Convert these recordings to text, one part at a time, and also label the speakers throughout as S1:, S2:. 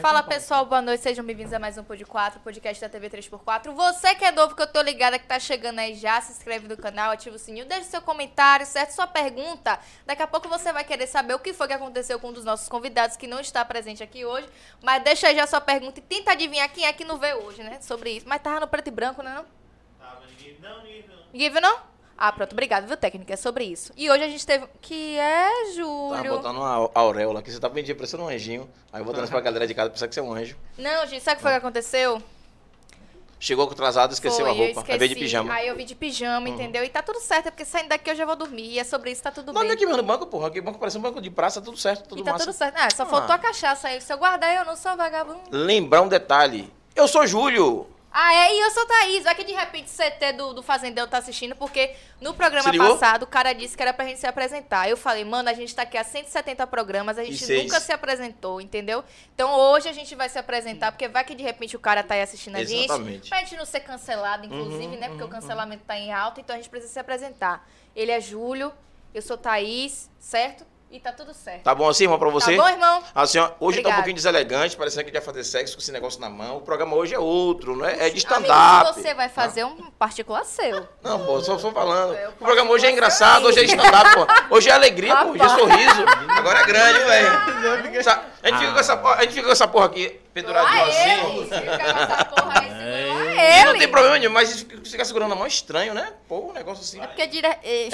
S1: Fala pessoal, boa noite, sejam bem-vindos a mais um Pod 4, podcast da TV 3x4. Você que é novo, que eu tô ligada que tá chegando aí já, se inscreve no canal, ativa o sininho, deixa seu comentário, certo? Sua pergunta. Daqui a pouco você vai querer saber o que foi que aconteceu com um dos nossos convidados que não está presente aqui hoje. Mas deixa aí já sua pergunta e tenta adivinhar quem é que não veio hoje, né? Sobre isso. Mas tava no preto e branco, né? Não?
S2: Tava ninguém. Não, ninguém não.
S1: Ninguém viu, não? Ah, pronto, obrigado, viu, técnica? É sobre isso. E hoje a gente teve. Que é,
S3: Tá
S1: Júlio?
S3: botando uma au- auréola aqui, você tá vendido parecendo um anjinho. Aí eu vou trazer pra galera de casa, pensar que você é um anjo.
S1: Não, gente, sabe o que foi que aconteceu?
S3: Chegou atrasado, esqueceu
S1: Foi,
S3: a
S1: eu
S3: roupa. Aí veio de
S1: esqueci.
S3: pijama. Uhum.
S1: Aí eu vi de pijama, entendeu? E tá tudo certo, é porque saindo daqui eu já vou dormir. E é sobre isso, tá tudo
S3: Não,
S1: bem.
S3: nem aqui mesmo no banco, porra. Aqui banco parece um banco de praça, tudo certo, tudo
S1: e tá
S3: massa.
S1: tudo certo. Ah, só
S3: Ah.
S1: faltou a cachaça aí. Se eu guardar, eu não sou vagabundo.
S3: Lembrar um detalhe. Eu sou Júlio.
S1: Ah, é, e eu sou Thaís. Olha que de repente o CT do, do Fazendeiro tá assistindo, porque no programa
S3: Se ligou?
S1: passado o cara disse que era pra gente se apresentar. Eu falei, mano, a gente tá aqui há 170 programas, a gente
S3: seis.
S1: nunca se apresentou, entendeu? Então hoje a gente vai se apresentar, porque vai que de repente o cara tá aí assistindo a gente.
S3: Exatamente.
S1: Pra gente não ser cancelado, inclusive,
S3: Uhum,
S1: né? Porque o cancelamento tá em alta, então a gente precisa se apresentar. Ele é Júlio, eu sou Thaís, certo? E tá tudo certo.
S3: Tá bom assim, irmão, pra você?
S1: Tá bom, irmão?
S3: A senhora, hoje tá
S1: Obrigada.
S3: um pouquinho deselegante, parecendo que a gente vai fazer sexo com esse negócio na mão. O programa hoje é outro, não é? É de
S1: Amigo,
S3: stand-up. Tá.
S1: se você vai fazer um particular seu.
S3: Não, pô, só estou falando.
S1: É, eu
S3: O programa hoje é
S1: posso
S3: engraçado, hoje é stand-up, pô. Hoje é alegria, pô. Hoje é
S1: Rapaz.
S3: sorriso. Agora é grande, velho. Sa- A gente fica com essa porra, a gente fica com essa porra aqui
S1: Ah,
S3: penduradinha
S1: é?
S3: assim.
S1: tá
S4: É.
S3: E não tem problema nenhum, mas ficar segurando a mão é estranho, né? Pô, um negócio assim.
S1: É porque dire... é.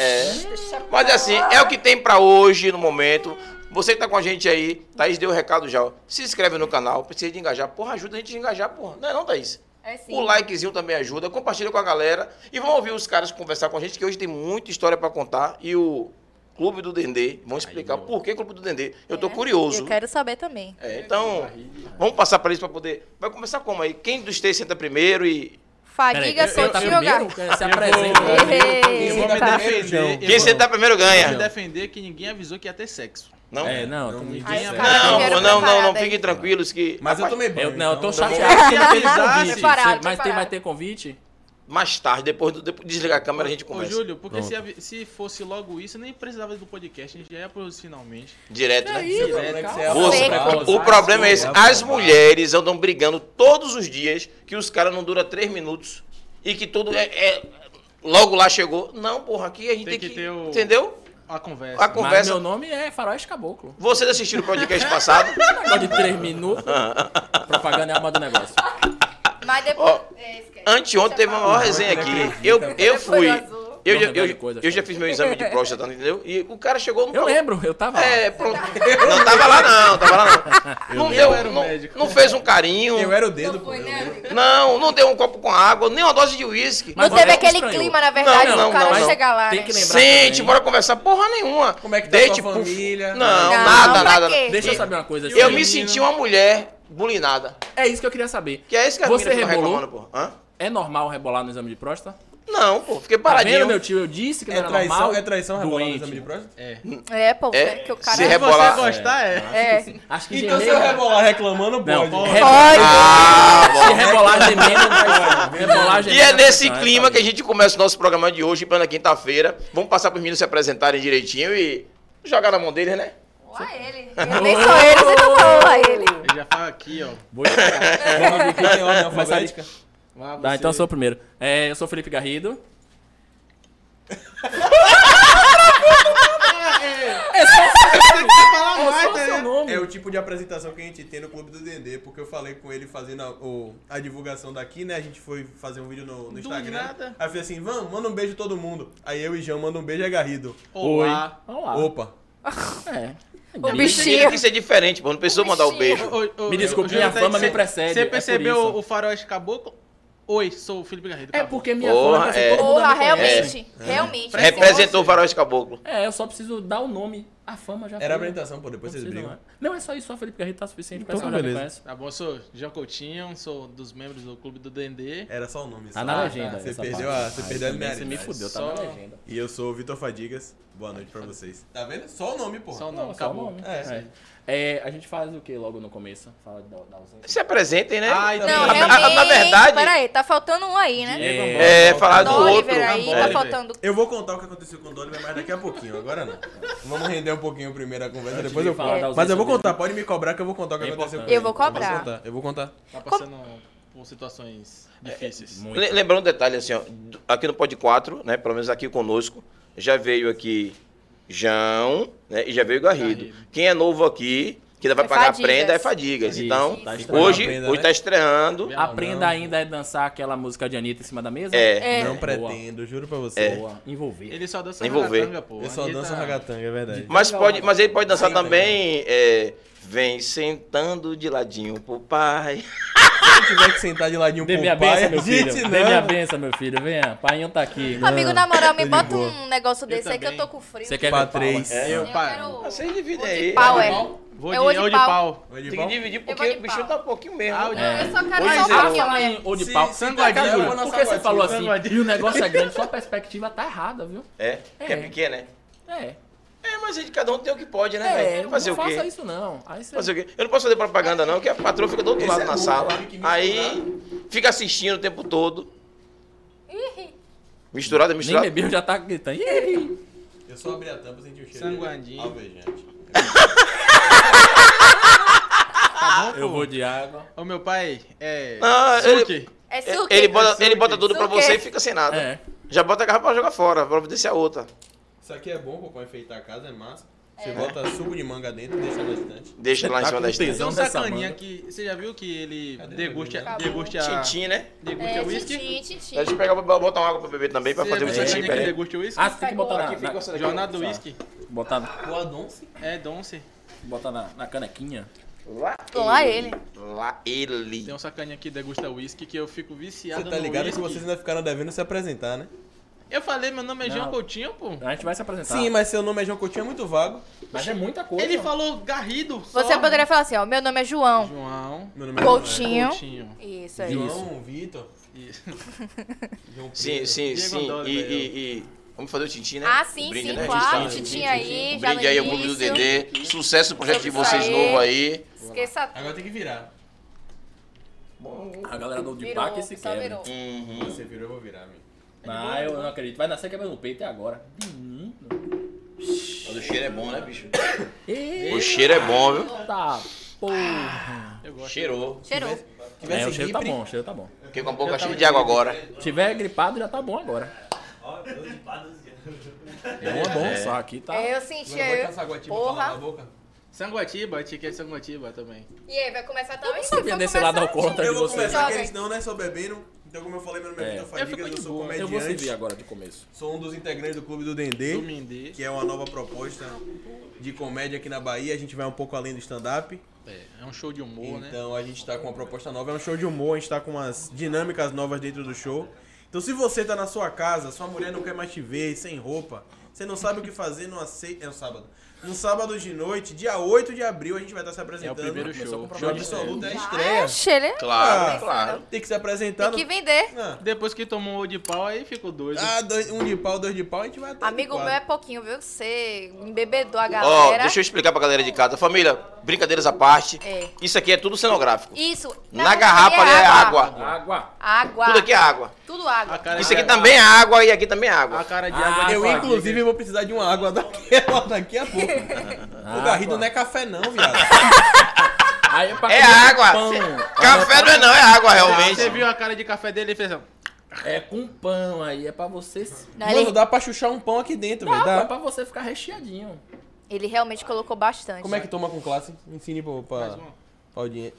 S3: Mas é assim, é o que tem pra hoje no momento. Você que tá com a gente aí, Thaís deu o recado já. ó. Se inscreve no canal, precisa de engajar. Porra, ajuda a gente a engajar, porra. Não é não, Thaís?
S1: É sim.
S3: O likezinho também ajuda, compartilha com a galera e vão ouvir os caras conversar com a gente, que hoje tem muita história pra contar. E o Clube do Dendê, vão explicar por que Clube do Dendê. Eu tô
S1: É,
S3: curioso.
S1: Eu quero saber também.
S3: É, então, vamos passar pra eles pra poder. Vai começar como aí? Quem dos três senta primeiro e.
S1: Fadiga, soltinho ou
S4: tá primeiro,
S1: gato?
S4: cara, se apresenta.
S5: Eu
S1: Ei,
S5: vou me
S1: tá.
S5: defender.
S3: Quem
S5: eu vou-
S3: sentar primeiro
S5: eu vou me
S3: ganha.
S5: defender que ninguém avisou que ia ter sexo.
S3: Não?
S4: É, não, tu me
S5: Aí
S4: disse.
S5: o
S4: é.
S5: cara-
S3: Não,
S1: Primeiro
S3: pô, não, não, não,
S1: preparado, hein?
S3: fiquem tranquilos que.
S5: Mas eu
S3: Rapaz,
S5: tomei banho.
S4: Eu- não, eu tô
S5: então-
S4: chateado que não teve
S5: Preparado,
S4: convite.
S1: preparado.
S4: Mas tem, vai ter convite?
S3: Mais tarde, depois do depois, desligar a câmera, a gente
S5: Ô,
S3: conversa.
S5: Júlio, porque
S4: Pronto.
S5: se, avi- se fosse logo isso, nem precisava do podcast, a gente já ia pros finalmente.
S3: Direto, né?
S1: Você-
S3: Você, o problema é esse. As mulheres andam brigando todos os dias que os caras não duram três minutos e que tudo é, é- Logo lá chegou. Não, porra, aqui a gente tem,
S5: Tem
S3: que.
S5: que ter o-
S3: Entendeu?
S5: A conversa.
S3: A conversa-
S4: Mas meu nome é Faróis Caboclo. Um
S3: Vocês assistiram o podcast passado?
S4: Negócio de três minutos. Propaganda é a alma do negócio.
S1: Mas depois. É, esquece.
S3: Anteontem teve uma maior resenha aqui. Eu, eu fui. Eu, já- eu, eu, já fiz meu exame de próstata, entendeu? E o cara chegou no.
S4: Eu lembro, eu tava. lá.
S3: É, pronto. Não tava lá, não, tava lá não. Não, deu,
S5: era o
S3: não,
S5: médico.
S3: não fez um carinho.
S5: Eu era o dedo,
S1: Não
S5: pô.
S1: foi, né, amigo?
S3: Não, não deu um copo com água, nem uma dose de uísque.
S1: Não
S4: Mas
S1: teve
S4: é
S1: aquele
S4: estranho.
S1: clima, na verdade,
S3: Não,
S1: do
S3: não,
S1: cara
S3: não, não.
S1: chegar lá.
S4: Tem
S1: né?
S4: que lembrar.
S3: Sente,
S4: também.
S3: bora conversar porra nenhuma.
S5: Como é que tá
S3: Deite,
S5: sua
S3: puf.
S5: família?
S3: Não,
S1: Não, pra
S3: nada, nada.
S1: quê?
S4: Deixa eu saber uma coisa.
S3: Eu
S4: Júlio.
S3: me senti uma mulher bulinada.
S4: É isso que eu queria saber.
S3: Que é isso que a
S4: Você
S3: mina fica
S4: rebolou?
S3: reclamando, porra. Hã?
S4: É normal rebolar no exame de próstata?
S3: Não, pô, fiquei
S4: Tá vendo,
S3: paradinho.
S4: meu tio? Eu disse que não
S5: É
S4: era
S5: traição,
S4: normal.
S5: é traição rebolar no
S4: doente.
S5: exame de próstata? É.
S1: É, pô,
S3: É,
S1: que o
S3: se
S1: cara.
S5: Se
S3: rebolar-
S5: você gostar, é.
S1: É.
S4: Acho que
S5: Então se eu
S4: gemer-
S5: rebolar reclamando,
S4: Não,
S5: pode.
S3: Ah, bom.
S4: Se rebolar gemendo, vai ser. Rebolar
S3: E
S4: gemendo
S3: é
S4: vai
S5: tá
S3: nesse
S4: ser,
S3: clima
S4: sabe?
S3: que a gente começa o nosso programa de hoje, para na quinta-feira. Vamos passar pros meninos se apresentarem direitinho e jogar na mão deles, né?
S1: Lá ele. Eu nem sou
S4: é.
S1: ele, você não falou lá ele.
S5: Ele já fala aqui, ó.
S4: Vou explicar.
S5: Vamos ver quem tem ordem alfabética. Vai,
S4: Tá,
S5: você.
S4: então eu sou o primeiro. É, eu sou o Felipe Garrido.
S5: Ah, é.
S4: É
S5: Tem que falar mais,
S4: Qual é o
S5: tá
S4: seu
S5: ligado?
S4: nome?
S5: É o tipo de apresentação que a gente tem no Clube do Dendê, porque eu falei com ele fazendo a, o- a divulgação daqui, né? A gente foi fazer um vídeo no, no Instagram. nada.
S6: Aí eu falei assim, vamos, manda um beijo todo mundo. Aí eu e Jean manda um beijo agarrido.
S5: Olá.
S4: Olá.
S6: Opa.
S4: É.
S1: O
S4: Sim.
S3: Tem
S1: bichinho.
S3: que ser diferente, pô. Não precisou mandar o beijo.
S4: Me desculpe, minha fama me precede, é
S5: tá Você
S4: por
S5: percebeu
S4: isso.
S5: o faroeste caboclo? Oi, sou o Felipe
S6: tá
S5: Garrido.
S4: É
S5: acabou.
S4: porque minha
S3: Porra,
S4: forma
S3: é.
S4: todo mundo
S1: Porra,
S4: me conhece.
S1: realmente. Realmente. assim,
S3: Representou o Faróis Caboclo.
S4: É, eu só preciso dar o nome. A fama já
S6: Era a
S4: foi.
S6: apresentação, pô, depois
S4: tá
S6: vocês
S4: né? Não precisa,
S6: brigam.
S4: não é. Não, é só isso, só Felipe Garrido tá suficiente pra
S7: Então
S4: essa
S7: tá,
S4: mulher que
S7: beleza.
S4: conhece.
S5: Tá bom, eu sou Jean Coutinho, sou dos membros do Clube do Dendê.
S6: Era só o nome. Só.
S4: Tá
S5: Ah,
S4: na legenda.
S6: Ah, Você
S4: essa
S6: perdeu
S4: parte.
S6: a- você
S4: Aí
S6: perdeu a
S4: também Você me
S6: linearidade.
S4: fudeu, tá
S5: Só-
S4: na legenda.
S6: E eu sou o Vitor Fadigas. Boa noite pra vocês. Tá vendo? Só o nome, pô.
S5: Só o
S4: Não,
S5: nome,
S4: só o
S5: acabou.
S4: nome.
S6: É.
S4: É. É, a gente faz o que logo no começo? Fala da, da ausência.
S3: Se apresentem, né?
S5: Ai,
S3: Na-
S1: Não,
S5: Ah,
S3: na,
S1: realmente.
S3: na verdade,
S1: Peraí, tá faltando um aí, né?
S4: É.
S5: Diego Amor.
S3: é falar do
S1: Oliver
S3: outro. É,
S1: aí,
S5: Oliver.
S1: tá faltando.
S6: Eu vou contar o que aconteceu com o Dolly, mas daqui a pouquinho, agora não. Vamos render
S5: um pouquinho primeiro a conversa,
S4: Antes
S5: depois
S4: de
S5: eu
S4: falar
S5: falo.
S4: da
S5: Mas
S4: ausência
S5: eu vou
S4: dele.
S5: contar, pode me cobrar que eu vou contar o que
S6: É
S5: aconteceu
S6: importante.
S5: com ele.
S1: Eu vou
S5: Eu vou
S1: cobrar.
S5: contar, eu vou contar.
S6: Tá passando por situações
S3: É,
S6: difíceis.
S4: Muito. É
S3: Le- Lembrando um detalhe, assim, ó, do- aqui no Pod 4, né, pelo menos aqui conosco, já veio aqui João né, e já veio Garrido.
S6: Garrido.
S3: Quem é novo aqui, que ainda vai
S1: É
S3: pagar
S1: Fadigas.
S3: a prenda, é Fadigas.
S4: Isso,
S3: Então,
S4: tá estreando.
S3: hoje
S5: Aprenda,
S3: hoje
S5: né?
S3: tá estreando.
S6: Bem-
S4: Aprenda
S5: Não.
S4: ainda a dançar aquela música de Anitta em cima da mesa?
S3: É.
S1: É.
S5: Não
S4: Boa.
S5: pretendo, juro pra você.
S4: Boa. Envolver.
S6: Ele só dança
S3: Envolver.
S6: ragatanga, pô. tá-
S5: Eu só
S6: Anitta-
S5: danço ragatanga, é verdade.
S3: Mas, pode, mas ele pode dançar
S5: Sim, tá
S3: também. é, vem sentando de ladinho pro pai.
S5: Se tiver que sentar de ladinho
S4: Dê
S5: pro
S4: minha
S5: pai,
S4: benção, meu filho.
S5: gente,
S4: Dê
S6: né?
S4: minha
S5: não.
S4: benção, meu filho. Venha, paiinho tá aqui.
S1: Amigo, na moral, me
S5: de
S1: bota
S5: boa.
S1: um negócio desse aí que eu
S6: também.
S1: tô com frio.
S4: Você quer Tá
S5: Pra
S4: ver Paula?
S5: três.
S4: É.
S6: Eu, pai.
S1: quero-
S3: Ah, Vocês dividem
S1: Ou de
S3: aí.
S1: pau, é.
S6: Vou
S1: É
S6: de,
S1: ou de
S6: eu de
S1: pau.
S6: pau. Tá
S5: Vai de
S3: Tem
S5: pau?
S3: que dividir
S1: Eu
S3: porque
S1: vou de
S3: o bichinho
S1: pau.
S3: tá um pouquinho mesmo.
S6: Ah, o
S3: né?
S6: de-
S1: Não, eu só quero só
S3: Pois é.
S1: um pouquinho
S4: Falar
S1: mesmo.
S4: em ou de
S5: Se-
S4: pau.
S5: se
S6: Sanguadinho,
S4: Júlio,
S5: eu vou na
S4: por que você
S5: sanguadinha.
S4: falou assim?
S6: Sanguadinha.
S4: E o negócio é grande, sua perspectiva tá errada, viu?
S3: É. Que é
S4: É.
S3: pequeno, né?
S4: É.
S3: É, mas a gente, cada um tem o que pode, né?
S4: É,
S3: velho? Fazer
S4: não
S3: o quê?
S4: faça isso não. Aí você...
S3: Fazer o quê? Eu não posso fazer propaganda, não, que a patroa fica do outro
S5: Esse
S3: lado
S5: é
S3: na
S5: bom,
S3: sala.
S5: tem que misturar.
S3: Aí fica assistindo o tempo todo.
S1: Ih,
S3: Misturado, é
S4: Nem
S3: misturado.
S4: bebeu, já tá gritando. Ih,
S5: Eu só abri a tampa e senti o cheiro.
S6: Sanguandinho.
S5: de Alvejante. Ah,
S4: Eu vou de água.
S6: O meu pai é.
S3: Ah,
S6: Suki.
S1: É
S3: Ele-
S1: suco.
S3: Ele bota,
S6: É
S3: ele bota tudo pra
S1: suco.
S3: você e fica sem nada.
S4: É.
S3: Já bota a garrafa pra jogar fora, pra providenciar outra.
S5: Isso aqui é bom pô, pra enfeitar a casa, é massa. Você bota suco de manga dentro e deixa na estante.
S3: Deixa lá em
S4: Tá
S3: cima
S4: com
S3: da estante.
S4: tesão.
S6: Tem um
S4: dessa
S6: sacaninha
S4: banda.
S6: que. Você já viu que ele
S5: Cadê?
S6: deguste a.
S1: Acabou.
S6: Deguste a.
S3: Tintim, né?
S6: Deguste a
S1: É,
S6: whisky.
S1: tintim, tintim.
S3: A gente pega, bota uma água pra beber também, pra
S6: Você
S3: fazer
S6: já
S3: o
S6: viu a
S4: tintim,
S3: xixi,
S6: sacaninha que
S3: peraí.
S6: deguste o whisky?
S4: Ah, você tem que botar na,
S3: Aqui fica
S4: na-
S3: essa daqui.
S6: Jornada do whisky.
S4: botar, na-
S5: Boa donce.
S6: É Donce.
S4: botar na, na canequinha.
S3: Lá
S1: Lá ele.
S3: Lá ele.
S6: Tem um sacaninha que degusta whisky que eu fico viciado
S5: Você tá
S6: no
S5: ligado que
S6: whisky.
S5: vocês ainda ficaram devendo se apresentar, né?
S6: Eu falei, meu nome é
S4: Não.
S6: João Coutinho, pô.
S4: A gente vai se apresentar.
S5: Sim, mas seu nome é João Coutinho, é muito vago.
S4: Mas é muita coisa.
S6: Ele falou Garrido. só.
S1: Você poderia falar assim, ó, meu nome é João.
S6: João.
S5: Meu nome é
S1: Coutinho.
S6: Coutinho.
S1: Isso aí.
S5: João, é
S4: Isso.
S5: João Vitor.
S6: E-
S5: João Pedro.
S3: Sim, sim,
S6: Diego
S3: sim.
S6: Andorra,
S3: E,
S6: velho.
S3: e- e- Vamos fazer o tintim, né?
S1: Ah, sim,
S3: O brinde,
S1: sim,
S3: né?
S1: claro.
S3: Tintim.
S1: Tintim aí,
S3: Um
S1: já no
S3: brinde aí ao clube do
S1: início.
S3: Dedê. Sucesso no projeto de
S1: Isso
S3: vocês
S1: aí.
S3: novo aí.
S1: Esqueça tudo.
S5: Agora tem que virar.
S4: A galera do de
S1: Virou,
S4: que se
S1: só
S4: quebra.
S1: virou.
S3: Uhum.
S5: Você virou, eu vou virar, amigo.
S4: Ah, eu não acredito. Vai nascer cabelo no peito é agora. Menino.
S3: Mas o cheiro é bom, né, bicho?
S4: Eita
S3: O cheiro é bom, viu?
S4: porra.
S6: Eu gosto.
S3: Cheirou.
S1: Cheirou.
S4: É, o cheiro tá bom, o cheiro tá bom.
S3: Fiquei com a boca cheia de água agora.
S4: Se tiver gripado, já tá bom agora. Bom, é bom, só aqui tá.
S1: É, eu senti
S5: Agora bota essa
S1: aí.
S5: água tipo
S1: Porra.
S5: na boca.
S6: Sanguatiba, a etiqueta é Sanguatiba também.
S1: E aí, vai começar também?
S4: não sabia
S1: Vamos
S4: desse
S1: começar,
S4: lado alcoólatra
S1: gente?
S5: Eu
S4: de
S5: vou
S4: vocês.
S5: começar que
S1: Jovem.
S5: eles não, né? Sou bebendo. Então, como eu falei, meu nome é
S4: É.
S5: Vitor
S6: Eu fico
S5: Fadigas,
S6: de
S5: eu sou
S6: boa.
S4: Eu vou servir
S5: comediante.
S4: agora de começo.
S5: Sou um dos integrantes do Clube do Dendê.
S6: Do Mindê.
S5: que é uma nova proposta de comédia aqui na Bahia. A gente vai um pouco além do stand-up.
S6: É, é um show de humor, né?
S5: Então a gente tá com uma proposta nova. É um show de humor, a gente tá com umas dinâmicas novas dentro do show. Então se você tá na sua casa, sua mulher não quer mais te ver, sem roupa, você não sabe o que fazer numa se... é um sábado. Num sábado de noite, dia 8 de abril, a gente vai estar se
S6: É o
S5: apresentando.
S6: primeiro
S4: Começou
S6: show.
S4: com
S5: Show
S4: problema.
S5: absoluto, é a
S1: Ah,
S5: estreia.
S1: cheiro.
S3: Claro,
S5: Ah.
S3: claro.
S5: Tem que se apresentar.
S1: Tem
S5: no-
S1: que vender.
S5: Ah,
S6: Depois que tomou o de pau, aí ficou doido.
S5: Ah, dois- um de pau, dois de pau, a gente vai até
S1: Amigo
S5: de
S1: meu
S5: quatro.
S1: é pouquinho, viu? Você embebedou a
S3: Ó,
S1: galera.
S3: deixa eu explicar pra galera de casa. Família, brincadeiras à parte.
S1: É.
S3: Isso aqui é tudo cenográfico.
S1: Isso.
S3: Na garrafa ali
S1: ali
S3: é água.
S4: Água.
S1: Água.
S3: Tudo aqui é água.
S1: Tudo água.
S6: A cara
S3: Isso
S6: de
S3: aqui
S6: água-
S3: também é água e aqui também é água.
S6: A cara de
S4: Ah,
S6: água de
S5: Eu,
S4: Fadiga.
S5: inclusive, vou precisar de uma água daquela daqui a pouco.
S6: Ah,
S5: o Garrido
S4: Água.
S5: não é café, não, viado.
S4: Aí pra
S3: É
S4: comer
S3: água.
S4: Pão.
S3: Café não é não, é água
S6: Ah, Você
S3: realmente.
S6: viu a cara de café dele e fez assim.
S4: É com pão aí, é pra você. se-
S1: Não,
S5: Mano,
S1: ele,
S5: dá pra chuchar um pão aqui dentro, velho.
S4: Dá, é
S5: Dá.
S4: pra você ficar recheadinho.
S1: ele realmente colocou bastante.
S5: Como é que toma com classe? Ensine pra, pra,
S6: Mais uma.
S5: pra audiência.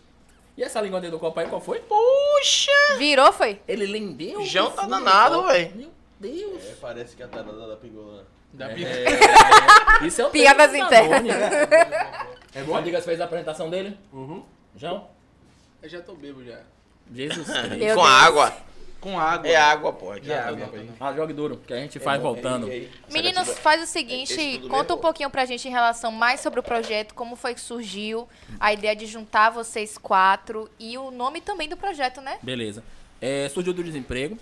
S4: E essa língua dentro do copo aí, qual foi?
S3: Puxa!
S1: Virou, foi?
S4: Ele lembeu?
S3: Jão
S4: que
S3: tá
S4: foi,
S3: danado,
S4: ó.
S3: véi.
S4: Meu Deus.
S3: É,
S5: parece que a tarada da pingolana.
S6: Da é.
S3: Ah,
S4: É, isso é o
S1: Piadas
S4: tempo do
S1: internas.
S4: Danone, né?
S5: É
S4: O
S5: bom?
S4: Adigas fez a apresentação dele?
S5: Uhum.
S4: Jão?
S6: Eu já tô bebo já.
S4: Jesus
S3: Com
S4: Cristo.
S1: Meu Deus.
S3: água.
S6: Com água.
S3: É água, pô. Aqui é
S6: Já
S3: água.
S6: tô bebendo.
S4: Ah, jogue duro, que a gente faz voltando.
S1: Meninos, faz o seguinte,
S3: é- Esse tudo
S1: conta
S3: mesmo?
S1: um pouquinho pra gente em relação mais sobre o projeto, como foi que surgiu a ideia de juntar vocês quatro e o nome também do projeto, né?
S4: Beleza. É, surgiu do desemprego.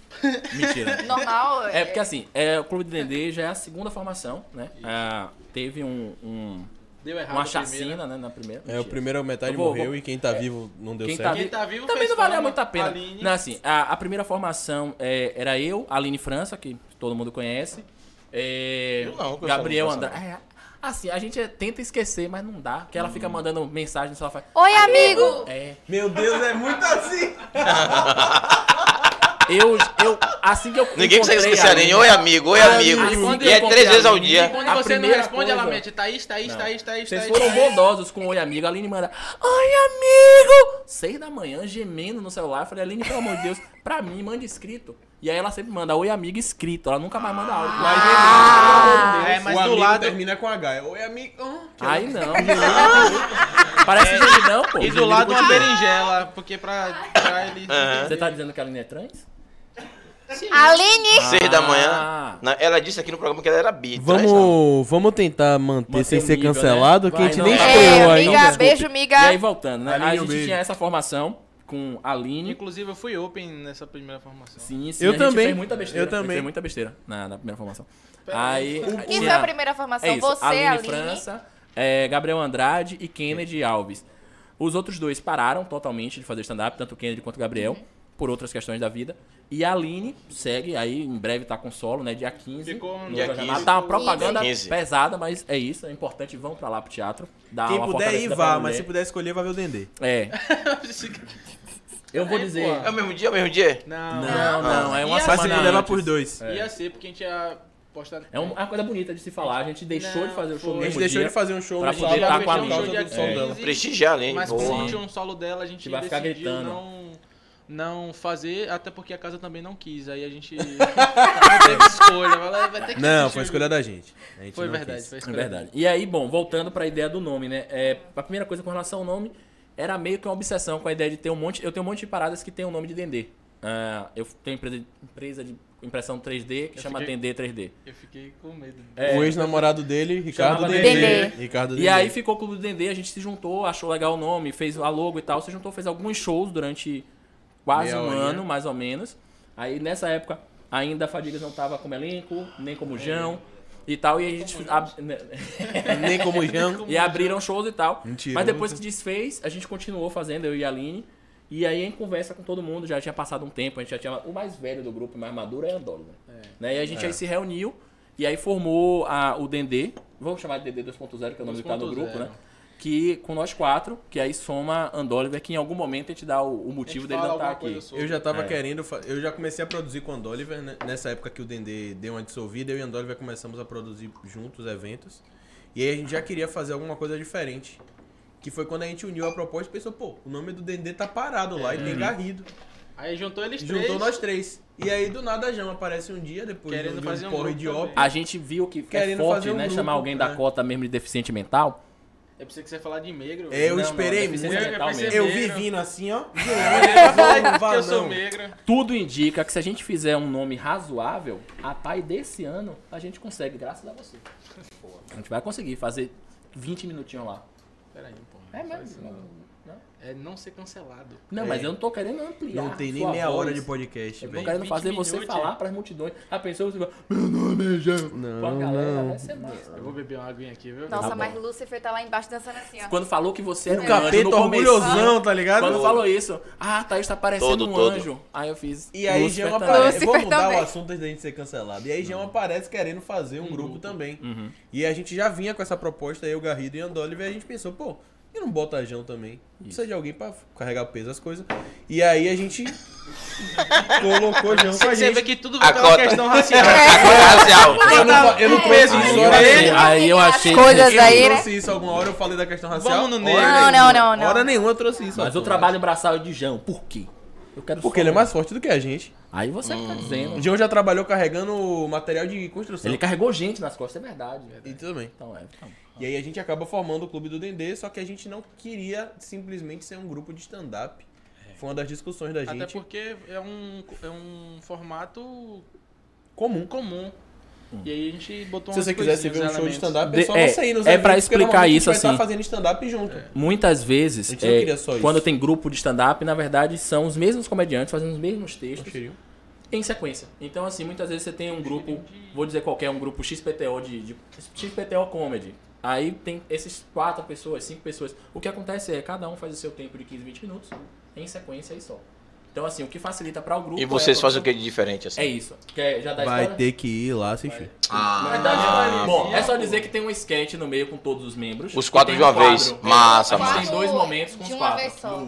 S4: Mentira.
S1: Normal.
S4: É porque assim, é, o Clube de Dendê já é a segunda formação, né? Ah, teve um, um-
S6: Deu errado.
S4: uma
S6: a primeira.
S4: chacina, né, na primeira.
S5: É, o
S4: Mentira.
S5: primeiro metade
S4: Eu vou-
S5: morreu
S4: vou-
S5: e quem tá vivo não deu
S4: Quem tá
S5: certo.
S4: vivo,
S6: Quem tá vivo
S4: também
S6: fez
S4: não valeu
S6: fama,
S4: muito a pena.
S6: Aline.
S4: Não, assim, a, a primeira formação é, era eu, Aline França, que todo mundo conhece. é,
S3: Eu não, que eu sou
S4: Gabriel
S3: Aline
S4: Andrade.
S3: França,
S4: Ah, Assim, a gente tenta esquecer, mas não dá. Porque ela fica mandando mensagem, só faz.
S1: Oi, amigo!
S4: É.
S5: Meu Deus, é muito assim.
S4: Eu, eu, assim que eu.
S3: Ninguém consegue
S4: encontrei
S3: esquecer
S4: a
S3: nem.
S4: Aline-
S3: Oi, amigo, oi, amigo.
S4: Aí quando
S3: E
S4: eu
S3: é três
S4: encontrei
S3: vezes
S4: a
S3: ao
S4: Aline,
S3: dia.
S7: Quando
S4: A
S7: você não
S4: primeira
S7: responde, ela
S4: coisa-
S7: mete
S6: "Tá
S7: Thaís, Thaís,
S4: Não.
S7: Thaís, Thaís,
S4: Vocês
S7: Thaís.
S4: foram bondosos com o Oi Amigo. A Aline manda, Oi Amigo! Seis da manhã, gemendo no celular. Eu falei, Aline, pelo amor de Deus, pra mim, manda escrito. E aí ela sempre manda Oi Amigo escrito. Ela nunca mais manda áudio.
S5: Mas,
S7: Ah, é, mas
S5: o
S7: do
S5: amigo
S7: lado-
S5: termina com H. É, Oi, amigo.
S4: Aí não. Parece geminão, pô.
S7: E do
S4: Gemino
S7: lado uma
S4: continua.
S7: berinjela, porque pra, pra ele.
S4: Você tá dizendo que a Aline é trans?
S1: é, Aline!
S3: Seis da manhã.
S4: Ah.
S3: Na- Ela disse aqui no programa que ela era bi. trans não.
S6: Vamos, vamos tentar manter,
S4: Manter
S6: sem
S4: o
S6: ser
S4: nível,
S6: cancelado,
S4: né?
S6: que a gente
S4: Vai,
S6: nem
S4: não.
S1: É,
S6: estreou
S1: amiga,
S6: ainda.
S1: beijo, amiga.
S4: E aí, voltando, né?
S5: Aline,
S4: a
S5: um
S4: gente
S5: beijo.
S4: tinha essa formação com a Aline.
S7: Inclusive, eu fui open nessa primeira formação.
S4: Sim, sim.
S6: Eu
S4: a
S6: também.
S4: Gente fez muita besteira.
S6: Eu também.
S4: A gente fez muita besteira na, na primeira formação. Aí.
S1: Quem foi
S4: tinha-
S1: é a primeira formação?
S4: É isso.
S1: Você,
S4: Aline,
S1: Aline.
S4: França, é, Gabriel Andrade e Kennedy Alves. Os outros dois pararam totalmente de fazer stand-up, tanto o Kennedy quanto o Gabriel, por outras questões da vida. E a Aline segue, aí em breve tá com solo, né? Dia 15.
S7: Ficou no
S4: no
S7: dia
S4: Jornal.
S3: 15.
S4: Tá uma propaganda
S3: 15.
S4: pesada, mas é isso, é importante. Vão pra lá pro teatro. Dar
S5: Quem
S4: uma
S5: puder ir,
S4: fortalecida
S5: Tipo, vá,
S4: pra
S5: mas tipo- se
S4: mulher.
S5: puder escolher, vai ver o Dendê.
S4: É. Eu vou dizer.
S3: É o mesmo dia, é o mesmo dia?
S7: Não,
S4: Não, não, é uma
S7: Ia
S5: Mas se
S4: semana
S5: puder, vá
S4: antes.
S5: por dois.
S7: ser- Ia ser, porque a gente ia postar.
S4: É uma coisa bonita de se falar. A gente deixou
S7: Não,
S4: de fazer o show
S7: foi.
S4: no
S5: A gente
S4: mesmo
S5: deixou
S4: dia.
S5: ele fazer um show
S4: pra
S5: no
S4: poder
S5: sábado
S4: tá com a
S5: por causa
S7: Aline.
S5: do sol
S7: É.
S5: dela.
S3: Prestigiar, hein?
S7: Mas
S3: Boa.
S7: como tinha um solo dela, a gente
S4: Que vai ficar
S7: decidiu
S4: gritando.
S7: não, não fazer, até porque a casa também não quis. Aí a gente não teve escolha. Ela vai ter que
S5: Não,
S7: assistir
S5: foi
S7: o
S5: escolha da gente. A gente
S7: Foi
S5: não
S7: verdade,
S5: quis.
S4: É
S7: foi escolha.
S4: verdade. E aí, bom, voltando pra ideia do nome, né? É, a primeira coisa com relação ao nome era meio que uma obsessão com a ideia de ter um monte. Eu tenho um monte de paradas que tem o nome de Dendê. Ah, eu tenho empresa de, empresa de impressão 3D que
S7: Eu
S4: chama
S7: fiquei-
S4: Dendê 3D.
S7: Eu fiquei com medo.
S4: É.
S5: O ex-namorado dele, Ricardo
S4: Chamava
S5: Dendê.
S1: Dendê.
S5: Ricardo
S4: E aí ficou o Clube do Dendê, a gente se juntou, achou legal o nome, fez a logo e tal, se juntou, fez alguns shows durante quase
S5: Meia
S4: um
S5: horinha.
S4: ano, mais ou menos. Aí nessa época, ainda a Fadigas não tava como elenco, nem como Jão e tal, e a gente... ab-
S5: Nem como o Jean.
S4: E abriram shows e tal.
S5: Mentiroso.
S4: Mas depois que desfez, a gente continuou fazendo, eu e a Aline. E aí, em conversa com todo mundo, já tinha passado um tempo, a gente já tinha. O mais velho do grupo, o mais maduro, é Andolo. Né? Né? E a
S5: É.
S4: gente aí se reuniu e aí formou a, o Dendê. Vamos chamar de Dendê 2.0, que é o nome que tá no grupo,
S7: 2.0.
S4: né? Que com nós quatro, que aí soma Andoliver, que em algum momento a gente dá o, o motivo dele não estar aqui.
S5: Eu já tava
S4: É.
S5: querendo, fa- eu já comecei a produzir com o Andoliver, né? nessa época que o Dendê deu uma dissolvida, eu e o Andoliver começamos a produzir juntos eventos. E aí a gente já queria fazer alguma coisa diferente. Que foi quando a gente uniu a proposta e pensou, pô, o nome do Dendê tá parado lá e tem Garrido.
S7: Aí juntou eles três.
S5: Juntou nós três. E aí do nada a Jama aparece um dia depois
S7: Querendo
S5: de
S7: fazer um
S5: porre
S7: grupo
S5: de
S7: também.
S5: ópio.
S4: A gente viu que é
S5: Querendo
S4: forte,
S5: fazer um
S4: né?
S5: grupo,
S4: chamar alguém da
S5: é.
S4: cota mesmo de deficiente mental.
S7: Eu pensei É que você ia falar de negro.
S5: Eu
S4: Não, não,
S5: esperei
S4: deficiência
S5: muito.
S4: mental mesmo.
S5: Eu vi
S7: perceberam.
S5: vindo assim, ó.
S7: que
S5: Vá,
S7: eu sou
S5: não.
S7: negro.
S4: Tudo indica que se a gente fizer um nome razoável, a pai desse ano a gente consegue, graças a você. A gente vai conseguir fazer 20 minutinhos lá.
S7: Peraí, pô.
S4: É mesmo?
S7: É não ser cancelado.
S4: Não, mas eu não tô querendo ampliar.
S5: É. Não tem nem
S4: sua
S5: meia
S4: voz.
S5: hora de podcast,
S4: Eu tô
S5: velho.
S4: querendo
S7: 20
S4: fazer você
S7: minutos,
S4: falar pras multidões. A pessoa você fala, meu nome é Jean. Não, a galera
S7: né?
S4: vai ser massa.
S7: Eu vou beber uma aguinha aqui, viu?
S1: Nossa,
S4: bom.
S1: mas Lúcifer tá lá embaixo dançando assim, ó.
S4: Quando falou que você era um
S5: O
S4: anjo no
S5: capeta
S4: começo.
S5: orgulhosão, tá ligado?
S4: Quando falou isso, ah, Thaís tá parecendo
S3: Todo,
S4: um
S3: todo.
S4: anjo. Aí eu fiz.
S5: E aí é
S4: Lúcifer tá Uhum.
S5: Jama
S4: também.
S5: aparece.
S1: Lúcifer
S5: Vamos mudar
S1: também.
S5: o assunto antes da gente ser cancelado. E aí Jama aparece querendo fazer
S4: Uhum.
S5: um, grupo, também. E a gente já vinha com essa proposta, eu, Garrido e Andoliver, e a gente pensou, pô, por que não bota Jão também? Precisa de alguém pra carregar o peso das coisas. E aí a gente colocou Jão com
S7: Você
S5: a gente.
S7: vê que tudo vai
S3: A
S7: pela
S3: cota.
S7: questão racial.
S3: É, Racial.
S5: Eu não, eu não
S7: É.
S5: conheço isso,
S4: eu
S5: hora
S4: achei-
S5: nenhuma.
S4: aí eu
S1: As
S4: achei-
S1: coisas
S5: Eu
S1: aí, né?
S5: trouxe isso alguma hora, eu falei da questão racial.
S7: Vamos no
S5: Hora
S7: negro.
S5: nenhuma.
S1: Não, não, não,
S5: Hora
S1: não.
S5: nenhuma eu trouxe isso.
S4: Mas eu
S5: Arthur.
S4: trabalho braçal de Jean. Por quê? Eu quero
S5: Porque ele é
S4: só-
S5: mais Hum. forte do que a gente.
S4: Aí você que tá dizendo.
S5: O Jão já trabalhou carregando material de construção.
S4: Ele carregou gente nas costas, é verdade.
S5: E tudo bem.
S4: Então é. então.
S5: E aí a gente acaba formando o Clube do Dendê, só que a gente não queria simplesmente ser um grupo de stand-up.
S6: É.
S5: Foi uma das discussões da
S7: Até
S5: gente
S7: porque é um, é um formato
S5: comum.
S7: comum. E aí a gente botou
S5: Hum. Se
S7: umas
S5: você quisesse ver
S7: coisinhas,
S5: um show de
S7: elementos.
S5: stand-up, é
S4: De-
S5: só
S4: é,
S5: você ir nos
S4: é pra
S5: eventos, porque
S4: explicar
S5: normalmente
S4: isso,
S5: a gente vai
S4: assim.
S5: estar fazendo stand-up junto.
S4: Muitas
S5: A
S4: vezes,
S5: gente não
S4: é,
S5: queria só isso.
S4: quando tem grupo de stand-up, na verdade são os mesmos comediantes fazendo os mesmos textos
S5: Cheirinho.
S4: em sequência. Então, assim, muitas vezes você tem um grupo, vou dizer qualquer, um grupo XPTO de, de XPTO Comedy. Aí tem esses quatro pessoas, cinco pessoas. O que acontece é, cada um faz o seu tempo de 15, 20 minutos, em sequência e só. Então, assim, o que facilita para o grupo.
S3: E vocês
S4: é a
S3: fazem o que
S4: produção-
S3: de diferente, assim?
S4: É isso. Quer já dá
S6: Vai
S4: spoiler?
S6: ter que ir lá assistir.
S3: Ah.
S4: Vai dar spoiler. Bom, é só dizer que tem um sketch no meio com todos os membros.
S3: Os quatro
S4: E
S3: de
S4: tem
S3: uma
S4: um quadro.
S3: vez. Massa,
S4: A gente
S3: massa. Hum,
S4: Tem dois momentos com
S1: de
S4: os
S1: uma
S4: quatro.
S1: vez só.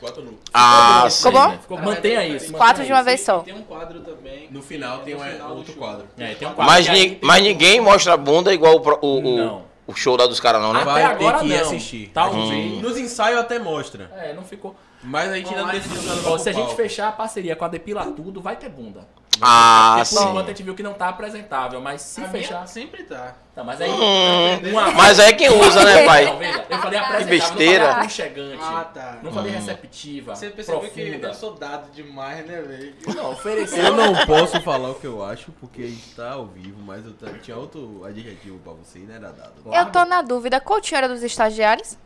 S6: Quatro no.
S3: Ah,
S1: Ficou
S3: sim.
S1: bom?
S4: Ficou- Mantenha isso.
S1: Quatro de uma
S4: mantenha
S1: vez só.
S7: Tem um quadro também.
S6: No final tem
S7: No
S6: um-
S7: final do
S6: outro
S7: show.
S6: quadro.
S4: isso. É, tem um quadro
S3: Mas,
S4: que
S3: ni-
S4: aí tem-
S3: mas ninguém mostra a bunda igual o, pro- o, o-
S4: Não.
S3: o show lá dos caras, não, né?
S4: Até
S6: vai ter
S4: agora
S6: que ir
S4: não. Tá
S6: assistir.
S3: Uhum.
S4: Talvez.
S6: Nos ensaios até mostra.
S4: É, não ficou.
S6: Mas a gente ainda não decidiu se ela vai
S4: Ó,
S6: pro
S4: se a gente
S6: palco.
S4: fechar a parceria com a Depila Tudo, vai ter bunda.
S3: Ah,
S4: Porque por enquanto a
S3: sim.
S4: gente viu que não tá apresentável, mas se
S7: A minha
S4: fechar.
S7: sempre tá.
S4: Tá, mas aí.
S3: Hum,
S4: uma-
S3: Mas aí quem usa,
S1: É.
S3: né, pai?
S4: Talvez, Eu falei apresentável,
S3: besteira. Hum.
S4: não falei aconchegante.
S7: Ah, tá.
S4: É tipo, Não falei receptiva.
S7: Você percebeu que
S4: profunda.
S7: eu sou dado demais, né, velho?
S4: Não, ofereceu.
S6: Eu não posso falar o que eu acho porque a gente tá ao vivo, mas eu t- tinha outro adjetivo pra você né, e não era dado.
S1: Eu tô na dúvida. Coutinho era dos estagiários?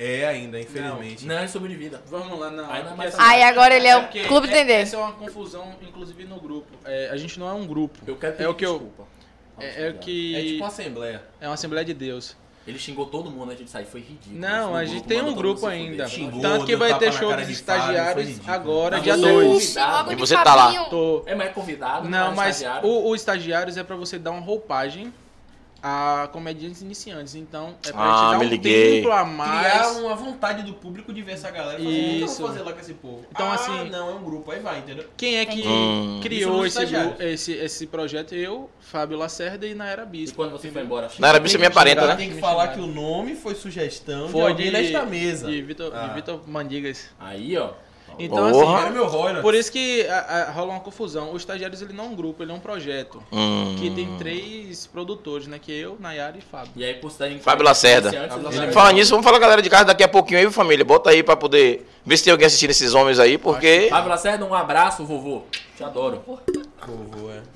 S5: É ainda, infelizmente.
S4: Não, ele subiu de vida.
S7: Vamos lá, não.
S4: Aí não é
S7: porque
S4: mais
S7: essa-
S1: Aí agora ele é o
S7: porque
S1: Clube
S7: é-
S1: Dendê.
S7: Essa é uma confusão, inclusive no grupo. É, a gente não é um grupo.
S4: Eu quero pedir
S7: É o que eu-
S4: desculpa.
S7: É, é o
S6: É
S7: que.
S6: tipo uma assembleia.
S7: É uma Assembleia de Deus.
S4: Ele xingou todo mundo antes de sair, foi ridículo.
S7: Não, a gente tem um grupo ainda.
S5: Xingou,
S7: Tanto que
S5: deu
S7: vai
S5: tapa
S7: ter
S5: na
S7: show
S5: cara
S7: dos
S5: de Fábio, foi
S7: estagiários
S5: ridículo.
S7: agora,
S4: Mas
S7: dia
S4: você-
S7: 2.
S1: Logo
S3: E
S1: de
S3: você tá lá.
S1: papinho.
S7: Tô.
S4: É, mas é convidado.
S7: Não,
S4: é
S7: mas
S4: estagiário.
S7: o, o estagiários é pra você dar uma roupagem a comediantes iniciantes. Então, é pra
S3: Ah,
S7: te dar
S3: me
S7: um
S3: liguei.
S7: templo a
S5: Criar um
S7: mais.
S5: uma vontade do público de ver essa galera. Fazer, o que eu
S7: Isso.
S5: vou fazer lá com esse povo?
S7: Então,
S5: ah,
S7: assim-
S5: não, é um grupo, aí vai, entendeu?
S7: Quem é que
S3: Hum.
S5: Isso
S7: criou
S5: nos
S7: esse,
S5: estagiários.
S7: gru- esse, esse projeto? Eu, Fábio Lacerda e Naira
S4: E
S5: Tipo,
S7: Bispo.
S4: quando você foi embora,
S3: Na Arabia você me aparenta, né?
S5: Tem que falar que o nome foi sugestão
S7: Foi
S5: de alguém nesta mesa.
S7: De Vitor,
S5: Ah.
S7: de Vitor Mandigas.
S4: Aí, ó.
S7: Então,
S3: Porra.
S5: Era
S7: assim,
S5: meu Royal.
S7: por isso que a- a- rola uma confusão. O Estagiários, ele não é um grupo, ele é um projeto.
S3: Hum.
S7: Que tem três produtores, né? Que é eu, Nayara e Fábio.
S4: E aí, por estarem.
S3: Fábio Lacerda.
S4: Ele
S3: Falar nisso, vamos falar galera de casa daqui a pouquinho aí, viu, família. Bota aí pra poder ver se tem alguém assistindo esses homens aí, porque
S4: Fábio Lacerda, um abraço, vovô. Te adoro.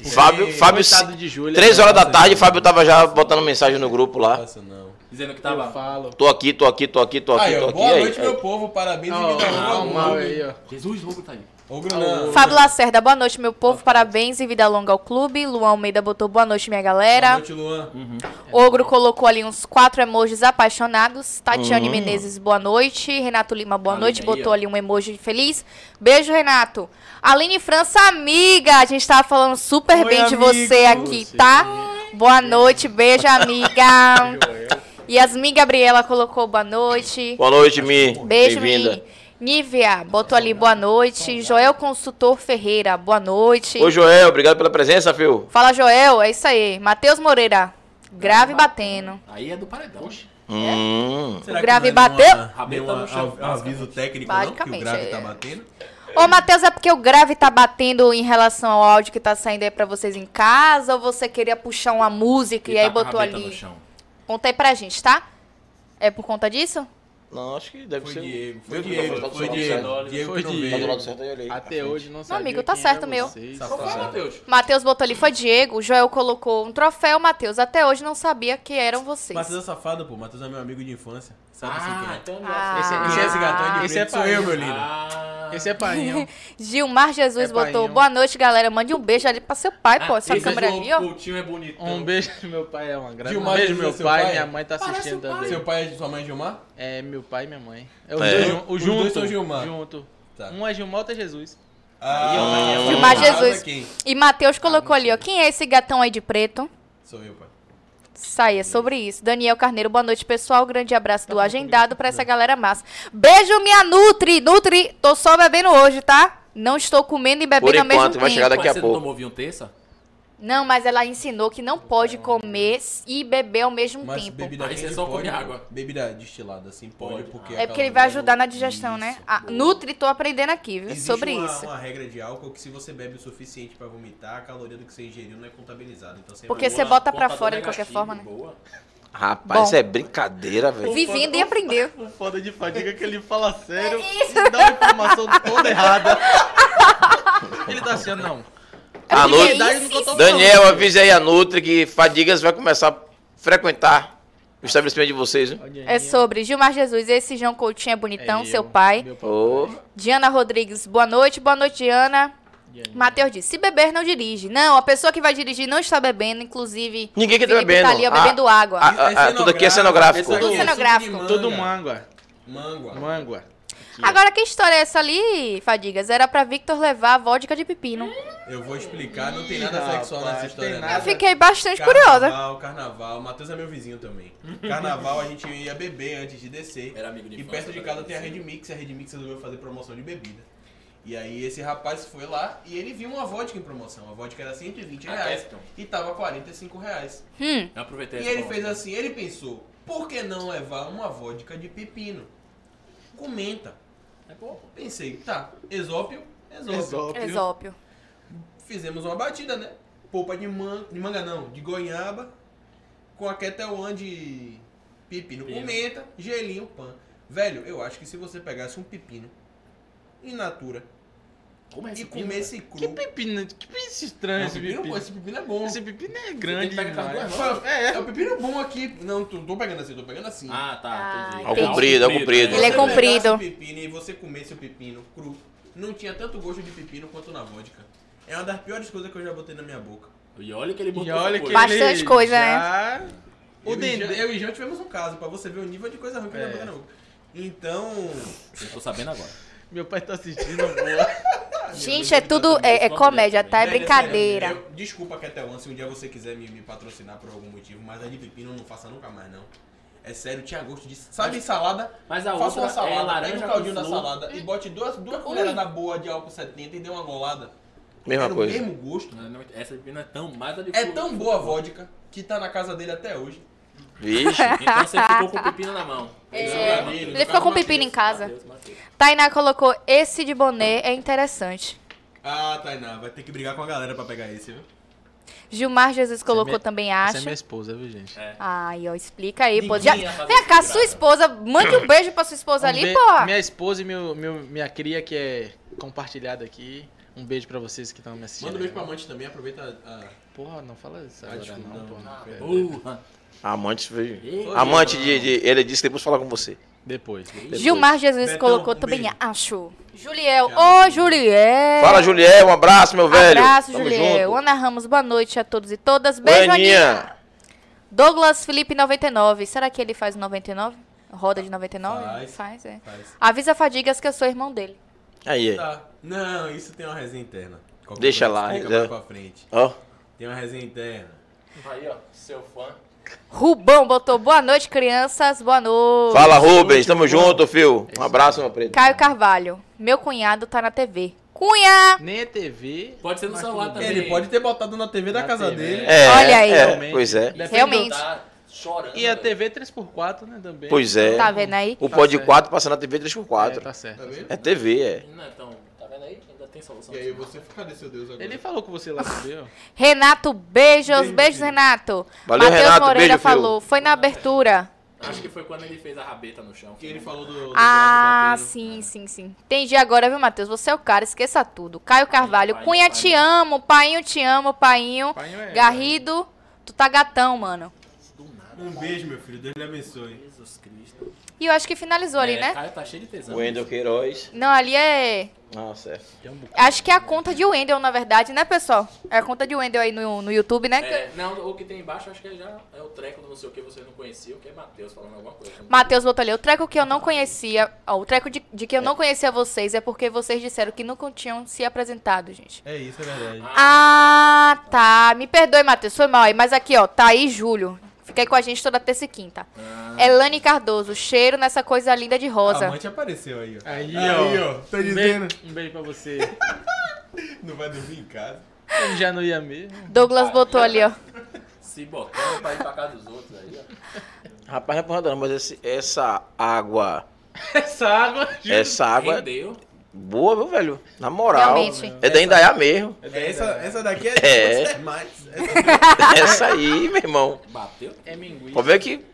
S5: é.
S3: Fábio, Fábio,
S7: Coitado de Júlia.
S6: é
S3: três
S5: né?
S3: horas da tarde, Fábio tava já botando mensagem no grupo lá.
S6: Nossa, não.
S4: Dizendo que
S7: Eu
S4: tava.
S7: falo.
S3: Tô aqui, tô aqui, tô aqui, tô aqui,
S6: Aí,
S3: tô
S6: ó,
S3: aqui.
S6: boa
S3: aí,
S6: noite,
S3: aí.
S6: meu povo. Parabéns
S7: Ó,
S6: e vida
S7: ó, o mal
S6: longa.
S7: aí, ó.
S4: Ah, um Jesus, Lobo tá aí.
S6: Ogro não.
S1: Fábio Lacerda, boa noite, meu povo. Parabéns e vida longa ao clube. Luan Almeida botou boa noite, minha
S6: Boa
S1: galera.
S6: noite, Luan.
S1: É. Ogro colocou ali uns quatro emojis apaixonados. Tatiane Menezes, boa noite. Renato Lima, boa
S4: Aline
S1: noite.
S4: aí,
S1: Botou
S4: ó.
S1: ali um emoji feliz. Beijo, Renato. Aline França, amiga. A gente tava falando super
S6: Oi,
S1: bem de
S6: amigo.
S1: você aqui, tá? Boa noite, beijo, amiga. Yasmin Gabriela colocou boa noite.
S3: É. Boa noite, Mi.
S1: Beijo, Mi.
S3: Bem-vinda.
S1: Nívia, botou ali boa noite. Joel Consultor Ferreira, boa noite.
S3: Ô, Joel, obrigado pela presença, Fio.
S1: Fala, Joel, é isso aí. Matheus Moreira, grave batendo.
S4: Aí é do paredão.
S3: Hum.
S5: Será
S1: o grave
S5: não é
S1: bateu?
S5: nenhuma-
S4: Rabeta
S5: nenhuma
S4: no chão,
S5: av- aviso técnico não, que o
S1: Basicamente,
S5: grave
S1: é.
S5: tá batendo.
S1: Ô, Matheus, é porque o grave tá batendo em relação ao áudio que tá saindo aí pra vocês em casa? Ou você queria puxar uma música e,
S4: Ele
S1: aí
S4: tá com a
S1: botou
S4: rabeta no
S1: ali?
S4: chão.
S1: Conta aí pra gente, tá? É por conta disso?
S3: Não, acho que deve
S6: Foi
S3: ser.
S6: Diego, foi
S3: Meu
S6: Diego,
S3: Deus,
S6: foi
S3: tá
S6: Diego.
S4: dólares,
S6: Diego
S7: foi
S6: que não
S7: Diego.
S3: Tá do
S6: veio.
S3: lado certo aí, olha aí.
S7: Até hoje não sabia
S1: amigo, tá
S7: quem era
S1: certo, meu.
S7: vocês.
S6: Safado.
S4: Deus.
S1: Matheus botou ali, foi Diego. Joel colocou um troféu, Matheus. Até hoje não sabia que eram vocês.
S6: Matheus é safado, pô. Matheus é meu amigo de infância. Sabe assim quem
S4: Ah,
S6: é?
S4: então
S1: Ah.
S4: nossa.
S1: Esse-
S6: Quem é esse gatão de
S7: Esse
S6: preto?
S7: é
S6: Sou eu, meu lindo.
S4: Ah.
S7: Esse é painho.
S1: Gilmar Jesus
S7: É
S1: botou.
S7: painho.
S1: Boa noite, galera. Mande um beijo ali pra seu pai, pô. Essa
S4: Ah, esse
S1: câmera
S4: João
S1: ali, ó.
S4: Coutinho é bonitão.
S7: Um beijo, meu pai é uma grande. Um
S6: Gilmar
S7: beijo,
S6: Jesus
S7: meu
S6: é seu
S7: pai,
S6: pai?
S7: minha mãe tá assistindo também.
S6: Seu pai é sua mãe Gilmar?
S7: É meu pai e minha mãe. É os
S3: É.
S7: dois, jun- o
S6: Os
S7: junto.
S6: dois são Gilmar.
S7: Junto.
S6: Tá.
S7: Um é Gilmar, outro é Jesus.
S6: Ah,
S1: Gilmar
S6: Gilmar
S1: Jesus.
S6: quem?
S1: E
S4: Ah,
S1: Matheus colocou ali, ó. Quem é esse gatão aí de preto?
S6: Sou eu, pai.
S1: Saia sobre isso. Daniel Carneiro, boa noite, pessoal. Grande abraço do agendado pra essa galera massa. Beijo, minha Nutri. Nutri, tô só bebendo hoje, tá? Não estou comendo e bebendo
S3: Por
S1: ao mesmo
S3: enquanto, vai chegar
S1: tempo.
S3: daqui a
S4: Mas você não
S3: pouco.
S4: tomou vinho terça?
S1: Não, mas ela ensinou que não pode comer e beber ao mesmo
S6: Mas
S1: Um tempo.
S6: bebida
S4: Aí você
S6: quente
S4: só
S6: pode,
S4: come
S6: pô.
S4: água.
S6: Bebida destilada, assim, pode.
S4: Pode.
S6: Porque
S1: É porque ele vai ajudar na digestão, né? Ah, Nutri, tô aprendendo aqui, viu?
S5: Existe
S1: sobre
S5: uma,
S1: isso.
S5: uma regra de álcool que se você bebe o suficiente pra vomitar, a caloria do que você ingeriu não é contabilizada. Então você
S1: Porque
S5: vai-
S1: você bota pra
S4: Contador
S1: fora de qualquer
S4: negativo,
S1: forma, né?
S4: é boa.
S3: Rapaz,
S1: Bom.
S3: isso é brincadeira, velho.
S1: Vivendo e aprendeu. É
S7: O foda de fadiga é que ele fala sério
S1: isso.
S7: e dá uma informação toda errada. ele tá assim, ó, não.
S3: A
S1: porque
S3: noite-
S1: é isso,
S7: Não tô
S3: Daniel, avise aí a Nutri que Fadigas vai começar a frequentar o estabelecimento de vocês, viu?
S7: falando.
S1: É sobre Gilmar Jesus, esse João Coutinho é bonitão,
S7: É
S1: seu
S7: eu,
S1: pai.
S7: meu
S3: Ô,
S1: Diana Rodrigues, boa noite, boa noite, Diana.
S7: Diana.
S1: Matheus disse, se beber, não dirige. Não, a pessoa que vai dirigir não está bebendo, inclusive...
S3: Ninguém que tá
S1: Felipe
S3: bebendo.
S1: tá ali, ó,
S3: Ah,
S1: bebendo água.
S3: ah, ah, tudo aqui é cenográfico.
S1: Tudo
S6: Tudo
S1: cenográfico.
S6: cenográfico.
S7: Todo manga.
S6: Mangua.
S7: Mangua.
S1: Agora, que história é essa ali, Fadigas? Era pra Victor levar vodka de pepino.
S5: Eu vou explicar, não tem nada sexual
S7: rapaz,
S5: nessa
S7: tem
S5: história. né?
S7: nada.
S1: Eu
S5: não.
S1: fiquei bastante curiosa.
S5: Carnaval, carnaval. Matheus é meu vizinho também. Carnaval a gente ia beber antes de descer.
S4: Era amigo de
S5: E
S4: infância,
S5: perto de
S4: tá
S5: casa tem a
S4: ligado?
S5: Rede Mix. e A Rede Mix resolveu fazer promoção de bebida. E aí esse rapaz foi lá e ele viu uma vodka em promoção. A vodka era 120
S4: Ah,
S5: reais
S4: Captain.
S5: e tava 45 reais.
S1: Hum,
S4: Eu aproveitei
S5: E
S4: essa
S5: ele
S4: pausa.
S5: fez assim, ele pensou, por que não levar uma vodka de pepino? Comenta.
S4: É pouco.
S5: Pensei, tá, exópio, exópio.
S1: exópio.
S5: Fizemos uma batida, né? Polpa de, man... de manga não, de goiaba, com a Ketelwan de pepino
S4: Pepino.
S5: com menta, gelinho, pan. Velho, eu acho que se você pegasse um pepino in natura
S4: Como é
S5: e
S4: esse pino,
S5: comesse cru...
S7: Que pepino, que pepino estranho
S5: Não,
S7: esse
S5: pepino, pô,
S7: pepino.
S5: esse pepino é bom.
S7: Esse pepino é grande
S4: Tem que pegar com as
S7: demais.
S4: duas mãos?
S5: É, é, o pepino é bom aqui. Não, tô, tô pegando assim, tô pegando assim.
S4: Ah,
S1: Ah,
S4: tá. entendi.
S1: entendi. Ao
S3: comprido, ao comprido.
S1: Ele é
S5: você
S1: comprido.
S5: pegasse o pepino e você comesse o pepino cru, não tinha tanto gosto de pepino quanto na vodka. É uma das piores coisas que eu já botei na minha boca.
S4: E olha que ele botou
S7: E olha que
S4: coisa.
S1: Bastante
S7: ele
S1: coisa, né?
S7: já...
S5: Eu,
S7: O
S5: e Jean,
S7: Dendê...
S5: eu e Jean tivemos um caso, pra você ver o nível de coisa ruim que eu já
S7: É.
S5: botei na boca. Então,
S4: Eu tô sabendo agora.
S7: Meu pai tá assistindo, boa.
S1: Gente, é tudo. É, é comédia, tá? É brincadeira.
S5: eu- desculpa que até se um dia você quiser me, me patrocinar por algum motivo, mas a de pepino não faça nunca mais, não. É sério, tinha gosto de. Sabe salada?
S4: Mas a outra
S5: Faça uma
S4: é
S5: salada, pega
S4: laranja
S5: um caldinho
S4: com
S5: da
S4: flor.
S5: salada e bote duas, duas colheradas da boa de álcool 70 e dê uma golada.
S3: Ah, Mesma
S1: um
S5: Era
S3: coisa.
S5: o mesmo gosto.
S4: Não, não, Essa pino é tão mais a de
S5: É
S4: flor.
S5: tão boa a vodka que tá na casa dele até hoje.
S3: Vixe.
S4: Então você ficou com o pepino na mão.
S1: É,
S4: Mateus,
S1: Ele ficou com pepino em casa.
S4: Mateus, Mateus.
S1: Tainá colocou esse de boné, é interessante.
S5: Ah, Tainá, vai ter que brigar com a galera pra pegar esse, viu?
S1: Gilmar Jesus colocou
S7: minha-
S1: também,
S7: Essa é
S1: acha.
S7: minha esposa, viu, gente?
S1: Ai, ó, explica aí, pô.
S4: Ninguém
S1: Já,
S4: ia fazer
S1: vem cá,
S4: isso,
S1: sua esposa, mande um beijo pra sua esposa
S7: Um
S1: ali,
S7: be-
S1: pô.
S7: Minha esposa e meu, meu- minha cria, que é compartilhada aqui. Um beijo pra vocês que estão me assistindo.
S5: Manda um beijo pra
S7: aí.
S5: amante também, aproveita a. a-
S7: Porra, não fala isso agora
S5: desculpa,
S7: não,
S5: não,
S7: porra.
S5: não,
S7: É,
S4: Porra.
S3: Amante, veio.
S4: Ei,
S3: Amante de, de- Ele disse que depois falar com você.
S7: Depois.
S1: Gilmar Jesus
S5: Betão,
S1: colocou
S5: um
S1: também,
S5: beijo.
S1: acho. Juliel,
S5: Tchau.
S1: ô Juliel.
S3: Fala, Juliel. Um abraço, meu velho.
S1: É. Abraço,
S3: Tamo
S1: Juliel.
S3: junto.
S1: Ana Ramos, boa noite a todos e todas.
S3: Oi,
S1: Beijo, Aninha.
S3: Aninha.
S1: Douglas Felipe 99. Será que ele faz 99? Roda de 99?
S5: Faz.
S1: é.
S5: Faz.
S1: Avisa a Fadigas que eu sou irmão dele.
S3: Aí, aí.
S5: Tá. Não, isso tem uma resenha interna. Qualquer
S3: É. Deixa
S5: coisa
S3: lá,
S5: explica
S3: né?
S5: mais pra frente.
S3: Ó.
S5: Tem uma resenha interna.
S4: Aí, ó, seu fã.
S1: Rubão botou boa noite, crianças. Boa noite.
S3: Fala, Rubens. Tamo junto, fio. Um abraço, meu preto.
S1: Caio Carvalho. Meu cunhado tá na TV. Cunha!
S7: Nem é TV.
S4: Pode ser no
S7: mas
S4: celular
S7: tudo
S4: também.
S5: Ele pode ter botado na TV da
S7: Na
S5: casa
S7: TV,
S5: dele.
S7: é.
S3: É,
S1: Olha aí.
S3: É,
S7: Realmente.
S3: pois é.
S4: E você
S1: Realmente.
S4: tá chorando.
S7: E a
S4: velho.
S7: TV 3x4, né, também.
S3: Pois é.
S1: Tá vendo aí?
S3: O Pod
S7: certo.
S3: 4 passa na TV
S7: É,
S3: 3x4.
S7: tá certo.
S5: Tá vendo?
S3: É TV, é.
S4: Não é tão. Tá vendo aí? Ainda tem solução.
S5: E aí, você fica desse Deus agora.
S7: Ele falou com você lá, entendeu?
S1: Renato, beijos.
S5: Beijo,
S1: beijos,
S5: filho.
S1: Renato.
S3: Valeu,
S1: Matheus
S3: Renato.
S1: Moreira
S3: Beijo, filho.
S1: falou. Foi na abertura.
S4: Acho que foi quando ele fez a rabeta no chão.
S5: Que ele falou do. do
S1: Ah,
S5: Eduardo
S1: sim, sim, sim. Entendi agora, viu, Matheus? Você é o cara, esqueça tudo. Caio Carvalho,
S4: pai,
S1: Cunha,
S4: pai.
S1: te amo. Painho, te amo, Painho.
S7: Pai, é.
S1: Garrido, tu tá gatão, mano.
S5: Batista. Um beijo, meu filho. Deus lhe abençoe.
S4: Jesus Cristo.
S1: E eu acho que finalizou ali,
S4: É,
S1: né?
S4: Caio tá cheio de tesão.
S3: Wendel Queiroz.
S1: Não, ali é.
S3: Ah, certo.
S4: um
S1: Acho que é a conta de Wendel, na verdade, né, pessoal? É a conta de Wendel aí no, no YouTube, né?
S4: É, não, o que tem embaixo acho que já é o treco do não sei o que você não conhecia, o que é Matheus falando alguma coisa.
S1: Matheus botou ali. O treco que eu não conhecia. Ó, o treco de, de que eu não conhecia vocês é porque vocês disseram que nunca tinham se apresentado, gente.
S5: É isso, é verdade.
S1: Ah, tá. Me perdoe, Matheus, foi mal aí. Mas aqui, ó, tá aí Júlio. Fica aí com a gente toda terça e quinta.
S5: Ah.
S1: Elane Cardoso, cheiro nessa coisa linda de
S5: A
S1: rosa.
S5: amante apareceu aí, ó.
S7: Aí,
S5: Aí,
S7: ó.
S5: ó. Tô
S7: Um
S5: dizendo.
S7: beijo, um beijo pra você.
S5: Não vai dormir em casa.
S7: Eu já não ia mesmo.
S1: Douglas botou ali, ó.
S4: Se botando pra ir pra casa dos outros aí, ó.
S3: Rapaz, não é porrada não, mas esse- essa água.
S7: Essa água.
S3: Essa água é
S4: Rendeu.
S3: boa, viu, velho? Na moral.
S1: Realmente.
S3: É da Indaiá mesmo.
S5: É, essa, essa daqui é.
S3: É.
S5: é mais.
S3: Essa aí, meu irmão.
S4: Bateu.
S7: É minguim.
S3: O problema é que,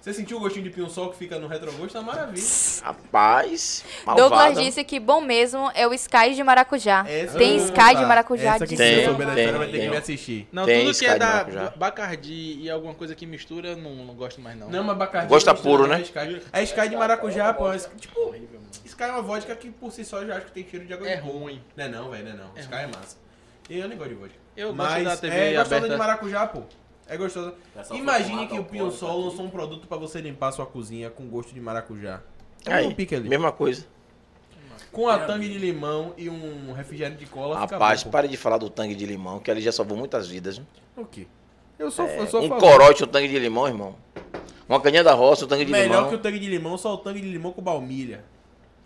S5: Você sentiu o gostinho de pinho-sol que fica no retrogosto? Tá maravilha.
S3: rapaz, malvada.
S1: Douglas disse que bom mesmo é o Sky de maracujá.
S5: Essa
S1: Tem
S5: eu vou
S1: Sky de
S5: contar.
S1: maracujá de
S5: Essa que
S3: Tem,
S5: se eu
S1: seu.
S5: souber da
S3: tem,
S5: história vai ter que
S3: tem.
S5: me assistir.
S7: Não,
S3: Tem
S7: tudo que
S3: Sky
S7: é
S3: de
S7: da
S3: maracujá.
S7: ba- Bacardi e alguma coisa que mistura, eu não, não gosto mais, não.
S5: Não, mas Bacardi...
S3: Gosta
S5: é mistura,
S3: puro,
S5: não é
S3: né?
S5: Sky. É Sky de maracujá, pô. é Sky- Tipo, Sky é uma vodka que por si só eu já acho que tem cheiro de água
S7: É
S5: de coco.
S7: ruim.
S5: Não é não, velho, não é não. Sky é massa. E eu nem gosto de vodka.
S7: Eu gosto
S5: mas
S7: da TV
S5: é gostosa
S7: aberta.
S5: de maracujá, pô. É gostosa.
S4: Pessoal,
S5: Imagine
S4: Tá foi
S5: que o
S4: tomada
S5: Pinho
S7: né?
S4: alcoólica
S5: Sol
S4: aqui.
S5: lançou um produto pra você limpar sua cozinha com gosto de maracujá. É um
S3: Aí,
S5: pique ali.
S3: mesma coisa.
S5: Com a tangue de limão e um refrigerante de cola, fica
S3: Rapaz,
S5: bom, pô.
S3: pare de falar do tangue de limão, que ele já salvou muitas vidas. viu?
S5: O quê? Eu sou, eu sou a
S3: Um
S5: favor.
S3: corote, um tangue de limão, irmão. Uma caninha da roça, um tangue de
S5: Melhor
S3: limão.
S5: que o tangue de limão, só o tangue de limão com baumilha.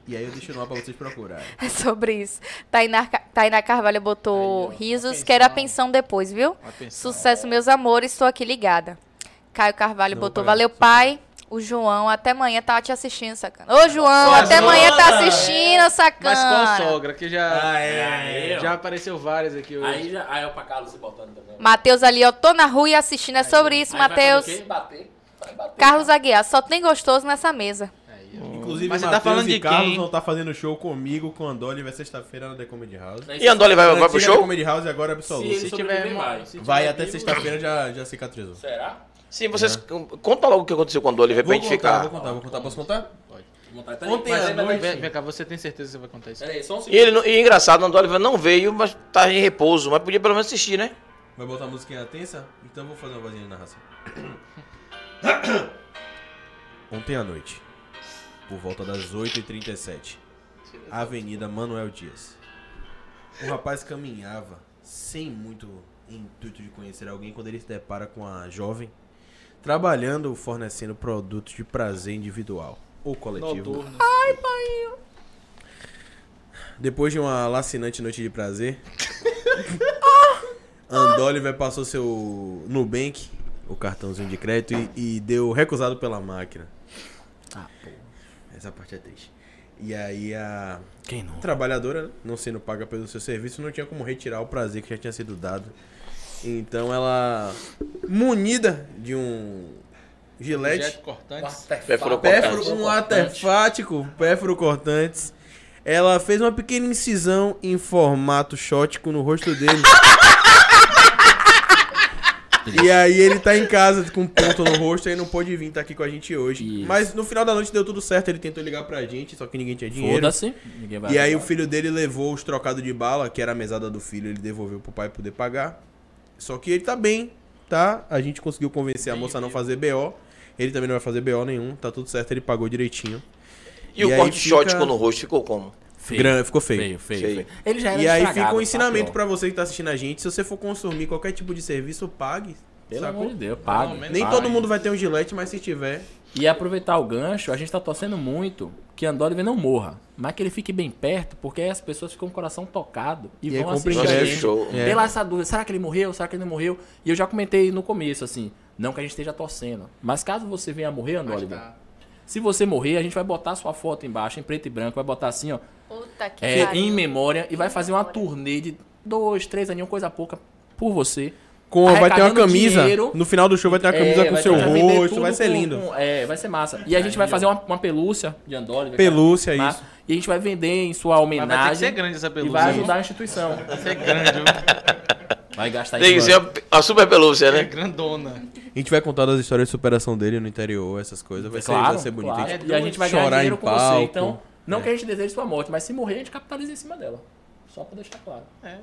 S6: E aí eu deixo no ar pra vocês procurarem.
S1: É sobre isso. Tainá, Ca- Tainá Carvalho botou risos. Quero a pensão depois, viu?
S7: Ah,
S1: Sucesso, meus amores. Estou aqui ligada. Caio Carvalho
S5: Não,
S1: botou.
S5: vou pagar.
S4: um
S1: Valeu, pai. O João, até amanhã tá te assistindo, sacana. Ô, João, até
S7: sogra!
S1: amanhã tá assistindo, sacana.
S7: Mas qual sogra? Que já,
S5: Ah,
S4: é,
S7: já apareceu várias aqui hoje.
S4: Aí já. Aí é o Pacalo se botando também.
S1: Matheus ali, ó, tô na rua e assistindo. É sobre isso,
S4: Aí vai fazer
S1: Matheus.
S4: o quê? Bater. Vai bater.
S1: Carlos Aguiar, só tem gostoso nessa mesa.
S5: Inclusive,
S7: Mas você tá
S5: Matheus
S7: falando
S5: e
S7: de
S5: Carlos
S7: quem?
S5: vão estar fazendo show comigo, com o Andoli, vai sexta-feira na The Comedy House.
S3: E Andoli vai, vai
S5: Antiga
S3: pro
S5: The
S3: show?
S5: Comedy House e agora é absoluto.
S4: é Se
S7: Se
S4: tiver
S7: tiver
S4: vai.
S7: se
S5: Vai
S4: tiver
S5: até
S4: vivo,
S5: sexta-feira já, já cicatrizou.
S4: Será?
S3: Sim, vocês. Conta logo o que aconteceu com o Andoli, de
S5: É. Vou
S3: repente
S5: contar, vou
S3: ficar.
S5: contar, vou contar. Posso contar?
S4: Vontade tá aí.
S5: Ontem
S4: Mas
S5: à
S4: aí vai-
S5: noite-
S7: Vem, vem cá, você tem certeza que você vai contar isso?
S4: Peraí, só um
S3: E,
S4: segundo.
S3: ele, não- e engraçado, o Andoli não veio, mas tá em repouso. Mas podia pelo menos assistir, né?
S5: Vai botar a musiquinha tensa? Então eu vou fazer uma vozinha de narração. Ontem à noite, por volta das 8h37, Avenida Manuel Dias. O rapaz caminhava sem muito intuito de conhecer alguém quando ele se depara com a jovem trabalhando ou fornecendo produtos de prazer individual ou coletivo.
S7: Noturno.
S5: Depois de uma lacinante noite de prazer, Ah! Andoliver passou seu Nubank, o cartãozinho de crédito, e, e deu recusado pela máquina. Essa parte é triste. E aí a
S4: Quem não?
S5: trabalhadora, não sendo paga pelo seu serviço, não tinha como retirar o prazer que já tinha sido dado. Então ela, munida de um gilete,
S7: Objeto cortante.
S5: Péforo,
S4: Cortante.
S5: um artefático, Péforo Cortantes. Ela fez uma pequena incisão em formato shótico no rosto dele. e aí ele tá em casa com um ponto no rosto e não pôde vir tá aqui com a gente hoje.
S4: Isso.
S5: Mas no final da noite deu tudo certo, ele tentou ligar pra gente, só que ninguém tinha dinheiro.
S4: Foda-se. Ninguém vai
S5: E aí o
S4: ajudar.
S5: filho dele levou os trocados de bala, que era a mesada do filho, ele devolveu pro pai poder pagar. Só que ele tá bem, tá? A gente conseguiu convencer a moça a não fazer BO. Ele também não vai fazer BO nenhum, tá tudo certo, ele pagou direitinho.
S3: E, o
S5: E aí
S3: corte
S5: fica-
S3: shot no rosto ficou como?
S4: Feio.
S5: Gran- ficou feio.
S4: Feio, feio,
S3: Feio.
S4: feio. Ele já era
S5: E aí
S4: estragado,
S5: fica um
S4: tá?
S5: ensinamento
S4: Pior.
S5: pra você que tá assistindo a gente, se você for consumir qualquer tipo de serviço, pague.
S4: Pelo
S5: sacou?
S4: amor de Deus, paga.
S7: menos
S5: Nem
S4: paga.
S5: todo mundo vai ter um gilete, mas se tiver,
S4: E aproveitar o gancho, a gente tá torcendo muito que Andoliver não morra, mas que ele fique bem perto, porque aí as pessoas ficam com o coração tocado e,
S5: E aí
S4: vão
S5: compra
S4: assistir.
S5: ingresso.
S4: a gente.
S3: Show.
S4: Tem lá essa dúvida, será que ele morreu, será que ele não morreu? E eu já comentei no começo, assim, não que a gente esteja torcendo, mas caso você venha a morrer, Andoliver, se você morrer, a gente vai botar sua foto embaixo, em preto e branco, vai botar assim, ó,
S1: Puta que
S4: é,
S1: pariu.
S4: em memória, e vai fazer uma turnê de dois, três aninhos, coisa pouca, por você.
S5: com, vai ter uma
S4: Arrecadando
S5: camisa.
S4: dinheiro.
S5: No final do show vai ter uma camisa
S4: É,
S5: com
S4: vai
S5: seu
S4: ter- vai vender
S5: rosto,
S4: tudo
S5: vai ser
S4: com-
S5: lindo.
S4: com- é, vai ser massa. E a gente vai fazer uma, uma pelúcia de Andoli.
S5: Pelúcia,
S4: Tá?
S5: isso.
S4: E a gente vai vender em sua
S7: Mas
S4: homenagem.
S7: vai ter que ser grande essa
S4: e
S7: pelúcia.
S4: vai ajudar a instituição.
S7: Vai ser grande, viu?
S4: Vai gastar
S3: Tem que ser
S4: dinheiro.
S3: a, a super pelúcia,
S7: É
S3: né?
S7: grandona.
S5: A gente vai contar das histórias de superação dele no interior, essas coisas. Vai, ser,
S4: Claro,
S5: vai ser bonito.
S4: claro.
S5: A gente-
S4: E a gente vai
S5: chorar
S4: ganhar dinheiro
S5: em
S4: com
S5: palco. É.
S4: você. Então, não que a gente deseje sua morte, mas se morrer, a gente capitaliza em cima dela. Só pra deixar claro.
S7: É,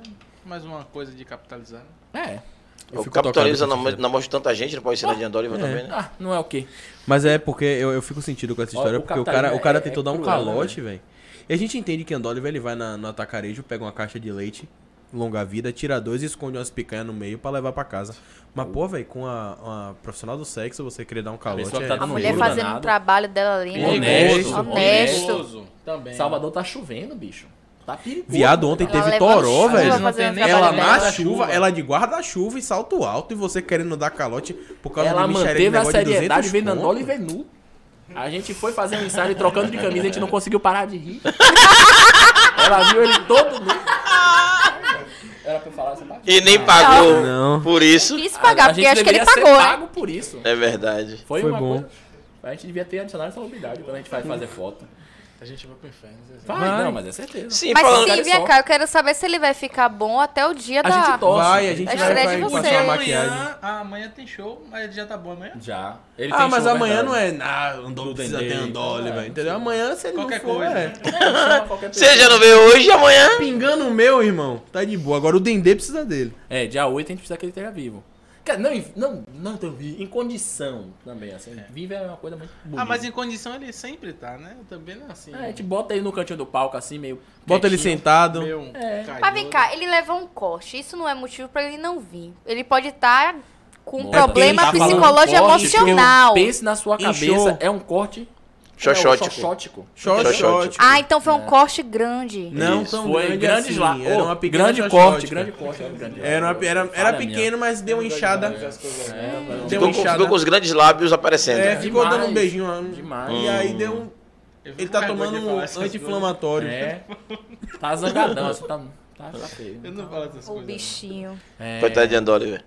S7: mais uma coisa de capitalizar. né?
S4: É.
S5: Eu
S3: O
S5: fico né?
S3: capitaliza
S5: tocado
S3: na,
S5: com essa
S3: na morte de tanta gente, não pode ser na de Andoliva também, né?
S4: Ah, não é o quê?
S5: Mas é porque eu, eu fico sentido com essa
S4: Ó,
S5: história,
S4: o
S5: porque o
S4: capitalismo
S5: cara, o cara
S4: é-
S5: tentou
S4: é
S5: dar um
S4: cruel, né,
S5: calote, velho. E a gente entende que Andoliver ele vai na, no atacarejo, pega uma caixa de leite, longa vida, tira dois e esconde umas picanhas no meio pra levar pra casa. Mas, pô, velho, com a, a profissional do sexo, você querer dar um calote.
S4: pessoa que tá
S5: é-
S1: A
S4: dando
S1: mulher
S4: juro
S1: fazendo
S4: danado.
S1: o trabalho dela ali, né?
S4: Honesto,
S1: Honesto.
S7: Também.
S4: Salvador tá chovendo, bicho. Tá perigoso.
S5: Viado, ontem
S1: Ela
S5: teve
S1: levando
S5: toró,
S1: chuva
S5: velho.
S1: fazendo
S7: Ela
S1: trabalho
S5: Ela
S1: dela.
S5: na
S7: leva
S5: chuva,
S7: chuva.
S5: ela de guarda-chuva e salto alto, e você querendo dar calote por causa
S4: Ela
S5: de mixaria de
S4: manteve a
S5: negócio de
S4: seriedade
S5: 200
S4: vendo
S5: conto.
S4: Andoli ver nu. A gente foi fazer um ensaio trocando de camisa, a gente não conseguiu parar de rir. Ela viu ele todo nu. Era pra eu falar tá essa parte?
S3: E nem pagou
S5: Ah. Não.
S3: por isso.
S1: Quis
S4: A-
S1: pagar,
S4: a
S1: porque
S4: gente
S1: acho que ele
S4: deveria ser
S1: pagou, né?
S4: pago por isso.
S3: É verdade.
S4: Foi,
S5: Foi
S4: uma
S5: bom.
S4: coisa. A gente devia ter adicionado essa novidade quando a gente vai fazer foto.
S7: A gente vai pro inferno. Zezé.
S4: Vai, não, mas é certeza.
S3: Sim,
S1: Mas
S3: falando.
S1: sim,
S4: Olha
S1: vem
S4: só.
S1: cá, eu quero saber se ele vai ficar bom até o dia
S4: A
S1: da...
S4: gente torce.
S5: Vai, a gente
S1: A
S5: vai,
S1: estreia
S5: vai
S1: de
S5: passar
S1: vocês.
S5: uma maquiagem.
S7: Amanhã, ah, amanhã tem show, mas já tá bom amanhã?
S4: Já. Ele
S5: Ah,
S4: tem
S5: mas
S4: show,
S5: amanhã
S4: verdade.
S5: não é. Ah, Andoli precisa ter
S4: Dendê.
S5: Andoli,
S4: É,
S5: velho. Entendeu? Amanhã você não
S7: Qualquer
S5: for,
S7: coisa,
S5: é.
S4: Chama qualquer pessoa.
S3: Você já não veio hoje e amanhã?
S5: Pingando o meu, irmão. Tá de boa. Agora o Dendê precisa dele.
S4: É, dia 8 a gente precisa que ele esteja vivo. Cara, não, em- não, não, então, vi- em condição também, assim. Vive é uma coisa muito bonita.
S7: Ah, mas em condição ele sempre tá, né? Também não é assim.
S4: É, a
S5: tipo,
S4: gente bota ele no cantinho do palco, assim, meio.
S5: Bota ele
S4: quietinho.
S5: sentado.
S7: Meu um
S4: É.
S7: caiodo.
S1: Mas vem cá, ele levou um corte. Isso não é motivo pra ele não vir. Ele pode estar com um
S4: Nossa,
S1: problema
S4: quem tá falando
S1: psicológico
S4: corte,
S1: emocional.
S4: porque Pense na sua
S5: Em
S4: cabeça,
S5: show.
S4: é um corte.
S3: Xoxótico.
S4: É um xoxótico.
S5: Xoxótico.
S3: Xoxótico.
S1: Ah, então foi um
S7: É.
S1: corte grande.
S5: Não
S3: Isso,
S5: tão
S4: Foi
S5: grande
S4: grandes
S5: assim,
S4: lá.
S5: Era
S4: Ô,
S5: uma pequena
S4: grande
S5: xoxótica.
S4: corte, grande corte. Era, um grande
S5: Era, uma- era, era
S4: Olha,
S5: pequeno, mas deu uma inchada.
S4: É,
S7: né?
S5: É. Deu uma
S3: Ficou com, ficou com
S5: inchada.
S3: os grandes lábios aparecendo.
S5: um né?
S3: né?
S5: É, ficou
S4: Demais.
S5: dando um beijinho lá.
S4: Demais.
S5: E aí deu um.
S7: Eu fico
S5: Ele tá
S7: com vergonha
S5: tomando
S7: de falar
S5: um
S7: essas coisas.
S5: anti-inflamatório.
S4: É. Tá zangadão, assim, tá, tá, tá feio.
S7: Eu não falo essas
S1: O
S7: coisas.
S1: bichinho.
S4: É.
S3: Coitado de Andoliver.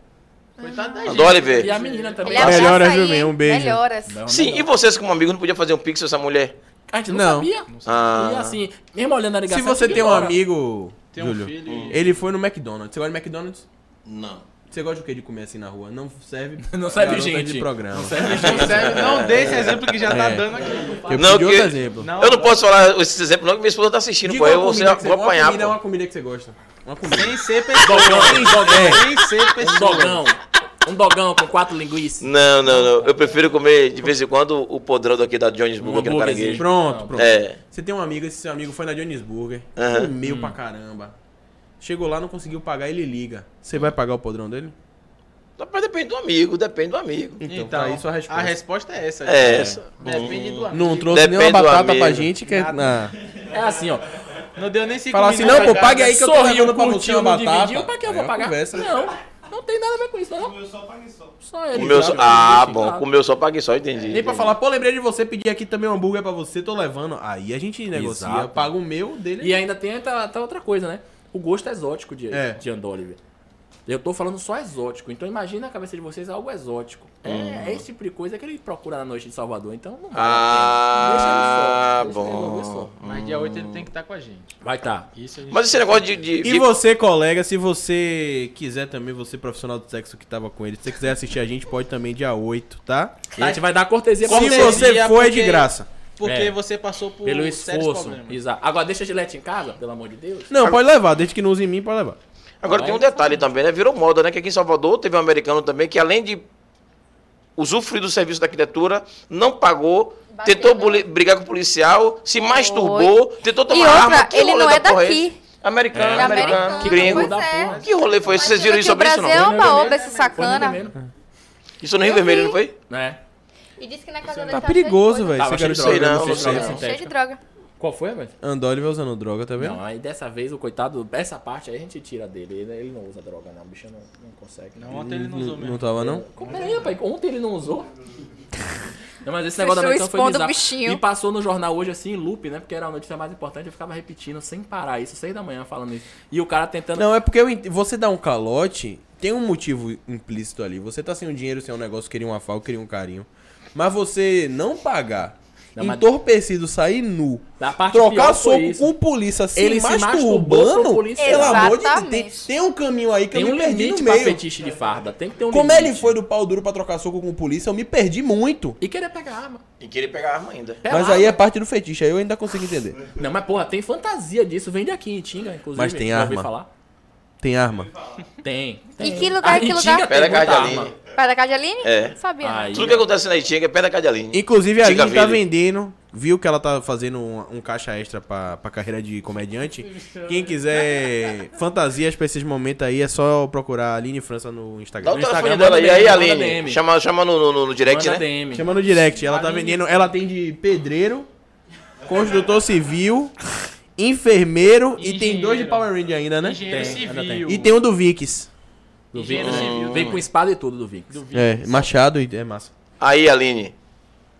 S7: Coitado da gente.
S3: Andoliver.
S4: E a menina também. tá
S1: Ele abraça
S5: Melhoras,
S1: aí,
S5: viu, meu? Um beijo.
S1: Melhoras.
S4: Não,
S3: Sim,
S4: não.
S3: e vocês como amigo não podia fazer um pix com essa mulher?
S4: A gente não,
S5: Não.
S4: sabia.
S3: Ah.
S4: E assim, mesmo olhando a ligação.
S5: Se você
S4: tu
S5: tem um
S4: ignora.
S5: amigo,
S7: Tem um
S5: Júlio,
S7: filho e...
S5: ele foi no McDonald's. Você gosta de McDonald's?
S3: Não.
S5: Você gosta de o que de comer assim na rua? Não serve.
S4: Não serve
S5: garota
S4: gente.
S5: De programa.
S4: Não serve gente.
S7: Não, serve, não dê esse exemplo que já tá
S5: É.
S7: dando aqui.
S5: Eu
S3: Não,
S5: pedi outro
S3: que-
S5: exemplo.
S7: Não,
S3: Eu não posso falar esse exemplo não, que minha esposa tá assistindo, pô.
S5: uma
S3: Eu vou,
S5: comida
S3: ser-
S5: que você-
S3: vou
S5: uma
S3: apanhar,
S5: comida é
S3: pô.
S5: uma comida que você gosta. Uma comida.
S7: Sem ser pessoa. Sem ser
S4: Um
S7: pessoa.
S4: dogão. Um dogão com quatro linguiças.
S3: Não, não, não. Eu prefiro comer de vez em quando o podrão daqui da Jonesburg,
S4: Um
S3: aqui no
S4: hambúrguerzinho.
S3: é Caranguejo.
S5: Pronto,
S4: Não.
S5: pronto.
S3: É.
S5: Você tem um amigo, esse seu amigo foi na Johnny's Burger,
S3: Aham.
S5: comeu pra caramba. Chegou lá, não conseguiu pagar, ele liga. Você vai pagar o podrão dele?
S3: Mas depende do amigo, depende do amigo.
S5: Então, tá aí sua resposta.
S7: A resposta é essa.
S3: É essa.
S7: Depende do amigo.
S5: Não trouxe
S3: Depende
S5: nenhuma
S3: do
S5: batata pra
S3: amigo.
S5: gente que é. na-
S4: É assim, ó.
S7: Não deu nem cinco
S5: Falar assim,
S7: minutos,
S5: não, pô,
S7: cara.
S5: pague aí que eu tô
S4: Sorriu,
S5: levando pra você
S4: curtiu,
S5: uma
S4: não
S5: batata.
S4: dividiu. Pra que eu
S5: Aí
S4: vou
S5: é
S4: pagar?
S5: conversa, né?
S4: Não. Não tem nada a ver com isso, não.
S2: Eu só paguei só.
S4: Só ele.
S5: Tá
S3: Comeu só.
S4: sabe?
S3: Ah,
S4: Ele É,
S3: bom.
S4: sabe.
S3: Comeu só, paguei só, entendi.
S5: Nem pra falar, pô, lembrei de você, pedi aqui também um hambúrguer pra você, tô levando. Aí a gente negocia,
S4: Exato.
S5: paga o meu, o dele.
S4: E ainda tem até, até outra coisa, né? O gosto exótico de,
S5: É.
S4: de Andoliver. Eu tô falando só exótico, então imagina a cabeça de vocês algo exótico.
S5: Hum.
S4: É, é esse tipo de coisa que ele procura na noite de Salvador, então não vale
S3: Ah,
S4: a pena. Deixa ele só. Deixa ele
S3: bom.
S4: resolver
S7: Mas dia 8 ele tem que estar com a gente.
S4: só. Vai tá.
S7: Isso a gente...
S3: Mas esse negócio de. de-
S5: E
S3: de-
S5: você, colega, se você quiser também, você profissional do sexo que tava com ele, se você quiser assistir a gente, pode também dia 8, tá?
S4: E a gente vai dar cortesia pra
S5: Se
S7: Cortesia,
S4: vocês
S5: você foi, é de
S7: porque-
S5: graça.
S7: Porque
S4: É.
S7: você passou por
S4: pelo
S7: sérios
S4: esforço.
S7: problemas.
S4: Exato. Agora deixa a gilete em casa, pelo amor de Deus.
S5: Não, pode levar, desde que não use em mim, pode levar.
S3: Agora tem um detalhe também, né? Virou moda, né? Que aqui em Salvador teve um americano também que, além de usufruir do serviço da arquitetura, não pagou,
S1: Bateu,
S3: tentou
S1: né?
S3: buli- brigar com o policial, se masturbou, tentou tomar
S1: E outra,
S3: arma. Que
S1: ele
S3: rolê
S1: não
S3: da
S1: é
S3: porra
S1: daqui.
S3: esse? Americano,
S1: Ele é
S3: americano,
S1: americano,
S3: gringo.
S1: pois é.
S3: Que rolê foi esse? Vocês viram isso
S1: o
S3: sobre isso
S1: Brasil é
S3: não?
S4: Foi no
S1: uma obra esse
S4: Foi no
S1: sacana.
S4: vermelho.
S5: Hum.
S3: Isso no Rio
S1: Eu
S3: Vermelho,
S1: vi.
S3: não foi?
S4: é Né?
S1: E disse que na casa dele
S5: Tá
S1: tava cheio de
S5: perigoso,
S1: coisa.
S5: velho.
S4: Tava
S5: Esse
S4: cheio
S5: cara
S4: de
S5: usando
S3: droga,
S5: droga
S3: não sei
S5: sintética.
S4: não.
S1: Cheio de droga.
S4: Qual foi, velho?
S5: Andoli vai é usando droga, tá vendo?
S4: Não, Então, aí dessa vez o coitado, essa parte aí a gente tira dele. Ele, ele não usa droga, não. O bicho não, não consegue.
S7: Não, Então, ontem ele não usou
S5: Não,
S7: mesmo.
S5: não tava, não?
S4: Como é, pai? Ontem ele não usou. Não, mas esse
S1: Vocês
S4: negócio da
S1: estão
S4: noite foi
S1: expondo o
S4: bizarro.
S1: bichinho.
S4: E passou no jornal hoje assim, em loop, né? Porque era a notícia mais importante, eu ficava repetindo sem parar isso, seis da manhã falando isso. E o cara tentando.
S5: Não, é porque eu ent- você dá um calote, tem um motivo implícito ali. Você tá sem um dinheiro, sem um negócio, queria um afago, queria um carinho. Mas você não pagar,
S4: Não, mas-
S5: entorpecido, sair nu,
S4: Da parte
S5: trocar
S4: pior foi
S5: soco
S4: isso.
S5: com polícia, se
S4: Ele se masturbou
S5: masturbando,
S4: com o policial.
S5: pelo amor de Deus, tem,
S1: Exatamente.
S5: tem um caminho aí que
S4: Tem
S5: eu
S4: um
S5: me perdi no
S4: limite pra
S5: meio.
S4: fetiche de farda. Tem que ter um
S5: Como
S4: limite.
S5: ele foi do pau duro pra trocar soco com polícia, eu me perdi muito.
S4: E querer pegar arma.
S3: E queria pegar arma ainda.
S5: Mas
S4: Pelado.
S5: aí é parte do fetiche, aí eu ainda consigo entender.
S4: Não, mas porra, tem fantasia disso. Vende aqui em Tinga, inclusive.
S5: Mas tem
S4: já ouvi
S5: arma.
S4: falar.
S5: Tem arma.
S4: Tem. tem.
S1: que lugar,
S4: Ah,
S1: que
S4: em
S1: lugar?
S4: Tinga tem
S3: Pera,
S4: muita
S3: Gardaline.
S4: arma.
S1: Perto da casa de Aline?
S3: É.
S1: Sabia. não.
S4: Aí,
S3: Tudo que acontece na Itinga é perto da casa de Aline.
S5: Inclusive, a
S3: Diga,
S5: Aline tá
S3: Vini.
S5: vendendo. Viu que ela tá fazendo um, um caixa extra pra, pra carreira de comediante? Quem quiser fantasias pra esses momentos aí, é só procurar a Aline França no Instagram.
S3: Dá o
S5: No Instagram,
S3: telefone
S4: manda
S3: dela aí,
S4: DM,
S3: aí,
S4: manda
S3: Aline.
S4: DM.
S3: Chama, chama no, no- no- no direct,
S4: Manda
S3: né?
S4: DM.
S5: chama no direct. Ela tá
S4: Aline.
S5: vendendo. Ela tem de pedreiro, construtor civil, enfermeiro e tem dois de
S7: Engenheiro.
S5: Power Ranger ainda, né?
S7: Engenheiro
S4: Tem, ainda
S7: civil.
S5: E tem um do Vicks.
S4: Do
S7: Engenheiro
S4: Vix.
S7: civil.
S4: Vem com espada e tudo do Vix.
S7: Do Vix.
S5: É, Machado e é massa.
S3: Aí, Aline.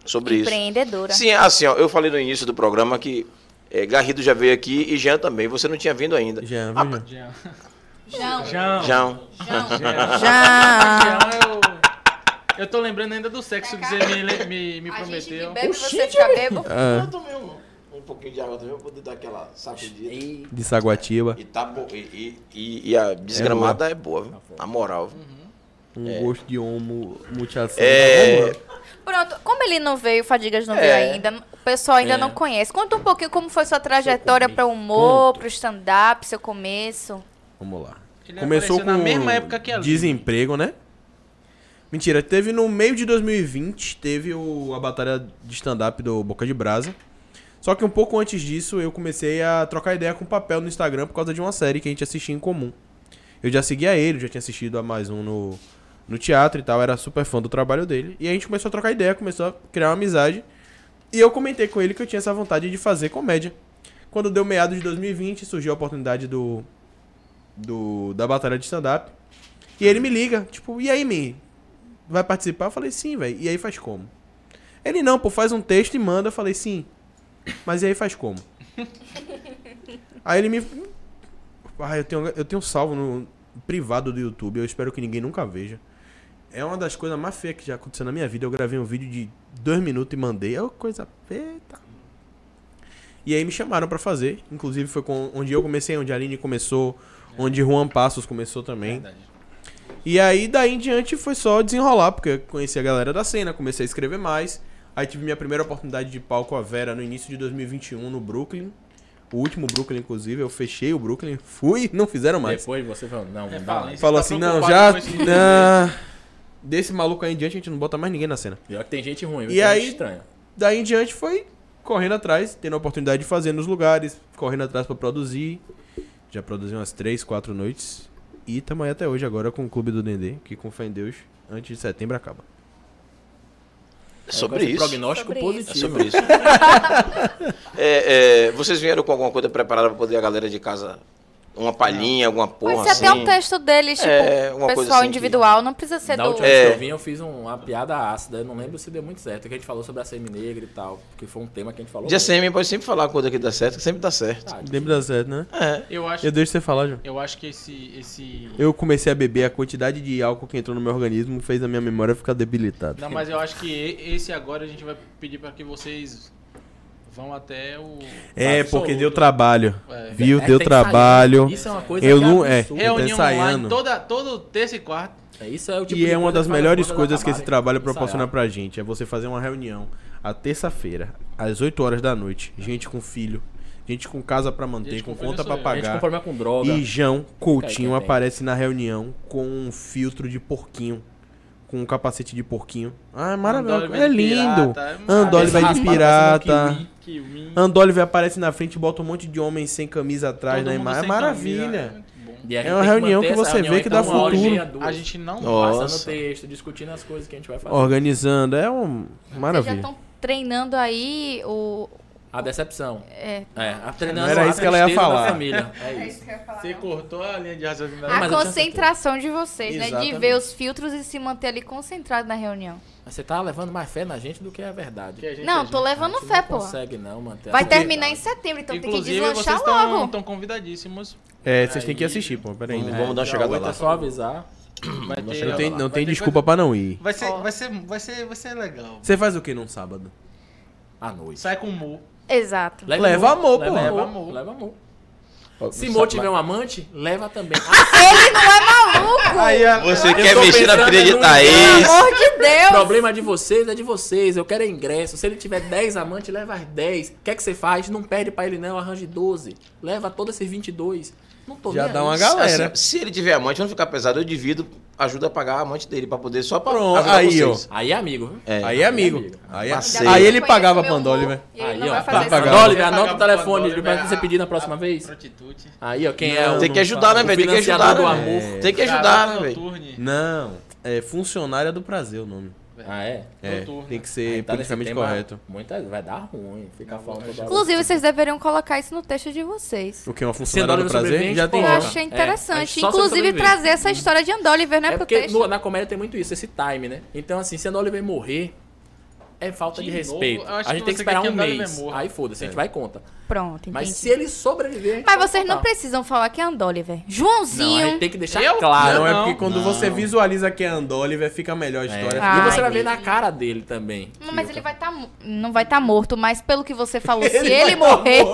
S3: Sobre isso.
S1: Empreendedora.
S3: Sim, assim, ó, eu falei no início do programa que é, Garrido já veio aqui e Jean também. Você não tinha vindo ainda.
S5: Jean, viu, Jean?
S1: Jão,
S7: Jean. Jean.
S3: Jean.
S7: Jean.
S1: Jão.
S7: eu... eu tô lembrando ainda do sexo que você me, le- me, me
S1: A gente que
S7: prometeu.
S1: bebe, você fica bebo.
S5: Ah,
S3: tomei um, um pouquinho de água também pra poder dar aquela sacudida. E,
S5: de Saguatiba.
S3: tá bo- e, e- e- e a desgramada é boa, viu? Na moral. viu?
S5: Um gosto de homo multiação.
S3: É.
S1: Pronto, como ele não veio, Fadigas não veio ainda, o pessoal ainda não conhece. Conta um pouquinho como foi sua trajetória para o humor, para o stand-up, seu começo.
S5: Vamos lá.
S7: Ele
S5: Começou
S7: apareceu na
S5: com
S7: mesma época que a Lili.
S5: desemprego, né? Mentira, teve no meio de 2020, teve o, a batalha de stand-up do Boca de Brasa. Só que um pouco antes disso, eu comecei a trocar ideia com o papel no Instagram por causa de uma série que a gente assistia em comum. Eu já seguia ele, já tinha assistido a mais um no, no teatro e tal, era super fã do trabalho dele. E a gente começou a trocar ideia, começou a criar uma amizade. E eu comentei com ele que eu tinha essa vontade de fazer comédia. Quando deu meados de 2020, surgiu a oportunidade do, do da batalha de stand-up. E ele me liga, tipo, e aí, Mi? Vai participar? Eu falei, sim, velho. E aí faz como? Ele, não, pô, faz um texto e manda. Eu falei, sim. Mas e aí faz como? aí ele me... Ah, eu tenho, eu tenho salvo no privado do YouTube. Eu espero que ninguém nunca veja. É uma das coisas mais feias que já aconteceu na minha vida. Eu gravei um vídeo de dois minutos e mandei. É uma coisa... Eita. E aí me chamaram pra fazer. Inclusive foi com, onde eu comecei, onde a Aline começou, onde Juan Passos começou também. E aí, daí em diante, foi só desenrolar, porque eu conheci a galera da cena, comecei a escrever mais. Aí tive minha primeira oportunidade de palco a Vera no início de 2021 no Brooklyn. O último Brooklyn, inclusive, eu fechei o Brooklyn, fui, não fizeram mais.
S4: Depois você falou, não,
S7: É
S4: não dá mais.
S7: falência.
S5: Falou
S7: tá
S5: assim, não,
S7: preocupado
S5: já.
S7: com esse-
S5: ah, desse maluco aí em diante, a gente não bota mais ninguém na cena.
S4: Pior que tem gente ruim,
S5: E
S4: tem
S5: aí-
S4: gente
S3: É
S4: estranha.
S5: Daí em diante foi correndo atrás, tendo a oportunidade de fazer nos lugares, correndo atrás pra produzir. Já produzi umas 3, 4 noites. E tamo aí até hoje agora com o Clube do Dendê, que com fé em Deus, antes de setembro acaba.
S3: É sobre
S4: Esse
S3: isso.
S4: Prognóstico
S1: Sobre
S3: É
S4: positivo.
S3: sobre isso. É, é, vocês vieram com alguma coisa preparada pra poder a galera de casa. Uma palhinha, alguma porra
S1: Pode ser
S3: assim.
S1: até um texto deles, tipo,
S3: É, uma coisa
S1: pessoal
S3: assim
S1: individual, não precisa ser
S4: Da
S1: do...
S4: última vez que
S3: É.
S4: eu vim, eu fiz um- uma piada ácida. Eu não lembro se deu muito certo. Que a gente falou sobre a semi-negra e tal. Que foi um tema que a gente falou.
S3: De
S4: muito.
S3: ACM pode sempre falar uma coisa que dá certo, que sempre dá certo.
S4: Ah,
S5: Lembra da certo, né?
S3: É.
S7: Eu acho,
S5: Eu deixo você falar, João.
S7: eu acho que esse, esse...
S5: Eu comecei a beber, a quantidade de álcool que entrou no meu organismo fez a minha memória ficar debilitada.
S7: Não, mas eu acho que e- esse agora a gente vai pedir pra que vocês vão até o...
S5: É,
S4: Absoluto.
S5: porque deu trabalho.
S7: É.
S5: Viu?
S4: É,
S5: deu
S4: tem que sair.
S5: trabalho.
S4: Isso é uma coisa
S5: Eu
S4: que
S5: não-
S4: é. absurda.
S7: Reunião
S5: ensaiando.
S7: online toda, todo terça e quarta.
S4: É, Isso é o tipo
S5: E
S4: de
S5: é uma
S4: coisa
S5: das
S4: que faz
S5: melhores
S4: as bandas
S5: coisas que esse
S4: acabarem.
S5: trabalho proporciona
S4: Ensaiar.
S5: pra gente. É você fazer uma reunião à terça-feira, às 8 horas da noite. Gente com filho, gente com casa pra manter,
S7: Gente
S5: com
S7: com filho
S5: conta
S7: sou
S5: pra
S7: eu.
S4: Gente com
S5: pagar.
S4: problema com droga.
S5: E João Coutinho
S4: Cara, quem tem?
S5: aparece na reunião com um filtro de porquinho. Com um capacete de porquinho. Ah, é maravilhoso.
S7: Andoliver
S5: É
S7: de
S5: lindo.
S7: pirata, é uma
S4: cabeça
S5: Andole vai de
S4: raspada, parecendo
S5: pirata.
S7: Kiwi, kiwi,
S5: Andoliver aparece na frente e bota um monte de homem sem camisa atrás
S7: todo
S5: na
S7: mundo
S5: imagem. É
S7: sem camisa,
S5: maravilha.
S7: muito bom.
S4: E a gente
S5: é uma
S4: tem manter
S5: reunião que
S4: essa
S5: você
S4: reunião,
S5: vê que
S4: então,
S5: dá
S4: uma hora e
S5: futuro.
S4: meia, duas,
S7: A gente não
S3: Ó.
S4: Passando
S3: Nossa.
S4: texto, discutindo as coisas que a gente vai fazer.
S5: Organizando. É um
S1: Vocês já
S5: maravilha.
S1: estão treinando aí o...
S4: A decepção.
S1: É.
S4: É, a treinando
S5: Não era
S4: a
S5: isso que ela ia
S4: tristeza da
S5: falar.
S4: família. É isso.
S7: Você cortou a linha de raciocínio.
S1: A
S4: mas eu tinha
S1: concentração de vocês, né? De
S5: Exatamente.
S1: ver os filtros e se manter ali concentrado na reunião.
S4: Mas você tá levando mais fé na gente do que a verdade.
S7: Que a gente- a
S1: Não,
S7: gente-
S1: tô levando
S4: A gente
S1: fé,
S4: não
S1: pô.
S4: consegue não manter a
S1: Vai
S4: verdade.
S1: terminar em setembro, então tem que
S7: Inclusive,
S1: deslanchar
S7: vocês
S1: logo.
S7: estão convidadíssimos.
S5: É, vocês têm que assistir, pô. Peraí.
S3: Vamos,
S5: né?
S3: vamos dar uma
S4: Dia
S3: chegada
S4: oito
S3: lá.
S4: É só avisar.
S7: Vai ter,
S5: Não tem, não
S7: vai
S5: tem
S7: ter
S5: desculpa pra não ir.
S7: coisa- Vai ser, vai, ser, vai, ser, vai ser legal.
S5: Você faz o que num sábado?
S4: À noite.
S7: Sai com o Mu.
S1: Exato.
S5: Leva amor, pô. é
S4: Leva amor.
S7: Leva amor.
S4: Leva amor. Se
S3: Sabe-
S4: Mo tiver um amante, leva também.
S1: Ele não é maluco!
S3: Você
S4: tô
S3: quer mexer na é
S4: pensando
S3: filha de
S4: num-
S3: Thaís?
S1: Pelo amor de
S4: O
S1: Deus!
S4: problema de vocês é de vocês. Eu quero é ingresso. Se ele tiver 10 amantes, leva as 10. O que é que você faz? Não pede pra ele, não. Arranje 12. Leva todos esses 22. Não tô
S5: Já
S4: nem
S5: dá
S4: aí.
S5: uma galera.
S3: Assim, se ele tiver amante, não ficar pesado, eu divido, ajuda a pagar a amante dele pra poder só pra
S5: Pronto,
S3: ajudar
S5: aí,
S3: vocês.
S4: Aí é amigo. viu?
S3: É.
S5: Aí é amigo.
S4: amigo.
S5: Aí, é-
S3: Passei.
S5: aí ele
S1: Conhece
S5: pagava
S1: meu humor,
S5: Pandole, velho.
S1: e ele
S4: né? Aí,
S1: não
S4: ó.
S1: vai
S5: tá
S1: fazer isso.
S5: pagando.
S7: né?
S4: Andole, anota o telefone
S7: Andole,
S4: pra
S7: a-
S4: você pedir na próxima
S7: a
S4: vez.
S7: Prostitute.
S4: Aí, ó, quem é
S5: Não,
S4: o.
S3: Tem que ajudar, né,
S4: o
S3: velho? Tem que
S4: financiador
S3: ajudar,
S4: do
S3: né?
S4: amor.
S5: É.
S3: Tem que ajudar, né,
S7: Garota
S3: velho?
S7: noturne.
S5: Não, é funcionária do prazer o nome.
S4: Ah, é?
S5: É,
S7: Noturno.
S5: tem que
S4: Aí
S5: ser
S4: tá nesse
S5: politicamente
S4: tema,
S5: correto.
S4: Muita... Vai dar ruim. Ficar falando toda hora.
S1: Inclusive, vocês deveriam colocar isso no texto de vocês.
S5: O que é uma
S4: Sendo
S5: funcionária
S4: Oliver
S5: do prazer?
S4: sobrevivente,
S5: Já tem
S1: Eu
S4: porra.
S5: uma.
S1: achei
S4: É, mas
S1: interessante.
S4: só se
S1: Inclusive,
S4: sobreviver.
S1: trazer essa história de Andoliver, né,
S4: É
S1: pro
S4: porque
S1: texto.
S4: no- na comédia tem muito isso, esse time, né? Então, assim, se a Oliver morrer, é falta de,
S7: De novo?
S4: respeito.
S7: Eu acho
S4: A
S7: que
S4: gente tem que
S7: você quer
S4: esperar
S7: que
S4: um
S7: a Oliver
S4: mês.
S7: morra.
S4: Aí foda-se, a gente vai e conta.
S1: Pronto, entendi.
S4: Mas
S1: Mas,
S4: se ele sobreviver. a gente vai
S1: vocês não
S4: contar.
S1: precisam falar que é Andoliver.
S4: Não, a
S1: Joãozinho.
S4: gente tem que deixar
S7: Eu?
S4: claro.
S5: Não, é
S7: Não.
S5: porque quando você visualiza que é Andoliver, fica melhor a
S4: É.
S5: história.
S1: Ah.
S4: E você
S1: Ai,
S4: vai ver na cara dele também.
S1: Não, Mas
S4: que
S1: ele
S4: o-
S1: vai estar. não vai estar morto, mas pelo que você falou, se
S4: tá
S1: ele morrer.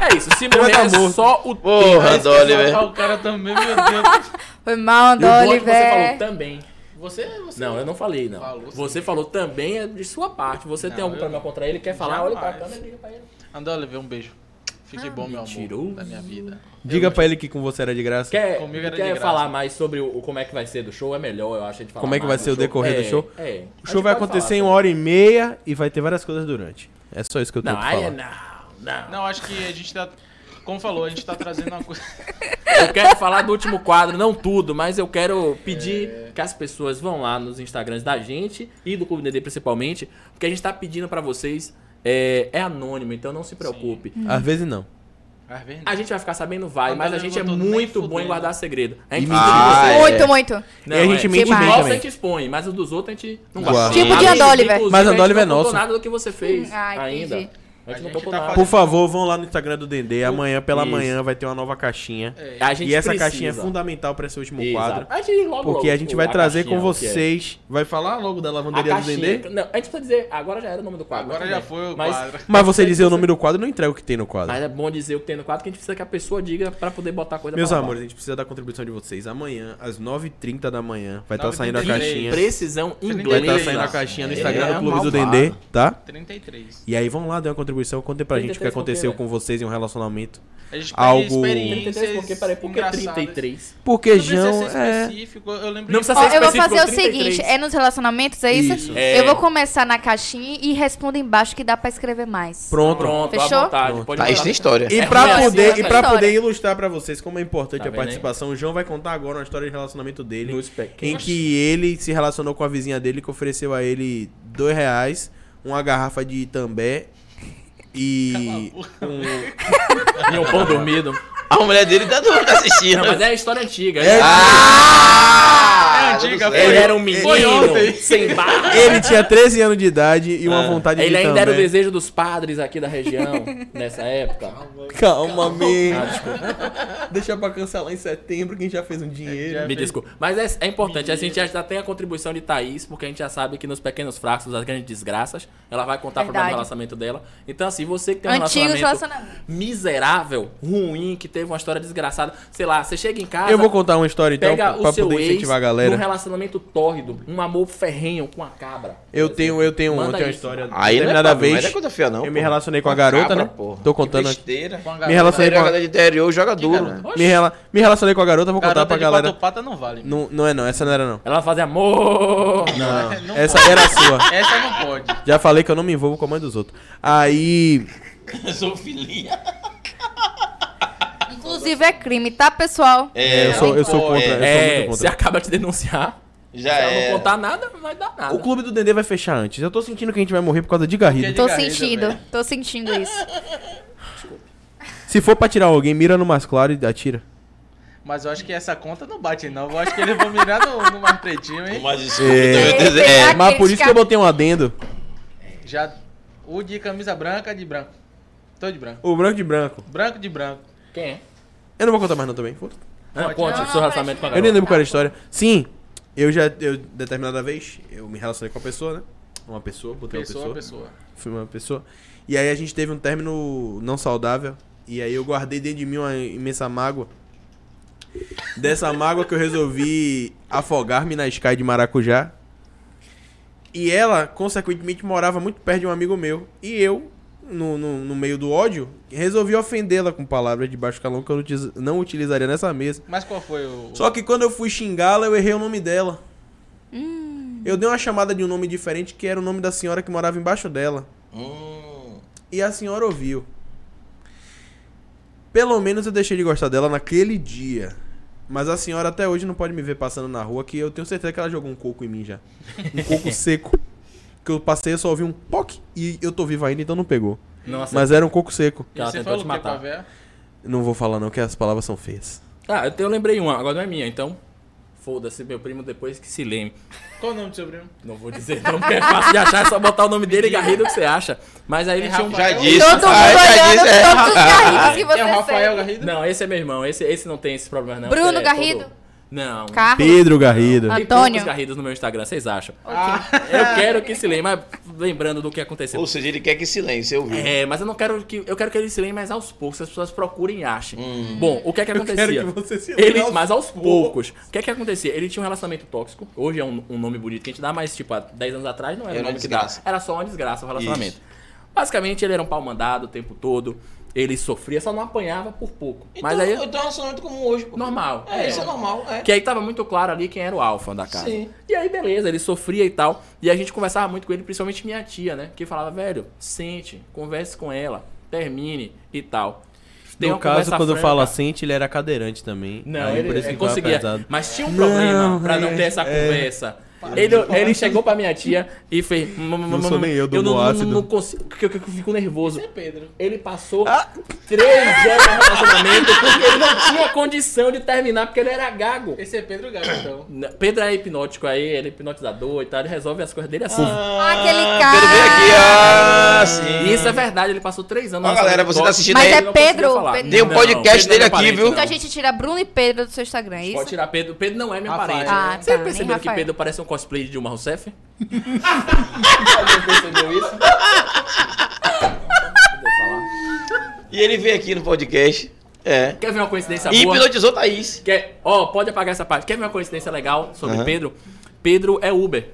S4: É isso, se morrer
S5: tá
S4: é
S5: morto.
S4: só o
S3: Porra,
S4: tempo.
S3: Andole, velho.
S7: O cara também, meu Deus.
S1: Foi mal,
S4: E o bom é que você falou
S1: Andoliver.
S4: também.
S7: Você, você
S4: Não, eu não falei, não.
S7: Falou, sim.
S4: você falou também é de sua parte. Você tem
S7: Não,
S4: algum
S7: eu
S4: problema
S7: não.
S4: contra ele, quer falar, olha pra
S7: Jamais.
S4: câmera e liga pra ele.
S7: Andou, Oliver, um beijo. Fique bom, meu
S4: mentiroso.
S7: amor, da minha vida.
S5: Diga pra ele que com você era de graça.
S4: Quer,
S7: Comigo era de
S4: quer
S7: graça.
S4: falar mais sobre o, o- como é que vai ser do show? É melhor, eu acho, a gente falar
S5: Como é que
S4: mais
S5: vai ser
S4: do
S5: o decorrer do
S4: É,
S5: show?
S4: É.
S5: O show vai acontecer em um uma hora e meia e vai ter várias coisas durante. É só isso que eu tenho
S4: Não,
S5: pra
S4: aí é
S5: falar.
S4: não, não.
S7: Não, acho que a gente tá. Como falou, a gente tá trazendo uma coisa.
S4: Eu quero falar do último quadro, não tudo, mas eu quero pedir
S7: É.
S4: que as pessoas vão lá nos Instagrams da gente e do Clube DD principalmente, porque a gente tá pedindo pra vocês. É, é anônimo, então não se preocupe.
S5: Às vezes não.
S7: Às vezes
S4: A gente vai ficar sabendo, vai,
S7: Ah,
S4: mas a
S7: mas eu
S4: gente
S7: não
S4: é
S7: tô nem
S4: muito bom em
S7: fudendo.
S4: guardar segredo. A gente
S3: mentira. Ah, é.
S1: muito, muito.
S4: Não,
S5: E a gente mente
S4: tipo,
S1: bem
S4: nossa,
S5: também.
S4: a gente expõe, mas o dos outros a gente não
S5: Guarda.
S4: guarda.
S1: Tipo de
S4: Além de que,
S1: Andoliver.
S4: inclusive,
S5: Mas
S4: a gente
S5: Andoliver é
S4: não contou
S5: nosso.
S4: nada do que você fez
S1: Hum, ai,
S4: ainda.
S1: entendi.
S4: A gente não
S7: A
S4: tocou
S7: gente tá
S4: nada.
S7: fazendo-
S5: Por favor, vão lá no Instagram do Dendê. Amanhã pela
S4: Isso.
S5: manhã vai ter uma nova caixinha.
S7: É.
S4: A gente
S5: E essa
S4: precisa.
S5: caixinha é fundamental pra esse último
S4: Exato.
S5: quadro.
S4: A gente logo,
S5: Porque
S4: logo,
S5: a gente
S4: o-
S5: vai trazer
S4: caixinha,
S5: com
S4: o que é.
S5: vocês. Vai falar logo da
S4: A
S5: lavanderia do
S4: caixinha.
S5: Dendê?
S4: Não, a gente precisa dizer, agora já era o nome do quadro.
S7: Agora
S4: mas
S7: já
S4: tudo bem.
S7: foi o
S4: Mas-
S7: quadro.
S5: Mas você dizer o nome do quadro não entrega o que tem no quadro.
S4: Mas é bom dizer o que tem no quadro, que a gente precisa que a pessoa diga pra poder botar coisa
S5: Meus
S4: pra lá.
S5: amores, a gente precisa da contribuição de vocês. Amanhã, às 9h30 da manhã, vai estar
S7: 9h30.
S5: saindo a caixinha.
S4: Precisão
S5: Vai
S4: inglesa.
S5: estar
S7: Beleza.
S5: saindo a caixinha no
S4: É,
S5: Instagram do Clube
S4: malvado.
S5: do Dendê, tá?
S7: 33.
S5: E aí vão lá, dê uma contribuição, contem pra gente o que
S4: 33
S5: aconteceu
S4: por quê,
S5: com vocês em um relacionamento.
S7: A gente
S5: Algo-
S4: 33, porque, peraí, por que
S7: engraçadas.
S4: 33?
S5: Porque
S7: Não precisa
S5: Jão
S7: ser
S5: é...
S7: específico, eu lembro
S4: Não precisa
S1: Ó,
S4: ser
S1: eu vou
S4: Tá específico,
S1: fazer o
S4: 33.
S1: seguinte, é nos relacionamentos, é isso?
S5: Isso.
S4: É.
S1: Eu vou começar na caixinha e respondo embaixo que dá pra escrever mais.
S5: Pronto.
S4: Pronto,
S1: Fechou?
S4: à vontade.
S5: Pronto. Tá
S4: Pode
S3: Thaís
S4: botar.
S3: Tá, tem história.
S5: E
S4: É
S5: pra,
S4: ruim
S5: poder,
S4: assim,
S5: e
S4: né,
S5: pra
S1: cara?
S5: poder ilustrar pra vocês como é importante
S4: Tá
S5: a
S4: vendo aí?
S5: participação, o João vai contar agora uma história de relacionamento dele.
S4: No spec.
S5: em que ele se relacionou com a vizinha dele que ofereceu a ele dois reais, uma garrafa de també e
S4: E o pão dormido.
S3: A mulher dele tá doida assistindo.
S4: Não, mas é a história antiga.
S5: É.
S3: Ah!
S7: É antiga,
S3: tudo
S4: Ele
S7: pô.
S5: né?
S3: certo.
S4: era um menino sem barba.
S5: ele tá né? tinha 13 anos de idade e uma vontade
S4: Ele
S5: de
S4: ainda
S5: també.
S4: era o desejo dos padres aqui da região, nessa época.
S5: Calma, amigo.
S4: Ah, desculpa,
S5: Deixa pra cancelar em setembro quem já fez um dinheiro.
S4: me desculpa. Mas é, é importante, a gente já- já tem a contribuição de Thaís, porque a gente já sabe que nos pequenos fracos, as grandes desgraças, ela vai contar pra nós
S1: Verdade.
S4: o relacionamento dela. Então, assim, você que tem um
S1: Antigos
S4: relacionamento
S1: relacionamentos.
S4: miserável, ruim, que teve uma história desgraçada, sei lá, você chega em casa...
S5: Eu vou contar uma história então
S4: Pega
S5: pra
S4: o seu
S5: poder
S4: ex
S5: incentivar a
S4: num
S5: galera.
S4: relacionamento tórrido, um amor ferrenho com a cabra.
S5: Eu tenho, eu tenho, eu
S4: Manda
S5: tenho uma
S4: isso.
S5: história.
S3: Aí não é,
S5: determinada
S3: nada vez.
S5: vez.
S3: não é coisa feia, não.
S5: eu me
S3: pô.
S5: relacionei com a garota,
S3: Cabra,
S5: né?
S3: porra.
S5: Tô contando.
S3: Que besteira.
S5: Me relacionei
S3: Aí
S5: com a,
S3: jogador de interior joga duro.
S5: me, rela- me relacionei com a garota, vou
S7: Garota
S5: contar pra
S7: de
S5: galera.
S7: quatro patas não vale.
S5: Não, não é não, essa não era não.
S4: Ela fazia amor.
S5: Não,
S7: Não
S5: essa era a sua.
S7: Essa não pode.
S5: Já falei que eu não me envolvo com a mãe dos outros. Aí.
S3: Zoofilia.
S1: Inclusive é crime, tá, pessoal?
S3: É,
S5: eu sou, eu sou
S7: pode.
S5: contra. eu sou
S4: É,
S5: muito
S4: se
S5: contra.
S4: acaba de denunciar,
S3: Já
S4: se ela
S3: é.
S4: não contar nada, não vai dar nada.
S5: O clube do Dendê vai fechar antes. Eu tô sentindo que a gente vai morrer por causa de Garrido.
S7: Porque-
S1: Tô
S7: Garrido,
S1: sentindo,
S7: velho.
S1: tô sentindo isso.
S5: Se for pra tirar alguém, mira no mais claro e atira.
S7: Mas eu acho que essa conta não bate, não. Eu acho que eles vão mirar no, no mais pretinho, hein?
S3: Mas isso.
S5: É.
S1: É,
S5: Mas por isso que eu botei um adendo.
S7: Já. O de camisa branca de branco. Tô de branco.
S5: O branco de branco.
S7: Branco de branco.
S4: Quem é?
S5: Eu não vou contar mais não também. foda-se.
S4: Não, conte
S1: Não,
S4: o
S1: não,
S4: seu relacionamento com a
S5: Eu nem
S4: garota.
S5: lembro qual era a história. Sim, eu já. Eu, determinada vez, eu me relacionei com uma pessoa, né? Uma pessoa, botei
S7: Pessoa,
S5: uma pessoa.
S7: pessoa.
S5: Fui uma pessoa. E aí a gente teve um término não saudável. E aí eu guardei dentro de mim uma imensa mágoa. Dessa mágoa que eu resolvi afogar-me na Sky de Maracujá. E ela, consequentemente, morava muito perto de um amigo meu. E eu, no, no, no meio do ódio, resolvi ofendê-la com palavras de baixo calão que eu não utiz- não utilizaria nessa mesa.
S7: Mas qual foi o.
S5: Só que quando eu fui xingá-la, eu errei o nome dela. Eu dei uma chamada de um nome diferente que era o nome da senhora que morava embaixo dela.
S3: Hum.
S5: E a senhora ouviu. Pelo menos eu deixei de gostar dela naquele dia. Mas a senhora até hoje não pode me ver passando na rua, que eu tenho certeza que ela jogou um coco em mim já. Um coco seco. Que eu passei, eu só ouvi um POC e eu tô vivo ainda, então não pegou.
S4: Nossa,
S5: Mas era um coco seco.
S4: que ela
S7: Você
S4: tentou
S7: falou
S4: te
S7: o que pra
S4: matar.
S7: ver?
S5: Não vou falar não, que as palavras são feias.
S4: Ah, eu, te- eu lembrei uma, agora não é minha, então. Foda-se, meu primo depois que se lembre.
S7: Qual o nome do seu primo?
S4: Não vou dizer não, porque é fácil de achar, é só botar o nome dele e Garrido que você acha. Mas aí ele
S1: É,
S4: tinha um...
S3: Já
S7: Todo
S3: disse.
S1: Todo mundo
S3: Ah, já
S1: olhando,
S3: disse. é.
S1: todos os garridos que você
S7: é o Rafael
S1: segue.
S7: Garrido?
S4: Não, esse é meu irmão, esse, esse não tem esses problemas não.
S1: Bruno
S4: Ele é
S1: Garrido?
S4: todo- Não.
S1: Carlos.
S5: Pedro Garrido.
S1: Ah.
S4: Tem poucos
S1: Antônio?
S4: Garridos no meu Instagram, vocês acham?
S7: Ah,
S4: Eu quero que se lembre, mas lembrando do que aconteceu.
S3: Ou seja, ele quer que silêncio, eu vi.
S4: É, mas eu não quero que. Eu quero que ele se lembre mais aos poucos, que as pessoas procurem e achem.
S3: Hum.
S4: Bom, o que é que acontecia?
S5: você se
S4: Ele, mas aos poucos. O que é que acontecia? Ele tinha um relacionamento tóxico. Hoje é um, um nome bonito que a gente dá, mas tipo, há 10 anos atrás não era,
S3: Era É
S4: um
S3: uma
S4: nome que dava.
S3: desgraça.
S4: Era só uma desgraça o relacionamento. Basicamente, ele era um pau mandado o tempo todo. Ele sofria, só não apanhava por pouco.
S3: Então,
S4: Mas aí,
S3: então é um relacionamento comum hoje, pô.
S4: normal.
S3: É, isso é normal, é.
S4: Que aí tava muito claro ali quem era o alfa da casa.
S3: Sim.
S4: E aí, beleza, ele sofria e tal. E a gente conversava muito com ele, principalmente minha tia, né? Que falava, velho, sente, converse com ela, termine e tal. Tem
S5: No
S4: uma
S5: caso,
S4: conversa
S5: quando eu
S4: franca.
S5: falo assim, ele era cadeirante também.
S4: Não,
S5: Aí
S4: ele,
S5: por isso
S4: ele
S5: que ficava
S4: conseguia.
S5: pesado.
S4: Mas tinha um
S5: Não,
S4: problema pra não
S5: é,
S4: ter essa
S5: é.
S4: conversa. Ele, ele chegou pra minha tia e fez. Não
S5: sou nem eu do Ah!
S4: não, não,
S5: ácido."
S4: não consigo. Que, que, que eu fico nervoso.
S7: é Pedro.
S4: Ele passou três anos no relacionamento porque ele não tinha condição de terminar, porque ele era gago.
S7: Esse é Pedro Gago, então.
S4: Não, Pedro é hipnótico aí, ele é hipnotizador e tal, ele resolve as coisas dele assim.
S7: Ah.
S1: Ah, Aquele
S3: Pedro veio aqui,
S1: cara.
S3: ah, sim.
S4: E isso é verdade, ele passou três anos.
S3: Ó,
S4: no
S3: galera,
S4: relacionamento
S3: você tá assistindo
S4: tóxico,
S1: aí?
S4: ele não conseguia
S1: é Pedro-
S4: falar.
S1: Pedro-
S3: Tem um podcast
S4: Pedro não é
S3: dele aqui,
S4: parente,
S3: viu?
S4: não.
S1: Então a gente tira Bruno e Pedro do seu Instagram, é
S4: Pode
S1: isso?
S4: tirar Pedro. Pedro não é meu
S7: Rafael.
S4: parente.
S1: Ah,
S4: Você
S1: tá,
S4: percebeu
S1: nem
S4: que
S1: Rafael.
S4: Pedro parece um cosplay de Dilma Rousseff?
S7: Alguém percebeu isso?
S3: E ele veio aqui no podcast. É.
S4: Quer ver uma coincidência
S5: Tá
S3: E
S4: boa?
S3: hipnotizou Thaís.
S4: Quer... Ó, pode apagar essa parte. Quer ver uma coincidência legal sobre
S3: Aham.
S4: Pedro? Pedro é Uber.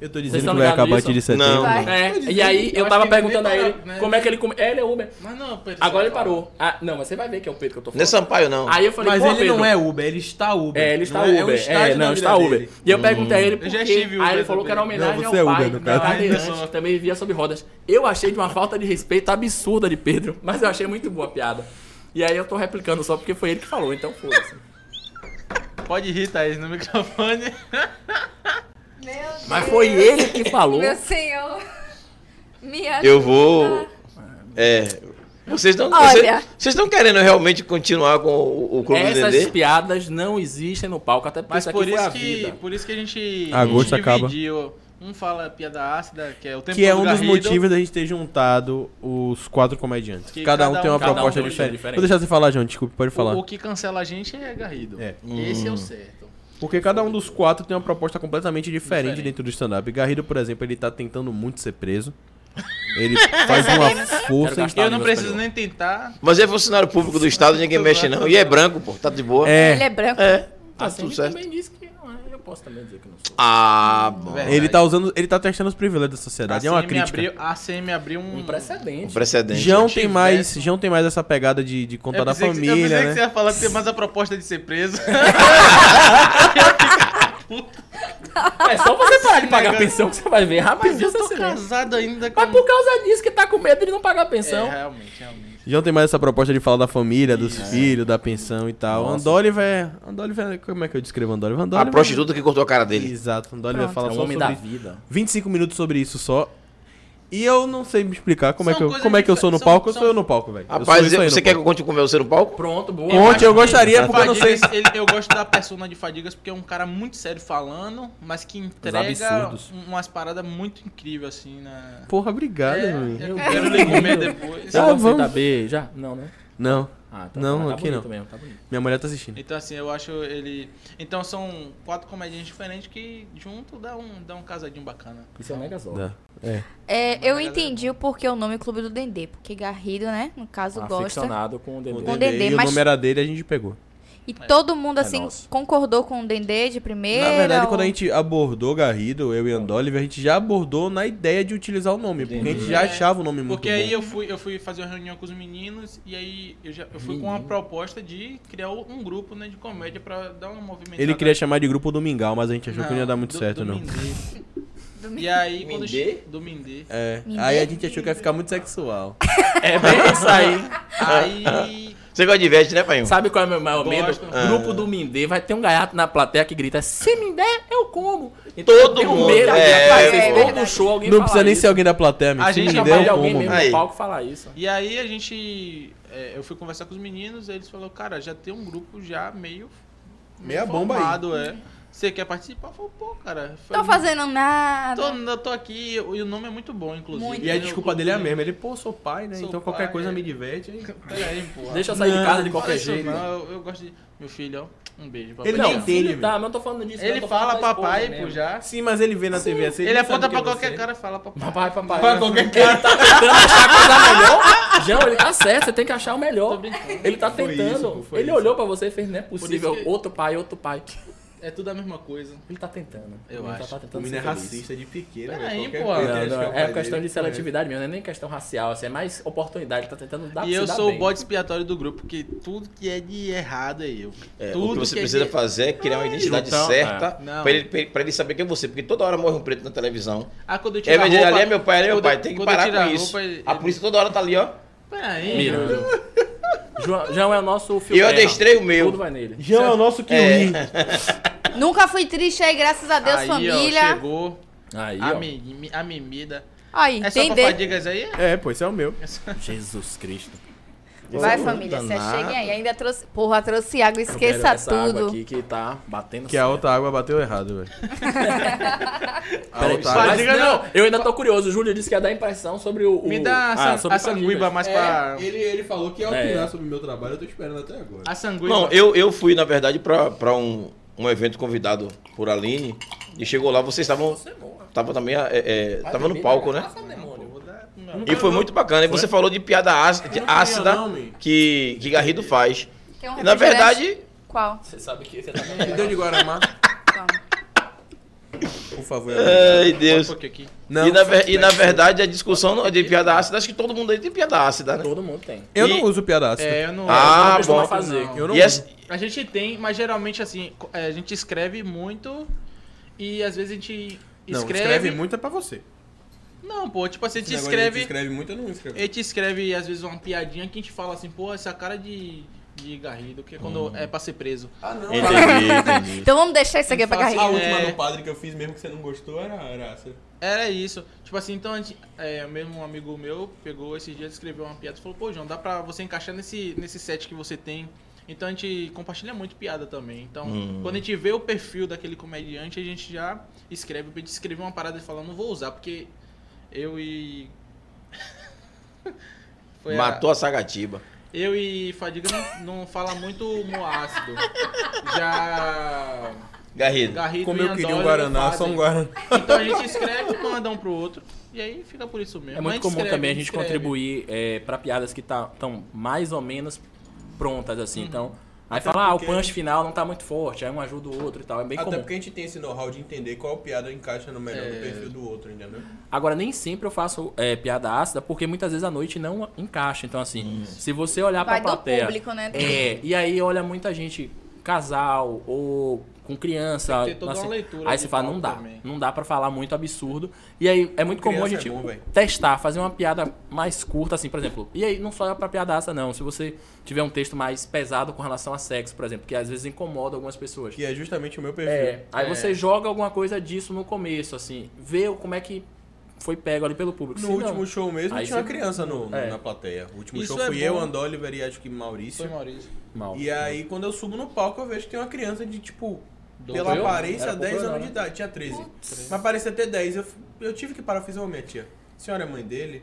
S5: Eu tô
S4: Vocês
S5: dizendo
S4: tão
S5: que vai
S4: ligados
S5: acabar
S4: nisso?
S5: antes de setembro. né?
S3: Não.
S1: Vai.
S4: É,
S7: Pois
S4: e
S7: é,
S4: aí
S7: eu
S4: eu
S7: acho
S4: tava
S7: que ele
S4: perguntando a
S7: nem
S4: ele
S7: parou, né? é
S4: como é que ele come. É, ele é Uber.
S7: Mas não, Pedro.
S4: Agora
S7: você
S4: ele
S7: vai falar.
S4: parou. Ah, não, mas você vai ver que é o Pedro que eu tô falando.
S3: Não é Sampaio, não.
S4: Aí eu falei,
S5: Mas
S4: pô,
S5: ele
S4: Pedro,
S5: não é Uber, ele está Uber.
S4: É, ele está
S5: Não
S4: Uber.
S5: é um
S4: é,
S5: estágio
S4: não,
S5: da
S4: está
S5: vida
S4: Uber.
S5: dele.
S4: E eu perguntei a ele por
S7: Eu
S4: quê.
S7: já estive
S4: Aí
S7: Uber
S4: ele falou que era uma
S7: também.
S4: homenagem
S5: Não,
S4: ao
S5: você é
S4: pai,
S5: Uber, no caso.
S4: cadeirante,
S7: Ainda sou.
S4: também vivia sob rodas. Eu achei de uma falta de respeito absurda de Pedro, mas eu achei muito boa a piada. E aí eu tô replicando só porque foi ele que falou, então foda-se.
S7: Pode rir, Thaís, no microfone.
S1: Meu Deus.
S4: Mas foi ele que falou.
S1: Meu senhor. Me ajuda.
S3: Eu vou.
S5: Ah.
S3: É. Vocês estão
S1: Olha.
S3: vocês, vocês estão querendo realmente continuar com o, o Clube do
S4: Essas
S3: Dendê?
S4: piadas não existem no palco, até porque
S7: Mas
S4: isso aqui
S7: por
S4: foi
S7: isso,
S4: a
S7: que,
S4: vida.
S7: por isso que a gente, a
S5: Agosto
S7: gente
S5: acaba.
S7: dividiu. Um fala piada ácida, que é o tempo
S5: Que é
S7: do
S5: um dos
S7: Garrido,
S5: motivos da gente ter juntado os quatro comediantes.
S7: Que
S5: cada,
S7: cada
S5: um tem uma
S7: um- cada um
S5: proposta
S4: tem um estilo
S5: diferente.
S4: diferente.
S5: Vou deixar você falar, João, desculpe, pode falar.
S7: O, o que cancela a gente é Garrido.
S5: É.
S7: Esse é
S4: Hum.
S7: o certo.
S5: Porque cada um dos quatro tem uma proposta completamente diferente,
S7: Diferente.
S5: dentro do stand-up. Garrido, por exemplo, ele tá tentando muito ser preso. Ele faz uma
S4: Quero
S5: força.
S4: gastar
S5: incrível.
S7: eu não
S4: meu
S7: preciso
S4: superior.
S7: nem tentar.
S3: Mas é funcionário público do Estado, ninguém mexe não. E é branco, pô, tá de boa.
S1: Ele
S5: É,
S1: é branco.
S3: É. Tá
S4: Assim,
S3: tudo
S4: ele
S3: certo.
S4: também disse que não é, eu posso também dizer que não sou.
S3: Ah, bom.
S5: ele tá usando, ele tá testando os privilégios da sociedade. É uma
S7: CM
S5: crítica.
S7: Assim, Abriu, a CM abriu
S5: Hum.
S7: um...
S4: Um precedente.
S3: O precedente.
S5: João
S7: Se
S5: tem
S7: tivesse-
S5: mais, João tem mais essa pegada de, de
S7: Eu
S5: contar da
S7: pensei que- eu
S5: família,
S7: pensei
S5: né?
S7: que você ia falar que tem mais a proposta de ser preso.
S4: É só você parar de pagar a
S7: Negócio.
S4: pensão que você vai ver
S7: Mas
S4: rapidinho.
S7: eu
S4: você
S7: tô
S4: se lembra.
S7: casado ainda com... um-
S4: Mas por causa disso que tá com medo de não pagar a
S7: É,
S4: pensão.
S7: realmente, realmente.
S5: João tem mais essa proposta de falar da família, dos filhos, da pensão e tal.
S4: Nossa.
S5: Andoliva é. Andoliva é. Como é que eu descrevo Andoliva?
S3: A
S5: Andoliva é-
S3: prostituta que cortou a cara dele. um
S5: Exato, Andoliva
S1: Pronto.
S5: fala
S4: É
S5: só
S4: o
S5: sobre
S4: homem da vida.
S5: 25 minutos sobre isso só. E eu não sei me explicar como é
S7: São
S5: que eu,
S7: coisas
S5: como é que eu sou no
S7: diferentes,
S5: palco, eu
S7: são-
S5: sou eu no palco, velho. Eu sou
S3: Rapaz,
S5: isso aí
S3: você
S5: no
S3: quer que é eu
S5: palco.
S3: conte com você no palco?
S4: Pronto, boa.
S5: Conte, eu gostaria, porque eu não sei.
S7: Fadigas, ele, eu gosto da persona de Fadigas porque é um cara muito sério falando, mas que entrega
S4: absurdos.
S7: um- umas paradas muito incríveis, assim, na...
S5: Porra, obrigado,
S7: É,
S5: meu.
S7: eu quero lhe comer depois.
S4: Você
S5: Ah,
S4: gosta
S5: vamos.
S4: da B já? Não, né?
S5: Não,
S4: Ah,
S5: Não,
S4: tá
S5: aqui
S4: bonito
S5: não.
S4: Mesmo, tá bonito.
S5: minha mulher tá assistindo.
S7: Então, assim, eu acho ele... Então, são quatro comediantes diferentes que junto dá um, dá um casadinho bacana.
S4: Isso é um megazord.
S5: Dá. É.
S1: É, eu entendi o porquê o nome Clube do Dendê. Porque Garrido, né? No caso, gosta.
S4: Aficionado com o
S5: O
S4: Dedê.
S1: Com
S5: Dedê,
S1: Dedê,
S5: e
S1: mas-
S5: o nome era dele, a gente pegou.
S1: E todo mundo,
S4: É
S1: assim,
S4: nosso.
S1: concordou com o Dendê de primeira.
S5: Na verdade,
S1: ou-
S5: quando a gente abordou Garrido, eu e Andoliva, a gente já abordou na ideia de utilizar o nome, porque a gente já
S7: É,
S5: achava o nome muito
S7: Porque
S5: bom.
S7: aí eu fui, eu fui fazer uma reunião com os meninos e aí eu, já, eu fui com uma proposta de criar um grupo né, de comédia pra dar uma movimentada.
S5: Ele queria chamar de grupo do Mingau, mas a gente achou que não ia dar muito
S7: do- do
S5: certo, não.
S7: Mindê. E aí, quando
S3: Mindê?
S7: che- Do Mindê.
S5: É.
S1: Mindê?
S5: Aí a gente achou que ia ficar muito sexual.
S4: É bem isso aí.
S7: Aí.
S3: Você gosta de veste, né, Painho?
S4: Sabe qual é o meu maior medo?
S7: Gosto.
S4: Grupo do Mindê. Vai ter um gaiato na plateia que grita, se me der, eu como. E
S3: Todo
S4: tem um
S3: mundo.
S4: medo de
S3: É,
S4: aparecer
S1: é
S4: todo
S1: verdade.
S4: show alguém
S5: Não
S4: falar
S5: precisa nem
S4: isso.
S5: ser alguém da plateia, meu.
S7: A
S5: Se
S7: gente
S5: me
S4: Não
S7: alguém,
S5: der,
S4: vai
S5: eu
S4: de alguém
S5: como.
S4: mesmo
S3: Aí.
S4: no palco falar isso.
S7: E aí a gente. é, eu fui conversar com os meninos, eles falaram, cara, já tem um grupo já meio.
S5: Meia bomba aí.
S7: formado, é. Você quer participar? Eu falei, pô, cara. foi- um
S1: Tô fazendo nada.
S7: Tô, eu tô aqui e o nome é muito bom, inclusive.
S1: Muito.
S5: E a
S7: Eu-
S5: desculpa dele é a mesma. Ele, pô, sou pai, né?
S7: Sou
S5: então qualquer
S7: pai,
S5: coisa
S7: é.
S5: me diverte. aí.
S7: Peraí, porra.
S4: Deixa eu sair de casa de
S7: É, Fala
S4: qualquer
S7: isso
S4: jeito.
S7: não, eu, eu gosto de. Meu filho, ó. Um beijo. Papai.
S5: Ele não
S7: Não,
S5: entende,
S4: filho,
S5: velho.
S4: Tá, mas eu tô falando disso.
S7: Ele
S4: eu tô
S7: fala
S4: falando da esposa
S7: papai,
S4: mesmo.
S7: pô, já.
S5: Sim, mas ele vê na TV assim.
S7: Ele,
S5: não né? sabe
S7: aponta
S5: que é
S7: pra qualquer
S5: você.
S7: cara e fala papai.
S4: Papai, papai.
S7: Pra qualquer
S4: Ele tá tentando achar a coisa melhor. João, ele tá certo, você tem que achar o melhor.
S7: brincando.
S4: Ele tá
S5: Foi
S4: tentando.
S5: isso, pô, foi
S4: ele
S5: isso.
S4: olhou pra você e fez, não é possível.
S7: isso que-
S4: Outro pai, outro pai.
S7: É tudo a mesma coisa.
S4: Ele tá tentando.
S7: Eu
S4: ele
S7: acho.
S4: Tá, tá
S5: O
S4: tentando
S5: menino é
S4: ser feliz.
S5: racista de pequeno,
S7: Pera
S5: velho.
S7: aí,
S5: Qualquer
S7: pô.
S5: coisa
S4: Não,
S5: que
S4: não,
S5: acha que o
S4: é
S5: pai
S4: questão
S5: dele
S4: de
S5: conhece.
S4: seletividade mesmo, não é nem questão racial, assim, é mais oportunidade, tá tentando dar pra
S7: E
S4: se
S7: eu
S4: dar
S7: sou o
S4: bem.
S7: bode expiatório do grupo, que tudo que é de errado é eu.
S3: É,
S7: tudo
S3: o que você
S7: é
S3: precisa
S7: de-
S3: fazer é criar uma identidade
S4: Então,
S3: certa
S7: é. Não.
S3: pra ele, pra ele saber quem é você. Porque toda hora morre um preto na televisão.
S7: Ah, quando eu tiro
S3: É,
S7: a
S3: mas
S7: roupa...
S3: ali é meu pai, ali é meu
S7: quando-
S3: pai. Tem que
S7: quando eu
S3: parar
S7: tiro a
S3: com isso.
S7: roupa, ele-
S3: A polícia toda hora tá ali, ó.
S7: Peraí,
S4: Mirando. João, João é o nosso
S3: E
S4: filho.
S3: eu adestrei o meu.
S4: Tudo vai nele.
S5: Jean é o nosso Kiwi.
S1: Nunca fui triste aí, graças a Deus,
S7: aí,
S1: família.
S7: Ó, chegou
S4: Aí,
S7: a,
S4: ó.
S7: mi- a mimida.
S1: Aí,
S7: É só pra
S1: entender.
S7: dicas aí?
S5: É, pô, esse é o meu.
S4: Jesus Cristo.
S1: Vai, família, vocês cheguem aí. Ainda trouxe. Porra, trouxe água,
S4: Eu quero
S1: esqueça
S4: essa água
S1: tudo.
S4: aqui que tá batendo
S5: Que é a outra água bateu errado, velho. a
S4: Peraí,
S5: outra
S4: mas
S5: água...
S7: Diga
S4: não, eu ainda tô curioso. O Júlio disse que ia dar impressão sobre o. o-
S7: Me
S3: Ah,
S7: dá a, san-
S4: sobre
S7: a sanguíba
S4: Samibas.
S7: mais
S1: É.
S7: pra...
S5: Ele, ele falou que ia
S4: É.
S5: opinar sobre o meu trabalho, eu tô esperando até agora.
S7: A sanguíba.
S3: Não, eu, eu fui, na verdade, pra, pra um, um evento convidado por Aline. E chegou lá, vocês estavam. Tava também. É, é, tava no palco, né? E foi muito bacana. E você falou de piada áci- de ácida que, que Garrido faz.
S1: Quer um
S3: E na
S1: refrigerante?
S3: verdade,
S1: Qual?
S4: Você sabe que você tá
S5: Me deu de Guaramá.
S1: Toma.
S5: Por favor.
S3: ai
S7: Bota um
S3: Deus.
S7: pouquinho aqui.
S5: Não,
S3: e, na, ver- e na verdade a discussão não- de piada ácida, acho que todo mundo aí tem piada ácida, né?
S4: Todo mundo tem.
S5: eu
S3: e-
S5: não uso piada ácida.
S7: É, eu não...
S3: Ah,
S7: eu não
S3: bom.
S7: costumo fazer.
S4: Fazer.
S7: não.
S5: Eu não
S3: E é essa-
S7: A gente tem, mas geralmente assim, co- é, a gente escreve muito e às vezes a gente
S5: Não,
S7: escreve.
S5: escreve muito é pra você.
S7: Não, pô, tipo assim, a gente
S5: Esse negócio
S7: escreve.
S5: de Escreve muito, eu não escrevo.
S7: A gente escreve, às vezes, uma piadinha que a gente fala assim, pô, essa cara de, de garrido, que é quando é pra ser preso.
S5: Ah, não.
S3: Entendi, entendi.
S1: Então vamos deixar isso aqui
S7: Ele
S1: pra
S7: fala assim,
S1: carregar.
S4: um
S7: ah, É.
S5: padre que eu fiz mesmo que você não gostou era, era ácida.
S7: Era isso. Tipo assim, então, a gente, é, mesmo um amigo meu pegou esses dias, escreveu uma piada e falou, pô, João, dá pra você encaixar nesse, nesse set que você tem. Então a gente compartilha muito piada também. Então, quando a gente vê o perfil daquele comediante, a gente já escreve, a gente escreve uma parada e fala, não vou usar, porque eu e. Foi a-
S3: Matou a Sagatiba.
S7: Eu e Fadiga não, não fala muito humor ácido. Já.
S3: Garrido.
S7: Garrido
S5: Como
S7: e
S5: eu queria um
S7: Andor
S5: Guaraná,
S7: fazem.
S5: só um Guaraná.
S7: Então a gente escreve e manda um pro outro. E aí fica por isso mesmo.
S4: É
S7: Mas
S4: muito comum
S7: escreve,
S4: também a gente
S7: escreve.
S4: contribuir é, para piadas que estão mais ou menos prontas, assim. Então, aí fala, ah, o
S5: porque-
S4: punch final não tá muito forte, aí um ajuda o outro e tal. É bem
S5: Até
S4: comum.
S5: porque a gente tem esse know-how de entender qual piada encaixa no melhor do perfil do outro, entendeu?
S4: Agora, nem sempre eu faço é, piada ácida, porque muitas vezes à noite não encaixa. Então,
S3: Hum.
S4: assim, se você olhar
S1: Vai
S4: pra
S1: do
S4: plateia.
S1: público, né?
S4: É, e aí olha muita gente, casal ou com criança.
S7: Tem que ter toda
S4: assim,
S7: uma leitura
S4: aí
S7: de
S4: você fala,
S7: palco
S4: não dá.
S7: também.
S4: Não dá pra falar muito absurdo. E aí é muito comum a
S5: Criança
S4: gente
S5: é bom, véi.
S4: testar, fazer uma piada mais curta, assim, por exemplo. E aí não só pra piadaça, não. Se você tiver um texto mais pesado com relação a sexo, por exemplo, que às vezes incomoda algumas pessoas.
S5: Que é justamente o meu perfil.
S4: É, aí
S7: É.
S4: você joga alguma coisa disso no começo, assim, vê o- como é que foi pego ali pelo público.
S5: No
S4: Se não-
S5: último show mesmo
S4: Aí
S5: tinha uma
S4: você-
S5: criança no, no-
S4: É.
S5: na plateia. O último
S7: Isso
S5: show
S7: é
S5: fui eu,
S7: bom.
S5: Andó, Oliver e acho que
S7: Foi
S5: Maurício.
S7: Maurício.
S4: Mal.
S5: E é aí quando eu subo no palco eu vejo que tem uma criança de tipo...
S7: Do-
S5: pela
S4: eu?
S5: aparência,
S4: Era
S5: 10
S4: pouco,
S5: anos
S4: não, né?
S5: de idade. Tinha 13. Mas parecia até 10. Eu, f- eu tive que parar, eu fiz ô minha tia. a senhora é mãe dele.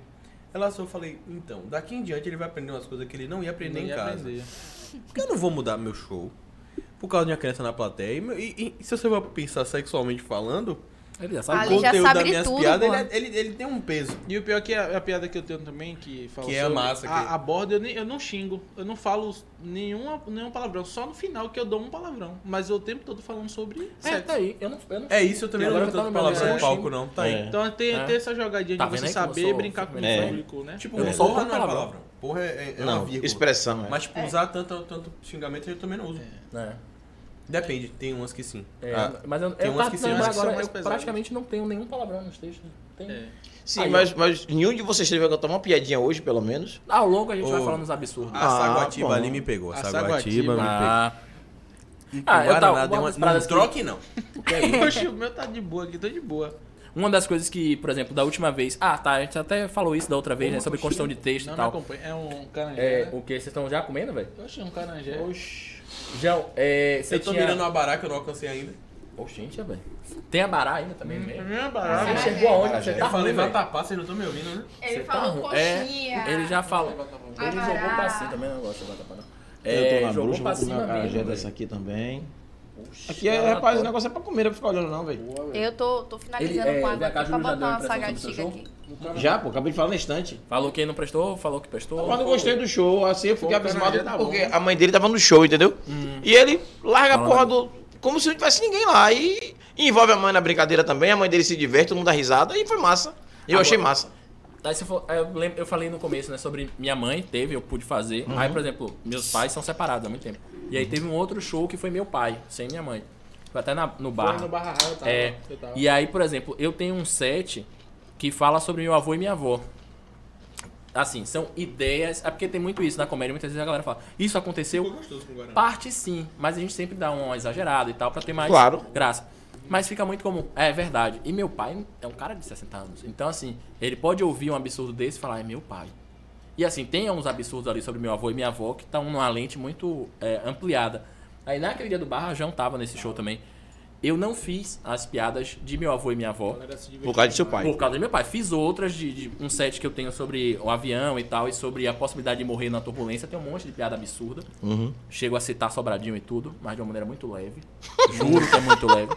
S5: Ela só eu falei, então, daqui em diante ele vai aprender umas coisas que ele não ia aprender
S7: Não
S5: em
S7: ia
S5: casa.
S7: aprender.
S5: Porque eu não vou mudar meu show por causa de uma criança na plateia. E, meu- e- e se você vai pensar sexualmente falando,
S4: Ele já
S5: o
S4: sabe
S1: Ali já
S5: conteúdo
S1: sabe
S5: das
S1: de
S5: minhas
S1: tudo,
S5: piadas
S1: pô.
S5: ele, é- ele- ele tem um peso.
S7: E o pior é que a, a piada que eu tenho também, que fala
S5: Que é a
S7: sobre
S5: massa, que-
S7: A, a borda, eu, nem- eu não xingo. Eu não falo nenhuma, nenhum palavrão. Só no final que eu dou um palavrão. Mas eu o tempo todo falando sobre
S4: É,
S7: sexo.
S4: tá aí. Eu não, eu não
S5: É isso, eu também
S4: Agora
S5: não
S4: eu tô
S5: tanto
S4: no
S5: palavrão
S4: meu
S5: no
S4: lugar.
S5: palco, não. Tá aí.
S7: Então tem,
S4: É.
S7: tem essa jogadinha
S4: Tá
S7: de
S4: vendo
S7: você
S4: aí como eu
S7: saber
S4: sou-
S7: brincar
S4: sou
S7: com o
S3: melhor?
S7: público, né?
S5: Tipo,
S4: Eu não
S5: porra
S4: solto
S5: não é
S4: palavrão.
S5: palavrão. Porra é, é, é uma
S3: Não,
S5: vírgula.
S3: expressão. É.
S5: Mas tipo, usar tanto, tanto xingamento eu também não uso.
S4: É.
S5: Depende, tem umas que sim.
S4: É,
S5: Ah,
S4: mas eu,
S5: tem
S4: eu,
S5: umas
S4: tá-
S5: que sim,
S4: não,
S5: umas
S7: que são
S4: agora,
S7: mais
S4: eu
S7: pesadas.
S4: praticamente não tenho nenhum palavrão nos textos. né? Tem.
S7: É.
S3: Sim,
S4: Aí, ó.
S3: mas, mas nenhum de vocês teve uma- tomar uma piadinha hoje, pelo menos.
S4: Ao longo Ah, a gente vai
S5: Ô.
S4: falando os absurdos.
S5: a
S3: Ah,
S5: Saguatiba
S3: bom.
S5: ali me pegou. A
S7: A
S5: Saguatiba,
S7: Saguatiba.
S5: me pegou.
S4: Ah,
S5: O
S4: eu
S5: Guaraná
S4: tava-
S5: deu uma...
S4: uma das paradas
S5: Não
S4: que-
S5: troque não.
S4: É
S7: Oxe, o meu tá de boa aqui, tô de boa.
S4: Uma das coisas que, por exemplo, da última vez. Ah, tá, a gente até falou isso da outra vez, né? Sobre construção de texto
S7: Não
S4: e
S7: me
S4: tal.
S7: acompanha. É um caranjé.
S4: É,
S7: né?
S4: o que? Vocês estão já comendo, velho?
S7: Oxe, é um caranjé.
S4: João, é, você
S5: Eu tô
S4: tinha...
S5: mirando uma bará que eu não alcancei ainda.
S4: Oxente, é, velho. Tem a bará ainda também, velho?
S7: Minha barata.
S4: Você chegou aonde? Você
S5: Eu
S4: tá
S5: falei,
S4: ruim,
S5: vai
S4: velho.
S5: tapar, vocês não estão me ouvindo, né?
S1: Ele
S4: Você tá
S1: falou
S4: ruim.
S1: coxinha.
S4: É, ele já falou. Ele
S1: Avará.
S4: jogou pra cima também, um não gosto de batata não. É, jogou pra cima mesmo, velho. tá
S3: aqui também.
S4: Oxi,
S3: Aqui, é,
S4: ela
S3: rapaz, o
S4: adora.
S3: negócio é pra comer, não é pra ficar olhando não, velho.
S1: Eu tô, tô
S4: Ele,
S1: finalizando
S4: é,
S1: com a
S4: vem
S1: água
S4: cá,
S1: aqui pra
S4: Júlio já
S1: botar
S4: deu a
S1: uma
S4: impressão sobre o
S1: sagatiga
S4: seu
S1: aqui.
S4: tá
S3: Já, pô, acabei de falar na instante.
S4: Falou quem não prestou, falou que prestou.
S3: Mas não gostei do show, assim eu fiquei
S7: Pô, o cara
S3: abismado
S7: já tá
S3: porque
S7: bom, né?
S4: Hum.
S3: a mãe dele tava no show, entendeu? E ele larga a porra do como se não tivesse ninguém lá. E envolve a mãe na brincadeira também, a mãe dele se diverte, todo mundo dá risada e foi massa. Eu
S4: Agora-
S3: achei massa.
S4: Aí você falou- aí eu, lem- eu falei no começo, né, sobre minha mãe, teve, eu pude fazer. Aí, por exemplo, meus pais são separados há muito tempo. E aí teve um outro show que foi meu pai, sem minha mãe. Foi até na- no bar.
S7: Foi no Barra tá? Raia, eu tava.
S4: É.
S7: eu tava.
S4: E aí, por exemplo, eu tenho um set que fala sobre meu avô e minha avó. Assim, são ideias. É porque tem muito isso na comédia, muitas vezes a galera fala, isso aconteceu?
S8: gostoso com o Guaraná.
S4: Parte sim, mas a gente sempre dá uma exagerada e tal pra ter mais
S3: Claro.
S4: graça. Mas fica muito comum. É verdade. E meu pai é um cara de 60 anos. Então, assim, ele pode ouvir um absurdo desse e falar, é meu pai. E assim, tem uns absurdos ali sobre meu avô e minha avó que estão numa lente muito é, ampliada. Aí naquele dia do Barra, João tava nesse show também. Eu não fiz as piadas de meu avô e minha avó
S3: Por causa de seu pai.
S4: por causa do meu pai. Fiz outras de, de um set que eu tenho sobre o avião e tal, e sobre a possibilidade de morrer na turbulência. Tem um monte de piada absurda.
S3: Uhum.
S4: Chego a citar Sobradinho e tudo, mas de uma maneira muito leve. Juro que é muito leve.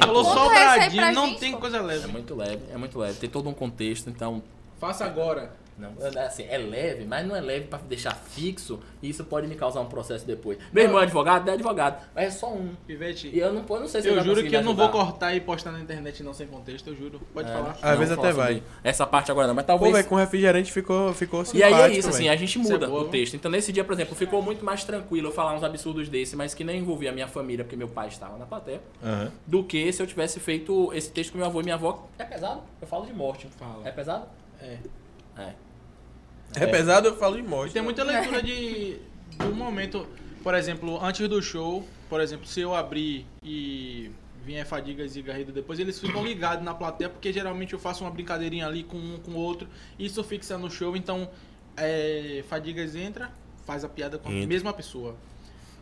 S7: Falou
S1: Conta
S7: só o
S1: essa aí pra
S7: Bradinho, não
S1: gente, pô.
S7: tem coisa
S4: É
S7: leve.
S4: muito leve, é muito leve. Tem todo um contexto, então.
S7: Faça agora.
S4: Não, assim, é leve, mas não é leve pra deixar fixo. E isso pode me causar um processo depois. Meu irmão é advogado, é advogado. Mas é só um.
S7: Pivete,
S4: E eu não, eu não sei se ele
S7: eu
S4: vai
S7: juro
S4: conseguir
S7: que eu
S4: me
S7: não vou
S4: ajudar.
S7: cortar e postar na internet não sem contexto, eu juro. Pode
S4: É,
S7: falar.
S4: não
S5: Às vezes
S4: fala
S5: até vai.
S4: sobre Essa parte agora não, mas
S5: Pô,
S4: talvez.
S5: velho, com refrigerante ficou, ficou
S4: E aí
S5: simpático,
S4: é isso, assim,
S5: velho.
S4: a gente
S7: Isso é
S4: muda
S7: boa,
S4: o
S7: né?
S4: texto. Então nesse dia, por exemplo, ficou muito mais tranquilo eu falar uns absurdos desse, mas que não envolvia a minha família, porque meu pai estava na plateia, do que se eu tivesse feito esse texto com meu avô e minha avó. É pesado? Eu falo de morte.
S7: Fala.
S4: É pesado?
S7: É.
S4: É.
S5: É pesado, eu falo de morte. né?
S7: E tem muita leitura de do momento, por exemplo, antes do show, por exemplo, se eu abrir e vier Fadigas e Garrido depois, eles ficam ligados na plateia, porque geralmente eu faço uma brincadeirinha ali com um, com o outro, isso fixa no show, então é, Fadigas entra, faz a piada com a mesma pessoa.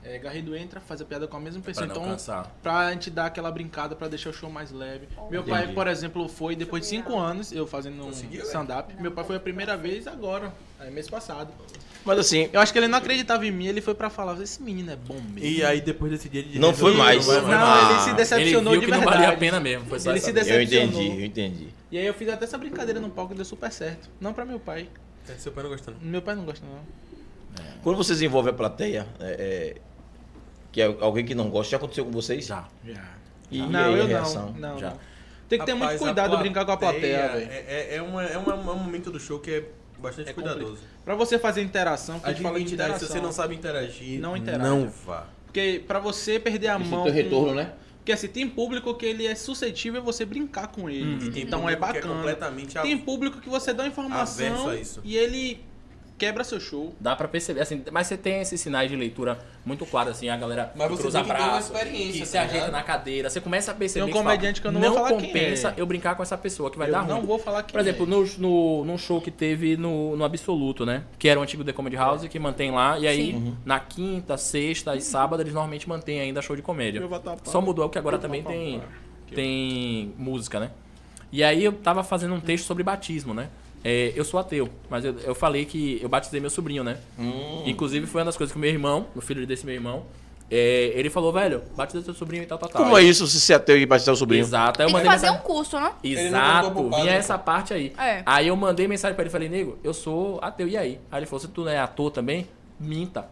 S7: É, Garrido entra, faz a piada com a mesma
S4: Pra
S7: pessoa.
S4: não
S7: Então,
S4: cansar.
S7: pra gente dar aquela brincada pra deixar o show mais leve. Meu pai, por exemplo, foi depois de 5 anos, eu fazendo um stand-up. Meu pai foi a primeira vez agora, é, mês passado.
S3: Mas assim,
S7: Eu acho que ele não acreditava em mim, ele foi pra falar, esse menino é bom mesmo.
S5: E aí depois desse dia de
S3: Não foi mais.
S5: vai
S7: Não,
S3: Ah,
S7: ele se decepcionou
S4: ele viu
S7: de
S4: que
S7: verdade.
S4: não valia a pena mesmo. Foi só
S7: Ele
S4: essa
S7: se
S4: vez.
S3: eu
S7: decepcionou.
S3: entendi, eu entendi.
S7: E aí eu fiz até essa brincadeira no palco e deu super certo. Não pra meu pai.
S5: Seu pai não gostando.
S7: Meu pai não gosta, não.
S3: Quando vocês envolvem a plateia, é, é, que é alguém que não gosta, já aconteceu com vocês?
S4: Já.
S3: E
S7: não,
S3: aí, a
S7: eu
S3: reação?
S7: não. Não,
S4: Já.
S7: não. Tem que ter muito cuidado brincar com a plateia, velho.
S5: É, é, é, uma- é uma- um momento do show que é bastante cuidadoso.
S7: Pra você fazer interação, porque
S5: A
S7: a gente fala em
S5: identidade,
S7: interação.
S5: se você não sabe interagir,
S7: Não interaja.
S5: não vá.
S7: Porque pra você perder a mão.
S4: teu
S7: com-
S4: retorno, né?
S7: Porque assim, tem público que ele é suscetível a você brincar com
S4: Uhum.
S7: ele. então é
S5: público que
S7: bacana.
S5: É completamente a...
S7: Tem público que você dá uma
S5: Averso
S7: informação
S5: a isso.
S7: e ele quebra seu show.
S4: Dá pra perceber, assim, mas você tem esses sinais de leitura muito claro, assim, a galera
S5: Mas você
S4: cruza
S5: tem que ter uma
S4: braço,
S5: experiência,
S4: que
S5: tá
S4: se ajeita
S5: ligado?
S4: na cadeira, você começa a perceber
S7: Tem um
S4: que fala,
S7: comediante que eu não vou falar quem
S4: compensa
S7: é."
S4: eu brincar com essa pessoa, que vai
S7: eu
S4: dar ruim.
S7: não vou falar que é.
S4: Por exemplo, no, no, num show que teve no, no Absoluto, né? Que era o antigo The Comedy House, que mantém lá. E aí, na quinta, sexta e sábado, eles normalmente mantêm ainda show de comédia.
S7: Eu vou tapar.
S4: Só mudou que agora também tem, tem música, né? E aí eu tava fazendo um texto sobre batismo, né? É, eu sou ateu, mas eu, eu falei que eu batizei meu sobrinho, né?
S7: Hum.
S4: Inclusive foi uma das coisas que o meu irmão, o filho desse meu irmão, é, ele falou, velho, batizei seu sobrinho e tal, tal, tal.
S3: Como é isso se você é ateu e batizar o sobrinho?
S4: Exato.
S1: Tem
S4: Aí eu
S1: que
S4: mandei
S1: fazer
S4: mensagem-
S1: um curso, né?
S5: não contou
S4: Exato,
S5: pro padre,
S4: vinha
S5: pô.
S4: essa parte aí.
S1: É.
S4: Aí eu mandei mensagem pra ele, falei, nego, eu sou ateu, e aí? Aí ele falou, se tu não é ator também, minta.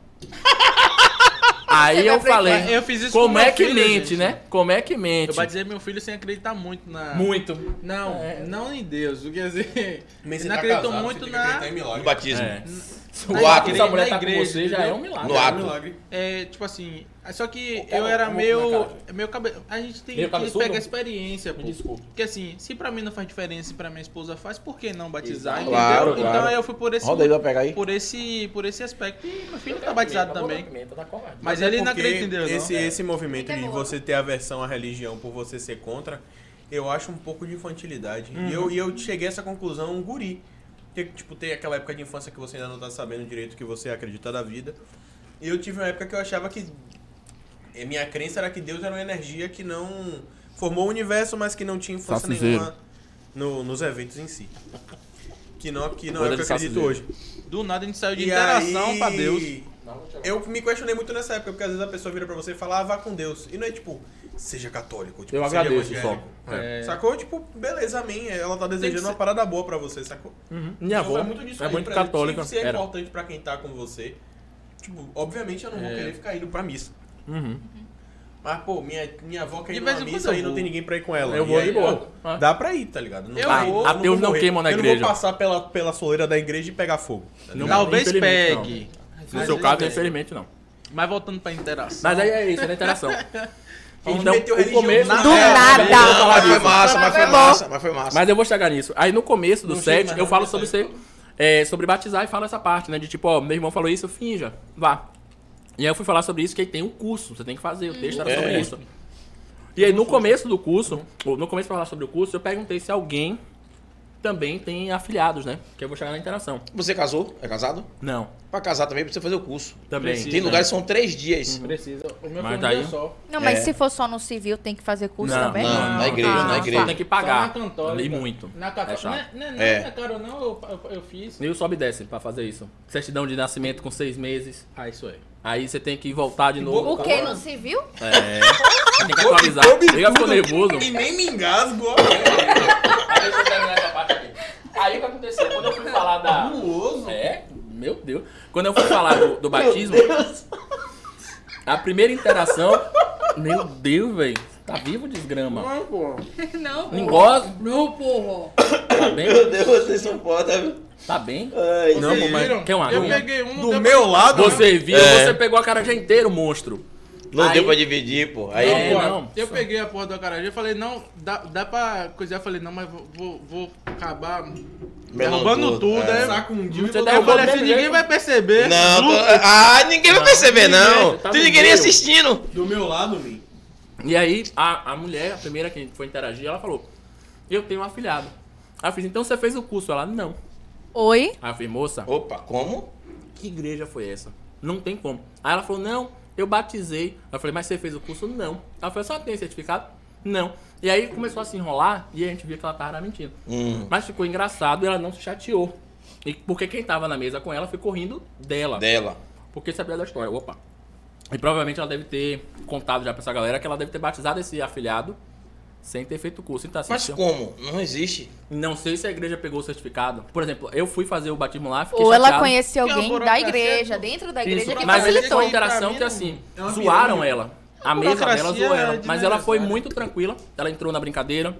S4: aí eu falei,
S7: Eu fiz isso com
S4: como
S7: meu
S4: é que
S7: filho,
S4: mente,
S7: gente.
S4: né? Como é que mente?
S7: Eu batizei meu filho sem acreditar muito na.
S4: Muito. É.
S7: Não, não em Deus. Quer dizer,
S5: Mas você
S7: não
S5: tá
S7: acreditou
S5: casado, você
S7: muito
S5: tem que
S7: na.
S5: acreditar em milagre.
S3: No batismo.
S4: É.
S3: O ato.
S4: Essa mulher
S7: Na
S4: tá com
S7: igreja,
S4: você já é
S7: entendeu?
S4: um milagre.
S3: No ato.
S5: Milagre.
S7: É, tipo assim, só que
S4: Ô, cara,
S7: eu era
S4: como- como é
S7: meio.
S4: que
S7: Meu cabelo. A gente tem
S4: Meio
S7: que
S4: cabeçudo?
S7: pegar experiência, pô.
S4: Me desculpa.
S7: Porque assim, se pra mim não faz diferença e pra minha esposa faz, por que não batizar?
S4: Exato.
S7: Entendeu?
S3: Claro,
S7: então
S3: claro.
S7: eu fui por esse.
S3: Roda aí, vai pegar aí.
S7: Por esse, por esse aspecto. E meu filho tá batizado também.
S4: tá
S7: Mas
S5: é
S7: ele não
S5: porque
S7: acredita em Deus, não. É.
S5: esse, esse movimento
S1: Fica
S5: de
S1: boa.
S5: você ter aversão à religião por você ser contra, eu acho um pouco de infantilidade. E,
S7: Uhum.
S5: eu, e eu cheguei a essa conclusão um guri. Porque, tipo, tem aquela época de infância que você ainda não tá sabendo direito o que você acredita da vida. E eu tive uma época que eu achava que... eh, Minha crença era que Deus era uma energia que não... Formou o universo, mas que não tinha influência
S4: Safizeiro.
S5: nenhuma no- nos eventos em si. Que não, que não é
S4: Banda
S5: o que
S4: de
S5: eu acredito
S4: safizeiro.
S5: hoje.
S7: Do nada a gente saiu de interação pra Deus.
S5: Eu me questionei muito nessa época, porque às vezes a pessoa vira pra você e fala, ah, vá com Deus. E não é tipo, seja católico, tipo,
S4: Eu
S5: seja
S4: agradeço
S5: evangélico.
S4: só.
S5: É. Sacou? Tipo, beleza, amém. Ela tá
S7: que
S5: desejando
S7: ser-
S5: uma parada boa pra você, sacou?
S4: Minha
S5: Então,
S4: avó
S5: vai
S4: é
S5: disso aí,
S4: muito
S5: por exemplo,
S4: católica.
S5: Se é
S4: era.
S5: importante
S7: É.
S5: pra quem tá com você, tipo, obviamente eu não vou querer ficar indo pra missa. Mas, pô, minha, minha avó quer
S7: Uhum. De
S5: ir
S7: vez
S5: numa
S7: em
S5: missa
S7: quando
S5: e
S7: eu
S5: não
S7: vou.
S5: tem ninguém pra ir com ela.
S7: Eu vou
S5: E aí,
S7: de boa.
S5: pô,
S7: Ah.
S5: Dá pra ir, tá ligado? Não
S7: Eu
S5: vai,
S7: vou.
S5: eu
S4: Ateus
S5: vou
S4: não
S5: morrer.
S4: queimam na
S5: Eu não
S4: igreja.
S5: vou passar pela, pela soleira da igreja e pegar fogo. tá ligado?
S4: Não,
S7: Talvez
S4: infelizmente,
S7: pegue.
S4: não. No
S7: Mas
S4: seu
S7: aí-
S4: caso, infelizmente, não.
S7: Mas voltando pra interação.
S4: Mas aí é isso, é na interação.
S5: Vamos
S4: Então,
S5: meter o
S4: o
S5: religioso
S4: começo...
S5: na
S1: Do nada.
S3: Mas foi massa, mas foi
S1: Foi bom.
S3: massa, mas foi massa.
S4: Mas eu vou chegar nisso. Aí no começo do
S5: Não chega
S4: set,
S5: mais
S4: eu
S5: nada,
S4: falo
S5: sai,
S4: sobre ser,
S5: fala.
S4: é, sobre batizar e falo essa parte, né? De tipo, ó, meu irmão falou isso, finja, vá. E aí eu fui falar sobre isso, que aí tem um curso, você tem que fazer, o texto era
S3: É.
S4: sobre isso. E aí no começo do curso, ou no começo pra falar sobre o curso, eu perguntei se alguém também tem afiliados, né? Que eu vou chegar na interação.
S3: Você casou? É casado?
S4: Não,
S3: Pra casar também precisa fazer o curso.
S4: também.
S7: Precisa.
S3: Tem lugares que são três dias.
S7: Precisa. O meu
S4: Mas
S7: foi um
S4: daí-
S7: dia só.
S1: Não, mas
S3: É.
S1: se for só no civil, tem que fazer curso
S4: Não,
S1: também?
S3: Não, na igreja,
S1: Ah,
S3: na
S1: tá.
S3: igreja.
S4: Tem que
S7: Só
S4: pagar.
S7: na cantora.
S4: E muito.
S7: Na católica.
S4: É chato.
S7: Não, não,
S3: É.
S7: não, cara, não, eu, eu, eu fiz.
S4: E o sobe e desce pra fazer isso. Certidão de nascimento com seis meses.
S7: Ah, isso aí.
S4: Aí você tem que voltar de novo.
S1: O que no civil?
S4: É. Tem que atualizar. Ele já ficou nervoso.
S5: E nem me engasgo, ó.
S4: Deixa eu terminar essa parte aqui. Aí o que aconteceu? Quando eu fui falar da. É, meu Deus. Quando eu fui falar do, do batismo, a primeira interação. Meu Deus, velho. Tá vivo, desgrama.
S9: Não, pô.
S4: Ninguém.
S9: Não, porra.
S4: Tá bem?
S3: Meu Deus, vocês são foda, viu?
S4: Tá bem?
S3: Ai,
S5: Não,
S7: Vocês
S5: mas-
S7: viram?
S4: Quer uma
S7: Eu
S4: aguinha?
S7: peguei um. não
S5: Do
S7: deu
S5: meu
S7: pra-
S5: lado,
S4: Você viu,
S3: É.
S4: você pegou a cara já inteiro, monstro.
S3: Não
S4: Aí-
S3: deu pra dividir, pô. Aí.
S4: É,
S7: Pô,
S4: não.
S7: eu
S4: Só-
S7: peguei a porra do acarajé e falei, não, dá, dá pra coisar. Eu falei, não, mas vou, vou, vou acabar
S3: melão
S7: derrubando tudo,
S3: é.
S7: né?
S5: um dia
S4: Você
S7: Aí eu falei
S4: Derrubou
S7: assim, ninguém
S4: mesmo.
S7: vai perceber.
S3: Não, tô-
S7: Lucas,
S3: ah, ninguém vai perceber, não.
S4: ninguém, tá
S3: Tem
S4: no
S3: ninguém nem
S4: meio.
S3: é assistindo.
S5: Do meu lado, mim.
S4: E aí, a, a mulher, a primeira que foi interagir, ela falou: Eu tenho um afilhado. Aí eu fiz, então você fez o curso? Ela, não.
S1: Oi?
S4: Aí eu fiz, moça,
S3: Opa, como?
S4: que igreja foi essa? Não tem como. Aí ela falou, não, eu batizei. Eu falei, mas você fez o curso? Não. Ela falou, só tem certificado? Não. E aí começou a se enrolar e a gente viu que ela tava mentindo.
S3: Hum,
S4: Mas ficou engraçado e ela não se chateou. E porque quem tava na mesa com ela ficou rindo dela.
S3: dela.
S4: Porque sabia da história. Opa. E provavelmente ela deve ter contado já pra essa galera que ela deve ter batizado esse afilhado sem ter feito o curso. Então, assim,
S3: Mas
S4: se-
S3: como? Não existe.
S4: não sei se a igreja pegou o certificado. Por exemplo, eu fui fazer o batismo lá, fiquei
S1: Ou ela
S4: chateado.
S1: conhece
S7: Que
S1: alguém da
S7: burocracia
S1: igreja,
S7: do-
S1: dentro da igreja,
S4: Isso,
S1: que
S4: mas aí
S1: facilitou.
S4: foi a
S7: pra
S4: interação
S7: mim
S4: que
S7: não-
S4: assim,
S5: é uma
S4: zoaram
S5: pirâmide.
S4: ela. A mesa dela
S7: burocracia
S4: zoou
S7: é
S4: ela. Mas ela foi
S7: desnecessária.
S4: muito tranquila. Ela entrou na brincadeira,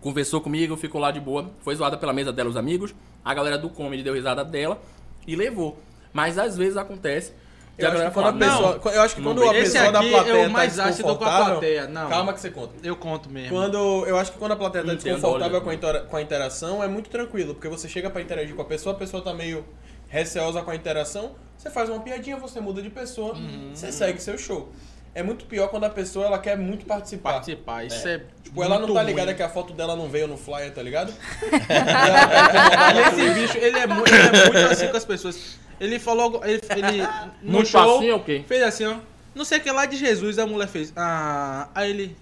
S4: conversou comigo, ficou lá de boa. Foi zoada pela mesa dela, os amigos. A galera do comedy deu risada dela e levou. Mas às vezes acontece. que
S5: Eu acho que quando a
S4: fala, "Não,
S5: pessoa, eu acho que
S4: não
S5: quando a
S4: brinca."
S7: Esse
S5: pessoa da
S7: aqui
S5: plateia
S7: é o
S5: tá
S7: mais ácido com a
S5: desconfortável-
S7: plateia, não.
S5: Calma que você conta.
S7: Eu conto mesmo.
S5: Quando, eu acho que quando a plateia tá
S4: Entendo,
S5: desconfortável
S4: olha.
S5: com a, intera- com a interação, é muito tranquilo, porque você chega pra interagir com a pessoa, a pessoa tá meio receosa com a interação, você faz uma piadinha, você muda de pessoa, você segue seu show. É muito pior quando a pessoa ela quer muito participar.
S7: Participar, isso é.
S5: Tipo, ela não tá ligada que a foto dela não veio no flyer, tá ligado? E ela-
S7: Esse bicho, ele é, mu- ele é muito assim com as pessoas. Ele falou. Ele, ele- no
S4: Muito
S7: show,
S4: assim, ok.
S7: fez assim, ó. Não sei o que lá de Jesus, a mulher fez. Ah, aí ele.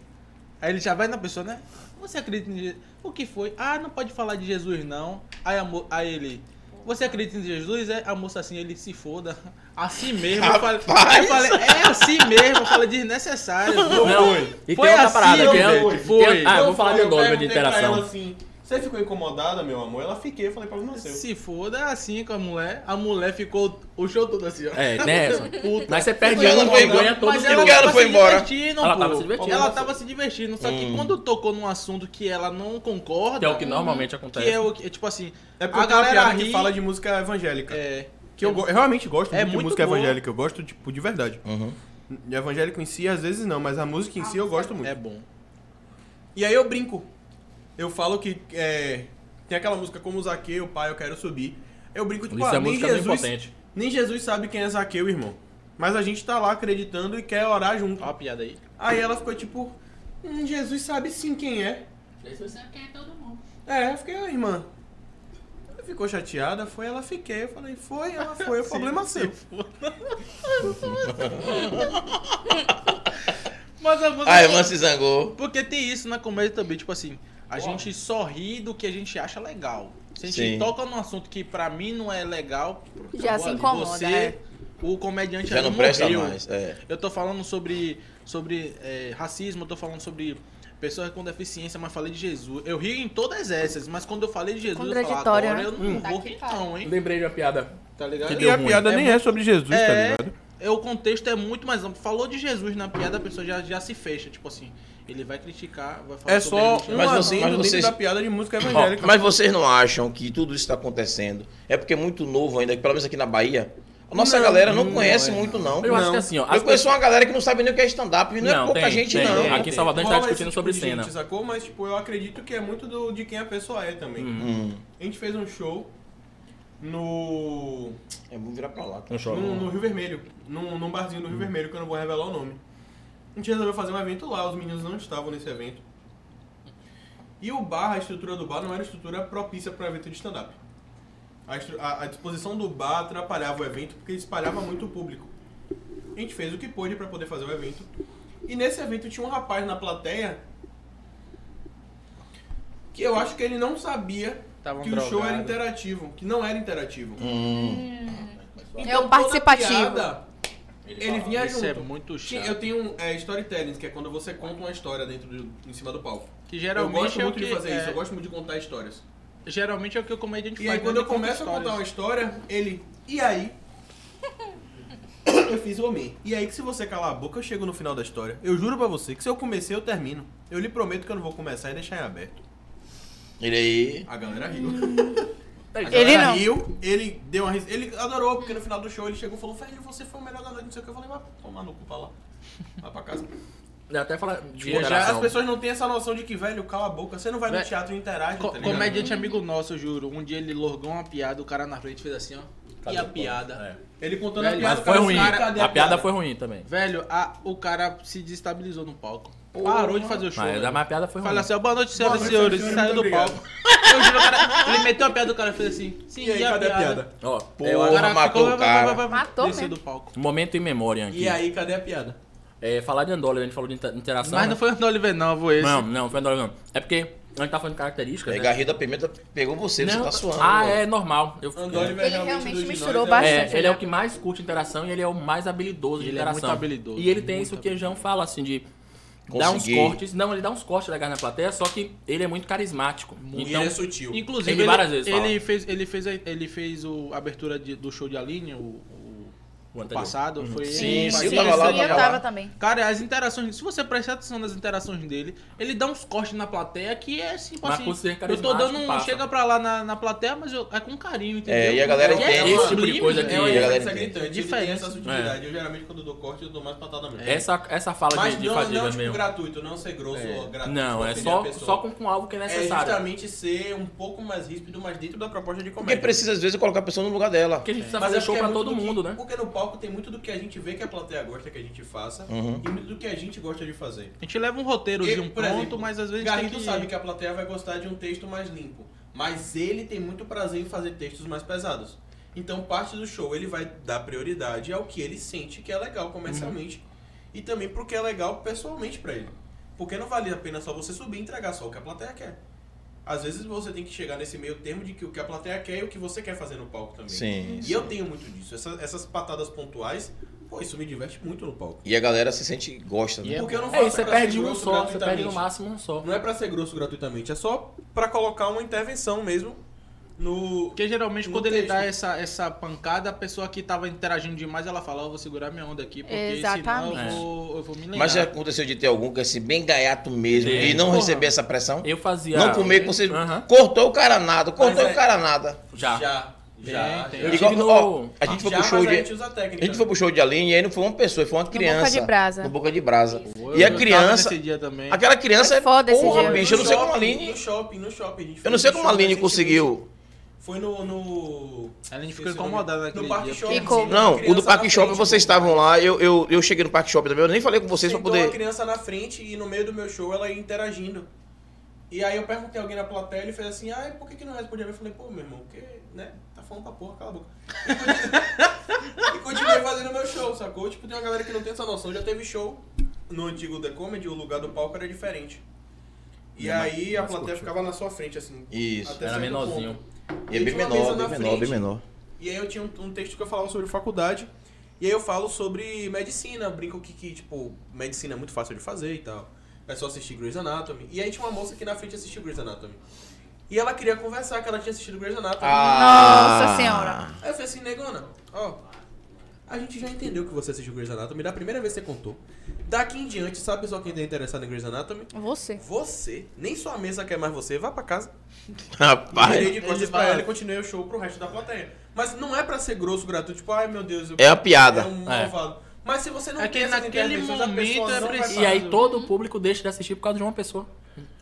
S7: Aí ele já vai na pessoa, né? Você acredita em Jesus? O que foi? Ah, não pode falar de Jesus, não. Aí, a mo- aí ele. Você acredita em Jesus? É, a moça assim, ele se foda. Assim mesmo. Eu falei, eu falei, é assim mesmo. Eu falei, desnecessário.
S4: Não, e
S7: Foi
S4: tem outra
S7: assim,
S4: parada. que é-
S7: foi,
S4: tem-
S7: foi.
S4: Ah, eu vou
S5: Não
S4: falar
S5: foi,
S4: de dogma de
S5: perguntei pra ela
S4: interação.
S5: assim, você ficou incomodada, meu amor? Ela fiquei, eu falei, problema seu.
S7: Se foda assim com a mulher, a mulher ficou o show todo assim, ó.
S4: É, tem essa.
S7: Puta.
S4: Mas você perde
S3: Ela
S4: uma
S3: não foi
S4: vergonha
S3: embora.
S4: todo
S7: Mas
S4: o
S3: E
S7: ela
S3: o cara
S7: tava
S3: foi
S7: se
S3: embora. Hum.
S7: divertindo,
S4: Ela
S7: pô.
S4: tava se divertindo.
S7: Ela tava se divertindo, só que quando tocou num assunto que ela não concorda,
S4: Que é o que normalmente acontece.
S7: que é o que, tipo assim,
S5: É porque
S7: a galera ri,
S5: que fala de música evangélica.
S7: é,
S5: Que eu, go- eu realmente gosto
S7: É
S5: muito de
S7: muito
S5: música
S7: boa.
S5: evangélica, eu gosto, tipo, de verdade.
S3: Uhum.
S5: De evangélico em si, às vezes não, mas a música em si eu gosto muito.
S7: é bom.
S5: Ah, E aí eu brinco. Eu falo que é, tem aquela música como Zaqueu, pai, eu quero subir. Eu brinco, tipo,
S4: Isso
S5: ah,
S4: é
S5: nem,
S4: música bem
S5: Jesus,
S4: potente.
S5: nem Jesus sabe quem é Zaqueu, irmão. Mas a gente tá lá acreditando e quer orar junto.
S7: Ó a piada aí.
S5: Aí ela ficou tipo, hum, Jesus sabe sim quem é. É, eu fiquei, ah, irmã. Ela Ficou chateada, foi, ela fiquei. Eu falei, foi, ela foi, o problema seu.
S7: Ah, é, Mas a música
S3: Ah, A irmã se zangou.
S7: Porque tem isso na comédia também, tipo assim, a gente só ri do que a gente acha legal. Se a gente
S3: Sim.
S7: toca num assunto que pra mim não é legal,
S1: Já
S7: acabou
S1: se
S7: ali.
S1: incomoda,
S7: Você,
S1: é.
S7: o comediante
S3: Já
S7: ali
S3: não presta
S7: morreu.
S3: mais. É.
S7: Eu tô falando sobre, sobre é, racismo, eu tô falando sobre pessoas com deficiência, mas falei de Jesus. Eu rio em todas essas, mas quando eu falei de Jesus, eu falo,
S1: Contraditório,
S7: agora
S1: né?
S7: eu não
S1: Tá
S7: vou
S1: que
S7: rir
S1: pariu.
S7: não, hein?
S4: Lembrei de uma piada
S7: Tá ligado?
S5: É
S4: deu ruim.
S5: nem é sobre Jesus, tá ligado?
S7: é, o contexto é muito mais amplo. Falou de Jesus na piada, a pessoa já, já se fecha, tipo assim. Ele vai criticar, vai falar
S5: É
S7: sobre
S5: só
S7: religião.
S3: Mas
S5: um mas
S3: você- mas
S5: dentro
S3: vocês-
S5: da piada de música
S3: Ó,
S5: evangélica.
S3: mas vocês não acham que tudo isso está acontecendo? É porque é muito novo ainda, pelo menos aqui na Bahia. A nossa
S5: Não,
S3: galera não,
S5: não
S3: conhece
S5: é,
S3: muito, não.
S4: Eu acho
S5: Não.
S4: que assim, ó.
S3: Eu
S4: as
S3: conheço uma galera que não sabe nem o que é stand-up, e não, é
S4: Não,
S3: pouca
S4: tem,
S3: gente,
S4: tem.
S3: não.
S4: Aqui em Salvador a gente tá
S5: Rola é esse
S4: discutindo sobre
S5: de
S4: cena.
S5: Gente, sacou? Mas, tipo, eu acredito que é muito do, de quem a pessoa é também.
S3: Hum,
S5: A gente fez um show no.
S3: é, vamos virar pra lá.
S4: Um show.
S5: num- no Rio Vermelho. Num, num barzinho no Rio Vermelho, que eu não vou revelar o nome. A gente resolveu fazer um evento lá, os meninos não estavam nesse evento. E o bar, a estrutura do bar, não era estrutura propícia para um evento de stand-up. A, estru- a- a disposição do bar atrapalhava o evento porque espalhava muito o público. A gente fez o que pôde para poder fazer o evento. E nesse evento tinha um rapaz na plateia que eu acho que ele não sabia
S7: Tava
S5: que o show era
S7: drogado.
S5: interativo, que não era interativo.
S3: Hum,
S1: É o participativo.
S5: Então toda piada, ele vinha
S7: Isso
S5: junto.
S7: é muito chato.
S5: Eu tenho é, storytelling, que é quando você conta uma história dentro do, em cima do palco.
S7: Que
S5: eu
S7: geralmente
S5: gosto
S7: é o
S5: muito
S7: que
S5: de fazer
S7: é,
S5: isso, eu gosto muito de contar histórias.
S7: Geralmente é o que o comediante
S5: E
S7: faz.
S5: aí
S7: né?
S5: quando eu um
S7: Ele conta
S5: começo a contar uma
S7: histórias.
S5: história, ele. E aí? eu fiz o homem. E aí que se você calar a boca, eu chego no final da história. Eu juro pra você que se eu comecei, eu termino. Eu lhe prometo que eu não vou começar e deixar em aberto.
S3: ele aí.
S5: A galera riu.
S1: Ele
S5: Ela
S1: não.
S5: riu, ele deu uma ris... Ele adorou, porque no final do show ele chegou e falou, velho, você foi o melhor da noite, não sei o que. Eu falei, vai tomar no cu pra lá. Vai pra casa.
S4: Eu até falar de
S5: Pô, já as
S4: interação.
S5: pessoas não têm essa noção de que, velho, cala a boca, você não vai no
S7: Vé-
S5: teatro e interage,
S7: Co-
S5: tá ligado?
S7: comediante amigo nosso, eu juro. Um dia ele lorgou uma piada, o cara na frente fez assim, ó.
S4: Cadê
S7: e a
S4: o pau?
S7: piada?
S4: É.
S5: Ele contando
S7: Velho,
S5: a
S4: Mas
S5: piada,
S4: foi
S5: cara,
S4: ruim.
S5: cara, cadê
S4: A piada foi ruim também.
S7: Velho, a- o cara se destabilizou no palco. Parou de fazer o show.
S4: Mas
S7: velho.
S4: a minha piada foi ruim.
S7: Fala assim, ó, boa noite, senhoras
S5: Boa
S7: e
S5: noite,
S7: senhores. Saiu
S5: senhores,
S7: do
S5: muito
S7: palco. Eu juro, o cara, ele meteu a piada, o cara fez assim. Sim,
S5: E aí, cadê a piada?
S4: Ó,
S3: Porra,
S7: O cara
S3: matou
S7: ficou-
S3: o cara.
S1: Matou
S7: Desceu
S1: mesmo.
S7: do palco.
S4: momento em memória aqui.
S5: E aí, cadê a piada?
S4: É, falar de Andola, a gente falou de inter- interação.
S7: Mas
S4: né?
S7: não foi o Antônio Oliveira, não, vou esse.
S4: Não, não, foi Andola não. É porque a gente tá falando de características.
S3: É,
S4: né?
S3: Garrido da Pimenta pegou você, você
S4: Não,
S3: tá suando.
S4: Ah,
S3: velho.
S4: é normal. Eu,
S5: Andoli vai
S1: Ele realmente
S5: dos
S1: misturou
S5: gigantes,
S4: É,
S1: bastante.
S4: ele é o
S1: né?
S4: que mais curte interação e ele é o mais habilidoso de
S7: Ele é
S4: interação.
S7: muito habilidoso,
S4: E ele tem
S7: muito
S4: isso que o Jean fala, assim, de dar uns
S3: Consegui.
S4: cortes. Não, ele dá uns cortes legais na plateia, só que ele é muito carismático. Então,
S5: ele é sutil.
S7: Inclusive,
S4: Ele
S7: ele,
S4: várias vezes
S7: ele
S4: fala.
S7: fez, ele fez, a, ele fez o, a abertura de- do show de Aline, o, o-
S4: o
S7: o
S4: anterior.
S7: passado. Foi ele
S3: Sim,
S7: que
S3: sim,
S7: fez.
S3: eu tava lá,
S1: E eu
S3: tava lá.
S1: tava também.
S7: Cara, as interações, se você prestar atenção nas interações dele, ele dá uns cortes na plateia que é assim,
S4: Mas por
S7: assim,
S4: ser
S7: eu tô
S4: carismático,
S7: dando um
S4: passa.
S7: chega pra lá na, na plateia, mas eu, é com carinho, entendeu?
S3: É, e a galera
S7: E é
S3: entende.
S7: um
S4: Esse tipo de
S7: livro,
S4: coisa
S7: né?
S4: que-
S5: É uma
S3: E a galera
S5: diferença
S3: entende.
S5: gritante, ele tem
S7: Diferente.
S5: essa sutilidade. Eu geralmente, quando dou corte, eu dou mais patada mesmo.
S4: É. Essa, essa fala
S5: é. Mas
S4: de, de
S5: não,
S4: fadiga
S5: não tipo,
S4: mesmo.
S5: gratuito, não ser grosso ou gratuito.
S4: Não,
S5: pra
S4: é
S5: ofender a
S4: só,
S5: pessoa.
S4: só com, com algo que é
S5: É
S4: necessário.
S5: justamente ser um pouco mais ríspido, mas dentro da proposta de
S3: Porque
S5: comédia.
S3: precisa, às vezes, colocar a pessoa no lugar dela.
S4: Porque a gente precisa
S5: Mas
S4: fazer
S5: acho
S4: show
S5: que é
S4: pra
S5: muito
S4: todo
S5: do que-
S4: mundo, né?
S5: Porque no palco tem muito do que a gente vê que a plateia gosta que a gente faça
S3: Uhum.
S5: e muito do que a gente gosta de fazer.
S7: A gente leva um roteiro de
S5: Eu,
S7: um
S5: por
S7: ponto,
S5: exemplo,
S7: mas às vezes a gente
S5: Garrido
S7: tem que...
S5: sabe que a plateia vai gostar de um texto mais limpo, mas ele tem muito prazer em fazer textos mais pesados. Então, parte do show ele vai dar prioridade ao que ele sente que é legal comercialmente e também pro que é legal pessoalmente pra ele. Porque não vale a pena só você subir e entregar só o que a plateia quer. Às vezes você tem que chegar nesse meio termo de que o que a plateia quer e o que você quer fazer no palco também.
S3: Sim.
S5: E eu tenho muito disso. Essa- essas patadas pontuais, pô, isso me diverte muito no palco.
S3: E a galera se sente, gosta, né?
S5: Porque eu não
S4: É, e
S5: faço
S4: você
S5: pra ser
S4: perde um
S5: grosso
S4: só, você perde no
S5: gratuitamente.
S4: máximo um só.
S5: Não é pra ser grosso gratuitamente, é só pra colocar uma intervenção mesmo no.
S7: Porque geralmente
S5: No
S7: quando ele
S5: texto.
S7: dá essa, essa pancada, a pessoa que tava interagindo demais, ela fala, ó, vou segurar minha onda aqui, porque senão
S1: Exatamente.
S7: eu vou, eu vou me lembrar.
S3: Mas já aconteceu de ter algum que é assim, bem gaiato mesmo,
S4: Tem.
S3: e não
S7: Porra.
S3: receber essa pressão?
S4: Eu fazia.
S3: Não comer, que você
S4: Aham.
S3: cortou o cara nada, cortou
S5: Mas é-
S3: o cara nada.
S4: Já.
S5: Já. Já.
S7: Tem,
S5: já.
S4: Eu
S5: Já,
S3: Igual,
S4: tive
S3: ó,
S4: no-
S3: a gente foi pro
S5: mas
S3: show
S5: a
S3: de...
S5: gente usa a técnica.
S3: A gente foi pro show de Aline e aí não foi uma pessoa, foi uma criança.
S1: Boca de Brasa.
S3: No Boca de Brasa.
S7: Eu-
S3: e a
S7: eu
S3: criança.
S7: tava nesse dia também.
S3: Aquela criança é.
S1: Foi foda esse
S3: Porra,
S1: dia.
S3: bicho, eu não sei como a
S5: shopping,
S3: Aline.
S5: No shopping, no shopping. a gente
S3: Eu
S5: foi
S3: não sei
S5: no
S3: como a
S5: show
S3: Aline
S5: recentemente.
S3: conseguiu.
S5: Foi no. no...
S7: A Aline ficou
S5: esqueci o nome.
S7: incomodada naquele
S5: No Parque
S7: dia.
S5: Shopping.
S1: Ficou.
S5: sim,
S3: Não, o
S5: uma
S3: do
S5: criança tipo,
S3: Parque
S5: na
S3: Shopping
S5: frente,
S3: vocês
S5: pô.
S3: estavam lá, eu, eu, eu cheguei no Parque Shopping também, eu nem falei com vocês pra
S5: Sentou a
S3: poder.
S5: criança na frente e no meio do meu show ela ia interagindo. E aí eu perguntei a alguém na plateia, ele fez assim, ah, por que, que não respondia? Eu falei, pô, meu irmão, porque, né, tá falando pra porra, cala a boca. E continuei- E continuei fazendo meu show, sacou? Tipo, tem uma galera que não tem essa noção, já teve show no antigo The Comedy, o lugar do palco era diferente. E
S4: Não, mas-
S5: aí a
S4: mas
S5: plateia
S4: curtiu.
S5: ficava na sua frente, assim.
S3: Isso,
S5: até
S4: Era
S5: certo
S4: menorzinho.
S5: ponto.
S3: E é bem
S5: tinha uma
S3: menor,
S5: mesa
S3: bem menor,
S5: na
S3: bem
S5: frente.
S3: menor.
S5: E aí eu tinha um, um texto que eu falava sobre faculdade. E aí eu falo sobre medicina, brinco que, que, tipo, medicina é muito fácil de fazer e tal. É só assistir Grey's Anatomy. E aí tinha uma moça aqui na frente assistiu Grey's Anatomy. E ela queria
S3: Ah.
S5: conversar, que ela tinha assistido Grey's Anatomy.
S1: Nossa senhora.
S5: Aí eu falei assim, negona, ó. A gente já entendeu que você assistiu Grey's Anatomy da primeira vez que você contou. Daqui em diante, sabe só quem tá interessado em Grey's Anatomy?
S1: Você.
S5: Você. Nem sua mesa quer mais você. Vá pra casa. Virei
S3: Rapaz,
S5: de costas
S7: Ele
S5: pra
S7: vai.
S5: ela e continuei o show pro resto da plateia. Mas não é pra ser grosso, gratuito, tipo, ai meu Deus, eu
S3: é a piada.
S5: é um
S4: É.
S5: malvado. Mas se você não
S7: É que naquele
S5: intervenções, a
S7: momento
S5: pessoa
S7: é
S5: não vai
S7: preciso.
S4: E aí todo o público deixa de assistir por causa de uma pessoa.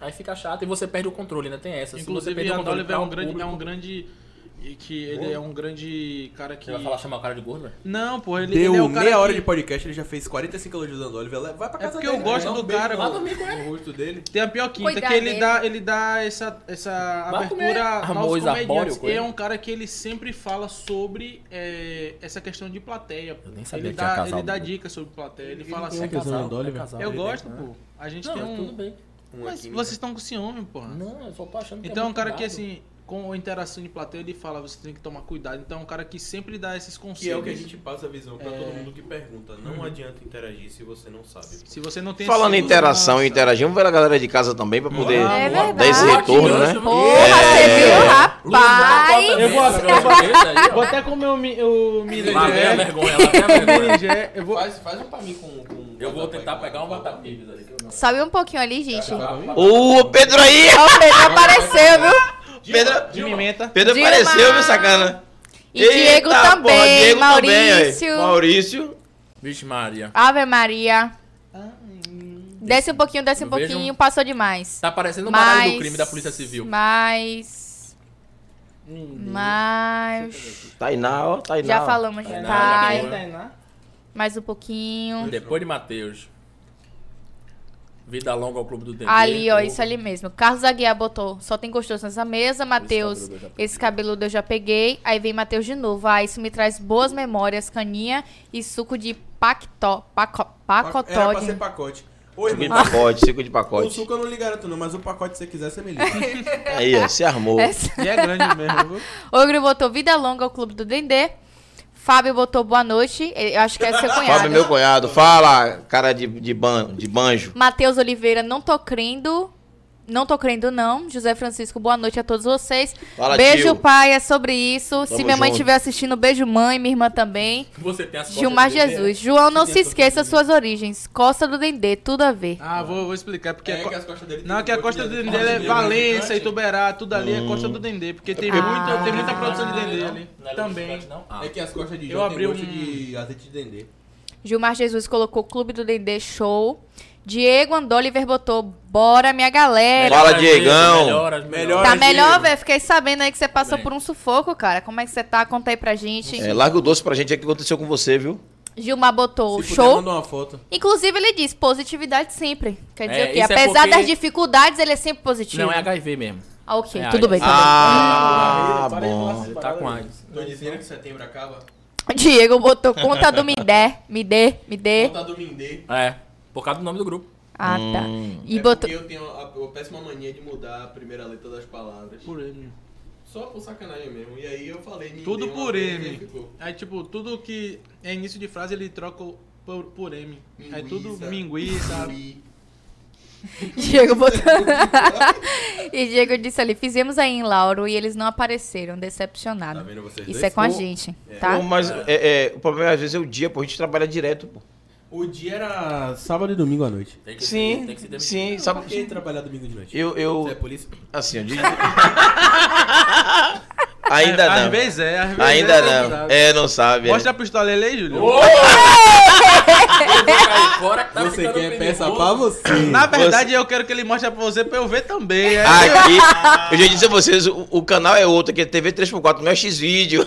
S4: Aí fica chato e você perde o controle, né? Tem essa. se você
S7: Inclusive,
S4: perde o
S7: Ian
S4: controle
S7: Oliver é
S4: pra
S7: um grande. É um
S4: público-
S7: grande e que ele é um grande cara que.
S4: Você vai falar chamar o cara de gordo, velho?
S7: Não, pô, ele,
S5: Deu
S7: ele é o cara.
S5: meia
S7: que-
S5: hora de podcast, ele já fez 45 elogios dando Oliver. Vai pra casa
S7: É porque
S5: dele,
S7: eu gosto
S5: dá um
S7: do
S5: beijo
S7: cara,
S5: no-
S7: pô.
S5: no rosto dele.
S7: Tem a pior quinta,
S1: Cuidar
S7: que ele
S1: dele.
S7: dá, ele dá essa, essa
S4: Vai comer
S7: abertura aos
S4: arroz, arbóreo,
S7: comediantes. E
S4: coisa.
S7: é um cara que ele sempre fala sobre é, essa questão de plateia. pô.
S4: Eu nem sabia
S7: ele
S4: que tinha né?
S7: dá,
S4: casal
S7: ele
S4: no
S7: dá
S4: grupo.
S7: dicas sobre plateia. Ele fala
S5: tem
S7: assim.
S5: um
S1: é
S5: casal, do Oliver?
S7: Eu gosto,
S5: né?"
S7: pô. A gente
S4: Não,
S7: tem
S4: mas tudo
S7: um.
S4: bem. né?
S7: Mas vocês estão com ciúme, porra.
S4: Não, eu só tô achando que
S7: Então é um
S4: muito
S7: cara que,
S4: gato.
S7: assim, com a interação de plateia, ele fala, você tem que tomar cuidado. Então é um cara que sempre dá esses conselhos.
S5: Que é o que a gente passa a visão pra
S7: É.
S5: todo mundo que pergunta.
S7: Uhum.
S5: Não adianta interagir se você não sabe.
S7: Se você não tem
S3: Falando em
S7: ciúme,
S3: interação
S7: nossa.
S3: e interagir, vamos ver a galera de casa também pra poder
S1: É
S3: dar esse
S1: verdade.
S3: retorno, né?
S1: Porra, você viu, rapaz?
S4: Eu vou eu
S7: Vou até comer o, mi, o milho
S4: Lá vem a
S7: de-
S4: vergonha, lá vem a vergonha.
S7: milho de- é, Eu vou
S5: Faz, faz um pra mim com. com
S4: Eu vou tentar pegar um batatinho ali. que eu não-
S1: Sobe um pouquinho ali, gente. Ó,
S3: Ô, Pedro aí!
S1: O Pedro apareceu, viu?
S3: Pedro,
S7: de pimenta.
S3: Pedro
S1: Dilma.
S3: apareceu, viu, sacana?
S1: E Diego
S3: Eita,
S1: também,
S3: porra, Diego também, aí.
S1: Maurício.
S3: Maurício.
S4: Vixe Maria.
S1: Ave Maria. Desce um pouquinho, desce um
S4: Eu vejo-
S1: pouquinho. Passou demais.
S4: Tá parecendo o baralho
S1: Mais.
S4: do crime da Polícia Civil.
S1: Mais. Mais.
S3: Tainá, ó, Tainá.
S1: Já
S3: ó.
S1: falamos de
S4: Tainá,
S1: pai.
S4: Tainá.
S1: Mais um pouquinho.
S4: Depois de Matheus. Vida longa ao Clube do Dendê.
S1: Ali, ó,
S4: Porra.
S1: isso ali mesmo. Carlos Aguiar botou. Só tem gostoso nessa mesa. Matheus,
S4: cabeludo eu já peguei.
S1: esse cabeludo eu já peguei. Aí vem Matheus de novo. Ah, isso me traz boas memórias. Caninha e suco de pactó. Paco, pacotó.
S5: Era pra
S1: de-
S5: ser pacote. Ô,
S3: Suco de
S5: irmão.
S3: pacote, suco de
S5: O
S3: pacote.
S5: suco eu não lhe garanto, não, mas o pacote, se você quiser, você me liga.
S4: é
S3: Aí, ó, se armou.
S1: Essa-
S7: E é grande mesmo, viu?
S1: Ogro botou vida longa ao Clube do Dendê. Fábio botou boa noite. Eu acho que é seu cunhado.
S3: Fábio é meu cunhado. Fala, cara de, de, ban, de banjo.
S1: Matheus Oliveira, não tô crendo. Não tô crendo, não. José Francisco, boa noite a todos vocês.
S3: Fala,
S1: beijo,
S3: tio.
S1: pai, é sobre isso. Se
S3: Tamo
S1: minha mãe
S3: junto.
S1: estiver assistindo, beijo, mãe, minha irmã também.
S4: Você tem as
S1: Gilmar
S4: costas do Dendê?
S1: Jesus. João, não se esqueça suas origens. Costa do Dendê, tudo a ver.
S7: Ah, vou, vou explicar, porque... a co-
S5: É costas dele.
S7: Não, que a costa do Dendê é
S5: dele
S7: Valença, Ituberá, tudo ali
S3: Hum.
S7: é costa do Dendê, porque tem,
S1: porque-
S3: Ah,
S7: muita, tem muita
S4: é
S7: produção de Dendê ali.
S4: Não é
S7: Ah, Também.
S4: Não? Ah,
S5: É que as costas de
S7: Eu
S5: João
S7: abri
S5: tem gosto
S7: um-
S5: de azeite de dendê.
S1: Gilmar Jesus colocou Clube do Dendê Show. Diego Andoliver botou Bora, minha galera.
S3: Fala,
S4: Melhoras,
S3: Diegão.
S4: Melhoras, melhoras.
S1: Tá
S5: Bora,
S1: melhor,
S5: Diego.
S1: velho? Fiquei sabendo aí que você passou
S4: Bem.
S1: por um sufoco, cara. Como é que você tá? Conta aí pra gente.
S3: É, larga o doce pra gente, é o que aconteceu com você, viu?
S1: Gilmar botou
S5: Se puder,
S1: show.
S5: manda uma foto.
S1: Inclusive, ele diz positividade sempre. Quer dizer
S4: É,
S1: o quê?
S4: isso é
S1: Apesar
S4: porque-
S1: das dificuldades, ele é sempre positivo.
S4: Não, é HIV mesmo.
S1: Ah, ok.
S4: É,
S1: Tudo
S4: é.
S1: bem. Tá
S3: Ah, bom.
S4: Ele tá com AIDS.
S5: Tô dizendo que setembro acaba.
S1: bem. Diego botou conta do Mindé. Me dê, me dê.
S5: Conta do Mindê.
S4: É, por causa do nome do grupo.
S1: Ah, tá. E
S4: Hum.
S5: é
S1: botou.
S5: porque eu tenho a, a péssima mania de mudar a primeira letra das palavras.
S7: Por ele.
S5: Só por sacanagem mesmo. E aí eu falei Mindê.
S7: Tudo
S5: uma
S7: por
S5: vez e
S7: M.
S5: ficou.
S7: Aí, tipo, tudo que é início de frase, ele troca o por, por M. Aí É tudo
S5: Minguiça.
S7: minguiça.
S5: Mi.
S1: Diego botou. e Diego disse ali: fizemos aí em Lauro e eles não apareceram. Decepcionado.
S5: Tá vendo vocês
S1: Isso
S5: dois?
S1: é com a
S3: Pô.
S1: gente, tá?
S3: Pô, mas é, é, o problema às vezes é o dia, pô. A gente trabalha direto, pô.
S5: O dia era sábado e domingo à noite.
S4: Tem que se-
S3: Sim,
S4: tem que se demitir.
S3: sim.
S5: Sabe
S3: Sabe
S5: por que trabalhar domingo de noite?
S3: Eu,
S5: Você é
S3: eu,
S5: polícia?
S3: assim, eu digo... Ainda
S7: às
S3: não.
S7: vezes é, às vezes
S3: Ainda
S7: é,
S3: não.
S7: sabe?
S3: É, não sabe. é.
S7: Mostra a pistola ele aí, Júlio.
S4: Aí fora que tá
S5: Você
S4: ficando
S5: quer
S4: perigoso.
S5: peça pra você. Ah,
S7: Na verdade, eu quero que ele mostre pra você pra eu ver também. É.
S3: Aqui, eu já disse a vocês, o, o canal é outro, que é TV 3x4, não é X-Vídeo.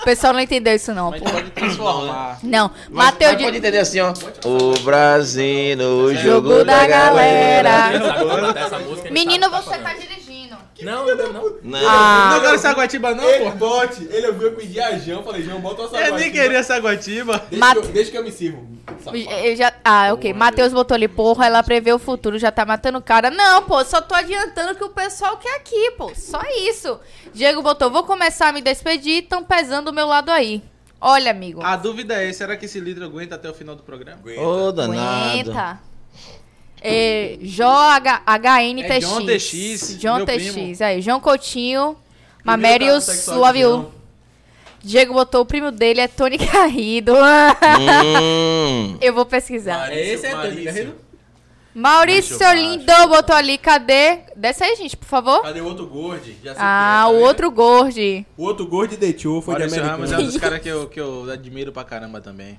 S1: O pessoal não entendeu isso, não. pô.
S7: Pode transformar.
S1: Não.
S3: Mas-
S1: Matheus
S3: mas pode
S1: de.
S3: entender assim, ó. O Brasil no jogo,
S1: Jogo
S3: da,
S1: da
S3: galera.
S4: Ele
S1: galera.
S4: sabe cantar tá essa música, ele
S1: Menino,
S4: sabe
S1: você tá
S4: falando.
S1: dirigindo.
S4: Não, não, não.
S3: Não.
S7: Não
S1: Ah,
S7: quero Saguatiba, não,
S5: Ele
S7: pô.
S5: bote, ele ouviu eu pedir a Jean, falei, Jean, bota uma
S7: Eu
S5: saguatinha.
S7: nem queria Saguatiba.
S5: Deixa, que
S1: Mate-
S5: eu, deixa que eu me sirvo. safado.
S1: Eu já... Ah, ok. Matheus botou ali, porra, ela prevê o futuro, já tá matando o cara. Não, pô, só tô adiantando que o pessoal quer aqui, pô. Só isso. Diego botou, vou começar a me despedir, tão pesando o meu lado aí. Olha, amigo.
S7: A dúvida é, será que esse líder aguenta até o final do programa?
S3: Ô, danado.
S1: Aguenta. É, JHNTX.
S7: É John TX,
S1: John
S7: meu
S1: TX.
S7: primo.
S1: Aí, João Coutinho.
S5: Primeiro cara
S1: Mamerius
S5: sexual que
S1: Love You.
S5: Jean-
S1: Diego botou o primo dele, é Tony Garrido.
S3: Hum.
S1: Eu vou
S5: Ah,
S1: pesquisar.
S4: É esse é
S5: Maurício.
S4: Tony Garrido?
S1: Maurício
S5: Baixo,
S1: Lindo botou ali, cadê? Desce aí, gente, por favor.
S5: Cadê o outro Gordy? Já sei
S1: Ah,
S5: quem é, tá
S1: o
S5: vendo?
S1: outro Gordy.
S5: O outro Gordy The Two foi
S7: Maurício
S5: de
S7: Ramos é um
S5: americano.
S7: dos caras que eu, que eu admiro pra caramba também.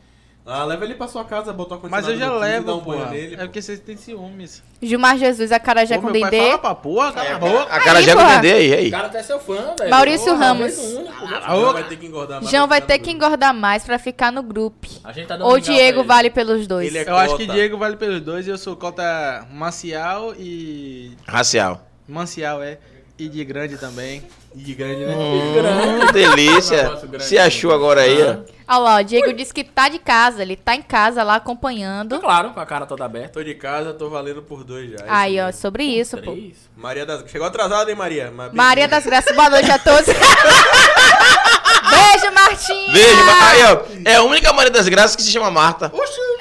S5: Ah, leva ele pra sua casa, botar o
S7: Mas eu já
S5: dá
S7: levo,
S5: um
S7: pô.
S5: banho nele.
S7: É porque vocês têm ciúmes.
S1: Gilmar Jesus, a cara já
S7: Pô,
S1: com
S7: meu pai
S1: Dendê.
S7: fala pra porra,
S5: É,
S7: cala a boca.
S3: A cara
S1: Aí,
S3: já
S1: porra.
S3: com aí,
S4: O
S3: aí.
S4: cara tá seu fã, velho.
S1: Maurício
S4: Porra, um, né?
S1: Ramos.
S4: vez única, pô.
S7: Ah,
S5: João Ah, vai ter que engordar mais.
S1: João vai
S7: tá
S1: ter que engordar mais pra ficar no grupo.
S4: A gente tá dando
S1: Ou
S4: moral pra
S1: Diego
S4: ele.
S1: vale pelos dois.
S5: Ele é
S7: Eu acho que
S5: cota.
S7: Diego vale pelos dois e eu sou cota marcial e.
S3: Racial.
S7: Mancial, é. E de grande também.
S5: E de grande, né?
S3: Hum,
S4: Negócio
S3: delícia.
S4: grande.
S3: Se achou agora aí, ó.
S1: Olha lá, o Diego disse que tá de casa, ele tá em casa lá acompanhando.
S4: Claro, com a cara toda aberta.
S5: Tô de casa, tô valendo por dois já.
S1: Aí, ó, sobre isso, pô.
S4: Três.
S5: Maria das... Chegou atrasada, hein, Maria? Mas-
S1: Maria das Graças, boa noite a todos. Beijo, Martinha!
S3: Beijo, ma- aí, ó. É a única Maria das Graças que se chama Marta.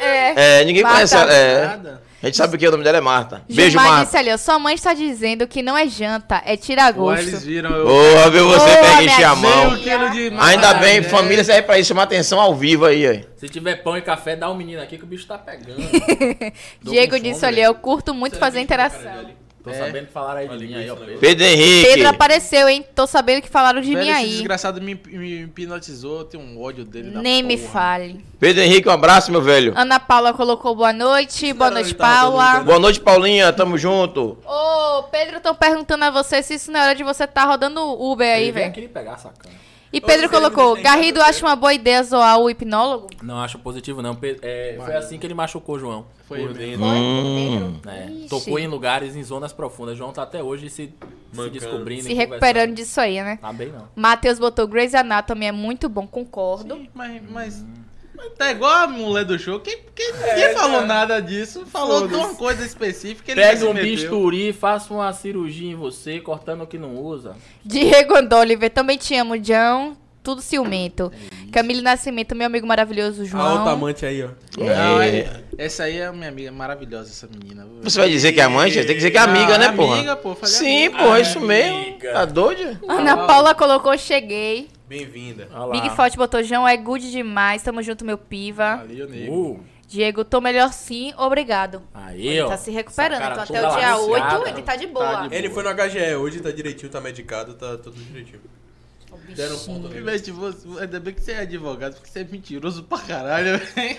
S1: É.
S3: É, ninguém
S1: Marta.
S3: conhece ela. É,
S7: Nada.
S3: a gente sabe que o nome dela é Marta. Beijo,
S1: Gilmar
S3: Marta.
S1: disse ali, ó, sua mãe está dizendo que não é janta, é tira
S7: Pô, eles
S1: gosto.
S7: viram eu.
S3: Porra, viu
S1: Ô,
S3: você pega
S1: minha
S3: encher a
S1: gente.
S3: mão.
S7: Meio quilo de
S3: Ainda
S7: macarrão,
S3: bem,
S7: né?
S3: família serve pra isso, chamar atenção ao vivo aí, aí.
S4: Se tiver pão e café, dá um menino aqui que o bicho tá pegando. Tô
S1: Diego
S4: com
S1: disse
S4: fome,
S1: ali, eu curto muito fazer interação.
S7: É.
S4: Tô sabendo que falaram aí de mim aí, ó.
S7: né,
S4: Pedro.
S3: Pedro Henrique.
S1: Pedro apareceu, hein? Tô sabendo que falaram de
S7: Velho,
S1: mim
S7: Esse
S1: aí.
S7: desgraçado me, me hipnotizou, eu tenho um ódio dele da
S1: Nem me
S7: porra.
S1: fale.
S3: Pedro Henrique, um abraço, meu velho.
S1: Ana Paula colocou boa noite, boa
S5: era
S1: noite,
S5: onde tava todo
S1: Paula.
S5: mundo
S3: Boa noite, Paulinha. Tamo junto.
S1: Ô, Pedro, estão perguntando a você se isso não é hora de você estar rodando Uber aí,
S4: Ele vem
S1: velho.
S4: aqui lhe pegar essa cana.
S1: E Pedro colocou, Garrido acha uma boa ideia zoar o hipnólogo?
S4: Não acho positivo, não. Pe- é, foi assim que ele machucou o João.
S7: Foi ele mesmo.
S3: Hum.
S4: né?
S1: Ixi.
S4: Tocou em lugares, em zonas profundas. João tá até hoje se, se descobrindo.
S1: Se
S4: e
S1: recuperando
S4: né, conversando.
S1: disso aí, né?
S4: Tá bem, não.
S1: Matheus botou Grey's Anatomy, é muito bom, concordo.
S7: Sim, Mas, mas,
S6: Hum.
S7: mas tá igual a mulher do show, que, que
S6: É,
S7: ninguém falou nada disso, falou de uma coisa específica. Ele
S4: Pega um
S7: meteu.
S4: bisturi, faça uma cirurgia em você, cortando o que não usa.
S1: Diego Andoliver, também te amo, João. Tudo ciumento. Camille Nascimento, meu amigo maravilhoso,
S5: A
S1: João.
S5: alta amante aí, ó.
S7: Não,
S3: É.
S7: é- Essa aí é minha amiga, maravilhosa essa menina.
S3: Você vai dizer que é amante? Tem que dizer que é amiga,
S7: Ah,
S3: né, porra?
S7: amiga, pô, falei
S3: Sim,
S7: amiga.
S3: porra, é isso mesmo.
S4: Amiga.
S3: Tá doido?
S1: Ana Paula colocou, cheguei.
S5: Bem-vinda.
S4: Olha lá.
S1: Big Forte botou, João é good demais, tamo junto, meu
S6: Ah,
S1: piva.
S7: Ali, o Ah, nego.
S4: Uh,
S1: Diego, tô melhor sim, obrigado.
S4: aí,
S1: Ele
S4: ó.
S1: tá se recuperando,
S4: Essa
S1: então
S4: cara
S1: até
S4: toda
S1: o dia
S4: lasciada.
S1: 8 ele tá de boa.
S7: de
S5: Ele foi no HGE hoje, tá direitinho, tá medicado, tá tudo direitinho.
S1: O bichinho.
S5: Deram ponto
S7: um Em
S5: nele.
S7: vez de você- Ainda bem que você é advogado, porque você é mentiroso pra caralho. velho.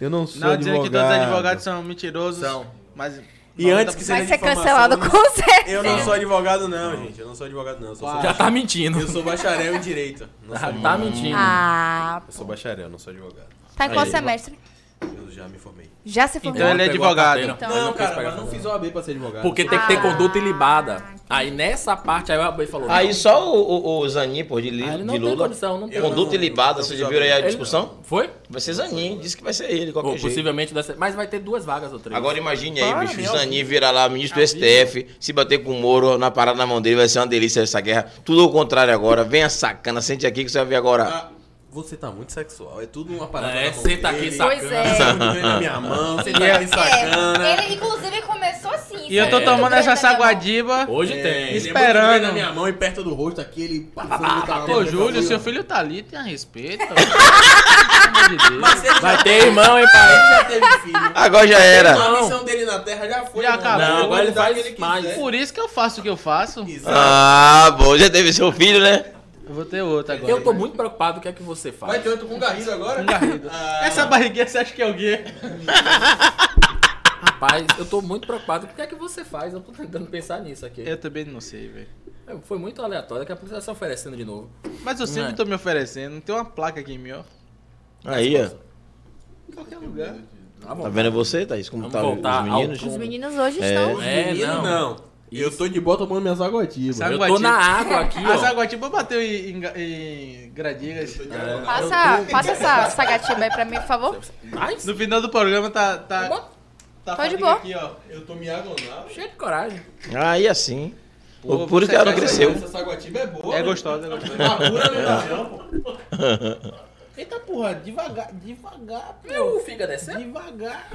S6: Eu não sou
S7: Não, dizendo
S6: advogado.
S7: que todos os advogados são mentirosos.
S4: São.
S7: Mas.
S5: E antes que
S1: Vai
S5: seja
S1: ser
S5: difamação,
S1: cancelado
S5: eu-
S1: com certeza.
S5: Eu não sou advogado não, gente. Eu não sou advogado não. Eu sou,
S4: Já tá mentindo.
S5: eu sou bacharel em direito. Não sou
S4: Tá
S7: um
S4: mentindo.
S1: Ah,
S5: Eu sou bacharel, não sou advogado.
S1: tá em qual
S3: Aí.
S1: semestre?
S5: Eu já me formei.
S1: Já se formou?
S7: Então ele é
S4: Pegou a
S7: advogado.
S4: carteira.
S1: Então.
S4: Ele
S5: Não,
S4: quis
S5: cara,
S4: pegar
S5: mas
S4: a
S5: não
S4: carteira.
S5: fiz OAB pra ser advogado.
S4: Porque tem que
S1: Ah.
S4: ter conduta ilibada. Aí nessa parte, aí o Abel falou.
S3: Aí só o, o, o Zanin, pô, de, Li-
S4: Ah, ele não
S3: de
S4: tem
S3: Lula.
S4: condição, não tem.
S3: Conduta
S5: não-
S3: ilibada,
S5: não
S3: vocês
S5: fiz
S3: já viram aí a
S4: Ele-
S3: discussão?
S4: Foi?
S3: Vai ser Zanin, disse que vai ser ele, qualquer
S4: Ou
S3: jeito.
S4: possivelmente dessa. Mas vai ter duas vagas ou três.
S3: Agora imagine aí, bicho, o Zanin virar lá ministro do STF, se bater com o Moro na parada na mão dele, vai ser uma delícia essa guerra. Tudo ao contrário agora, vem a sacana, sente aqui que você vai ver agora.
S5: Ah, Você tá muito sexual, é tudo uma parada
S4: É,
S5: na mão
S4: senta aqui,
S5: dele.
S4: sacana.
S1: Pois é.
S5: Tá muito bem na minha mão, senta aqui, sacana.
S1: É, ele inclusive começou assim.
S7: E eu tô
S1: sabe?
S7: tomando
S1: Muito
S7: essa
S1: grande,
S7: saguadiba.
S4: Hoje
S5: É,
S4: tem.
S5: ele é muito
S7: Esperando.
S5: bem na minha mão e perto do rosto aqui, ele passando
S4: Ah,
S5: no carro.
S7: Pô, Júlio, seu filho tá ali, tenha respeito. Pelo amor de Deus.
S5: é um
S4: Vai ter irmão, hein, pai?
S5: já teve filho.
S3: Agora já era.
S5: A missão dele na Terra já foi.
S7: Já
S5: irmão.
S7: acabou.
S4: Não, agora ele
S5: dá o que
S4: faz
S5: quiser.
S4: mais.
S7: Por isso que eu faço o que eu faço.
S5: Exato.
S3: Ah, bom, já teve seu filho, né?
S7: Eu vou ter outro agora. né? Um
S4: Eu tô muito preocupado com o que é que você faz.
S5: Vai ter outro com Garrido agora? Ah,
S7: Essa barriguinha você acha que é o quê?
S4: Rapaz, eu tô muito preocupado com o que é que você faz. Eu tô tentando pensar nisso aqui.
S7: Eu também não sei, velho.
S4: Foi muito aleatório. Daqui a pouco você tá se oferecendo de novo.
S7: Mas eu sempre
S4: É.
S7: tô me oferecendo. Tem uma placa aqui em mim, ó.
S3: Aí, ó.
S7: Em qualquer lugar.
S4: Tá bom.
S3: Tá vendo você, Thaís? Como
S4: Vamos
S3: tá o-
S4: voltar
S3: os
S4: ao
S3: meninos?
S1: Os meninos hoje estão.
S4: É,
S5: menino,
S4: não.
S5: não. Eu tô de boa tomando minhas aguatibas.
S7: Sabe-
S4: Eu tô na água aqui,
S7: A
S4: ó.
S7: Zaguatiba bateu em, em, Ga- em Gradigas.
S1: Passa, passa essa sagatiba aí pra mim, por favor.
S4: Mas,
S7: No final do programa tá. tá,
S4: bom,
S7: tá
S1: Tô de
S7: a barriga
S1: boa.
S7: Aqui, ó.
S5: Eu tô me agonado.
S4: cheio um de coragem.
S3: Aí assim.
S7: Pô,
S3: Por isso que
S7: você
S3: ela não
S7: faz
S3: cresceu.
S5: Essa aguatiba é boa.
S7: Tá, É
S5: né?
S7: gostosa, é gostosa.
S5: Pura não dá, não, pô.
S7: Eita porra, devagar, devagar,
S4: Meu figa descendo.
S7: devagar.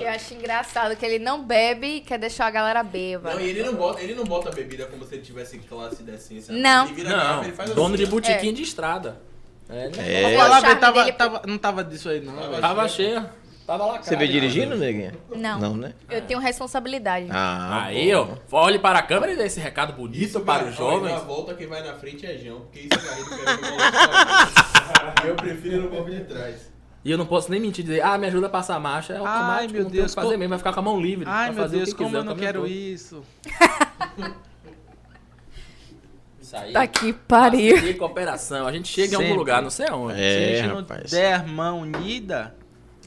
S1: Eu acho engraçado que ele não bebe e quer deixar a galera beba.
S5: Não, e ele não bota, ele não bota a bebida como se ele tivesse classe e decência.
S1: Não.
S5: Ele vira garrafa, ele faz
S4: Não,
S5: assim,
S4: dono de
S5: ó.
S1: É.
S4: botequim de estrada. É, né?
S3: É.
S1: o
S7: Palavra,
S1: charme
S7: tava,
S1: dele-
S7: tava- não tava disso aí, não. eu acho.
S4: Tava cheia. Tava lá.
S3: Você veio dirigindo, neguinha?
S1: Não.
S3: Não, né?
S1: Eu tenho responsabilidade.
S3: Ah,
S4: Aí, ó. Olhe para a câmera e dê esse recado bonito para os jovens.
S6: volta, quem vai na frente é João, porque isso é Eu prefiro no banco de trás.
S4: E eu não posso nem mentir dizer, ah, me ajuda a passar a marcha. É automático,
S7: meu
S4: não tem o
S7: Deus,
S4: que fazer
S7: co-
S4: mesmo, vai ficar com a mão livre.
S7: Ai,
S4: vai
S7: meu
S4: fazer o
S7: Deus,
S4: que
S7: como
S4: quiser,
S7: eu não quero isso.
S4: Sair.
S1: Tá que pariu.
S4: é cooperação. A gente chega em
S7: Sempre.
S4: algum lugar, não sei aonde.
S7: Se a
S3: É,
S7: gente não
S3: rapaz.
S7: der mão unida,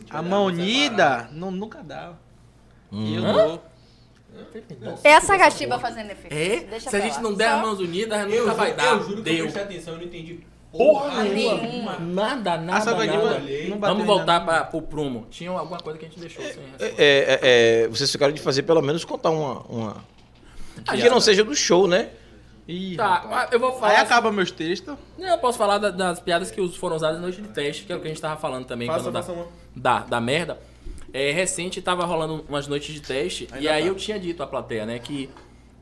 S7: a mão unida não, nunca dá.
S4: Hum.
S7: E eu dou.
S1: É a Sagatiba fazendo efeito.
S4: É?
S1: Deixa
S4: Se a
S1: pra
S4: gente
S1: lá.
S4: não der
S1: Só-
S4: as mãos unidas, nunca vai dar. Deu.
S6: atenção, eu não entendi
S4: Porra nenhuma.
S1: nenhuma.
S4: Nada,
S7: A
S4: nada,
S7: Sagadiba
S4: nada.
S7: não bateu
S4: Vamos
S7: ainda,
S4: voltar
S7: não.
S4: pra, pro prumo. Tinha alguma coisa que a gente deixou sem resposta.
S3: É, é, é, vocês ficaram de fazer pelo menos contar uma. uma... Ah, Que não seja do show, né?
S7: Ih,
S4: Tá, ah,
S7: rapaz.
S4: eu vou
S7: Aí
S4: falar.
S7: acaba meus textos.
S4: Não, eu posso falar da- das piadas que os- foram usadas na noite de teste, que é o que a gente tava falando também.
S5: Faça,
S4: quando dá-
S5: faça uma.
S4: da, da merda, é, recente tava rolando umas noites de teste e
S7: tá.
S4: aí eu tinha dito à plateia, né, que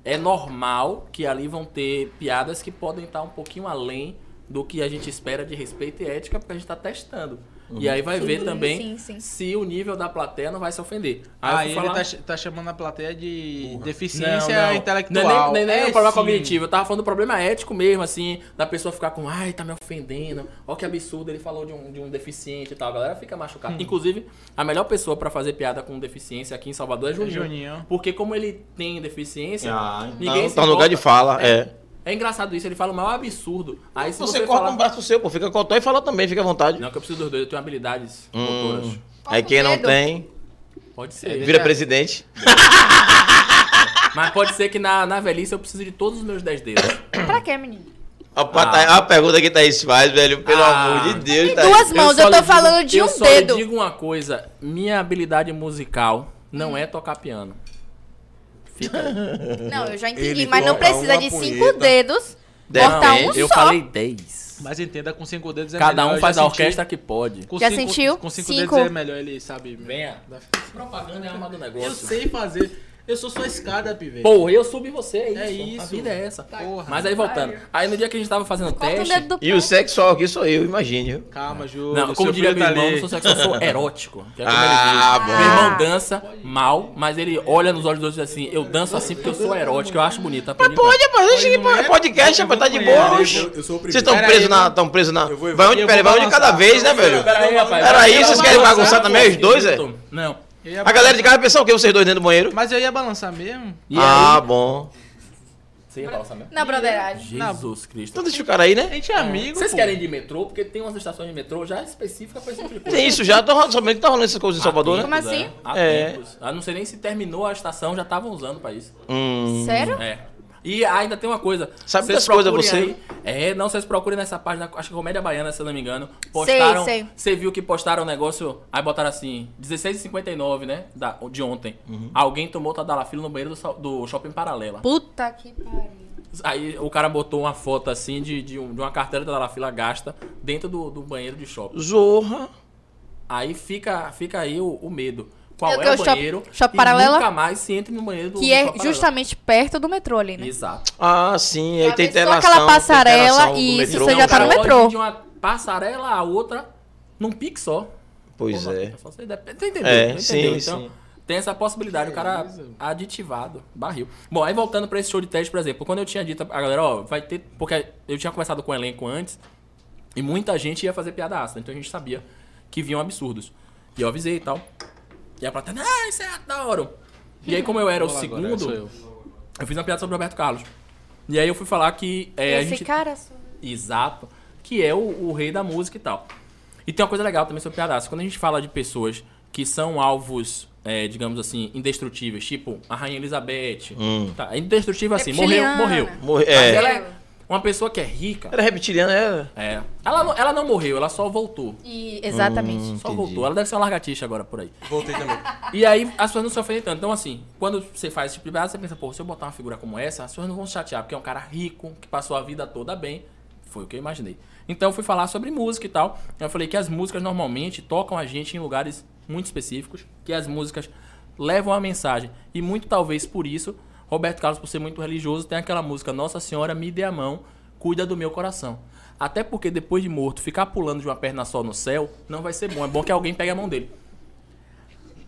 S4: é normal que ali vão ter piadas que podem estar um pouquinho além do que a gente espera de respeito e ética, porque a gente tá testando. E
S7: Uhum.
S4: aí vai ver
S1: Sim,
S4: também
S1: sim, sim.
S4: se o nível da plateia não vai se ofender. eu
S7: Aí
S4: fui
S7: ele
S4: falar-
S7: tá, ch- tá chamando a plateia de
S4: não,
S7: deficiência
S4: não.
S7: intelectual.
S4: Não é nem, nem, nem
S7: É,
S4: o problema
S7: sim.
S4: cognitivo, eu tava falando do problema ético mesmo, assim, da pessoa ficar com, ai, tá me ofendendo, ó que absurdo, ele falou de um, de um deficiente e tal, a galera fica machucada. Inclusive, a melhor pessoa pra fazer piada com deficiência aqui em Salvador é Juninho.
S7: Juninho.
S4: Porque como ele tem deficiência, ninguém
S3: Não,
S4: se
S3: tá no lugar de
S4: importa.
S3: fala. É.
S4: É engraçado isso, ele fala o maior absurdo. Aí se você,
S3: Você, corta
S4: falar-
S3: um braço seu, pô. Fica com o autor e fala também, fica à vontade.
S4: Não, que eu preciso dos dois, eu tenho habilidades motoras.
S3: Hum. Aí quem não
S1: Corta o
S3: tem,
S4: Pode ser.
S3: vira presidente.
S4: Mas pode ser que na, na velhice eu precise de todos os meus 10 dedos.
S1: Pra quê, menino?
S3: A, pergunta que Thaís faz, velho, pelo
S4: Ah.
S3: amor de Deus,
S1: Tem
S3: Thaís.
S1: duas mãos, eu,
S4: só
S1: tô
S4: lhe digo-
S1: falando de
S4: eu
S1: um
S4: só lhe
S1: dedo.
S4: digo uma coisa, minha habilidade musical não é tocar piano.
S1: Não, eu já entendi,
S6: Ele
S1: mas não
S6: corta
S1: precisa
S6: uma
S1: de cinco
S6: punheta.
S1: dedos.
S3: Dez
S1: Cortar
S3: dedos.
S1: um
S4: eu
S1: só.
S4: falei 10.
S7: Mas entenda, com cinco dedos é
S4: Cada
S7: melhor.
S4: um
S7: eu
S4: faz
S7: já
S4: a
S7: senti-
S4: orquestra que pode.
S7: Com
S1: Já
S7: cinco-
S1: sentiu?
S7: Com cinco,
S1: Cinco.
S7: dedos é melhor, ele sabe.
S4: Venha. Propaganda é a alma do negócio.
S7: Eu sei fazer. Eu sou sua escada, pivete.
S4: Porra, eu subi você, é isso.
S7: É
S4: A
S7: isso.
S4: vida é essa.
S7: Porra.
S4: Mas aí voltando. Aí no dia que a gente tava fazendo
S1: Corta o
S4: teste.
S1: um dedo do
S3: E o
S1: pé.
S3: sexual aqui sou eu, imagine.
S7: Calma, Júlio.
S4: Não, como
S7: seu
S4: diria
S7: filho
S4: meu
S7: tá
S4: irmão,
S7: ali.
S4: eu sou sexo, eu sou erótico. Que é como
S3: Ah,
S4: ele diz.
S3: bom.
S4: Meu irmão dança mal, mas ele olha nos olhos dos outros e diz assim, eu danço assim porque eu sou erótico, eu acho bonito. Aprendi com ele.
S3: Pode, rapaz, deixa aqui pra podcast, rapaz, tá de boa. oxe.
S6: Eu sou o
S3: Vocês
S6: primeiro.
S3: estão
S7: Pera
S3: presos
S7: aí,
S3: na.
S7: eu-
S3: Estão presos na.
S6: eu vou-
S3: Vai um de,
S7: eu
S3: peraí,
S7: vou
S3: vai um de cada
S7: balançar.
S3: vez, né, velho?
S4: Pera aí, rapaz.
S3: Era isso,
S4: Eu
S3: vocês querem
S4: balançar,
S3: bagunçar
S4: pô,
S3: também os dois, é?
S4: Não.
S7: Eu ia
S3: A galera de casa pensou o quê? Vocês dois dentro do banheiro?
S7: Mas eu ia balançar mesmo?
S4: E
S3: Ah,
S4: aí?
S3: bom.
S4: Você ia balançar mesmo?
S1: Na broderagem.
S4: Jesus Cristo.
S3: Então deixa o cara aí,
S7: A
S3: né?
S7: gente é amigo,
S4: Vocês
S7: pô.
S4: querem ir de metrô? Porque tem umas estações de metrô já específicas pra esse tipo de coisa.
S3: Tem isso já, tô rolando- sabendo que tá rolando essas coisas em Salvador, né?
S1: Como assim?
S4: Há
S3: É.
S4: tempos. Ah, não sei nem se terminou a estação, já estavam usando pra isso.
S3: Hum.
S1: Sério?
S4: É. E ainda tem uma coisa.
S3: Sabe
S4: vocês
S3: das coisas,
S4: procurem
S3: você?
S4: aí- é, não, vocês procurem nessa página, acho que é Comédia Baiana, se eu não me engano. Postaram.
S1: sei.
S4: Você viu que postaram um negócio, aí botaram assim, 16h59, né? Da, de ontem.
S3: Uhum.
S4: Alguém tomou tá, Tadalafilo no banheiro do, sal- do shopping paralela.
S1: Puta que pariu.
S4: Aí o cara botou uma foto assim de, de, um- de uma carteira da Fila gasta dentro do, do banheiro de shopping.
S3: Zorra.
S4: Aí fica, fica aí o, o medo. Qual
S1: Eu
S4: é o
S1: tenho shop-
S4: banheiro?
S1: shop
S4: e
S1: paralela?
S4: nunca mais se entre no banheiro do
S1: Que
S4: do
S1: é
S4: shopping paralela.
S1: justamente perto do metrô ali, né?
S4: Exato.
S3: Ah, sim, aí
S1: Já
S3: tem
S1: pensou
S3: interação.
S1: aquela
S3: tem
S1: passarela
S3: interação do
S1: e isso
S3: metrô.
S1: você já tá no
S4: Pode
S1: metrô.
S4: ir um De uma passarela a outra num pique só.
S3: Pois
S4: Pô,
S3: é.
S4: só você deve- Você entendeu?
S3: É,
S4: entendeu?
S3: sim,
S4: então,
S3: sim.
S4: Tem essa possibilidade, o cara aditivado, barril. Bom, aí voltando pra esse show de teste, por exemplo, quando eu tinha dito a galera, ó, vai ter. Porque eu tinha conversado com o elenco antes e muita gente ia fazer piada ácida, então a gente sabia que vinham absurdos. E eu avisei e tal. E a plateia, ah, isso é adoro! E aí, como eu era o segundo, eu. fiz uma piada sobre o Roberto Carlos. E aí eu fui falar que. é, a
S1: Esse
S4: gente...
S1: cara só-
S4: Exato. Que é o, o rei da música e tal. E tem uma coisa legal também sobre piadaço. Quando a gente fala de pessoas que são alvos, é, digamos assim, indestrutíveis, tipo a Rainha Elizabeth. Tá, indestrutível assim, morreu,
S1: Reptiliana.
S4: morreu.
S3: Morre-
S4: Mas
S3: Hum. É.
S4: ela é uma pessoa que é rica.
S3: Era reptiliano, era.
S4: É. Ela, não- ela não morreu, ela só voltou.
S1: E, exatamente.
S7: Hum.
S4: Só
S3: Entendi.
S4: voltou. Ela deve ser uma largatixa agora por aí.
S6: Voltei também.
S4: E aí as pessoas não se ofendem tanto. Então, assim, quando você faz esse tipo de piada, você pensa, pô, se eu botar uma figura como essa, as pessoas não vão se chatear, porque é um cara rico, que passou a vida toda bem. Foi o que eu imaginei. Então eu fui falar sobre música e tal. Eu falei que as músicas normalmente tocam a gente em lugares muito específicos, que as músicas levam a mensagem. E muito talvez por isso, Roberto Carlos, por ser muito religioso, tem aquela música Nossa Senhora, me dê a mão, cuida do meu coração. Até porque depois de morto, ficar pulando de uma perna só no céu não vai ser bom. É bom que alguém pegue a mão dele.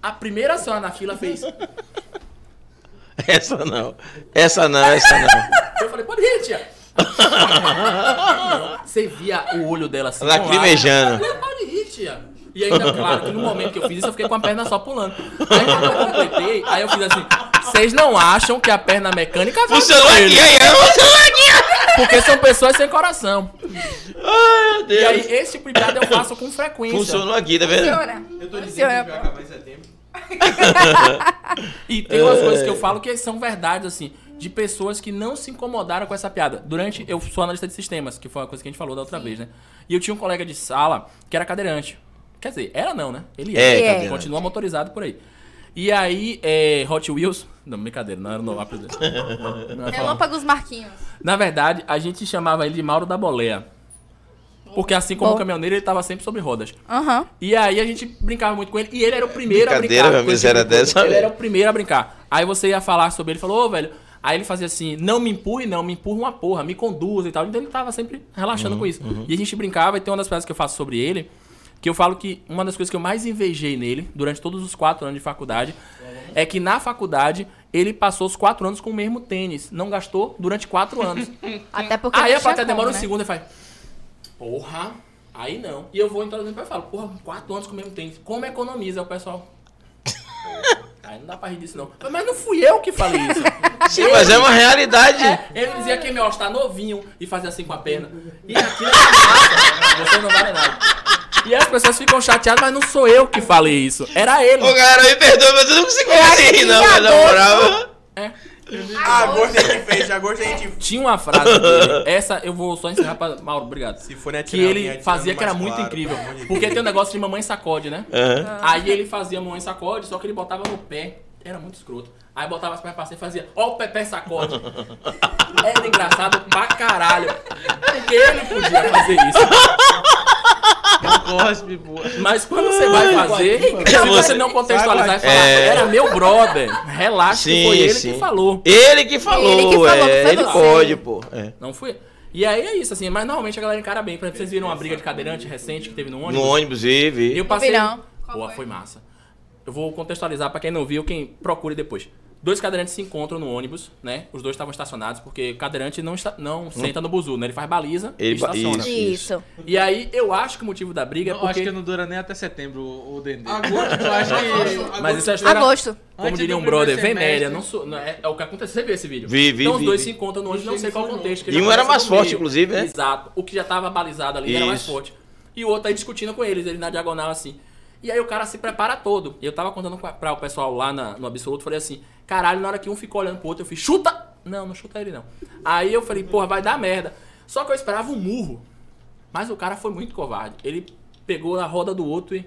S4: A primeira senhora na fila fez. Eu
S3: Essa não. Essa não, essa não.
S4: falei, pode ir, tia. Você via o olho dela assim.
S3: Lacrimejando.
S4: colado. Eu falei, Pode ir, tia. E ainda, claro, que no momento que eu fiz isso, eu fiquei com a perna só pulando. Aí quando eu completei, aí eu fiz assim. Vocês não acham que a perna mecânica vai
S3: Funcionou
S4: com
S3: aqui,
S4: ele?"
S3: aí, ó, funcionou aqui.
S4: Porque são pessoas sem coração.
S3: ó. Ai, meu
S4: E aí,
S3: Deus.
S4: esse tipo de piada eu faço com frequência.
S3: Funcionou aqui, tá vendo?
S1: Funciona.
S5: Eu tô dizendo que vai
S1: Funciona.
S5: acabar em setembro.
S4: E tem umas coisas que
S3: É.
S4: eu falo que são verdades, assim, de pessoas que não se incomodaram com essa piada. Durante. Eu sou analista de sistemas, que foi uma coisa que a gente falou da outra vez, né? E eu tinha um colega de sala que era cadeirante. Quer dizer, era não, né? Ele
S3: É,
S4: era.
S3: cadeirante.
S4: Continua motorizado por aí. E aí, é, Hot Wheels. Não, brincadeira, não era o nome. apelido dele. Não ia falar.
S1: Relâmpagos Marquinhos.
S4: Na verdade, a gente chamava ele de Mauro da Boleia. Porque assim como
S1: Bom.
S4: o caminhoneiro, ele tava sempre sobre rodas.
S1: Aham.
S4: E aí a gente brincava muito com ele. E ele era o primeiro a
S3: Brincadeira,
S4: brincar.
S3: meu,
S4: com esse
S3: miséria
S4: tipo de coisa.
S3: dessa,
S4: Ele
S3: velho.
S4: era o primeiro a brincar. Aí você ia falar sobre ele, falou, ô, velho. Aí ele fazia assim, não me empurre, não, me empurra uma porra, me conduza e tal. Então ele tava sempre
S3: Uhum,
S4: relaxando com isso. E a gente brincava, e tem uma das piadas que eu faço sobre ele, que eu falo que uma das coisas que eu mais invejei nele, durante todos os quatro anos de faculdade, é que na faculdade ele passou os quatro anos com o mesmo tênis. Não gastou durante quatro anos.
S1: Até porque.
S4: Aí
S1: não
S4: a plateia
S1: tinha
S4: demora
S1: como,
S4: um
S1: né?
S4: segundo e faz. Porra, aí não. E eu vou introduzindo pra ele e falo, porra, quatro anos com o mesmo tênis. Como economiza o pessoal? aí não dá pra rir disso, não. Mas não fui eu que falei isso.
S3: Sim, mas é uma realidade.
S4: É, ele dizia que meu está novinho e fazia assim com a perna. E aquilo é massa, você não vale nada. E as pessoas ficam chateadas, mas não sou eu que falei isso. Era ele.
S3: Ô, cara, me perdoa, mas eu não consigo fazer rir, não, mas na moral.
S1: Ah,
S5: Agosto a gente fecha, agosto a gente.
S4: Tinha uma frase dele, essa eu vou só encerrar pra. Mauro, obrigado.
S5: Se for, né,
S4: que
S5: tirar
S4: ele
S5: minha,
S4: fazia
S5: tirando
S4: que era
S5: mais
S4: muito
S5: claro,
S4: incrível.
S5: pelo amor de
S4: Porque tem um negócio de mamãe sacode, né?
S3: Aham.
S4: Aí ele fazia mamãe sacode, só que ele botava no pé. Era muito escroto. Aí botava as pernas pra cima e fazia, ó o Pepe sacode. Era engraçado pra caralho. Porque ele podia fazer isso.
S7: Cospe, pô.
S3: É
S4: Mas quando você vai fazer, se você não contextualizar e falar,
S3: É.
S4: era meu brother, relaxa que
S3: Sim,
S4: foi ele
S3: sim.
S4: que falou.
S3: Ele que falou,
S1: Ele que falou, não
S3: é,
S1: foi
S3: ele
S1: você.
S3: pode, pô. É.
S4: Não fui. E aí é isso, assim, mas normalmente a galera encara bem. Por exemplo, vocês viram uma briga de cadeirante recente que teve no
S3: No
S4: ônibus?
S3: ônibus, vi, vi.
S4: Eu passei. um-
S1: Não vi, não.
S4: Boa, foi massa. Eu vou contextualizar pra quem não viu, quem procure depois. Dois cadeirantes se encontram no ônibus, né? Os dois estavam estacionados, porque o cadeirante não, esta- não senta no buzu, né? Ele faz baliza e
S3: Ele ba-
S4: estaciona.
S3: isso.
S1: Isso.
S4: E aí, eu acho que o motivo da briga é
S7: Não,
S4: porque...
S7: Acho que não dura nem até setembro o, o Dendê.
S5: Agosto, eu acho que.
S4: Mas isso é história...
S1: Agosto.
S4: Como
S7: Antes
S4: diria
S7: do
S4: um brother,
S7: primeiro
S4: venéria,
S7: semestre.
S4: não sou, não, é, é o que aconteceu. Você viu esse vídeo?
S3: Vi, vi,
S4: Então os
S3: vi,
S4: dois
S3: vi.
S4: se encontram no ônibus, não sei qual contexto. que
S3: E
S4: já
S3: um era
S4: começa
S3: mais
S4: no
S3: forte,
S4: meio.
S3: inclusive, né?
S4: Exato. O que já tava balizado ali era mais
S3: Isso.
S4: forte. E o outro aí discutindo com eles, ele na diagonal assim. E aí o cara se prepara todo. E eu tava contando com a- pra o pessoal lá na- no Absoluto, falei assim, caralho, na hora que um ficou olhando pro outro, eu fiz, chuta! Não, não chuta ele não. Aí eu falei, porra, vai dar merda. Só que eu esperava um murro. Mas o cara foi muito covarde. Ele pegou na roda do outro e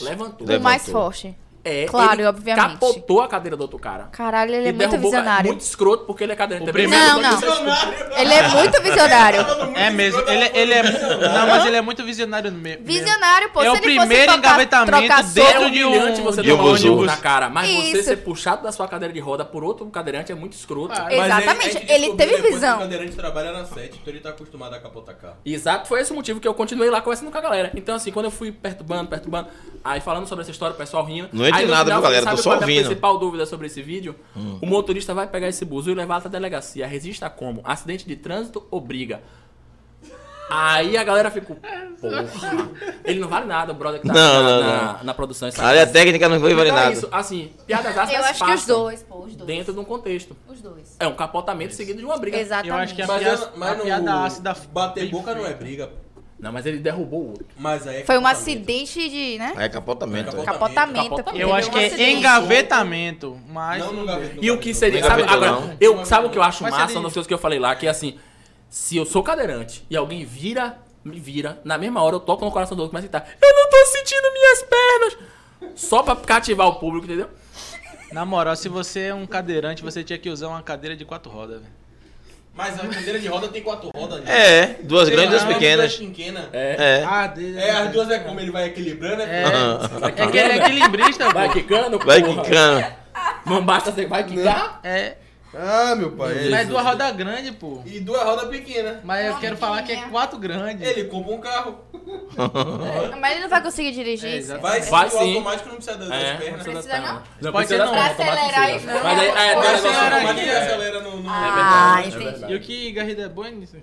S4: levantou.
S1: O mais
S3: Levantou.
S1: forte.
S4: É,
S1: Claro,
S4: ele
S1: e obviamente.
S4: capotou a cadeira do outro cara.
S1: Caralho, ele é
S4: E
S1: muito
S4: derrubou o cara.
S1: visionário.
S4: Muito escroto porque ele é cadeirante. também.
S7: primeiro
S1: Não, não. Ele é muito visionário.
S7: É mesmo, ele, ele é. Não, mas ele é muito visionário no meio.
S1: Visionário, pô.
S7: É
S1: se
S7: o
S1: ele
S7: primeiro
S1: fosse tocar-
S7: engavetamento
S1: trocar
S7: dentro
S1: soco-
S4: É
S7: Dentro de um-
S4: humilhante você
S3: de um
S4: tomar um
S3: busão.
S4: ônibus na cara, mas você
S1: Isso.
S4: ser puxado da sua cadeira de roda por outro cadeirante é muito
S1: Ah,
S4: escroto.
S7: Claro.
S5: Mas
S1: Exatamente,
S5: a gente
S1: ele
S5: descobriu
S1: teve
S5: depois que
S1: visão.
S5: O cadeirante trabalha na sete, então ele tá acostumado a capotar carro.
S4: Exato, foi esse o motivo que eu continuei lá conversando com a galera. Então, assim, quando eu fui perturbando, perturbando, aí falando sobre essa história, o pessoal rindo.
S3: Não entendi
S4: aí, no
S3: nada, viu, galera?
S4: sabe
S3: Tô só
S4: qual é
S3: ouvindo. Hum.
S4: a principal dúvida sobre esse vídeo? O motorista vai pegar esse buzu e levar até a delegacia. Resista como? Acidente de trânsito ou briga? Aí a galera ficou, porra, ele não vale nada, o brother que tá
S3: Não,
S4: na,
S3: não,
S4: na- na produção.
S3: A área técnica não foi valer
S4: Então é
S3: nada.
S4: isso, assim, piadas ácidas
S1: Eu acho que
S4: passam
S1: os dois, pô. Os dois.
S4: dentro de um contexto.
S1: Os dois.
S4: É um capotamento seguido de uma briga.
S1: Exatamente.
S7: Eu acho que a
S5: Mas,
S7: piada,
S5: eu- mas
S7: a
S5: no-
S7: piada ácida.
S5: Bater
S7: bem
S5: boca não é
S7: feita.
S5: briga.
S4: Não, mas ele derrubou o outro.
S5: Mas aí é
S1: Foi um
S5: capotamento.
S1: acidente de, né?
S3: Aí é capotamento.
S5: Capotamento.
S3: é.
S1: Capotamento.
S4: Capotamento.
S1: entendeu?
S7: Eu acho que
S1: Um
S7: é
S1: acidente.
S7: engavetamento, mas.
S5: Não, não gaveta, não
S4: E o
S5: gaveta, né?
S4: que
S5: não.
S4: seria.
S3: Não
S4: Sabe,
S3: gavetou,
S4: agora,
S3: não.
S4: eu, sabe o que eu acho
S7: Mas
S4: massa?
S7: seria-
S4: Uma das coisas que eu falei lá, que é assim: se eu sou cadeirante e alguém vira, me vira, na mesma hora eu toco no coração do outro e começa a gritar: Eu não tô sentindo minhas pernas! Só pra cativar o público, entendeu?
S7: Na moral, se você é um cadeirante, você tinha que usar uma cadeira de quatro rodas, velho.
S5: Mas a cadeira de roda tem quatro rodas. né?
S3: É, duas
S5: Tem
S3: grandes e duas
S5: uma roda,
S3: pequenas.
S5: duas pequenas.
S4: É.
S3: É.
S7: assim. Ah, de...
S5: É, as duas é como ele vai equilibrando, é.
S3: Aham.
S7: É que ele é equilibrista,
S4: Vai
S7: pô.
S4: quicando,
S3: Vai
S4: porra.
S3: quicando.
S4: Não basta você vai quicar.
S7: É.
S10: Ah, meu pai.
S7: Mas duas rodas grandes, pô.
S10: E duas rodas pequenas.
S7: Mas eu
S9: Uma
S7: quero falar que é
S9: pequenininha.
S7: quatro grandes.
S10: Ele compra um carro.
S1: Mas ele não vai conseguir
S7: É,
S1: dirigir.
S7: exato.
S5: Vai,
S4: Vai
S5: sim. O
S4: sim.
S5: automático não precisa das duas
S4: É,
S5: pernas. né?
S4: precisa das
S1: Precisa
S4: pernas.
S1: não?
S4: Não
S7: Pode
S4: precisa
S7: ser
S4: das
S7: não.
S4: pernas,
S1: Pra
S4: automático
S1: acelerar
S4: precisa.
S1: e-
S4: Mas aí, é, tem
S1: Pra
S4: um negócio
S1: acelerar
S4: automático,
S5: Ele
S4: é.
S5: acelera no... no...
S1: Ah, entendi.
S7: E o que Garrido é bom é nisso.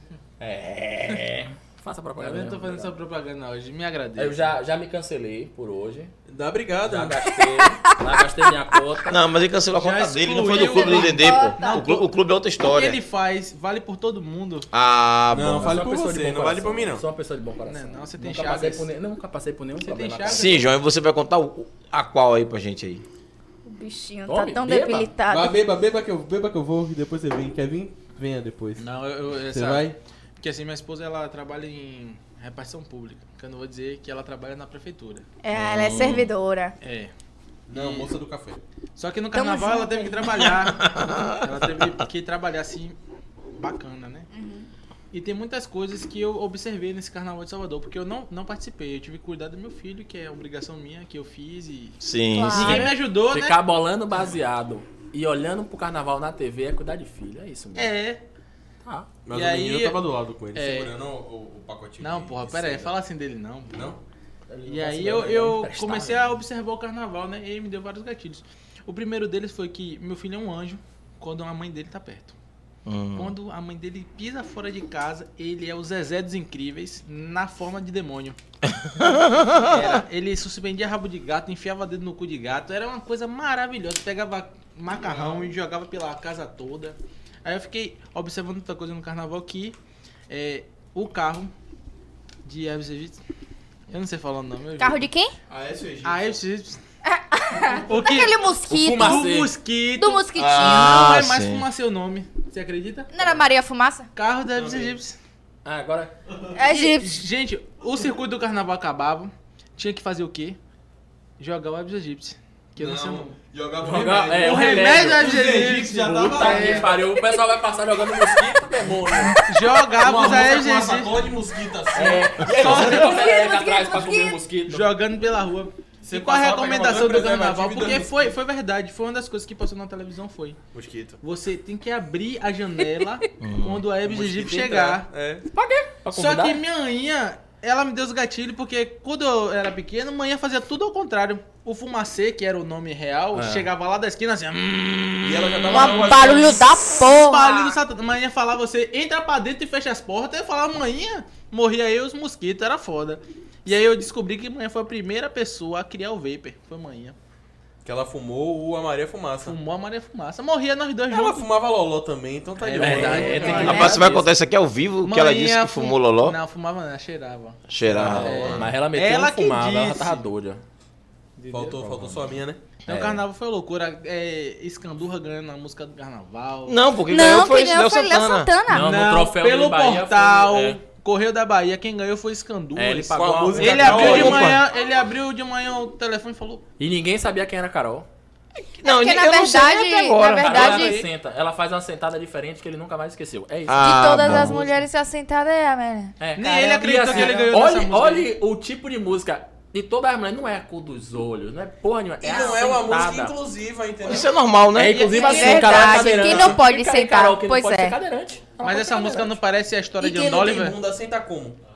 S4: É. Faça
S7: Eu
S4: propaganda.
S7: não tô
S4: mesmo,
S7: fazendo essa
S4: obrigado.
S7: propaganda hoje, me agradeço.
S4: Eu já, já me cancelei por hoje.
S5: Dá brigada.
S4: Já gastei, já gastei minha conta.
S3: Não, mas ele cancelou a
S7: Já
S3: conta dele, não foi do
S7: excluiu,
S3: clube do
S7: né?
S3: Dendê, pô.
S1: Não,
S3: O clube, o clube é outra
S7: O que
S3: história.
S7: ele faz vale por todo mundo.
S3: Ah, bom.
S5: Não, fale
S4: Sou uma
S5: por
S4: pessoa de
S5: você,
S4: bom
S5: não vale
S4: coração.
S5: por mim, não.
S4: Sou uma pessoa de bom coração.
S7: Não, não, você tem
S4: nunca
S7: Chagas.
S4: passei por ne- Não, nunca passei por nenhum
S7: tem
S4: problema.
S7: Chagas.
S3: Sim, João, e você vai contar o, a qual aí pra gente aí.
S1: O bichinho tá
S4: Tome,
S1: tão
S4: beba.
S1: debilitado.
S10: Vai, beba, beba que, eu, beba que eu vou e depois você vem. Quer vir? Venha depois.
S7: Não, eu, eu-
S10: Você
S7: essa-
S10: vai?
S7: Porque assim, minha esposa ela trabalha em repartição pública. Que eu não vou dizer que ela trabalha na prefeitura.
S1: É, ela é servidora.
S7: É.
S10: Não, moça do café.
S7: Só que no
S1: Tamo
S7: carnaval ela
S1: junto,
S7: teve
S1: hein?
S7: que trabalhar. ela teve que trabalhar assim, bacana, né?
S1: Uhum.
S7: E tem muitas coisas que eu observei nesse carnaval de Salvador, porque eu não, não participei. Eu tive que cuidar do meu filho, que é obrigação minha, que eu fiz e.
S3: Sim,
S1: Claro.
S3: sim.
S7: Ninguém me ajudou, né?
S4: Ficar bolando baseado e olhando pro carnaval na TV é cuidar de filho. É isso mesmo.
S7: É.
S4: Tá.
S5: Mas
S7: E
S5: o
S7: aí-
S5: menino tava do lado com ele,
S7: É.
S5: segurando o, o- o pacotinho.
S7: Não,
S5: de-
S7: porra,
S5: de
S7: pera aí,
S5: seda.
S7: fala assim dele não. pô.
S5: Não?
S7: E aí eu, eu comecei a observar o carnaval, né? E me deu vários gatilhos. O primeiro deles foi que meu filho é um anjo quando a mãe dele tá perto.
S3: Hum.
S7: Quando a mãe dele pisa fora de casa, ele é o Zezé dos Incríveis na forma de demônio. Era- ele suspendia rabo de gato, enfiava dedo no cu de gato. Era uma coisa maravilhosa. Pegava macarrão e jogava pela casa toda. Aí eu fiquei observando outra coisa no carnaval que é, o carro de Elvis Egito. Eu não sei falar o nome. eu juro.
S1: Carro de quem?
S10: Ah, é seu
S7: Ah, eu preciso. o que?
S1: Aquele
S4: O
S1: mosquito.
S4: fuma-
S7: O mosquito.
S1: Do mosquitinho.
S3: Ah,
S7: não é mais
S3: sim.
S7: como é seu nome. Você acredita?
S1: Não era Maria Fumaça?
S7: Carro da Elvis Egípcio.
S4: Ah, agora.
S1: É egípcio.
S7: Gente, o circuito do carnaval acabava. Tinha que fazer o quê? Jogar o Elvis Egípcio. Que eu não, sei o nome.
S10: Jogava
S4: Jogar, é,
S7: o
S4: o
S7: remédio
S4: remédio.
S7: do Elvis
S10: egípcios
S7: Egípcio.
S10: já tava-
S4: Puta
S7: É.
S4: que pariu. O pessoal vai passar jogando mosquito, demônio.
S7: Jogava
S5: Uma
S7: os Elvis
S5: moça com uma
S7: Egípcio.
S5: sacola de mosquito assim.
S4: É. E aí você tem uma perereca atrás pra comer um mosquito.
S7: Jogando pela rua. e qual a recomendação do carnaval? Porque foi, foi verdade, foi uma das coisas que passou na televisão, foi.
S5: Mosquito.
S7: Você tem que abrir a janela quando a Elvis Egípcio chegar.
S5: É.
S4: Pra
S7: Só
S4: convidar? É,
S7: que É, minha anhinha, ela me deu os gatilhos, porque quando eu era pequeno, manhã fazia tudo ao contrário. O fumacê, que era o nome real, chegava lá da esquina assim. Hum,
S5: E ela já tava na rua,
S1: Um barulho da
S7: barulho
S1: porra.
S7: do satã. Manhã falava você, entra pra dentro e fecha as portas. Eu falava, manhã, morria eu e os mosquitos, era foda. E aí eu descobri que manhã foi a primeira pessoa a criar o vapor. Foi manhã.
S5: Que ela fumou o a Maria Fumaça.
S7: Fumou a Maria Fumaça. Morria nós dois
S5: Ela
S7: juntos.
S5: fumava loló também, então tá de
S7: É
S5: boa.
S7: verdade,
S5: É,
S7: tem que-
S3: Rapaz, você vai contar isso aqui ao vivo, que ela disse
S7: Manhã
S3: que
S7: fu-
S3: fumou loló.
S7: Não, fumava não, cheirava.
S3: Cheirar.
S4: É, Mas ela meteu
S7: Ela
S4: ela
S7: que
S4: fumada, ela já
S7: disse.
S4: tava doida.
S5: Faltou, faltou só a minha, né?
S7: Então
S3: É.
S7: o carnaval foi loucura. É, escandurra ganhando a música do carnaval.
S3: Não, porque ganhou
S1: Não,
S3: Então foi
S1: quem
S3: Léo
S1: ganhou foi Léo
S3: Santana.
S1: Santana.
S4: Não, no troféu
S7: pelo
S4: de Bahia
S7: portal
S4: foi- é.
S7: Correio da Bahia, quem ganhou foi Escandurra.
S4: É, ele pagou
S5: Com a
S4: uma-
S5: música
S7: Ele
S5: Carol,
S7: abriu de
S5: opa.
S7: manhã, ele abriu de manhã o telefone e falou:
S4: E ninguém sabia quem era a Carol.
S3: Não,
S1: Porque,
S3: eu
S1: na
S3: não sei
S1: verdade-
S3: até agora.
S1: na
S4: Carol,
S1: Verdade.
S4: ela senta. Ela faz uma sentada diferente que ele nunca mais esqueceu. É isso.
S3: Ah,
S1: De todas
S3: bom.
S1: as mulheres assentadas é a Amélia.
S4: É.
S7: Nem
S4: Caramba.
S7: ele acreditou
S4: E
S1: assim,
S7: que ele ganhou
S4: olha,
S7: dessa música.
S4: olha o tipo de música. De todas as mulheres, não é a cor dos olhos, não é porra nenhuma.
S5: E
S4: é
S5: não
S4: a
S5: é uma
S4: sentada.
S5: música inclusiva, entendeu?
S3: Isso é normal, né?
S4: É, inclusive,
S1: É
S4: assim,
S1: verdade,
S4: Carol é
S1: quem
S4: cadeirante.
S1: não pode
S4: Fica aí,
S1: sentar?
S4: Carol, que não
S1: Pois
S4: pode
S1: é.
S4: ser cadeirante. Ela
S7: Mas
S4: pode ser
S7: essa música não
S4: cadeirante.
S7: parece a história
S5: E
S7: de
S5: quem não tem
S7: Andoliver?
S1: um-
S5: bunda, senta como?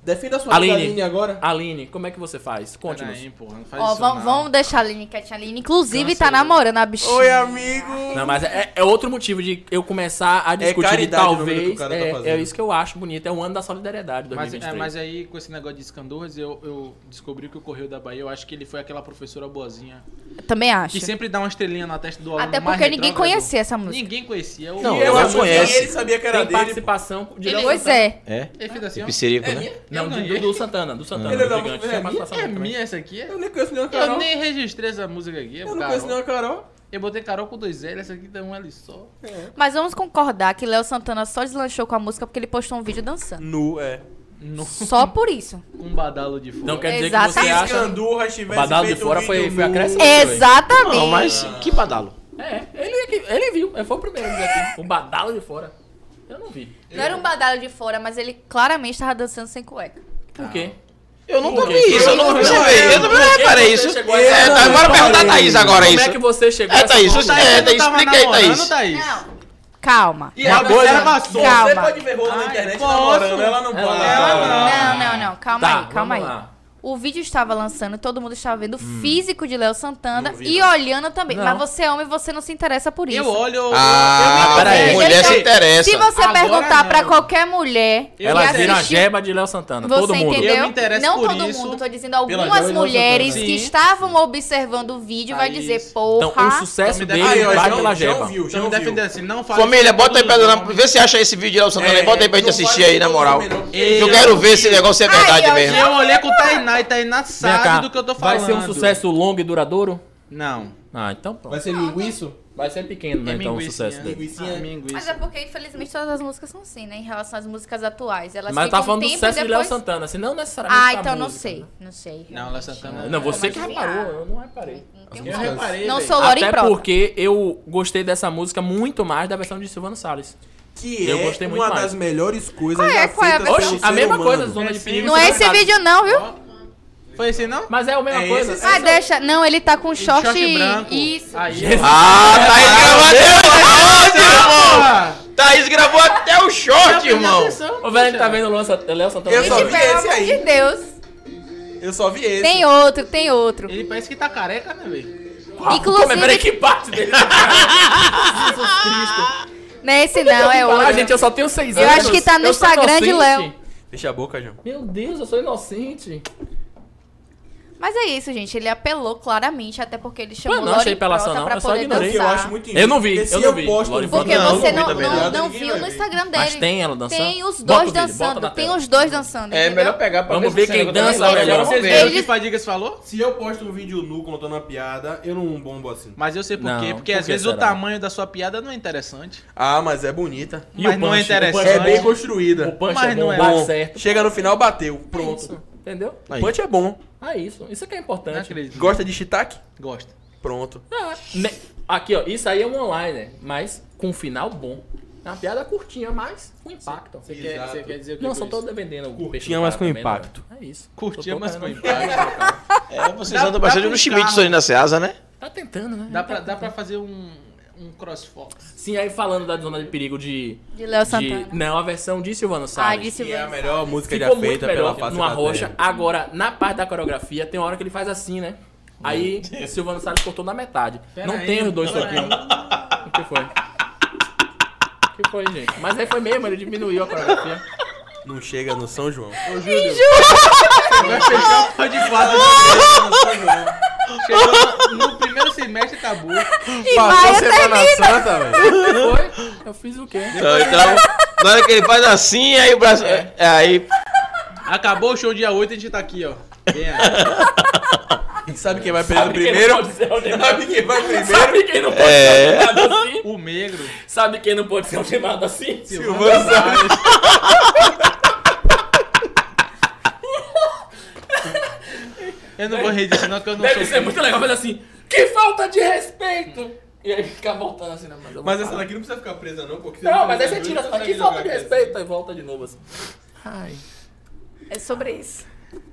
S5: Defenda a sua
S4: Aline.
S5: vida, Aline, agora.
S4: Aline, como é que você faz? Conte-nos.
S7: Peraí, porra, não faz
S1: Ó,
S7: isso
S1: vamos,
S7: não.
S1: vamos deixar a Aline quietinha. A Aline, inclusive, tá
S7: Cancelou.
S1: namorando a bichinha.
S5: Oi, amigo.
S4: Não, mas é, é outro motivo de eu começar
S7: É
S4: a discutir de
S5: caridade o número que
S4: talvez.
S5: o cara tá
S4: é,
S5: fazendo.
S4: é isso que eu acho bonito. É um ano da solidariedade
S7: Mas, é,
S4: 2023.
S7: mas aí, com esse negócio de escandurras, eu, eu descobri que o Correio da Bahia, eu acho que ele foi aquela professora boazinha.
S1: Eu Também acho.
S7: Que sempre dá uma estrelinha na testa do aluno.
S1: Até
S7: mais
S1: porque ninguém
S7: retrógrado.
S1: conhecia essa música.
S7: Ninguém conhecia. O- é
S3: Não,
S7: ele,
S3: eu
S4: a
S3: não
S4: música-
S3: conheço.
S5: Ele sabia que era
S4: Tem
S5: dele.
S4: participação de Léo
S1: Pois
S4: Santana.
S1: é.
S3: É?
S7: fez assim,
S3: É
S7: ó.
S3: Pisserico, né?
S4: Não,
S7: Eu
S4: de-
S7: ganhei.
S4: do, do Santana, do Santana.
S5: Ele
S4: do
S5: olhou,
S4: gigante, tem
S5: é
S4: a
S5: minha?
S4: participação
S7: É
S4: dele também.
S7: minha essa aqui?
S5: Eu nem conheço nenhuma
S7: Eu
S5: Carol.
S7: nem registrei essa música aqui. é
S5: Eu não
S7: Carol.
S5: conheço nenhuma Carol.
S7: Eu botei Carol com dois L, essa aqui tem um L só.
S1: Mas vamos concordar que Léo Santana só deslanchou com a música porque ele postou um vídeo dançando.
S5: Nu, é.
S7: No-
S1: Só por isso.
S7: Um badalo de fogo.
S4: Não quer dizer que você
S1: Exatamente.
S4: acha...
S5: Escandurra
S4: O
S5: tivesse
S4: badalo de
S5: feito um
S4: fora foi,
S5: vídeo
S4: foi
S5: nu.
S4: acrescido.
S1: Exatamente.
S3: Não, mas que badalo.
S4: É, ele, é que- ele viu. Ele foi o primeiro a dizer aqui. O badalo de fora. Eu não vi.
S1: Não era um badalo de fora, mas ele claramente tava dançando sem cueca.
S4: Por quê?
S3: Eu nunca
S4: Por
S3: vi
S4: quê?
S3: isso, eu não observei. Eu não reparei
S4: Você
S3: isso.
S4: chegou a-
S3: É, tá, bora perguntar a Thaís agora
S4: Como
S3: isso.
S4: é que você chegou
S3: É,
S4: a essa
S7: Tá
S3: Thaís,
S4: conclusão?
S3: é, Thaís, explica aí, Thaís.
S7: Thaís.
S1: Não, Calma.
S5: E a
S1: Não,
S5: coisa
S1: não,
S5: passou. Você
S1: Calma.
S5: pode ver rola na internet
S7: posso.
S5: namorando, ela não pode.
S4: Ela
S1: Não, não, não. Calma
S4: Tá,
S1: aí, calma aí.
S4: vamos lá.
S1: O vídeo estava lançando, todo mundo estava vendo o físico de Léo Santana e olhando também.
S4: Não.
S1: Mas você é homem e você não se interessa por isso.
S7: Eu assim, olho.
S3: Ah,
S1: Eu me
S3: peraí.
S1: entendi.
S3: Mulher
S1: Então,
S3: se interessa.
S1: Se você
S7: Agora
S1: perguntar
S7: não.
S1: pra qualquer mulher que
S4: Elas viram a
S1: assistiu,
S4: jeba de Léo Santana,
S1: você
S4: todo mundo.
S1: entendeu?
S7: Eu me interesso
S1: não
S7: por
S1: todo
S7: isso.
S1: mundo, tô dizendo
S5: Jeba e
S1: algumas
S5: Léo
S1: mulheres
S7: Santana.
S1: que
S7: Sim.
S1: estavam observando o vídeo vai
S7: Aí.
S1: dizer,
S4: Então, o
S1: porra.
S4: sucesso
S7: Então
S4: dele
S7: me dá- Aí, ó,
S4: vai
S5: já
S4: pela
S5: ouviu, já
S4: jeba.
S5: ouviu,
S7: Então me defendendo assim, não assim. faz.
S3: Família, bota aí pra Vê se acha esse vídeo lá, o Santana.
S5: É,
S3: aí, bota aí pra gente
S5: não
S3: assistir
S5: faz
S3: aí, na
S5: todo
S3: moral.
S5: mundo, não.
S3: Eu quero ver se esse negócio é verdade
S1: Aí, ó,
S3: mesmo.
S7: Eu olhei com o Tainá e Tainá
S4: Vem
S7: sabe
S4: cá,
S7: do que eu tô falando.
S4: Vai ser um sucesso longo e duradouro?
S7: Não.
S4: Ah, então pronto.
S10: Vai ser linguiço?
S4: Vai ser pequeno, né?
S7: É
S4: então, o
S7: minguicinha.
S4: sucesso dele.
S7: Minguicinha. Ah, minguiça.
S1: Mas é porque, infelizmente, todas as músicas são assim, né? Em relação às músicas atuais. Elas
S4: Mas
S1: ficam
S4: tá falando
S1: um
S4: do
S1: tempo e
S4: sucesso de Léo
S1: depois-
S4: Santana, assim, não necessariamente
S1: Ah,
S4: da
S1: então não
S4: música,
S1: sei.
S4: né?
S1: Não sei.
S7: Não, Léo Santana.
S4: Não, você que
S1: Mas-
S4: reparou, eu não reparei.
S7: Eu reparei.
S1: Não
S7: velho.
S1: sou Lore
S4: Até
S1: em prova.
S4: porque eu gostei dessa música muito mais da versão de Silvano Salles.
S6: Que
S4: Eu
S6: é
S4: gostei muito
S6: uma
S4: mais.
S6: das melhores coisas
S1: Qual é?
S6: já
S1: Qual é a
S6: feitas
S1: versão?
S6: pelo
S5: um
S4: Oxe, a
S6: ser
S4: mesma
S6: humano.
S4: coisa, Zona de
S7: É
S4: Perigo.
S7: sim.
S1: Não é esse vídeo, não, viu?
S7: Foi assim, não?
S4: Mas é a mesma
S5: É
S4: coisa.
S5: esse,
S1: Ah, deixa. Não, ele tá com short,
S7: short branco.
S1: e. Isso.
S7: Aí.
S3: Ah, Thaís gravou até o short, irmão! Thaís gravou até o short, irmão!
S4: Ô, velho, tá vendo o Léo Sant- Léo Santana?
S5: Eu
S1: Gente,
S5: só vi
S1: pelo
S5: esse
S1: amor
S5: aí.
S1: de Deus.
S5: Eu só vi esse.
S1: Tem outro, tem outro.
S7: Ele parece que tá careca, né, velho?
S4: Como é peraí,
S1: Inclusive,
S4: que parte dele?
S1: não é esse não, é
S4: Ah,
S1: outro.
S4: gente, eu só tenho seis
S1: Eu
S4: anos.
S1: acho que tá no
S4: eu sou
S1: Instagram de
S4: inocente.
S1: Léo.
S6: Deixa a boca, João.
S4: Meu Deus, eu sou inocente.
S1: Mas é isso, gente. Ele apelou claramente, até porque ele chamou
S4: Eu não
S1: Lore
S4: achei apelação,
S1: Prota
S4: não.
S1: pra
S4: Eu só
S1: poder
S4: ignorei.
S1: dançar.
S4: Eu
S5: acho muito
S4: Eu não vi,
S5: Porque se
S4: eu não
S5: eu
S4: vi.
S5: posto
S4: Lore
S5: no
S4: Prota
S1: Porque
S5: Não,
S1: você
S5: não
S1: não,
S5: vi também,
S1: não,
S5: não.
S1: não
S5: Ninguém
S1: viu
S5: vai
S1: no
S5: ver.
S1: Instagram dele.
S4: Mas tem ela dançando?
S1: Tem os
S4: Bota o
S1: dois
S4: vídeo, bota na
S1: dançando. Tem
S4: tela.
S1: os dois dançando.
S3: É
S1: entendeu?
S3: melhor pegar pra
S4: Vamos ver quem
S3: esse negócio
S4: dança
S3: também,
S4: melhor.
S3: não,
S7: Vocês
S3: vamos
S1: ver.
S7: viram o
S1: Ele-
S7: que Fadigas falou?
S6: Se eu posto um vídeo nu contando uma piada, eu não bombo assim.
S7: Mas eu sei por
S4: Não,
S7: quê. Porque
S4: por
S7: às
S4: que
S7: vezes o
S4: será?
S7: tamanho da sua piada não é interessante.
S6: Ah, mas é bonita.
S4: E
S7: mas
S4: o
S7: não é
S4: punch? O punch
S7: interessante.
S6: É bem
S4: bom.
S6: construída.
S4: O punch
S7: Mas
S4: é bom,
S7: não é
S4: bate
S7: bom.
S4: certo.
S6: Chega no final, bateu.
S4: É
S6: Pronto.
S4: isso, entendeu?
S3: Aí.
S6: Punch é bom.
S4: Ah, isso. Isso que é
S7: Não
S4: importante.
S7: acredito.
S6: Gosta de shiitake?
S7: Gosto.
S6: Pronto.
S4: Me- Aqui, ó, isso aí é um online, né? Mas com um final bom. É uma piada curtinha, mas com impacto.
S7: Você quer, você quer dizer o que
S4: Não,
S7: com
S4: só
S7: isso?
S4: tô defendendo o peixe
S6: Curtinha,
S4: do
S6: mas
S4: cara
S6: com
S4: também, não é?
S6: impacto.
S4: É isso.
S7: Curtinha,
S4: Tô
S7: mas com
S4: tocando
S7: impacto.
S3: É, vocês
S7: Dá-
S3: andam
S7: dá
S3: bastante
S7: pra
S3: no
S7: um
S3: Schmitz
S7: carro.
S3: aí na Seasa, né?
S4: Tá tentando, né?
S7: Dá
S4: Tá
S7: pra, dá
S4: tentando.
S7: pra fazer um, um cross-fox.
S4: Sim, aí falando da zona de perigo de...
S1: De Léo
S4: de...
S1: Santana.
S4: Não, a versão de Silvano
S1: Ah,
S4: Salles.
S1: de
S6: Que é a
S1: Silvana.
S6: melhor música
S4: Ficou
S6: já
S4: muito
S6: feita pela
S4: melhor
S6: face
S4: numa
S6: da
S4: rocha.
S6: terra.
S4: Agora, na parte da coreografia, tem uma hora que ele faz assim, né? Aí, Silvano Salles cortou na metade. não
S7: aí,
S4: tem os dois
S7: pera
S4: soquinhos. O que foi? O que foi, gente? Mas aí foi mesmo, ele diminuiu a coreografia.
S6: Não chega no São João.
S7: Vai fechar o pó de bala. Chegou no, no primeiro semestre, acabou.
S6: Passou Semana Santa, velho.
S4: Foi? Eu fiz o quê?
S3: Então, então, na hora que ele faz assim, aí o braço. É, aí.
S7: Acabou o show dia 8, a gente tá aqui, ó. Vem aí.
S6: E Sabe quem vai perdendo
S4: quem
S6: primeiro?
S4: não pode ser o Neymar?
S6: Sabe quem vai primeiro?
S4: Sabe quem não pode
S3: É.
S4: ser algemado assim?
S7: O negro.
S4: Sabe quem não pode ser algemado assim?
S6: Silvano Salles.
S7: Eu não vou rir disso, não, que eu não
S4: Deve
S7: sou.
S4: ser muito legal, mas assim, que falta de respeito! E aí fica voltando assim, né? Mas, eu vou
S6: Mas
S4: parar.
S6: essa daqui não precisa ficar presa, não, porque. é
S4: Não, mas aí você tira,
S6: Não
S4: essa daqui,
S6: consegue
S4: falta
S6: jogar
S4: de
S6: com
S4: respeito, aí volta de novo assim. Ai.
S1: É sobre isso.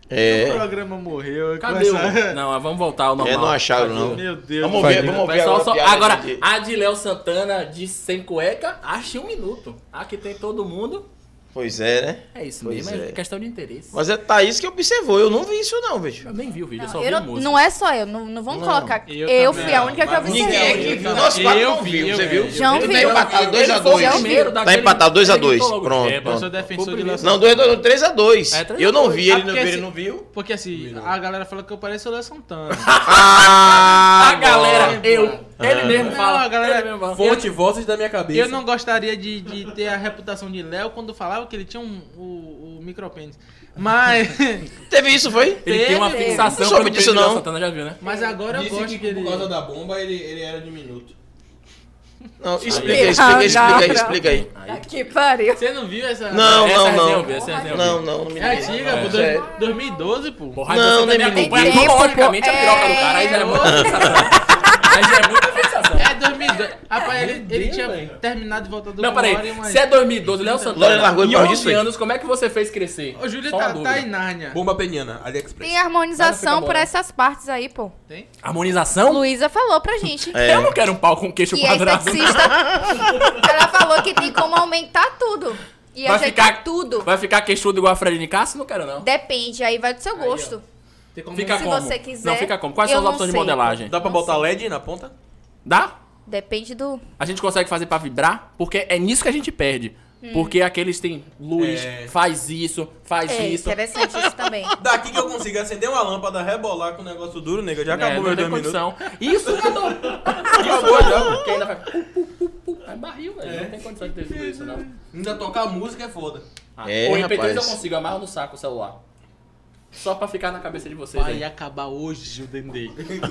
S3: É.
S7: O programa morreu.
S4: Cadê
S7: com essa-
S4: o... Não, mas vamos voltar ao normal.
S3: É, não acharam, não.
S7: Meu Deus.
S3: Vamos ver,
S10: Vai,
S3: vamos ver.
S4: Pessoal,
S3: agora a
S4: só-
S3: piada
S4: agora,
S3: de-
S4: a de Léo Santana de sem cueca, ache um minuto. Aqui tem todo mundo.
S3: Pois é, né?
S4: É isso
S3: Pois
S4: mesmo, é.
S3: é.
S4: questão de interesse.
S3: Mas é Thaís que observou, eu não vi isso, não, bicho.
S4: Eu nem vi o vídeo, eu só
S1: Não,
S4: vi
S1: eu
S4: a
S1: não,
S4: música.
S1: não é só eu, não, não vamos
S3: Não,
S1: colocar.
S7: eu
S1: Eu,
S7: também
S1: fui a
S7: não,
S1: única que
S6: mas
S1: observei.
S3: Ninguém aqui
S7: eu
S3: viu.
S7: também.
S3: Nós quatro
S7: Eu
S3: não
S7: vi,
S3: viu,
S7: eu
S3: você
S7: vi.
S3: viu?
S1: João
S3: Ele
S1: viu.
S3: tá empatado
S4: Ele foi o
S3: 2x2.
S4: primeiro daquele-
S3: empatado dois a
S4: daquele
S3: dois.
S4: mitólogo.
S3: Pronto,
S4: É,
S3: pronto.
S7: Eu sou defensor de
S4: Cobrir.
S7: Léo
S3: Não, 2x2,
S4: É,
S3: 3x2.
S4: três a
S3: Eu não
S4: dois.
S3: vi, ele
S7: Ah,
S3: não
S7: porque
S3: viu, ele
S7: assim-
S3: não viu.
S7: Porque assim, a galera fala que eu pareço o Léo Santana.
S3: Ah,
S4: A galera,
S7: bom.
S4: eu, ele mesmo
S7: Não,
S4: fala,
S7: a galera-
S4: ele mesmo fala.
S6: Fonte vozes da minha cabeça.
S7: Eu não gostaria de, de ter a reputação de Léo quando falava que ele tinha um, o, o micropênis. Mas,
S3: Ah, Teve isso, foi?
S4: Ele tem uma
S7: Teve.
S4: fixação
S3: Não soube
S4: pelo
S3: disso,
S4: peito de Léo
S3: não.
S4: Santana, já viu, né?
S7: mas agora eu
S6: Disse
S7: gosto
S6: que
S7: que ele.
S6: por causa da bomba ele, ele era diminuto.
S3: Não, explica aí, explica aí, explica aí, explica aí.
S1: Que pariu.
S7: Você não viu essa?
S3: Não,
S4: Essa é resenha eu
S3: não,
S4: vi, essa resenha eu
S3: não.
S4: vi.
S3: Não, não, não me
S7: É
S3: lembro.
S7: antiga,
S4: É.
S7: pô. dois- 2012, pô.
S4: Porra,
S3: Não,
S4: não, você
S3: nem
S4: me
S3: me
S4: acompanha
S1: lembro.
S4: cronologicamente a
S1: É.
S4: piroca do cara, aí já é muita fixação. Aí já é muita fixação.
S7: É 2012, Rapaz, ele, ele tinha terminado de voltar do
S4: Não, peraí.
S7: Glória, mas-
S4: Se é 2012, Léo
S3: Lorena
S4: Santana,
S3: largou ele
S4: em
S3: por causa
S4: 11
S3: disso,
S4: anos, como é que você fez crescer?
S7: Ô, Júlio
S4: Só uma
S7: tá, tá em
S4: dúvida.
S7: Nárnia.
S5: Bomba peniana, AliExpress.
S1: Tem harmonização
S4: bom,
S1: por
S4: né?
S1: essas partes aí, pô.
S7: Tem?
S4: Harmonização?
S1: Luísa falou pra gente.
S4: Eu não quero um pau com queixo
S1: que é
S4: quadrado.
S1: sexista. Ela falou que tem como aumentar tudo. E
S4: Vai
S1: ajeitar
S4: ficar,
S1: tudo.
S4: vai ficar queixudo igual a Fredini Castro? Não quero, não.
S1: Depende, aí vai do seu gosto.
S7: Tem como
S4: Fica
S1: é? Se
S4: como?
S1: você quiser,
S4: Não, fica como? Quais
S1: eu
S4: são as
S1: não
S4: opções de
S1: sei.
S4: modelagem?
S5: Dá pra botar LED na ponta?
S4: Dá?
S1: Depende do.
S4: A gente consegue fazer pra vibrar? Porque é nisso que a gente perde.
S1: Hum.
S4: Porque aqueles têm luz,
S5: É.
S4: faz isso, faz
S1: É,
S4: isso.
S1: interessante isso também.
S5: Daqui que eu consigo acender uma lâmpada, rebolar com o negócio duro, nega. Já
S4: É,
S5: acabou
S4: não
S5: meu
S4: tem
S5: dois minutos.
S4: condição. Isso, jogador! Isso, jogador! Porque ainda vai. Pu, pu, pu, pu. É barril, velho. Não tem condição de ter tudo isso, não.
S5: Ainda tocar música é foda.
S4: Ah,
S3: É,
S4: o MP3 eu
S3: rapaz.
S4: consigo, amarro no saco o celular. Só pra ficar na cabeça de vocês.
S7: Vai
S4: aí.
S7: acabar hoje o
S4: Eu
S7: Dendê.
S5: Entendeu?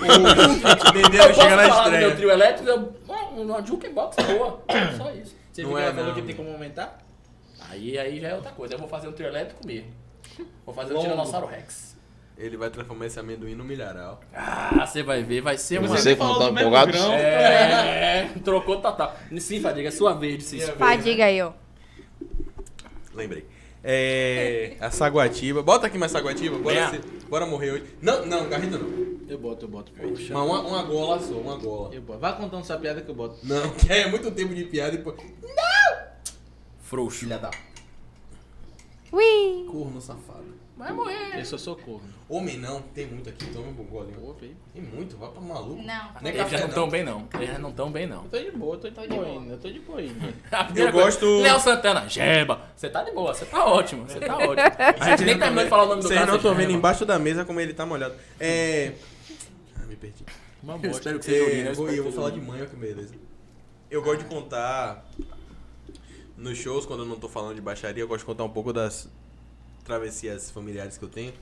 S4: posso
S5: Chega na
S4: falar do meu
S5: estreia.
S4: trio elétrico, eu... uma jukebox boa. Só isso.
S7: Você
S5: Não
S7: viu que
S5: é,
S7: ela falou
S5: não.
S7: que tem como aumentar?
S4: Aí, aí já é outra coisa. Eu vou fazer um trio elétrico mesmo. Vou fazer um Tiranossauro Rex.
S5: Ele vai transformar esse amendoim no milharal.
S4: Ah, você vai ver, vai ser uma...
S3: Você que não tá empolgado?
S4: É, trocou total. Sim, Fadiga, é sua vez de se expor.
S1: Fadiga aí, ó.
S5: Lembrei. É. A saguatiba. Bota aqui mais saguatiba. Bora,
S4: Venha.
S5: ser- bora morrer hoje. Não, não, garrita não.
S7: Eu boto, eu boto.
S5: Mas uma, uma gola só, uma gola.
S7: Eu boto. Vai contando sua piada que eu boto.
S5: Não, que é muito tempo de piada e pô.
S4: Frouxo.
S5: Filha da.
S1: Ui!
S5: Corno safado.
S4: Vai morrer.
S7: Eu sou socorro.
S5: Homem não, tem muito aqui. Toma um golinho.
S7: Pô, filho.
S5: Tem muito, vai pra maluco.
S1: Não.
S5: Não é
S4: Eles já
S5: café,
S4: não tão
S5: não.
S4: bem, não. Eles já não tão bem, não.
S7: Eu tô de boa, eu tô de boa ainda. Eu tô de boa ainda.
S4: A primeira
S5: Eu
S4: coisa,
S5: gosto-
S4: Léo Santana, Jeba. Você tá de boa, você tá ótimo, você tá ótimo. A gente nem terminou de falar o nome do
S5: Vocês
S4: cara.
S5: não
S4: você é
S5: estão vendo
S4: Jeba.
S5: embaixo da mesa como ele tá molhado. É. Ah, me perdi.
S7: Uma
S4: Eu
S7: bosta.
S4: espero que
S5: É,
S4: seja ouvindo.
S5: eu vou, eu vou falar de mãe, olha que beleza. Eu gosto de contar nos shows, quando eu não tô falando de baixaria, eu gosto de contar um pouco das travessias familiares que eu tenho.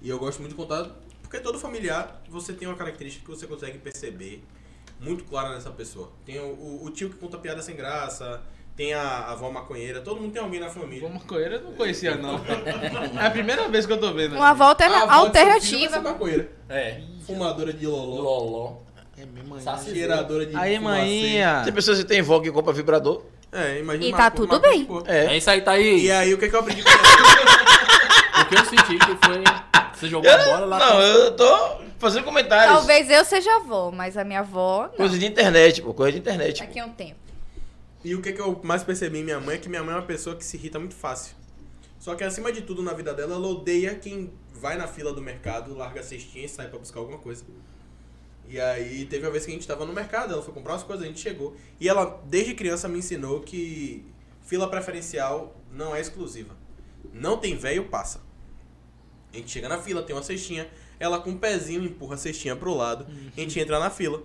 S5: E eu gosto muito de contar, porque é todo familiar, você tem uma característica que você consegue perceber muito clara nessa pessoa. Tem o, o- o tio que conta piada sem graça, tem a, a avó maconheira, todo mundo tem alguém na família.
S7: Uma coeira eu não conhecia, não. É a primeira vez que eu tô vendo. assim.
S1: Uma volta
S5: A avó de seu filho vai ser
S1: alternativa.
S5: maconheira.
S4: É.
S5: Fumadora de loló,
S4: Loló.
S7: É minha mãe.
S4: Saci.
S5: cheiradora de
S7: Aí,
S5: fumacê.
S7: maninha.
S3: É, Tem pessoas que tem vó que compra vibrador.
S5: É, imagina.
S1: E tá
S5: Marco-
S1: tudo
S5: Marco
S1: bem.
S5: de boa.
S4: É isso aí, Thaís.
S5: E aí, o que, que eu aprendi com ela?
S4: O que eu senti que foi... Você jogou a bola lá.
S3: Não, eu tô fazendo comentários.
S1: Talvez eu seja avó, mas a minha avó. não.
S3: Coisa de internet, pô. Coisa de
S4: é.
S3: internet.
S1: Daqui a um tempo.
S5: E o que, que eu mais percebi em minha mãe é que minha mãe é uma pessoa que se irrita muito fácil. Só que, acima de tudo, na vida dela, ela odeia quem vai na fila do mercado, larga a cestinha e sai pra buscar alguma coisa. E aí, teve uma vez que a gente tava no mercado, ela foi comprar umas coisas, a gente chegou. E ela, desde criança, me ensinou que fila preferencial não é exclusiva. Não tem velho, passa. A gente chega na fila, tem uma cestinha, ela com o pezinho empurra a cestinha pro lado, a gente entra na fila.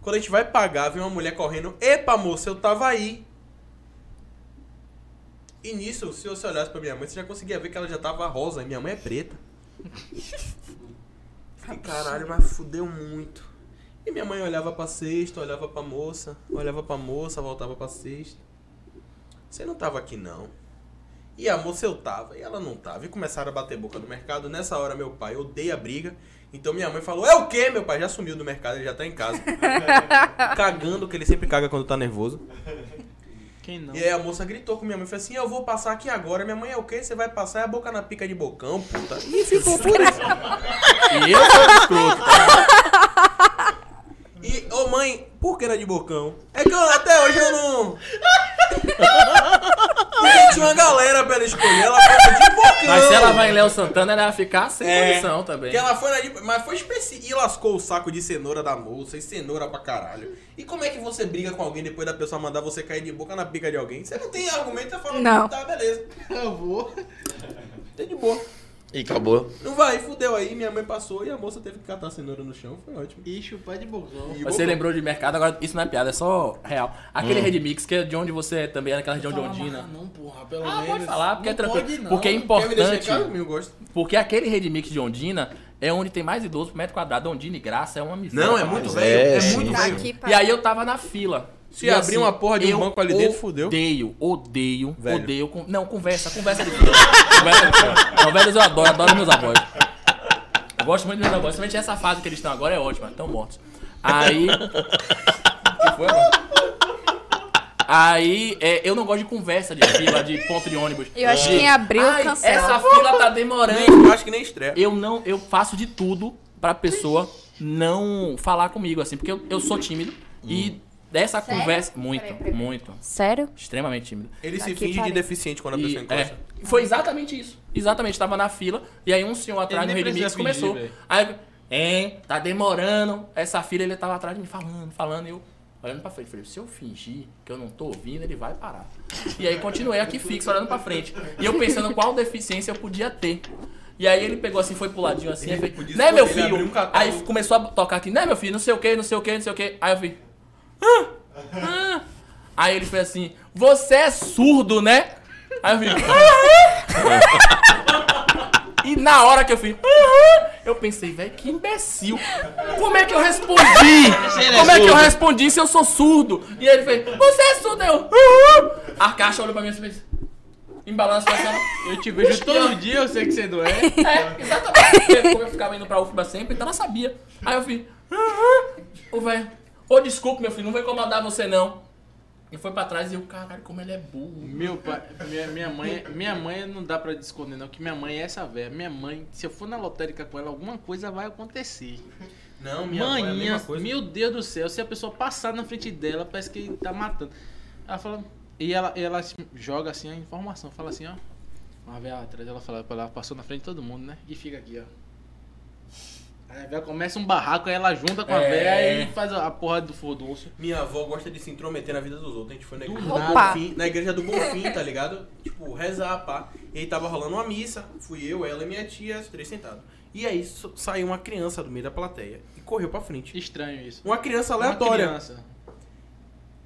S5: Quando a gente vai pagar, vem uma mulher correndo. Epa, moça, eu tava aí. E nisso, se você olhasse pra minha mãe, você já conseguia ver que ela já tava rosa. E minha mãe é preta. Fiquei, caralho, mas fudeu muito. E minha mãe olhava pra sexta, olhava pra moça, olhava pra moça, voltava pra sexta. Você não tava aqui, não. E a moça eu tava, e ela não tava. E começaram a bater boca no mercado. Nessa hora, meu pai odeia a briga. Então minha mãe falou: É o quê? Meu pai já sumiu do mercado, ele já tá em casa. Cagando, que ele sempre caga quando tá nervoso.
S7: Quem não?
S5: E aí a moça gritou com minha mãe: Falei assim, eu vou passar aqui agora. Minha mãe é o quê? Você vai passar? É a boca na pica de bocão, puta. E ficou por isso.
S4: E eu sou um escroto.
S5: E, ô mãe, por que era de bocão? É que eu, até hoje eu não. Porque tinha uma galera pra ela escolher, ela foi de bocão.
S4: Mas se ela vai em Léo Santana, ela vai ficar sem
S5: É.
S4: condição também.
S5: Que ela foi na de... Mas foi específico. E lascou o saco de cenoura da moça, e cenoura pra caralho. E como é que você briga com alguém depois da pessoa mandar você cair de boca na pica de alguém? Você não tem argumento, você fala,
S1: Não.
S5: tá, beleza.
S7: Eu vou.
S5: Tá de boa.
S3: E acabou.
S5: Não vai, fudeu aí, minha mãe passou e a moça teve que catar a cenoura no chão, foi ótimo.
S7: E chupar de bocão.
S5: E
S4: Você
S5: botou.
S4: lembrou de mercado, agora isso não é piada, é só real.
S5: Hum.
S4: Aquele Red Mix, que é de onde você é também, é naquela região de Ondina.
S7: Não, porra, pelo
S4: Ah,
S7: menos.
S4: pode falar, porque é
S7: Não
S4: tranquilo.
S7: pode, não.
S4: Porque é
S5: Quer me deixar
S4: importante.
S5: claro? Eu gosto.
S4: Porque aquele Red Mix de Ondina é onde tem mais idosos por metro quadrado. Ondina e Graça é uma miséria.
S5: Não, é muito
S3: É,
S5: velho, é,
S3: sim.
S5: muito
S1: Tá
S5: velho.
S1: aqui,
S4: E aí eu tava na fila.
S5: Se
S4: E assim,
S5: abrir uma porra de um
S4: eu
S5: banco ali dentro, fudeu.
S4: Odeio, odeio,
S5: Velho.
S4: odeio. con- Não, conversa, conversa de fila. conversa de fila. Não, velhos eu adoro, adoro meus avós. Eu gosto muito dos meus avós. Somente essa fase que eles estão agora é ótima, estão mortos. Aí. que foi, mano? Aí, é, eu não gosto de conversa de fila, de ponto de ônibus.
S1: Eu acho que em abril
S4: Ai,
S1: cancela.
S4: Essa fila tá demorando.
S5: Eu acho que nem estreia.
S4: Eu não, eu faço de tudo pra pessoa não falar comigo, assim, porque eu, eu sou tímido
S7: Hum.
S4: e dessa
S1: Sério?
S4: conversa. Muito,
S1: Peraí, peraí.
S4: muito.
S1: Sério?
S4: Extremamente tímido.
S5: Ele se
S1: Aqui
S5: finge
S1: parece.
S5: de deficiente quando a
S4: E,
S5: pessoa encosta.
S4: é, foi exatamente isso. Exatamente, tava na fila e aí um senhor atrás no
S7: nem
S4: Rede
S7: precisa
S4: Mix
S7: fingir,
S4: começou.
S7: velho.
S4: Aí, hein, tá demorando. Essa fila ele tava atrás de mim falando, falando, e eu olhando pra frente. Falei, se eu fingir que eu não tô ouvindo, ele vai parar. E aí continuei aqui fixo, olhando pra frente. E eu pensando qual deficiência eu podia ter. E aí ele pegou assim, foi pro ladinho assim, aí fez, né meu
S5: escolher,
S4: filho?
S5: abrir um catálogo.
S4: aí começou a tocar aqui, né meu filho, não sei o que, não sei o que, não sei o que. Aí eu falei, ah, ah. Aí ele fez assim, você é surdo, né? Aí eu fiz. "Ah, é?" e na hora que eu fiz. "Ah, é", Eu pensei, velho, que imbecil. Como é que eu respondi?
S3: né,
S4: Como é que eu respondi se eu sou surdo? E ele fez, você é surdo, eu. "Ah, ah". A caixa olhou pra mim e fez. Embalando as costas.
S7: Eu te vejo todo dia, eu sei que você doer.
S4: É, exatamente. Porque como eu ficava indo pra UFBA sempre, então ela sabia. Aí eu fiz. "Ah, ah". O velho. Ô, desculpa, meu filho, não vou incomodar você não. E foi pra trás e eu, caralho, como ele é burro.
S7: Meu pai, minha, minha mãe, minha mãe não dá pra esconder não, que minha mãe é essa velha. Minha mãe, se eu for na lotérica com ela, alguma coisa vai acontecer.
S11: Não,
S5: é
S7: Manhã, meu Deus do céu, se a pessoa passar na frente dela, parece que tá matando. Ela fala, e ela, ela se- joga assim a informação, fala assim, ó. Uma velha atrás, ela fala, ela passou na frente de todo mundo, né? E fica aqui, ó. Aí a velha começa um barraco, aí ela junta com a
S4: É.
S7: velha e faz a porra do furdunço.
S5: Minha avó gosta de se intrometer na vida dos outros. A gente foi na igreja
S1: nada.
S5: do
S1: Opa.
S5: Bonfim, na igreja do Bonfim, tá ligado? Tipo, rezar, pá. E aí tava rolando uma missa, fui eu, ela e minha tia, os três sentados. E aí so- saiu uma criança do meio da plateia e correu pra frente.
S7: Estranho isso.
S5: Uma criança
S7: Uma
S5: aleatória.
S7: criança.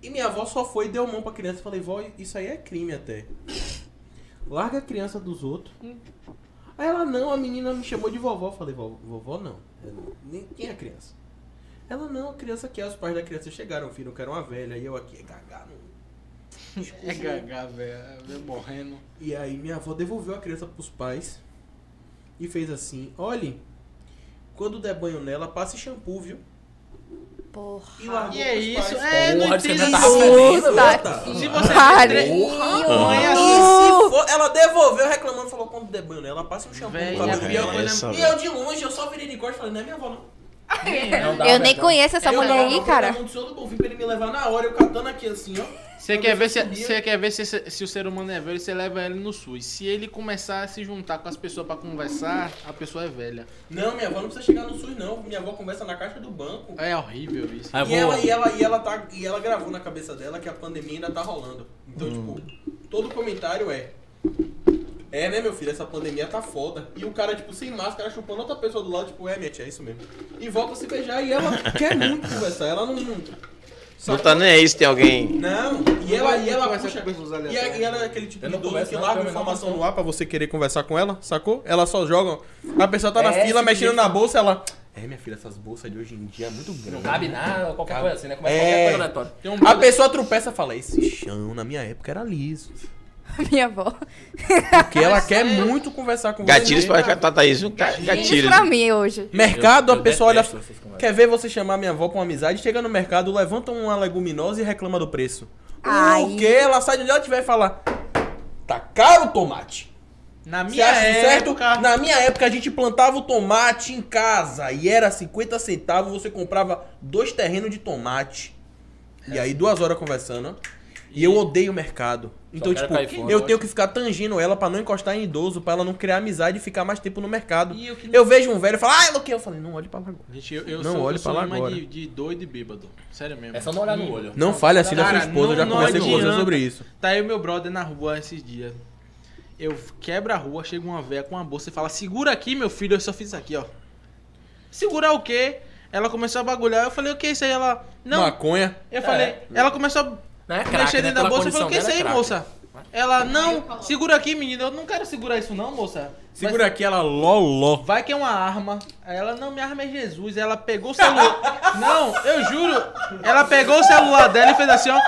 S5: E minha avó só foi e deu mão pra criança. Eu Falei, vó, isso aí é crime até. Larga a criança dos outros. Aí ela, não, a menina me chamou de vovó. Eu Falei, "Vó- vovó não. Ela, "Nem- Quem é a criança? Ela, não, a criança que é. Os pais da criança chegaram, viram que era uma velha. E eu aqui, é gagá, não.
S7: É gaga, velho. velho Morrendo.
S5: E aí minha avó devolveu a criança pros pais. E fez assim, olhe, quando der banho nela, passe shampoo, viu?
S1: Porra.
S5: E largou
S7: E é
S5: pros
S7: isso,
S5: pais.
S7: é, não
S4: Porra, você
S7: entendo
S4: tá
S7: isso.
S1: Puta
S7: Se
S1: que
S7: você
S1: pariu.
S7: Mãe,
S5: E
S7: assim,
S5: se for, ela devolveu reclamando, falou quando der banho nela, passa um shampoo
S7: velho,
S5: no cabelo
S7: a pior
S5: dela.
S7: coisa-
S3: Essa,
S5: E eu de longe, eu só virei de costas e falei, não é minha avó não.
S4: Não
S1: Eu
S4: dá, velho,
S1: nem
S4: não.
S1: conheço essa
S5: eu um
S1: mulher
S5: tava
S1: aí,
S5: botando a
S1: cara.
S5: mão do senhor do Bonfim pra ele me levar na hora, eu catando aqui assim, ó.
S7: Você quer ver, se, você quer ver se, se o ser humano é velho, você leva ele no SUS. Se ele começar a se juntar com as pessoas pra conversar, a pessoa é velha.
S5: Não, minha avó não precisa chegar no SUS não, minha avó conversa na caixa do banco.
S7: É horrível isso.
S4: Aí eu
S5: E ela,
S4: vou.
S5: e, ela, e, ela tá, e ela gravou na cabeça dela que a pandemia ainda tá rolando. Então, tipo, todo comentário é. É, né, meu filho? Essa pandemia tá foda. E o cara, tipo, sem máscara, chupando outra pessoa do lado, tipo, é, minha tia, é isso mesmo. E volta a se beijar e ela quer muito conversar. Ela não. não-
S3: Não tá nem aí se tem alguém.
S5: Não, e ela, e ela
S7: Conversa
S5: puxa.
S7: com pessoas
S5: E, a- e ela é aquele tipo
S4: Eu
S5: de
S4: não
S5: idoso
S4: converso,
S5: que
S4: não,
S5: larga
S4: tenho a menor
S5: informação
S4: noção.
S5: no ar pra você querer conversar com ela, sacou? Ela só joga. A pessoa tá na
S4: É,
S5: fila
S4: esse
S5: mexendo
S4: dia-
S5: na bolsa, ela. É, minha filha, essas bolsas de hoje em dia é muito grande.
S4: Não cabe nada, qualquer
S5: Cabe.
S4: coisa assim, né? Começa
S5: É.
S4: qualquer coisa aleatória.
S7: Tem um
S5: A pessoa tropeça e fala: Esse chão na minha época era liso.
S1: Minha avó.
S5: Porque ela quer muito conversar com
S3: Gatilhos
S5: você.
S3: para tratar Thaís, viu? Ga-
S1: Isso
S3: Gatilhos.
S1: pra mim hoje.
S5: Mercado,
S4: Eu- eu
S5: a pessoa olha.
S4: detesto essas conversas.
S5: Quer ver você chamar minha avó pra uma amizade? Chega no mercado, levanta uma leguminosa e reclama do preço.
S1: Ai.
S5: O que? Ela sai de onde ela tiver e fala: Tá caro o tomate.
S7: Na
S5: Você
S7: minha
S5: acha isso certo?
S7: época,
S5: Na minha época a gente plantava o tomate em casa e era 50 centavos, você comprava dois terrenos de tomate. E aí duas horas conversando. ó. E eu odeio o mercado. Então,
S4: quero
S5: tipo,
S4: cair fora,
S5: eu
S4: eu
S5: tenho que ficar tangindo ela pra não encostar em idoso, pra ela não criar amizade e ficar mais tempo no mercado.
S7: E eu que não-
S5: Eu vejo um velho e falo, ah, Luque, eu falei, não olhe pra lá agora.
S7: Gente, eu, eu
S5: Não,
S7: sou,
S5: olhe
S7: eu sou
S5: pra lá
S7: imã
S5: agora.
S7: de, de doido e bêbado. Sério mesmo.
S4: É só não olhar no olho.
S5: Não fale assim da
S7: Cara,
S5: sua esposa, eu já
S7: não- não
S5: conversei com você
S7: adianta.
S5: sobre isso.
S7: Tá aí o meu brother na rua esses dias. Eu quebro a rua, chega uma véia com uma bolsa e fala: Segura aqui, meu filho. Eu só fiz aqui, ó. Segurar o quê? Ela começou a bagulhar. Eu falei: O que é isso aí? Ela. Não.
S5: Maconha.
S7: Eu falei: Ela começou a
S4: é, Não é craque,
S7: mexer
S4: né?
S7: dentro da
S4: Pela
S7: bolsa. Eu
S4: condição
S7: falei: O que é isso
S4: dela,
S7: aí,
S4: craque. né?
S7: moça? Ela: Não. Segura aqui, menina. Eu não quero segurar isso, não, moça. Mas-
S5: Segura aqui, ela, loló.
S7: Vai que é uma arma. Aí ela, não, minha arma é Jesus. Aí ela pegou o celular. não, eu juro. Ela pegou o celular dela e fez assim, ó.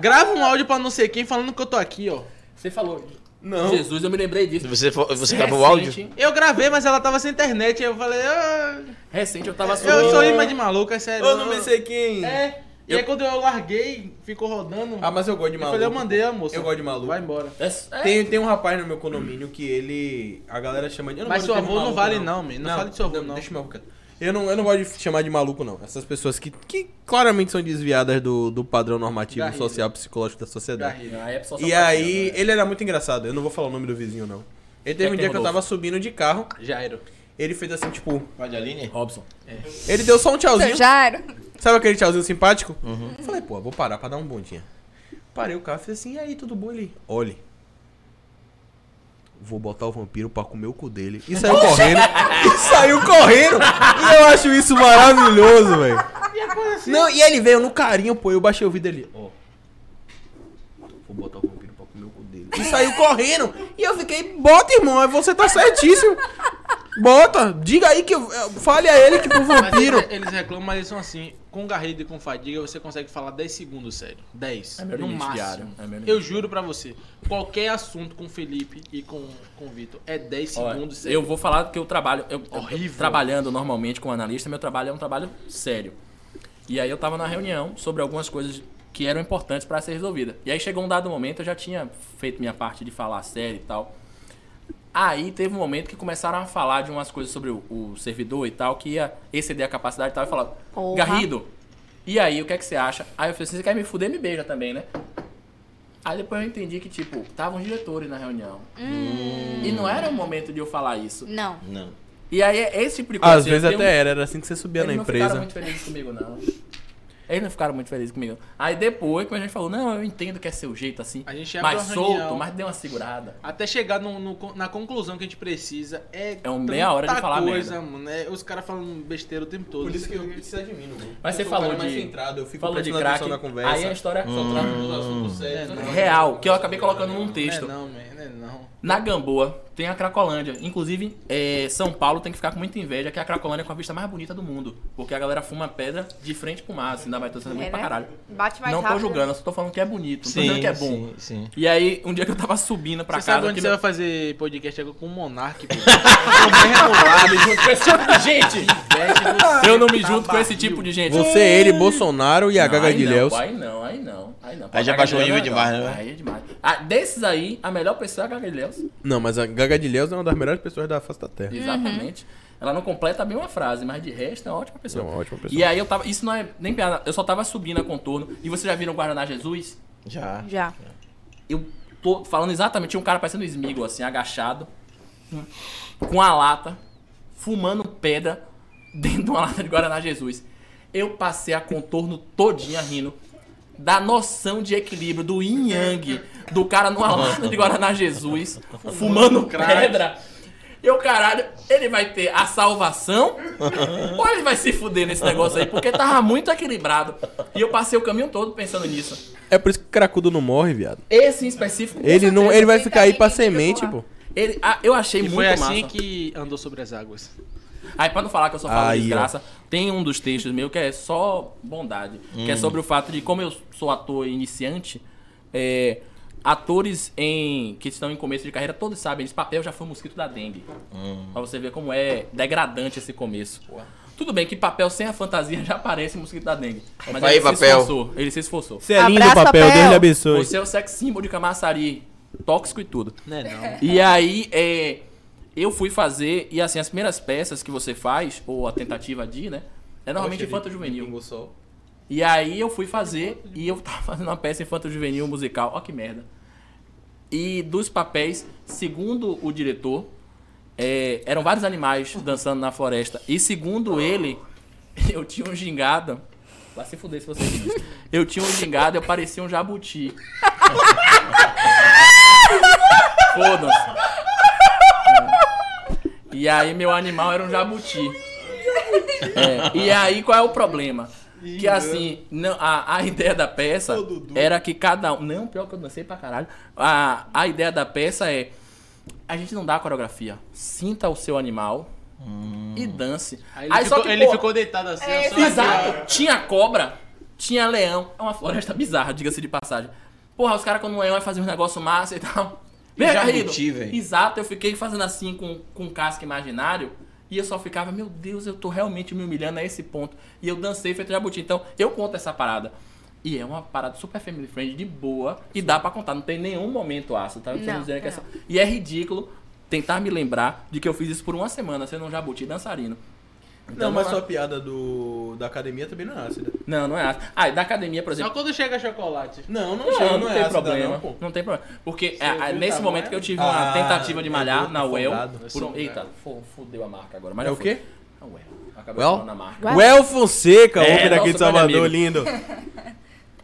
S7: Grava um áudio pra não sei quem falando que eu tô aqui, ó.
S4: Você falou.
S5: Não.
S4: Jesus, eu me lembrei disso.
S3: Você, fo- você
S1: é
S3: gravou o áudio?
S4: Recente-
S7: Eu gravei, mas ela tava sem internet. Aí eu falei, ah,
S4: Recente, eu tava
S7: eu
S4: subindo-
S7: sou imã de maluca, é sério.
S5: Eu não me sei quem.
S7: É. E aí quando eu larguei, ficou rodando.
S5: Ah, mas eu gosto de
S7: eu
S5: maluco.
S7: falei, eu mandei a moça.
S5: Eu gosto de maluco.
S7: Vai embora.
S4: É,
S5: Tem, tem um rapaz no meu condomínio que ele. A galera chama de. eu não
S7: Mas
S5: gosto de
S7: seu
S5: termo
S7: avô não
S5: maluco,
S7: vale não, man. Não fale de seu avô, não.
S5: Deixa meu avô quieto. Eu não, eu não gosto de chamar de maluco, não. Essas pessoas que, que claramente são desviadas do, do padrão normativo,
S7: Garrido.
S5: social, psicológico da sociedade.
S7: Garrido.
S4: Na época só tá né?
S5: E
S7: assim,
S5: aí,
S7: né?
S5: ele era muito engraçado. Eu não vou falar o nome do vizinho, não. Ele teve
S4: É
S5: um
S4: que
S5: dia que eu
S4: Rodolfo.
S5: tava subindo de carro.
S7: Jairo.
S5: Ele fez assim, tipo.
S3: Vai de Aline?
S4: Robson.
S5: Ele deu só um tchauzinho.
S1: Seu Jairo.
S5: Sabe aquele tchauzinho simpático? Eu Falei, pô, vou parar pra dar um bundinha. Parei o carro e falei assim, e aí, tudo bom ali? Olhe. Vou botar o vampiro pra comer o cu dele. E saiu correndo. e saiu correndo. E eu acho isso maravilhoso, velho. Não, e ele veio no carinho, pô. Eu baixei o vídeo dele. Ó. Vou botar o vampiro pra comer o cu dele. E saiu correndo. E eu fiquei, bota, irmão. Você tá certíssimo. Bota. Diga aí que... eu- eu- Fale a ele que pro
S7: Mas
S5: vampiro...
S7: eles, eles reclamam, mas eles são assim. Com Garrido e com Fadiga, você consegue falar 10 segundos, sério. 10.
S4: meu
S7: no
S4: limite
S7: máximo.
S4: diário, é meu limite.
S7: eu juro pra você. Qualquer assunto com o Felipe e com, com o Vitor é 10
S4: Olha,
S7: segundos, sério.
S4: eu vou falar que eu trabalho. Eu, eu
S7: Horrível.
S4: trabalhando normalmente como analista, meu trabalho é um trabalho sério. E aí eu tava na reunião sobre algumas coisas que eram importantes pra ser resolvida. E aí chegou um dado momento, eu já tinha feito minha parte de falar sério e tal. Aí teve um momento que começaram a falar de umas coisas sobre o, o servidor e tal, que ia exceder a capacidade e tal, e falaram,
S1: Porra.
S4: Garrido, e aí, o que é que você acha? Aí eu falei assim, você quer me fuder, me beija também, né? Aí depois eu entendi que, tipo, estavam os diretores na reunião. E não era o momento de eu falar isso.
S1: Não.
S3: Não.
S4: E aí, é esse tipo de coisa.
S5: Às vezes
S4: eu tenho-
S5: até era, era assim que você subia na
S4: Eles não
S5: empresa.
S4: ficaram muito felizes comigo, não. Eles não ficaram muito felizes comigo. Aí depois, quando a gente falou, não, eu entendo que é seu jeito assim.
S7: A gente abre
S4: mais
S7: uma
S4: solto,
S7: reunião.
S4: mas deu uma segurada.
S7: Até chegar no- no- na conclusão que a gente precisa é.
S4: É um meia hora de
S7: tanta
S4: falar
S7: coisa,
S4: merda.
S7: mano. É, os caras falam besteira o tempo todo.
S5: Por isso que eu precisa de mim, não vou.
S4: Mas
S5: Eu
S4: você
S5: sou o
S4: falou
S5: cara mais
S4: de-
S5: centrado, eu fico
S4: Falou de
S5: prestando
S4: crack.
S5: atenção na conversa.
S4: Aí a história
S5: Hum.
S7: É, não,
S4: real, que eu acabei colocando num
S7: não é
S4: texto.
S7: não, man, não é não.
S4: Na Gamboa tem a Cracolândia. Inclusive, é, São Paulo tem que ficar com muita inveja, que a Cracolândia é com a vista mais bonita do mundo. Porque a galera fuma pedra de frente pro mar, assim, da Baitosa, é bonito pra caralho.
S1: né? Bate mais
S4: Não tô
S1: rápido.
S4: julgando, eu só tô falando que é bonito, não tô dizendo que é bom.
S3: Sim, sim.
S4: E aí, um dia que eu tava subindo pra
S7: você
S4: casa...
S7: sabe onde
S4: que
S7: você
S4: meu-
S7: vai fazer podcast agora com o Monark, pô?
S4: Gente, eu não
S3: tá
S4: me junto com esse tipo de gente.
S5: Você, é ele, Bolsonaro e a
S4: Não,
S5: Gaga
S4: aí
S5: de
S4: não,
S5: Leus.
S4: Aí não, aí não, aí não.
S3: Aí já
S4: Gaga
S3: baixou o
S4: de Leus
S3: nível
S4: é
S3: demais,
S4: legal.
S3: né? Uhum.
S4: Aí é demais. Ah, desses aí, a melhor pessoa é a Gaga de Leus.
S5: Não, mas a Gaga de Leus é uma das melhores pessoas da face da Terra.
S4: Exatamente. Ela não completa bem uma frase, mas de resto é uma ótima pessoa.
S5: É uma ótima pessoa.
S4: E aí eu tava. Isso não é nem piada, eu só tava subindo a contorno. E vocês já viram o Guaraná Jesus?
S3: Já.
S1: Já.
S4: Eu tô falando exatamente, tinha um cara parecendo um esmigo, assim, agachado, com a lata, fumando pedra dentro de uma lata de Guaraná Jesus. Eu passei a contorno todinha rindo da noção de equilíbrio do yin yang do cara numa lata de Guaraná Jesus, fumando pedra. Eu, caralho, ele vai ter a salvação ou ele vai se fuder nesse negócio aí? Porque tava muito equilibrado. E eu passei o caminho todo pensando nisso.
S5: É por isso que o cracudo não morre, viado.
S4: Esse em específico. com
S5: Ele não,
S1: certeza,
S5: ele vai
S1: quem
S5: ficar
S1: tá
S5: aí
S1: aí,
S5: pra
S1: quem fica
S5: semente,
S1: por
S5: pô.
S1: lá.
S4: Ele, ah, eu achei
S7: E
S4: muito
S7: foi assim
S4: massa.
S7: que andou sobre as águas.
S4: Aí pra não falar que eu só falo
S5: Aí,
S4: desgraça, tem um dos textos meu que é só bondade,
S3: Hum.
S4: que é sobre o fato de como eu sou ator iniciante, é, atores em que estão em começo de carreira todos sabem, esse papel já foi um mosquito da dengue.
S3: Hum.
S4: Pra você ver como é degradante esse começo. Tudo bem que papel sem a fantasia já parece mosquito da dengue. Mas
S3: Aí,
S4: ele se
S3: papel.
S4: esforçou. Ele se esforçou.
S5: Você é lindo,
S1: Abraça,
S5: papel,
S1: papel.
S5: Deus lhe abençoe.
S4: Você é o sex symbol de Camaçari, tóxico e tudo.
S7: Não é não.
S4: E aí, é, eu fui fazer, e assim, as primeiras peças que você faz, ou a tentativa de, né? É normalmente infanto juvenil. E aí eu fui fazer, e eu tava fazendo uma peça infanto juvenil musical, ó que merda. E dos papéis, segundo o diretor, é, eram vários animais dançando na floresta. E segundo ele, eu tinha um gingado. Vai se fuder se você diz. Eu tinha um gingado e eu parecia um jabuti. Foda-se. E aí meu animal era um jabuti. É, E aí qual é o problema? Que assim, não, a, a ideia da peça era que cada um. Não, pior que eu dancei pra caralho. A, a ideia da peça é. A gente não dá a coreografia. Sinta o seu animal e dance.
S7: Aí
S4: Aí,
S7: ele,
S4: só
S7: ficou,
S4: que,
S7: ele
S4: pô,
S7: ficou deitado assim.
S1: É,
S7: ó, só
S4: Exato. Tinha cobra, tinha leão. É uma floresta bizarra, diga-se de passagem. Porra, os caras quando o leão vai fazer um negócio massa e tal. Vem,
S3: Jabuti,
S4: Garrido.
S3: velho.
S4: Exato, eu fiquei fazendo assim com, com um casco imaginário. E eu só ficava, meu Deus, eu tô realmente me humilhando a esse ponto. E eu dancei feito jabuti. Então, eu conto essa parada. E é uma parada super family friend, de boa. E dá pra contar, não tem nenhum momento ácido, tá? Não,
S1: Não,
S4: não, dizendo que é
S1: não.
S4: só- E é ridículo tentar me lembrar de que eu fiz isso por uma semana, sendo um jabuti dançarino. Então,
S6: Não, mas
S4: é-
S6: sua piada do, da academia também não é ácida.
S4: Não, não é ácido. Ah, e da academia, por exemplo,
S7: Só quando chega chocolate.
S6: Não, não,
S4: Não,
S6: chega,
S4: não,
S6: não é
S4: tem
S6: ácida,
S4: problema.
S6: não,
S4: Não,
S6: pô.
S4: tem problema. Porque é, é,
S7: viu
S4: nesse
S7: o
S4: momento
S7: tamanho?
S4: que eu tive uma
S6: Ah,
S4: tentativa de malhar
S6: é
S4: na
S6: todo
S4: UEL.
S6: afundado.
S4: Por um,
S7: Esse
S4: eita, fu- fudeu a marca agora. Mas
S6: É
S4: já
S6: o
S4: foi.
S6: quê?
S4: A UEL. Acabei
S6: Well?
S4: falando a marca.
S1: Guarda.
S6: Well Fonseca,
S4: É,
S6: homem daqui
S4: nosso
S6: de Salvador,
S4: grande
S6: lindo.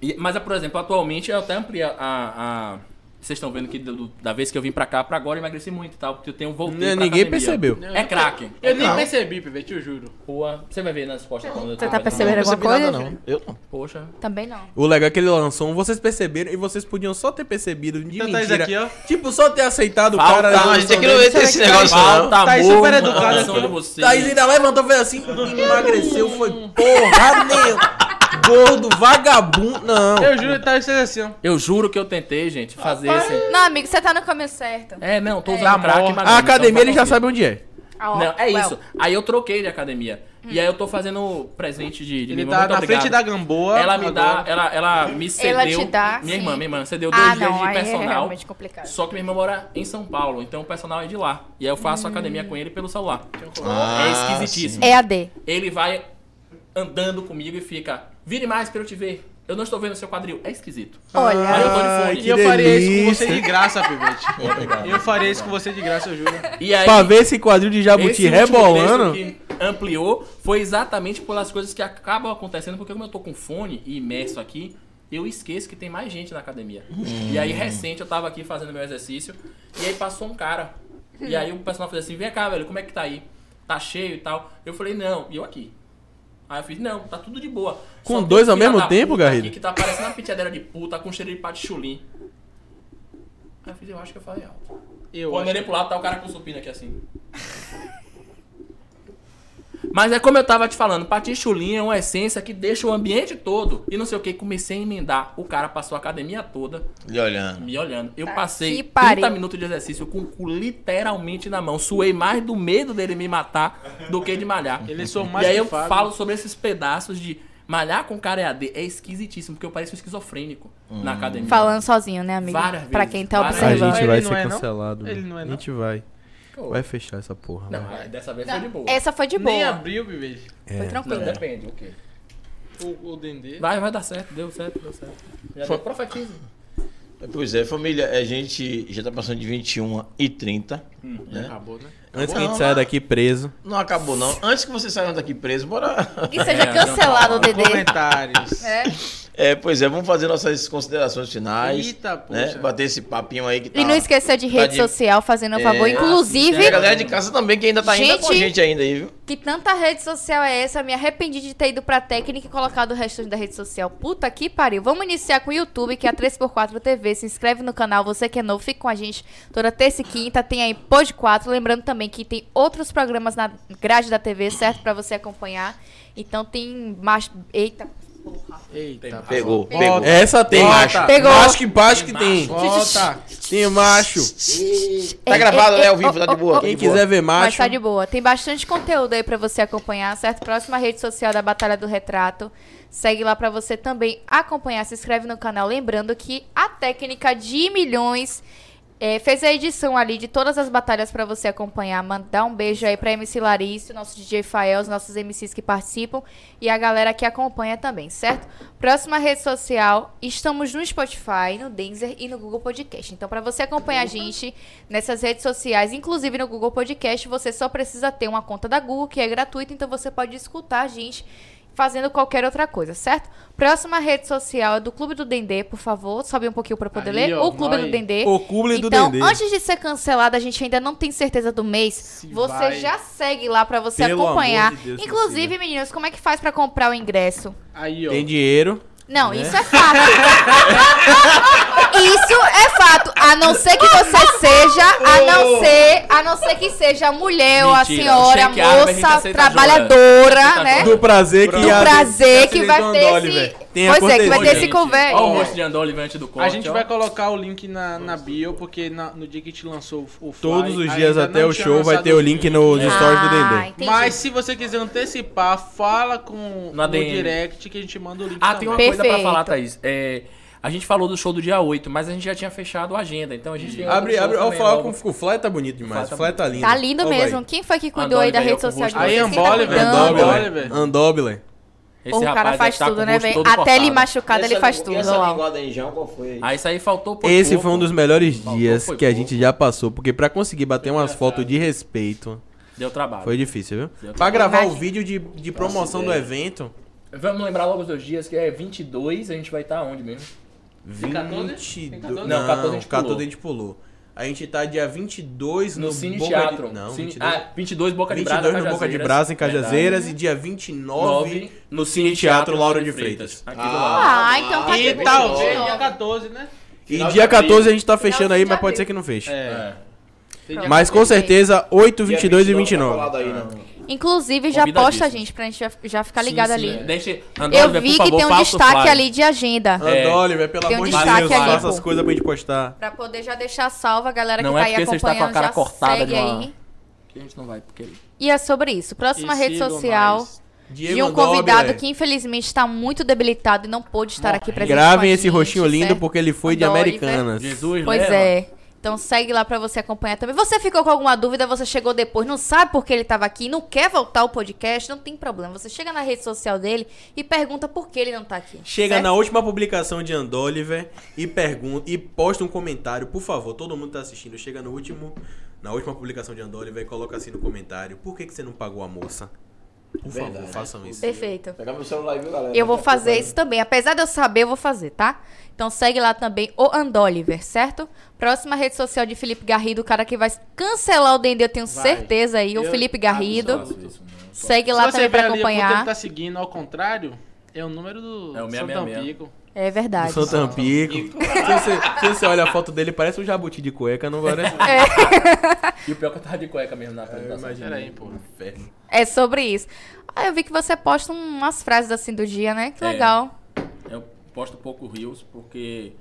S4: E- mas, por exemplo, atualmente eu até ampliei a- a. a- vocês estão vendo que do- da vez que eu vim pra cá, pra agora eu emagreci muito e tal, porque eu tenho voltado.
S6: Ninguém percebeu.
S4: É craque.
S7: Eu nem percebi, Pivete, eu juro.
S4: Rua. Você vai ver nas costas quando eu
S1: Você
S4: tô
S1: tá
S4: fazendo-
S1: percebendo alguma
S3: percebi
S1: coisa?
S3: nada, não. Eu não.
S4: Poxa.
S1: Também não.
S6: O legal é que ele lançou um, vocês perceberam e vocês podiam só ter percebido de
S7: Então tá isso
S6: mentira.
S7: aqui, ó.
S6: Tipo, só ter aceitado
S4: Falta-
S6: o cara.
S4: Não,
S3: a gente aqui não entra nesse negócio, não.
S4: Falta
S7: Thaís
S4: amor,
S7: super educada,
S4: manutenção
S7: né?
S4: de vocês.
S6: Thaís ainda levantou e fez assim, emagreceu, foi porra nenhuma. Gordo, vagabundo, não.
S7: Eu juro, tá isso assim, ó.
S4: Eu juro que eu tentei, gente, fazer esse.
S1: Não, amigo, você tá no caminho certo.
S4: É, não, tô usando crack, mas.
S7: então
S6: A academia
S7: tá
S6: ele já sabe onde é.
S1: Ah, ó,
S4: Não, é
S1: well.
S4: isso. Aí eu troquei de academia. E aí eu tô fazendo presente de, de
S7: Ele
S4: minha
S7: tá
S4: irmã. Muito
S7: na
S4: obrigado.
S7: frente da Gamboa.
S4: Ela me dá,
S7: agora.
S4: ela, ela me cedeu.
S1: Ela te dá,
S4: Minha
S1: sim.
S4: irmã, minha irmã, cedeu dois
S1: Ah,
S4: dias
S1: não,
S4: de
S1: aí é
S4: personal.
S1: realmente complicado.
S4: só que minha irmã mora em São Paulo, então o personal é de lá. E aí eu faço academia
S1: Hum.
S4: com ele pelo celular.
S3: Ah,
S4: é esquisitíssimo.
S1: É AD.
S4: Ele vai andando comigo e fica, vire mais pra eu te ver. Eu não estou vendo seu quadril. É esquisito.
S1: Olha.
S4: Aí eu tô de fone.
S7: E eu faria isso com você de graça, Pivete. Eu faria isso com você de graça, eu juro.
S4: E aí,
S6: Pra ver esse quadril de jabuti
S4: Esse último
S6: rebolando.
S4: texto que ampliou foi exatamente pelas coisas que acabam acontecendo, porque como eu tô com fone e imerso aqui, eu esqueço que tem mais gente na academia. E
S6: Hum.
S4: aí, recente, eu tava aqui fazendo meu exercício, e aí passou um cara. E aí o pessoal fez assim, vem cá, velho, como é que tá aí? Tá cheio e tal. Eu falei, não, e eu aqui. Aí eu fiz, não, tá tudo de boa.
S6: Com
S4: Só tem
S6: dois
S4: um
S6: ao
S4: filho
S6: mesmo
S4: da
S6: tempo,
S4: puta
S6: Garrido?
S4: aqui Que tá parecendo uma penteadeira de puta, com cheiro de patichulim. Aí eu fiz, eu acho que eu falei alto.
S7: Eu
S4: Quando
S7: acho.
S4: eu olhei pro lado, tá o cara com supina aqui assim. Mas é como eu tava te falando, patichulinha é uma essência que deixa o ambiente todo. E não sei o que, comecei a emendar. O cara passou a academia toda
S3: E olhando.
S4: me olhando. Eu
S1: Tá que
S4: passei
S1: pariu.
S4: 30 minutos de exercício com o cu literalmente na mão. Suei mais do medo dele me matar do que de malhar.
S7: Ele sou
S4: E
S7: mais
S4: aí eu
S7: pifado.
S4: falo sobre esses pedaços de malhar com cara EAD é esquisitíssimo, porque eu pareço um esquizofrênico
S7: Hum.
S4: na academia.
S1: Falando sozinho, né, amigo?
S4: Ah. Várias
S1: pra
S4: vezes,
S1: quem tá
S4: várias
S6: A
S4: Ele
S6: gente
S1: observando.
S7: vezes.
S6: vai
S7: não é,
S6: ser
S7: não?
S6: cancelado.
S7: Ele não é,
S6: A
S7: não?
S6: gente vai.
S4: Ô,
S6: Vai fechar essa porra.
S4: Não,
S6: vai.
S4: é, dessa vez foi de boa.
S1: Essa foi de
S7: Nem
S1: boa.
S7: abriu, Pivete.
S1: Foi
S4: Não,
S3: É.
S1: tranquila.
S4: depende, o quê?
S7: O, o Dendê.
S4: Vai, vai dar certo, deu certo, deu certo. Já deu profetiza.
S3: Pois é, família, a gente já tá passando de 21 e 30. né?
S7: Acabou, né?
S6: Antes que a gente
S3: Não,
S6: saia
S3: não.
S6: daqui preso.
S3: Não acabou, não. Antes que vocês saiam daqui preso, bora.
S1: Que seja
S4: É,
S1: cancelado o DD.
S7: Comentários.
S1: É.
S3: É, pois é, vamos fazer nossas considerações finais.
S7: Eita,
S3: né?
S7: poxa.
S3: Bater esse papinho aí que tá.
S1: E não esquecer de rede
S3: de-
S1: social fazendo um
S3: É,
S1: favor.
S3: E a
S1: Inclusive,
S3: galera de casa também, que ainda tá ainda com a
S1: Gente-
S3: gente ainda aí, viu?
S1: que tanta rede social é essa? Eu me arrependi de ter ido pra técnica e colocado o resto da rede social. Puta que pariu. Vamos iniciar com o YouTube, que é a 3x4 TV. Se inscreve no canal, você que é novo, fica com a gente toda terça e quinta. Tem aí Pod 4. Lembrando também que tem outros programas na grade da TV, certo? Pra você acompanhar. Então tem mais. Eita. Porra.
S7: Eita,
S3: Pegou,
S7: Volta.
S3: pegou.
S1: É,
S6: Essa tem.
S7: Volta.
S6: macho.
S1: Pegou.
S6: Acho que baixo que tem.
S7: Volta.
S6: Tem macho.
S3: Tá
S1: Ei,
S3: gravado,
S1: ei,
S3: né?
S1: ei,
S3: Ao vivo, tá de boa.
S6: Quem
S3: de boa.
S6: quiser ver
S1: Mas
S6: macho.
S1: tá de boa. Tem bastante conteúdo aí pra você acompanhar, certo? Próxima rede social da Batalha do Retrato. Segue lá pra você também acompanhar. Se inscreve no canal. Lembrando que a técnica de milhões eh, fez a edição ali de todas as batalhas pra você acompanhar. Mandar um beijo aí pra MC Larissa, nosso DJ Fael, os nossos MCs que participam e a galera que acompanha também, certo? Próxima rede social, estamos no Spotify, no Deezer e no Google Podcast. Então, pra você acompanhar a gente nessas redes sociais, inclusive no Google Podcast, você só precisa ter uma conta da Google, que é gratuita, então você pode escutar a gente fazendo qualquer outra coisa, certo? Próxima rede social é do Clube do Dendê, por favor, sobe um pouquinho pra eu poder
S7: Aí,
S1: ler.
S7: ó,
S1: o Clube do
S7: nós.
S1: Dendê.
S6: O cubre do
S1: Então,
S6: Dendê.
S1: antes de ser cancelado, a gente ainda não tem certeza do mês. você
S7: vai.
S1: já segue lá pra você
S6: Pelo
S1: acompanhar.
S6: amor de Deus,
S1: Inclusive, meninas, como é que faz pra comprar o ingresso?
S7: Aí, ó.
S6: Tem dinheiro.
S1: Não, isso é fato. isso é fato. A não ser que você seja, a não ser, a não ser que seja a mulher ou a
S4: Mentira,
S1: senhora, a
S4: cheque árabe a gente
S1: moça,
S4: aceita
S1: trabalhadora,
S4: jura.
S1: né?
S6: Do prazer que
S1: Do
S6: a-
S1: prazer que vai ter
S6: Dondoli,
S1: esse,
S6: velho.
S5: Tem
S1: Pois é, que vai
S5: acontecido.
S1: ter esse convênio. É.
S4: Olha o rosto de Andor levante do corte.
S7: A gente
S4: ó.
S7: vai colocar o link na, na bio, porque na- no dia que te lançou o, o Fly,
S5: Todos os
S7: ainda
S5: dias
S7: não
S5: até o
S7: tinha
S5: show vai
S7: lançado
S5: ter o link no, no stories do
S1: Ah,
S5: Dendê.
S1: entendi.
S7: Mas se você quiser antecipar, fala com
S4: No
S7: no
S4: ADM.
S7: direct que a gente manda o link.
S4: Ah, tem uma
S7: também.
S4: coisa pra
S1: Perfeito.
S4: falar, Thaís. É, a gente falou do show do dia 8, mas a gente já tinha fechado a agenda, então a gente tem outro
S5: Abre,
S4: show
S5: abre. Ó,
S4: também
S5: falar
S4: logo.
S5: com o Fly tá bonito demais. O
S4: Fly
S5: Fly tá lindo.
S1: Tá lindo
S5: Ó,
S1: mesmo.
S5: vai.
S1: Quem foi que cuidou aí
S4: Andole,
S1: da
S4: velho,
S1: rede
S4: com o
S1: social de
S4: rosto
S1: vocês?
S7: Aí,
S1: Quem tá
S7: Andole, velho,
S6: É
S1: cuidando?
S7: Andole.
S5: Andobler. Andobler.
S4: Esse
S1: Porra, o cara
S4: rapaz
S1: faz
S4: já tá com
S1: tudo,
S4: o
S1: né,
S4: rosto
S1: velho?
S4: todo
S1: Até ele
S4: cortado.
S1: machucado, ele faz tudo.
S3: Essa
S1: Ó, lá.
S3: linguada em Jão, qual foi?
S4: Aí isso aí faltou por
S6: Esse
S4: pouco.
S6: foi um dos melhores
S4: Faltou,
S6: dias
S4: foi
S6: que a
S4: pouco.
S6: gente já passou, porque pra conseguir bater umas fotos de respeito
S4: Deu trabalho.
S6: foi difícil, viu?
S5: Pra gravar o
S1: Imagem.
S5: vídeo de, de promoção do evento,
S4: Vamos lembrar logo os dois dias, que é 22, a gente vai estar onde mesmo?
S5: 22. Não,
S4: Não, 14 a gente
S5: 14
S4: pulou.
S5: a gente pulou. A gente tá dia 22
S4: No,
S5: no,
S4: Cine
S5: Boca
S4: Teatro.
S5: De... Não,
S4: Cine...
S5: 22.
S4: Ah, 22 Boca de
S5: 22
S4: Brasa,
S5: no Boca de
S4: Cajazeiras.
S5: Brasa, em
S4: Verdade.
S5: Cajazeiras, e dia 29,
S4: 9 no Cine Teatro Laura de Freitas. Aqui do lado.
S1: Ah, então tá
S7: E
S3: é
S1: tudo
S7: talvez
S1: bem.
S7: dia 14, né?
S6: E
S3: Final de
S6: dia
S3: abril.
S6: 14 a gente tá fechando aí,
S9: de
S6: mas pode
S9: abril.
S6: ser que não feche.
S4: É.
S7: Tem dia
S6: Mas com
S7: 14.
S6: certeza, 8,
S3: Dia
S6: 22 e
S4: um,
S3: tá
S6: 29.
S3: colado aí, não.
S1: Inclusive, já
S4: Convidadíssimo.
S1: posta a gente pra gente já, já ficar ligado
S4: Sim,
S1: ali.
S4: sim. Deixa,
S1: Eu
S4: André,
S1: vi
S4: por
S1: que
S4: favor,
S1: tem um
S4: faça o
S1: destaque
S4: flyer.
S1: ali de agenda.
S4: É.
S5: Andole, velho, pelo
S1: Tem um
S5: amor de
S1: destaque
S5: Deus,
S1: ali,
S5: faça
S1: pô.
S5: as coisas pra gente postar.
S1: Pra poder já deixar salva a galera
S4: Não
S1: que
S4: é
S1: tá aí
S4: porque você está com a
S1: acompanhando,
S4: cara
S1: já
S4: cortada
S1: segue
S4: de uma-
S1: aí.
S4: A gente não vai, porque...
S1: E é sobre isso.
S7: E
S1: Próxima rede
S7: sigam
S1: social
S7: nós.
S1: de um
S5: Andole,
S1: convidado
S5: velho.
S1: que infelizmente está muito debilitado e não pôde estar aqui presente com a
S6: Gravem esse
S1: gente,
S6: rostinho lindo
S1: certo?
S6: porque ele foi de
S1: Andole,
S6: Americanas.
S4: Jesus, né,
S1: Pois
S4: leva.
S1: é. Então segue lá pra você acompanhar também. Você ficou com alguma dúvida, você chegou depois, não sabe por que ele tava aqui, não quer voltar ao podcast, não tem problema. Você chega na rede social dele e pergunta por que ele não tá aqui.
S5: Chega
S1: certo?
S5: na última publicação de Andoliver e pergunta e posta um comentário, por favor, todo mundo tá assistindo. Chega no último, na última publicação de Andoliver e coloca assim no comentário: "Por que que você não pagou a moça?" Por favor,
S3: Verdade.
S5: façam isso.
S1: Perfeito.
S3: Pegar meu celular aí, viu, galera?
S1: Eu vou fazer isso também. Apesar de eu saber, eu vou fazer, tá? Então segue lá também o Andoliver, certo? Próxima rede social de Felipe Garrido, o cara que vai cancelar o Dendê, eu tenho certeza aí. O Felipe Garrido.
S4: Faça isso, não.
S1: Segue
S7: Se
S1: lá
S7: você
S1: também
S7: ver
S1: pra
S7: ali o quanto ele
S1: acompanhar.
S7: tá seguindo ao contrário, é o número do
S4: É o
S7: São
S4: 666.
S7: Tampico.
S1: É verdade.
S6: Santo Tampico. se, você, se você olha a foto dele, parece um jabuti de cueca, não parece?
S4: E o pior é que eu tava de cueca mesmo na apresentação.
S7: Pera aí, pô.
S1: É sobre isso. Ah, eu vi que você posta umas frases assim do dia, né? Que
S4: É.
S1: legal.
S4: Eu posto pouco rios porque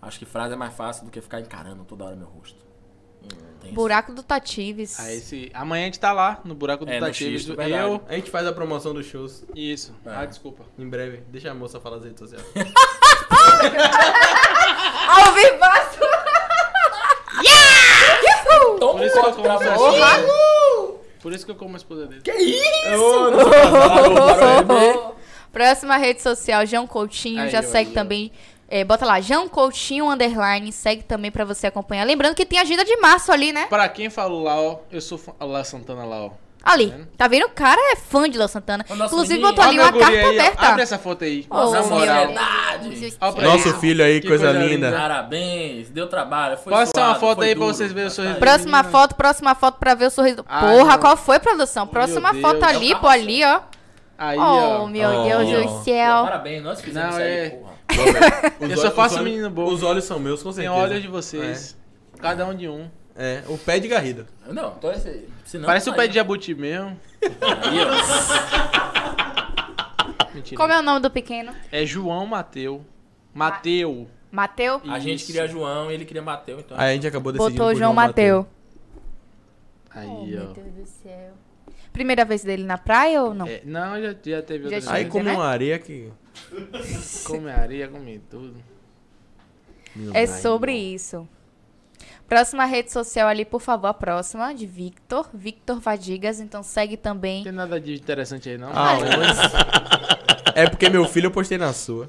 S4: acho que frase é mais fácil do que ficar encarando toda hora meu rosto. Tem isso.
S1: Buraco do Tatives.
S7: Aí se... Amanhã a gente tá lá, no buraco do
S4: É,
S7: é,
S4: no X,
S7: Tativo.
S4: verdade.
S7: Eu.
S6: A gente faz a promoção dos shows
S7: Isso.
S4: É.
S7: Ah, desculpa.
S6: em breve. Deixa a moça falar as redes sociais.
S1: Ao vivaço! yeah! Uhul!
S7: Por isso que eu como
S4: pra
S7: esposa
S4: você.
S7: dele. Por isso que eu como a esposa dele.
S1: Próxima rede social, João Coutinho.
S7: Aí,
S1: já
S7: olha.
S1: segue também. é, bota lá, João Coutinho Underline. Segue também pra você acompanhar. Lembrando que tem agenda de março ali, né?
S7: Pra quem falou lá, ó, eu sou fã... Lá Santana lá, ó.
S1: Ali. Tá vendo? O cara é fã de Léo Santana.
S4: Ô, nosso
S1: Inclusive,
S4: menino.
S1: botou
S7: Ó,
S1: ali
S7: meu
S1: uma
S7: guri
S1: carta
S7: aí, ó. Abre
S1: aberta.
S7: essa foto aí.
S1: Ô,
S7: na
S1: meu
S7: moral.
S1: Deus.
S7: Ó, pra
S6: Nosso
S7: isso.
S6: filho aí,
S7: Que
S6: coisa,
S7: coisa
S6: linda.
S7: linda.
S4: Parabéns, deu trabalho. Foi
S7: Posta
S4: suado,
S7: uma foto
S4: foi
S7: aí pra
S4: duro,
S7: vocês verem o sorriso.
S4: mas tá aí.
S1: Próxima foto, próxima foto pra ver o sorriso. do-
S7: Ah,
S1: Porra,
S7: não.
S1: qual foi, produção? Próxima
S7: Meu
S1: foto
S7: Deus. assim.
S1: ali, pô, ali, ó.
S7: Aí,
S1: Oh,
S7: ó.
S1: meu
S6: Oh.
S1: Deus do céu.
S4: Parabéns, nós fizemos
S7: Não,
S4: isso aí,
S7: é-
S4: porra.
S6: Os
S7: Eu só
S6: olhos-
S7: faço
S6: os olhos-
S7: menino bom.
S6: Os olhos são meus, com
S7: Tem
S6: certeza.
S7: olhos de vocês. Cada um de um.
S6: É, o pé de Garrido.
S4: Não, tô esse... se não,
S7: Parece o
S4: tá
S7: pé
S4: aí.
S6: né?
S7: de jabuti mesmo.
S4: Aí, ó.
S7: Mentira.
S1: Como é o nome do pequeno?
S7: É João Mateu. Mateu.
S1: Mateu?
S4: A gente
S7: Isso.
S4: queria João ele queria Mateu, então.
S6: Aí a gente acabou decidindo
S1: Botou
S6: por
S1: João Mateu.
S7: Aí, ó.
S1: Oh, Deus do céu. Primeira vez dele na praia ou não?
S7: É, não, já, já teve
S1: Já
S7: outra
S1: tive.
S6: Aí
S7: vez.
S6: come
S1: né?
S6: uma areia que...
S7: Come areia, come tudo.
S1: É sobre isso. Próxima rede social ali, por favor, a próxima, de Victor. Victor Vadigas, então segue também.
S7: Não tem nada de interessante aí, não.
S6: Ah, mas- É porque meu filho eu postei na sua.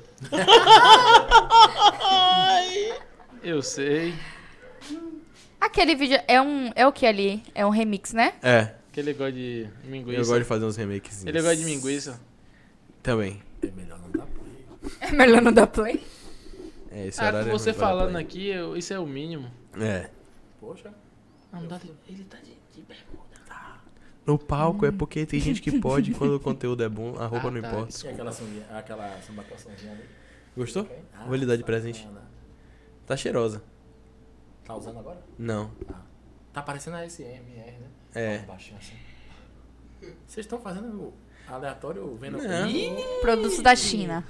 S7: Eu sei.
S1: Aquele vídeo é um. É o que ali? É um remix, né?
S6: É,
S7: Que ele gosta de minguiça.
S6: eu gosto de fazer uns remakes.
S7: Ele é gosta de minguiça.
S6: Também.
S1: É melhor não dar play.
S6: É, esse
S7: Ah,
S6: horário
S7: com
S6: é
S7: você
S6: ruim pra dar
S7: falando
S6: play.
S7: aqui, eu- isso é o mínimo.
S6: É.
S4: Poxa.
S7: Ah, não dá- ele tá de... de-
S6: No palco é porque tem gente que pode, quando o conteúdo é bom, a roupa
S7: Ah,
S6: não
S7: tá.
S6: importa.
S4: E aquela sunguinha, aquela sambacoaçãozinha ali. Ah,
S6: Gostou?
S7: Ah,
S6: Vou lhe dar de presente. Tá cheirosa.
S4: Tá usando agora?
S6: Não.
S4: Tá parecendo a SMR, né?
S6: É.
S4: Uma baixinha assim. Vocês estão fazendo aleatório vendo.
S6: Não.
S4: Ih,
S1: Produtos da China.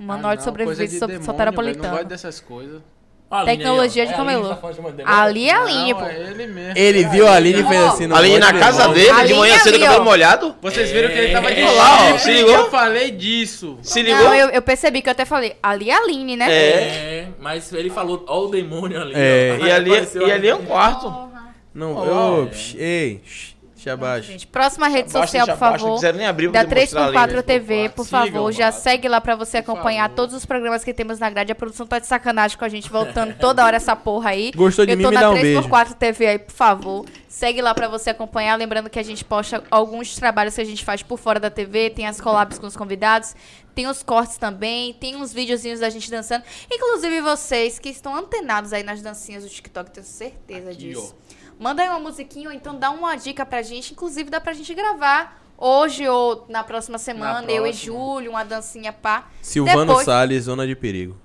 S1: Um Manual de
S7: Ah, não, coisa
S1: sobrevivência
S7: de
S1: sobre
S7: demônio,
S1: soteropolitana.
S7: velho, Não gosto dessas coisas.
S4: Olha a Aline
S1: Tecnologia
S4: aí, ó.
S1: de
S4: É a Aline
S1: camelô.
S4: que tá falando de uma demônio.
S1: Ali é Aline,
S7: Não,
S1: pô.
S7: é ele mesmo.
S6: Ele viu a Aline e fez assim, não.
S3: Ali
S6: pode
S3: na
S6: ver,
S3: casa
S6: não.
S3: dele, de
S1: Ali
S3: manhã
S1: ali,
S3: cedo,
S1: ó.
S3: cabelo molhado.
S7: Vocês viram que ele tava de
S3: Olha lá, ó,
S7: chifre,
S3: se ligou?
S7: Eu falei disso.
S3: Se ligou?
S1: Não, eu, eu percebi que eu até falei, ali é Aline, né?
S3: É.
S4: É, mas ele falou, ó o demônio ali.
S6: É,
S4: ó.
S3: E ali,
S4: Apareceu
S3: e ali é um quarto.
S1: Porra.
S6: Não,
S3: Ó.
S6: ô, psh, ei, shh, deixa abaixo.
S1: Gente, próxima rede social, por
S3: Abaixo, não
S1: favor.
S3: quiseram nem abrir pra
S1: Da
S3: poder mostrar ali, né?
S1: 3x4 TV, por
S7: Sigam,
S1: favor, já
S7: mano.
S1: segue lá pra você acompanhar todos os programas que temos na grade. A produção tá de sacanagem com a gente, voltando toda hora essa porra aí.
S6: Gostou de
S1: Eu
S6: mim,
S1: tô
S6: me
S1: na
S6: dá um
S1: 3x4 TV aí, por favor. Segue lá pra você acompanhar. Lembrando que a gente posta alguns trabalhos que a gente faz por fora da TV. Tem as collabs com os convidados. Tem os cortes também. Tem uns videozinhos da gente dançando. Inclusive vocês que estão antenados aí nas dancinhas do TikTok, tenho certeza disso. Manda aí uma musiquinha ou então dá uma dica pra gente. Inclusive dá pra gente gravar hoje ou na próxima semana, eu e
S7: próxima.
S1: Júlio, uma dancinha pá.
S6: Silvano
S1: Depois-
S6: Salles, Zona de Perigo.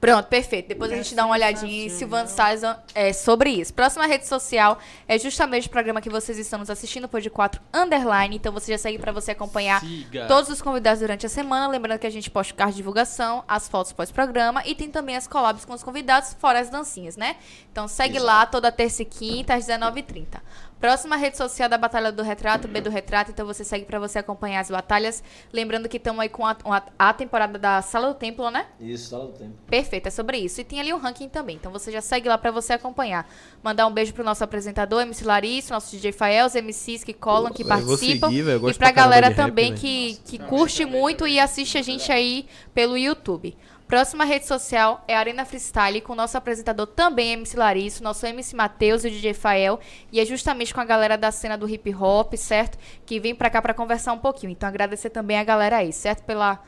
S1: Pronto, perfeito. Depois a gente dá uma olhadinha em Silvano Salles é, sobre isso. Próxima rede social é justamente o programa que vocês estão nos assistindo, Pod 4 Underline. Então você já segue pra você acompanhar
S7: Siga.
S1: todos os convidados durante a semana. Lembrando que a gente posta o card de divulgação, as fotos pós-programa e tem também as collabs com os convidados, fora as dancinhas, né? Então segue lá toda terça e quinta, às 19h30. Próxima rede social da Batalha do Retrato, B do Retrato, então você segue pra você acompanhar as batalhas. Lembrando que estamos aí com a, uma- a temporada da Sala do Templo, né?
S3: Isso, tá do tempo.
S1: Perfeito, é sobre isso. E tem ali o ranking também. Então você já segue lá pra você acompanhar. Mandar um beijo pro nosso apresentador, MC Larissa, nosso DJ Fael, os MCs que colam, que
S6: Eu vou
S1: participam.
S6: seguir, velho, eu
S1: e
S6: gosto
S1: pra
S6: pra caramba
S1: galera
S6: de rap,
S1: também
S6: velho.
S1: que, que curte muito e assiste a gente aí pelo YouTube. Próxima rede social é Arena Freestyle, com o nosso apresentador também, MC Larissa, nosso MC Matheus e o DJ Fael. E é justamente com a galera da cena do hip hop, certo? Que vem pra cá pra conversar um pouquinho. Então agradecer também a galera aí, certo? Pela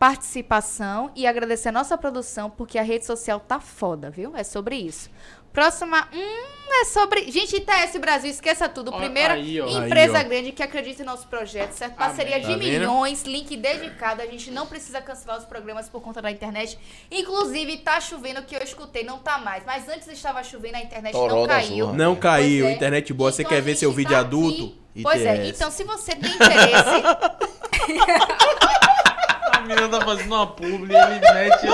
S1: participação e agradecer a nossa produção, porque a rede social tá foda, viu? É sobre isso. Próxima, hum, é sobre. Gente, Itaés Brasil, esqueça tudo.
S7: Ó,
S1: Primeira
S7: aí, ó.
S1: empresa
S6: Aí, ó.
S1: grande que acredita em nosso projeto, certo? Parceria
S6: Tá
S1: de
S6: vendo?
S1: milhões, link dedicado. A gente não precisa cancelar os programas por conta da internet. Inclusive, tá chovendo, que eu escutei, não tá mais. Mas antes estava chovendo, a internet não
S3: Toró da
S1: caiu.
S3: Zorra.
S6: Não caiu,
S1: é.
S6: internet boa. Tipo, Você
S1: Então
S6: quer
S1: a
S6: ver
S1: gente
S6: seu
S1: tá
S6: vídeo
S1: aqui.
S6: adulto?
S1: Pois é,
S6: ITS.
S1: então se você tem interesse
S7: A menina tá fazendo uma publi, ele mete.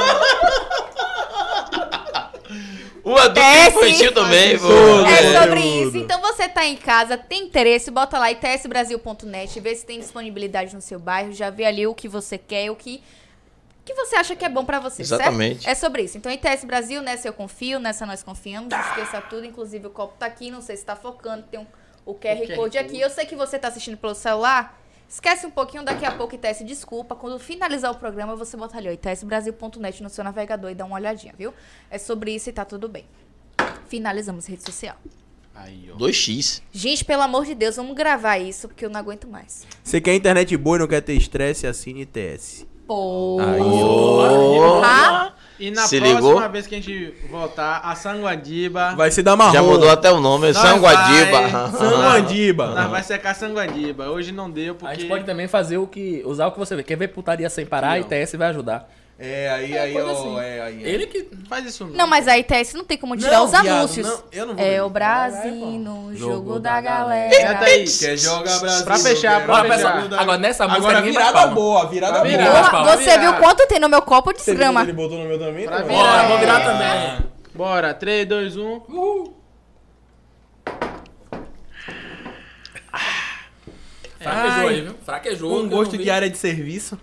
S3: O adulto
S1: Desce.
S3: infantil também, pô.
S1: É
S6: Conteúdo.
S1: sobre isso. Então você tá em casa, tem interesse, bota lá itsbrasil.net, vê se tem disponibilidade no seu bairro, já vê ali o que você quer, o que que você acha que é bom pra você,
S3: Exatamente.
S1: certo? É sobre isso. Então, ITS Brasil, nessa eu confio, nessa nós confiamos, esqueça tudo, inclusive o copo tá aqui, não sei se tá focando, tem um- o QR
S7: QR
S1: Code aqui. Eu sei que você tá assistindo pelo celular, esquece um pouquinho, daqui a pouco ITS desculpa, quando finalizar o programa você bota ali, ó, itsbrasil.net no seu navegador e dá uma olhadinha, viu? É sobre isso e tá tudo bem. Finalizamos rede social. É.
S7: Aí, ó.
S3: 2x.
S1: Gente, pelo amor de Deus, vamos gravar isso, porque eu não aguento mais.
S6: Você quer internet boa e não quer ter estresse? Assine ITS.
S1: Pô.
S7: Porra! E na
S3: Se
S7: próxima
S3: ligou?
S7: vez que a gente voltar, a Sanguadiba.
S6: Vai se dar marrom. um
S3: Já mudou Ah. até o nome, é
S7: Nós vai.
S3: Sanguadiba.
S7: Nós
S6: Sanguandiba.
S7: vai secar Sanguadiba. Hoje não deu porque.
S4: A gente pode também fazer o que. Usar o que você vê. Quer ver putaria sem parar?
S7: Não.
S4: ITS vai ajudar.
S6: É, aí, aí, ó.
S1: assim?
S6: É, aí,
S4: Ele que.
S7: Faz isso não.
S1: Não, mas a ITS não tem como tirar
S6: Não,
S1: os
S6: viado,
S1: anúncios.
S6: não, eu não vou
S1: é
S6: ver.
S1: o Brasil no jogo da
S7: Senta
S1: galera.
S7: aí.
S6: Quer jogar Brasil?
S7: Pra fechar,
S6: quer
S7: pra
S4: Bora,
S6: jogar
S7: fechar.
S4: pessoal.
S6: Brasil?
S4: Agora nessa música
S6: Agora
S4: ninguém bate
S6: é virada
S4: palma.
S6: boa, virada
S7: Vai
S6: boa.
S7: virar.
S1: Porra, você viu quanto tem no meu copo de
S6: Você viu que
S1: desgrama?
S6: Ele botou no meu também?
S7: Pra
S6: né?
S7: virar.
S4: Bora, vou virar
S7: É.
S4: também.
S7: Bora, um. 3, 2, 1.
S4: Fraquejou
S6: Ai.
S4: aí, viu? Fraquejou. que
S6: Um
S4: eu
S6: gosto
S4: não vi.
S6: de área de serviço.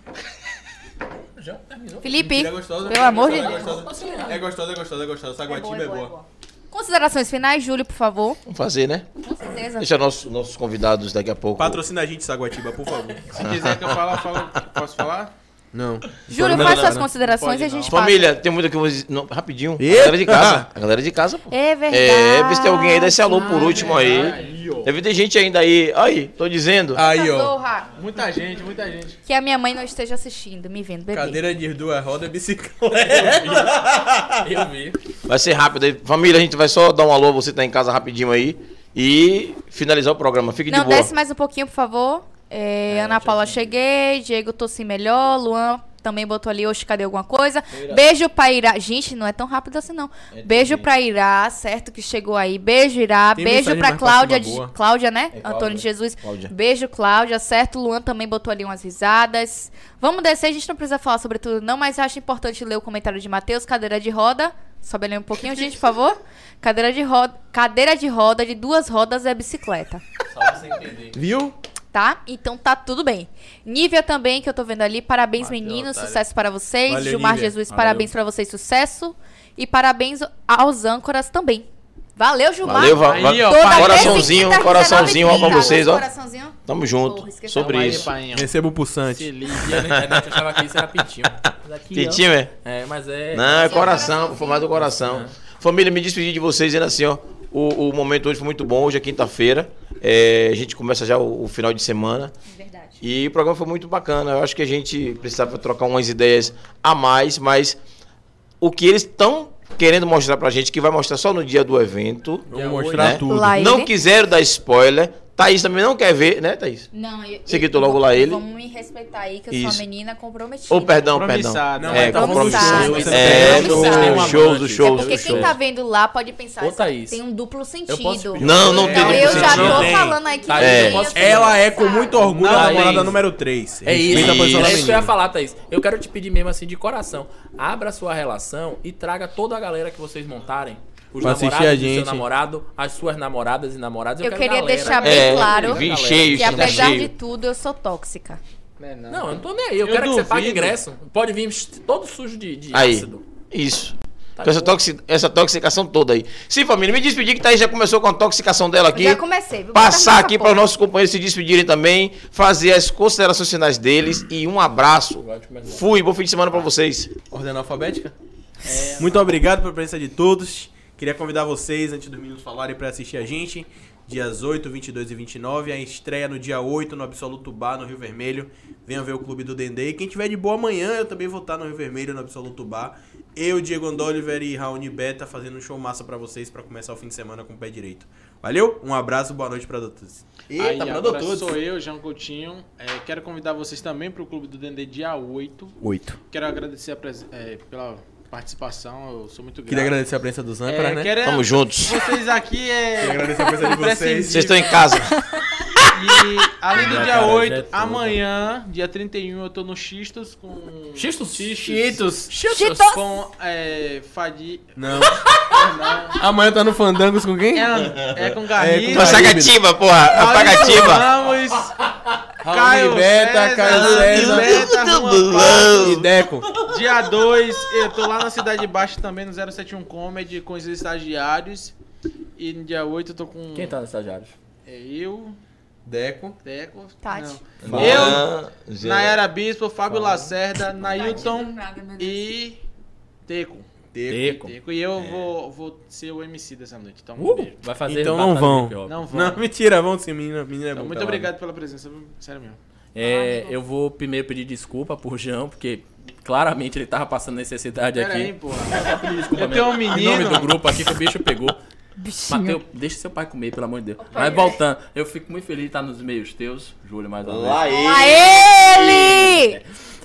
S4: Já terminou.
S1: Felipe,
S6: É gostosa.
S1: pelo amor de
S6: É
S1: Deus.
S6: gostosa. É gostosa, é gostosa, é gostosa. Saguatiba é boa.
S1: Considerações finais, Júlio, por favor.
S3: Vamos fazer, né?
S1: Com certeza.
S3: Deixa nossos, nossos convidados daqui a pouco.
S6: Patrocina a gente, Saguatiba, por favor.
S7: Se quiser que eu fale, eu falo. Posso falar?
S6: Não. né?
S1: Júlio,
S6: Não,
S1: faz
S6: não,
S1: suas
S6: não.
S1: considerações
S7: Pode
S1: e a gente passa.
S3: Família, tem muito que eu vou dizer- não, Rapidinho. A
S6: Ih!
S3: galera de casa. A galera de casa, pô.
S1: É verdade.
S3: É, vê se tem alguém aí, desse alô por último aí.
S7: Aí, ó.
S3: Deve ter gente ainda aí. Aí, tô dizendo.
S1: Tá
S6: Aí, ó.
S1: Zorra,
S7: Muita gente, muita gente.
S1: Que a minha mãe não esteja assistindo, me vendo, bebê.
S6: Cadeira de duas rodas, bicicleta.
S4: Eu vi.
S3: Vai ser rápido aí. Família, a gente vai só dar um alô, você que tá em casa rapidinho aí. E finalizar o programa. Fique
S1: Não,
S3: de boa.
S1: desce mais um pouquinho, por favor. É, Ana Paula, cheguei. Diego, tô sim melhor. Luan, também botou ali, oxe, cadê alguma coisa? Beijo pra Irá. Gente, não é tão rápido assim, não. Beijo pra Irá, certo? Que chegou aí. Beijo, Irá.
S6: Tem
S1: Beijo
S6: mensagem
S1: pra
S6: mais pra cima,
S1: Cláudia. de-
S6: boa.
S1: Cláudia, né?
S3: É,
S1: Antônio de Jesus.
S3: Cláudia.
S1: Beijo, Cláudia, certo? Luan também botou ali umas risadas. Vamos descer, a gente não precisa falar sobre tudo, não, mas eu acho importante ler o comentário de Matheus, cadeira de roda. Sobe ali um pouquinho, gente, por favor. Cadeira de roda. Cadeira de roda de duas rodas é bicicleta
S7: Só pra você entender.
S6: Viu?
S1: tá? Então tá tudo bem. Nívia também, que eu tô vendo ali. Parabéns, meninos. Sucesso para vocês.
S6: Valeu,
S1: Gilmar
S6: Nívia.
S1: Jesus,
S6: Valeu.
S1: parabéns para vocês. Sucesso. E parabéns aos âncoras também. Valeu, Gilmar.
S3: Valeu, va- va-
S7: Aí, ó,
S1: Toda tá
S3: coraçãozinho,
S1: terça e quinta,
S3: coraçãozinho, ó, pra
S1: 19h30,
S3: vocês, ó.
S1: Coraçãozinho.
S3: Tamo
S1: Porra,
S3: junto.
S1: esqueci
S3: Sobre
S7: Aí,
S3: isso.
S7: painho.
S6: Receba o pulsante.
S7: Se liga.
S4: E a gente a gente achava que isso era pitinho. Mas aqui, ó.
S3: Titinho, é?
S4: É, mas é.
S3: Não, é
S1: Esse é o
S3: coração,
S1: coraçãozinho.
S3: foi mais do coração. Família, me despedi de vocês dizendo assim, ó. O, o momento hoje foi muito bom, hoje é quinta-feira. é, a gente começa já o, o final de semana.
S9: Verdade.
S3: E o programa foi muito bacana. Eu acho que a gente precisava trocar umas ideias a mais, mas o que eles estão querendo mostrar pra gente, que vai mostrar só no dia do evento.
S6: Vou mostrar
S3: né?
S6: tudo.
S1: Lá
S3: Não
S1: ele.
S3: quiseram dar spoiler. Thaís também não quer ver, né, Thaís?
S1: Não, eu,
S3: Você quitou logo lá ele.
S1: Vamos me respeitar aí, que eu sou
S3: Isso.
S1: uma menina comprometida.
S3: Ou perdão, perdão.
S7: Compromissada. Não,
S3: é,
S7: mas tá
S3: compromissado.
S1: compromissada.
S3: É, do
S1: Compromissada.
S3: shows, do
S1: É
S3: shows,
S1: porque
S3: do
S1: quem
S3: shows.
S1: tá vendo lá pode pensar,
S4: Ô,
S1: "Essa-
S4: Thaís,
S1: tem um duplo sentido.
S4: pedir
S3: Não, não tem
S1: Então
S3: duplo
S1: eu já
S3: sentido.
S1: tô
S6: Tem.
S1: falando aqui.
S4: Thaís,
S1: que
S4: eu posso-
S1: sou
S6: Ela é com
S1: cansada.
S6: muito orgulho
S4: Não,
S6: a
S4: é
S6: namorada
S4: isso.
S6: número 3.
S4: É isso,
S6: Respeita a posição da
S4: é isso que eu ia
S6: menina.
S4: falar, Thaís. Eu quero te pedir mesmo assim, de coração, abra sua relação e traga toda a galera que vocês montarem. Os
S6: Pra assistir
S4: namorados
S6: a
S4: do seu
S6: gente.
S4: namorado, as suas namoradas e namorados.
S1: Eu
S4: quero
S1: queria
S4: galera.
S1: deixar bem
S3: É,
S1: claro
S3: vi
S4: Galera.
S3: cheio,
S1: que
S3: tá
S1: apesar
S3: cheio.
S1: de tudo, eu sou tóxica.
S7: Não, é não.
S4: Não, eu não tô nem aí. Eu,
S7: Eu
S4: quero que você pague
S7: duvido.
S4: ingresso. Pode vir todo sujo de, de
S3: Aí.
S4: é ácido.
S3: Isso.
S4: Tá
S3: com essa,
S4: bom.
S3: toxi, essa toxicação toda aí. Sim, família, me despedir que Thaís já começou com a toxicação dela aqui.
S1: Eu já comecei. Vou
S3: Passar
S1: botar nessa
S3: aqui para
S1: porra.
S3: os nossos companheiros se despedirem também, fazer as considerações finais deles e um abraço. Fui, bom fim de semana para vocês.
S6: Ordem alfabética?
S5: Muito obrigado pela presença de todos. Queria convidar vocês, antes dos meninos falarem, para assistir a gente. Dias 8, 22 e 29. A estreia no dia 8 no Absoluto Bar, no Rio Vermelho. Venham ver o Clube do Dendê. E quem tiver de boa amanhã, eu também vou estar no Rio Vermelho, no Absoluto Bar. Eu, Diego Andoliver e Raoni Beta fazendo um show massa para vocês para começar o fim de semana com o pé direito. Valeu, um abraço, boa noite para todos.
S7: Aí,
S5: Eita, para
S7: agora
S5: todos.
S7: sou eu, João Coutinho. É, quero convidar vocês também para o Clube do Dendê dia 8.
S6: 8.
S7: Quero agradecer a presen- é, pela participação, eu sou muito grato.
S6: Queria agradecer a presença dos
S7: é,
S6: âncoras, né?
S7: quero-
S3: Tamo juntos.
S7: Vocês aqui é...
S5: Agradecer a presença de vocês.
S3: Vocês estão em casa.
S7: E além do dia
S4: cara,
S7: 8,
S4: já é tudo,
S7: amanhã, dia 31, eu tô no Xistos com.
S4: Xistos?
S7: Xistos.
S4: Cheetos.
S7: Com. É. Fadi.
S6: Não.
S7: Não.
S6: Amanhã tá no Fandangos com quem?
S7: É, é com Garrido.
S3: Nossa,
S6: Aí,
S3: gativa, porra. Apagativa.
S7: Vamos.
S6: Raul Beta, Caio César
S7: Beta, Juan Pablo.
S6: e Deco.
S7: Dia 2, eu tô lá na Cidade Baixa também, no 071 Comedy, com os estagiários. E no dia 8 eu tô com.
S4: Quem tá nos estagiários?
S7: É eu,
S6: Deco.
S7: Teco.
S1: Tati.
S7: Não. Eu,
S3: Eu,
S7: Nayara Bispo, Fábio Lacerda,
S9: Não
S7: Nailton
S9: tá entendendo nada, meu
S7: e Teco.
S4: Teco.
S7: Teco. E
S6: É.
S7: eu vou, vou ser o MC dessa noite. Então, um
S4: Uh,
S7: beijo.
S4: vai fazer
S6: Então não
S4: batata
S6: vão.
S4: de pipoca.
S7: Não vou.
S6: Não, mentira, vamos sim, menina. menina é
S7: Então,
S6: bom
S7: muito
S6: pelado.
S7: obrigado pela presença, viu? sério mesmo.
S4: É, eu vou primeiro pedir desculpa por João, porque claramente ele tava passando necessidade
S7: Pera
S4: aqui.
S7: aí, porra.
S4: É Desculpa
S7: Eu tenho um
S4: Em nome
S7: menino.
S4: do grupo aqui que o bicho pegou. Mateus, deixa seu pai comer, pelo amor de Deus. Mas voltando, eu fico muito feliz de estar nos meios teus, Júlio, mais uma vez.
S3: Lá
S1: A
S3: ele.
S1: ele!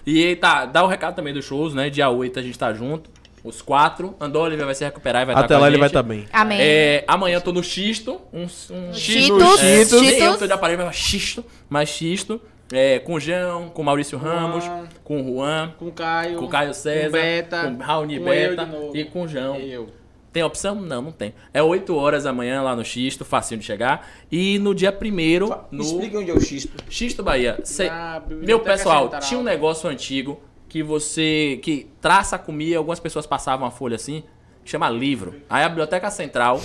S4: E tá, dá o recado também dos shows, né? Dia 8 a gente tá junto, os quatro. Andou, Oliver vai se recuperar e vai
S6: Até
S4: tá com
S6: lá
S4: a
S6: ele vai
S4: gente.
S6: estar bem.
S1: Amém.
S4: É, amanhã eu tô no Xisto. Um, um
S1: Cheetos,
S4: é,
S1: Cheetos.
S4: nem Eu tô de aparelho, mas Xisto. Mas Xisto. É, com o Jão, com o Maurício Ramos,
S7: Ah.
S4: com o Juan,
S7: Com o Caio.
S4: com o Caio César,
S7: com o Beta,
S4: com o Raoni
S7: com eu
S4: Beta
S7: de novo.
S4: e com o Jão.
S7: Eu.
S4: Tem opção? Não, não tem. É 8 horas da manhã lá no Xisto, facinho de chegar. E no dia 1 no
S3: Explica onde é o xisto.
S4: Xisto Bahia. Cê-
S7: Na biblioteca
S4: Meu pessoal,
S7: central.
S4: tinha um negócio antigo que você. que traça comia, algumas pessoas passavam uma folha assim, que chama livro. Aí a Biblioteca Central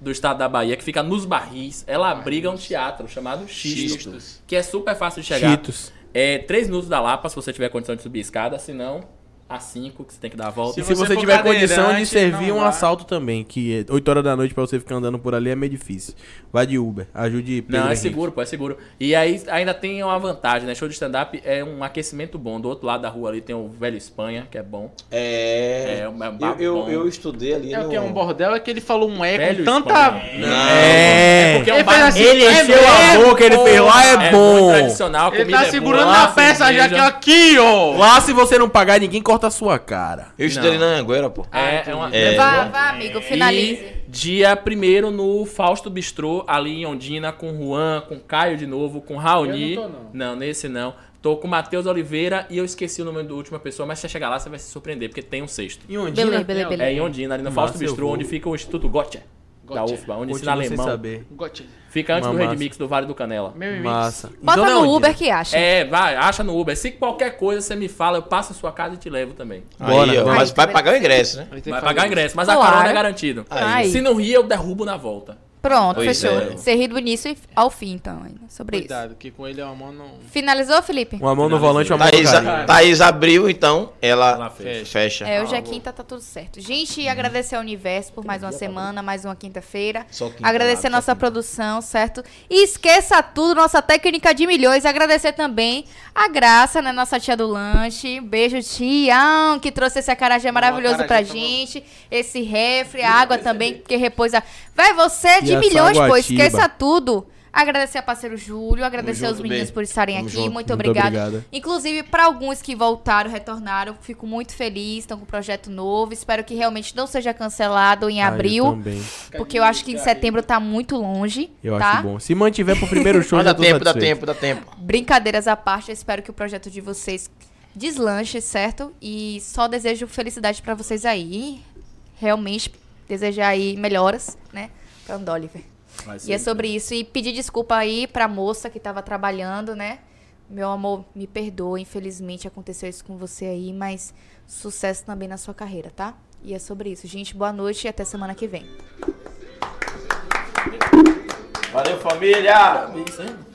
S4: do estado da Bahia, que fica nos barris, ela abriga um teatro chamado Xisto,
S7: Xistos.
S4: que é super fácil de chegar.
S6: Cheetos.
S4: É, três minutos da Lapa, se você tiver condição de subir a escada, se não, a 5, que você tem que dar a volta.
S6: E se você,
S7: for
S6: tiver condição de
S7: cadeirante,
S6: servir
S7: não
S6: um
S7: vai.
S6: assalto também, que 8 horas da noite pra você ficar andando por ali é meio difícil. Vai de Uber, ajude Pedro
S4: Não, é
S6: Henrique.
S4: seguro, pô, é seguro. E aí ainda tem uma vantagem, né? Show de stand-up é um aquecimento bom. Do outro lado da rua ali tem o Velho Espanha, que é bom.
S3: É.
S4: É, um- é um
S3: eu,
S4: bar
S3: eu,
S4: bom.
S3: eu estudei ali.
S7: É o
S3: no-
S7: que é um bordel, é que ele falou um é
S4: Velho
S7: com tanta...
S4: Espanha.
S3: Não.
S6: É,
S4: Porque é um
S7: Ele fez
S4: bar-
S7: assim,
S6: ele
S7: é
S6: encheu a
S7: mesmo?
S6: boca, ele fez lá é,
S4: é muito
S6: bom.
S4: tradicional, a
S7: Ele
S4: comida é
S7: tá
S4: boa,
S7: segurando
S4: lá
S7: a peça já que
S4: cerveja.
S7: é aqui, ó.
S6: Lá se você não pagar, ninguém corta a sua cara.
S3: Eu estudei ali na Anguera, pô.
S4: É, é uma...
S3: É.
S1: Vá, vá, amigo, finalize.
S4: E dia 1 no Fausto Bistrô, ali em Ondina, com Juan, com Caio de novo, com Raoni.
S7: Eu não tô, não.
S4: nesse não. Tô com o Matheus Oliveira e eu esqueci o nome da última pessoa, mas se você chegar lá, você vai se surpreender, porque tem um sexto.
S6: E onde?
S1: Beleza, beleza,
S4: É em
S1: beleza.
S4: Ondina, ali no
S6: Massa,
S4: Fausto
S6: eu
S4: Bistrô,
S6: vou.
S4: onde fica o Instituto Gotcha, da
S7: Gotcha.
S4: UFBA, onde ensina
S6: Continua sem
S4: alemão.
S6: saber.
S7: Gotcha.
S4: Fica antes
S6: Uma
S4: do Red
S6: massa.
S4: Mix do Vale do Canela.
S7: Um Meu amigo.
S6: Massa.
S1: Bota
S6: Então não é
S1: no
S6: onde?
S1: Uber que acha.
S4: É, vai, acha no Uber. Se qualquer coisa você me fala, eu passo em sua casa e te levo também.
S6: Bora,
S3: Aí, ó,
S6: vamos.
S3: né? mas vai pagar o ingresso, né?
S7: Ele tem
S4: Vai
S7: que
S4: pagar
S7: fazer
S4: ingresso, mas a
S1: Claro.
S4: carona é garantida.
S1: Aí.
S4: Se não rir, eu derrubo na volta.
S1: Pronto,
S3: Pois
S1: fechou.
S3: é.
S1: Você riu nisso e ao fim, então, ainda, sobre
S7: Cuidado, que com ele é uma mão não...
S1: isso. Finalizou, Felipe?
S6: Uma mão no volante, uma mão no
S3: Thaís,
S6: carinho.
S3: Thaís abriu, então ela
S4: Ela fez.
S3: fecha.
S1: É, hoje é quinta, tá tudo certo. Gente, agradecer ao universo por mais uma semana, mais uma quinta-feira.
S3: Só tá quinta,
S1: Agradecer a
S3: nada, só
S1: nossa produção, certo? E esqueça tudo, nossa técnica de milhões. Agradecer também a Graça, né? Nossa tia do lanche. Beijo, Tião, que trouxe esse acarajé maravilhoso pra
S7: acarajé tá bom.
S1: gente. Esse refri, a água também, que repôs a... Vai, você é de
S6: a
S1: milhões, pô.
S6: saguatiba.
S1: Esqueça tudo. Agradecer ao parceiro Júlio, agradecer aos
S3: junto,
S1: meninos
S3: beijo.
S1: por estarem
S3: Tamo
S1: aqui.
S3: junto.
S1: Muito
S6: Muito
S1: obrigada.
S6: obrigado.
S1: Inclusive, para alguns que voltaram, retornaram, fico muito feliz, estão com um projeto novo. Espero que realmente não seja cancelado em
S6: Ah, eu
S1: abril,
S6: também.
S1: porque eu acho que em setembro tá muito longe,
S6: Eu
S1: tá?
S6: acho bom. Se mantiver pro primeiro show,
S3: Mas
S6: já
S3: dá
S6: tô
S3: tempo, dá
S6: satisfeito.
S3: tempo, dá tempo.
S1: Brincadeiras à parte, eu espero que o projeto de vocês deslanche, certo? E só desejo felicidade para vocês aí. Realmente desejar aí melhoras, né, para Oliver.
S4: Vai ser
S1: E é sobre isso. E pedir desculpa aí pra moça que tava trabalhando, né? Meu amor, me perdoa, infelizmente aconteceu isso com você aí, mas sucesso também na sua carreira, tá? E é sobre isso. Gente, boa noite e até semana que vem.
S3: Valeu, família!
S4: isso, hein?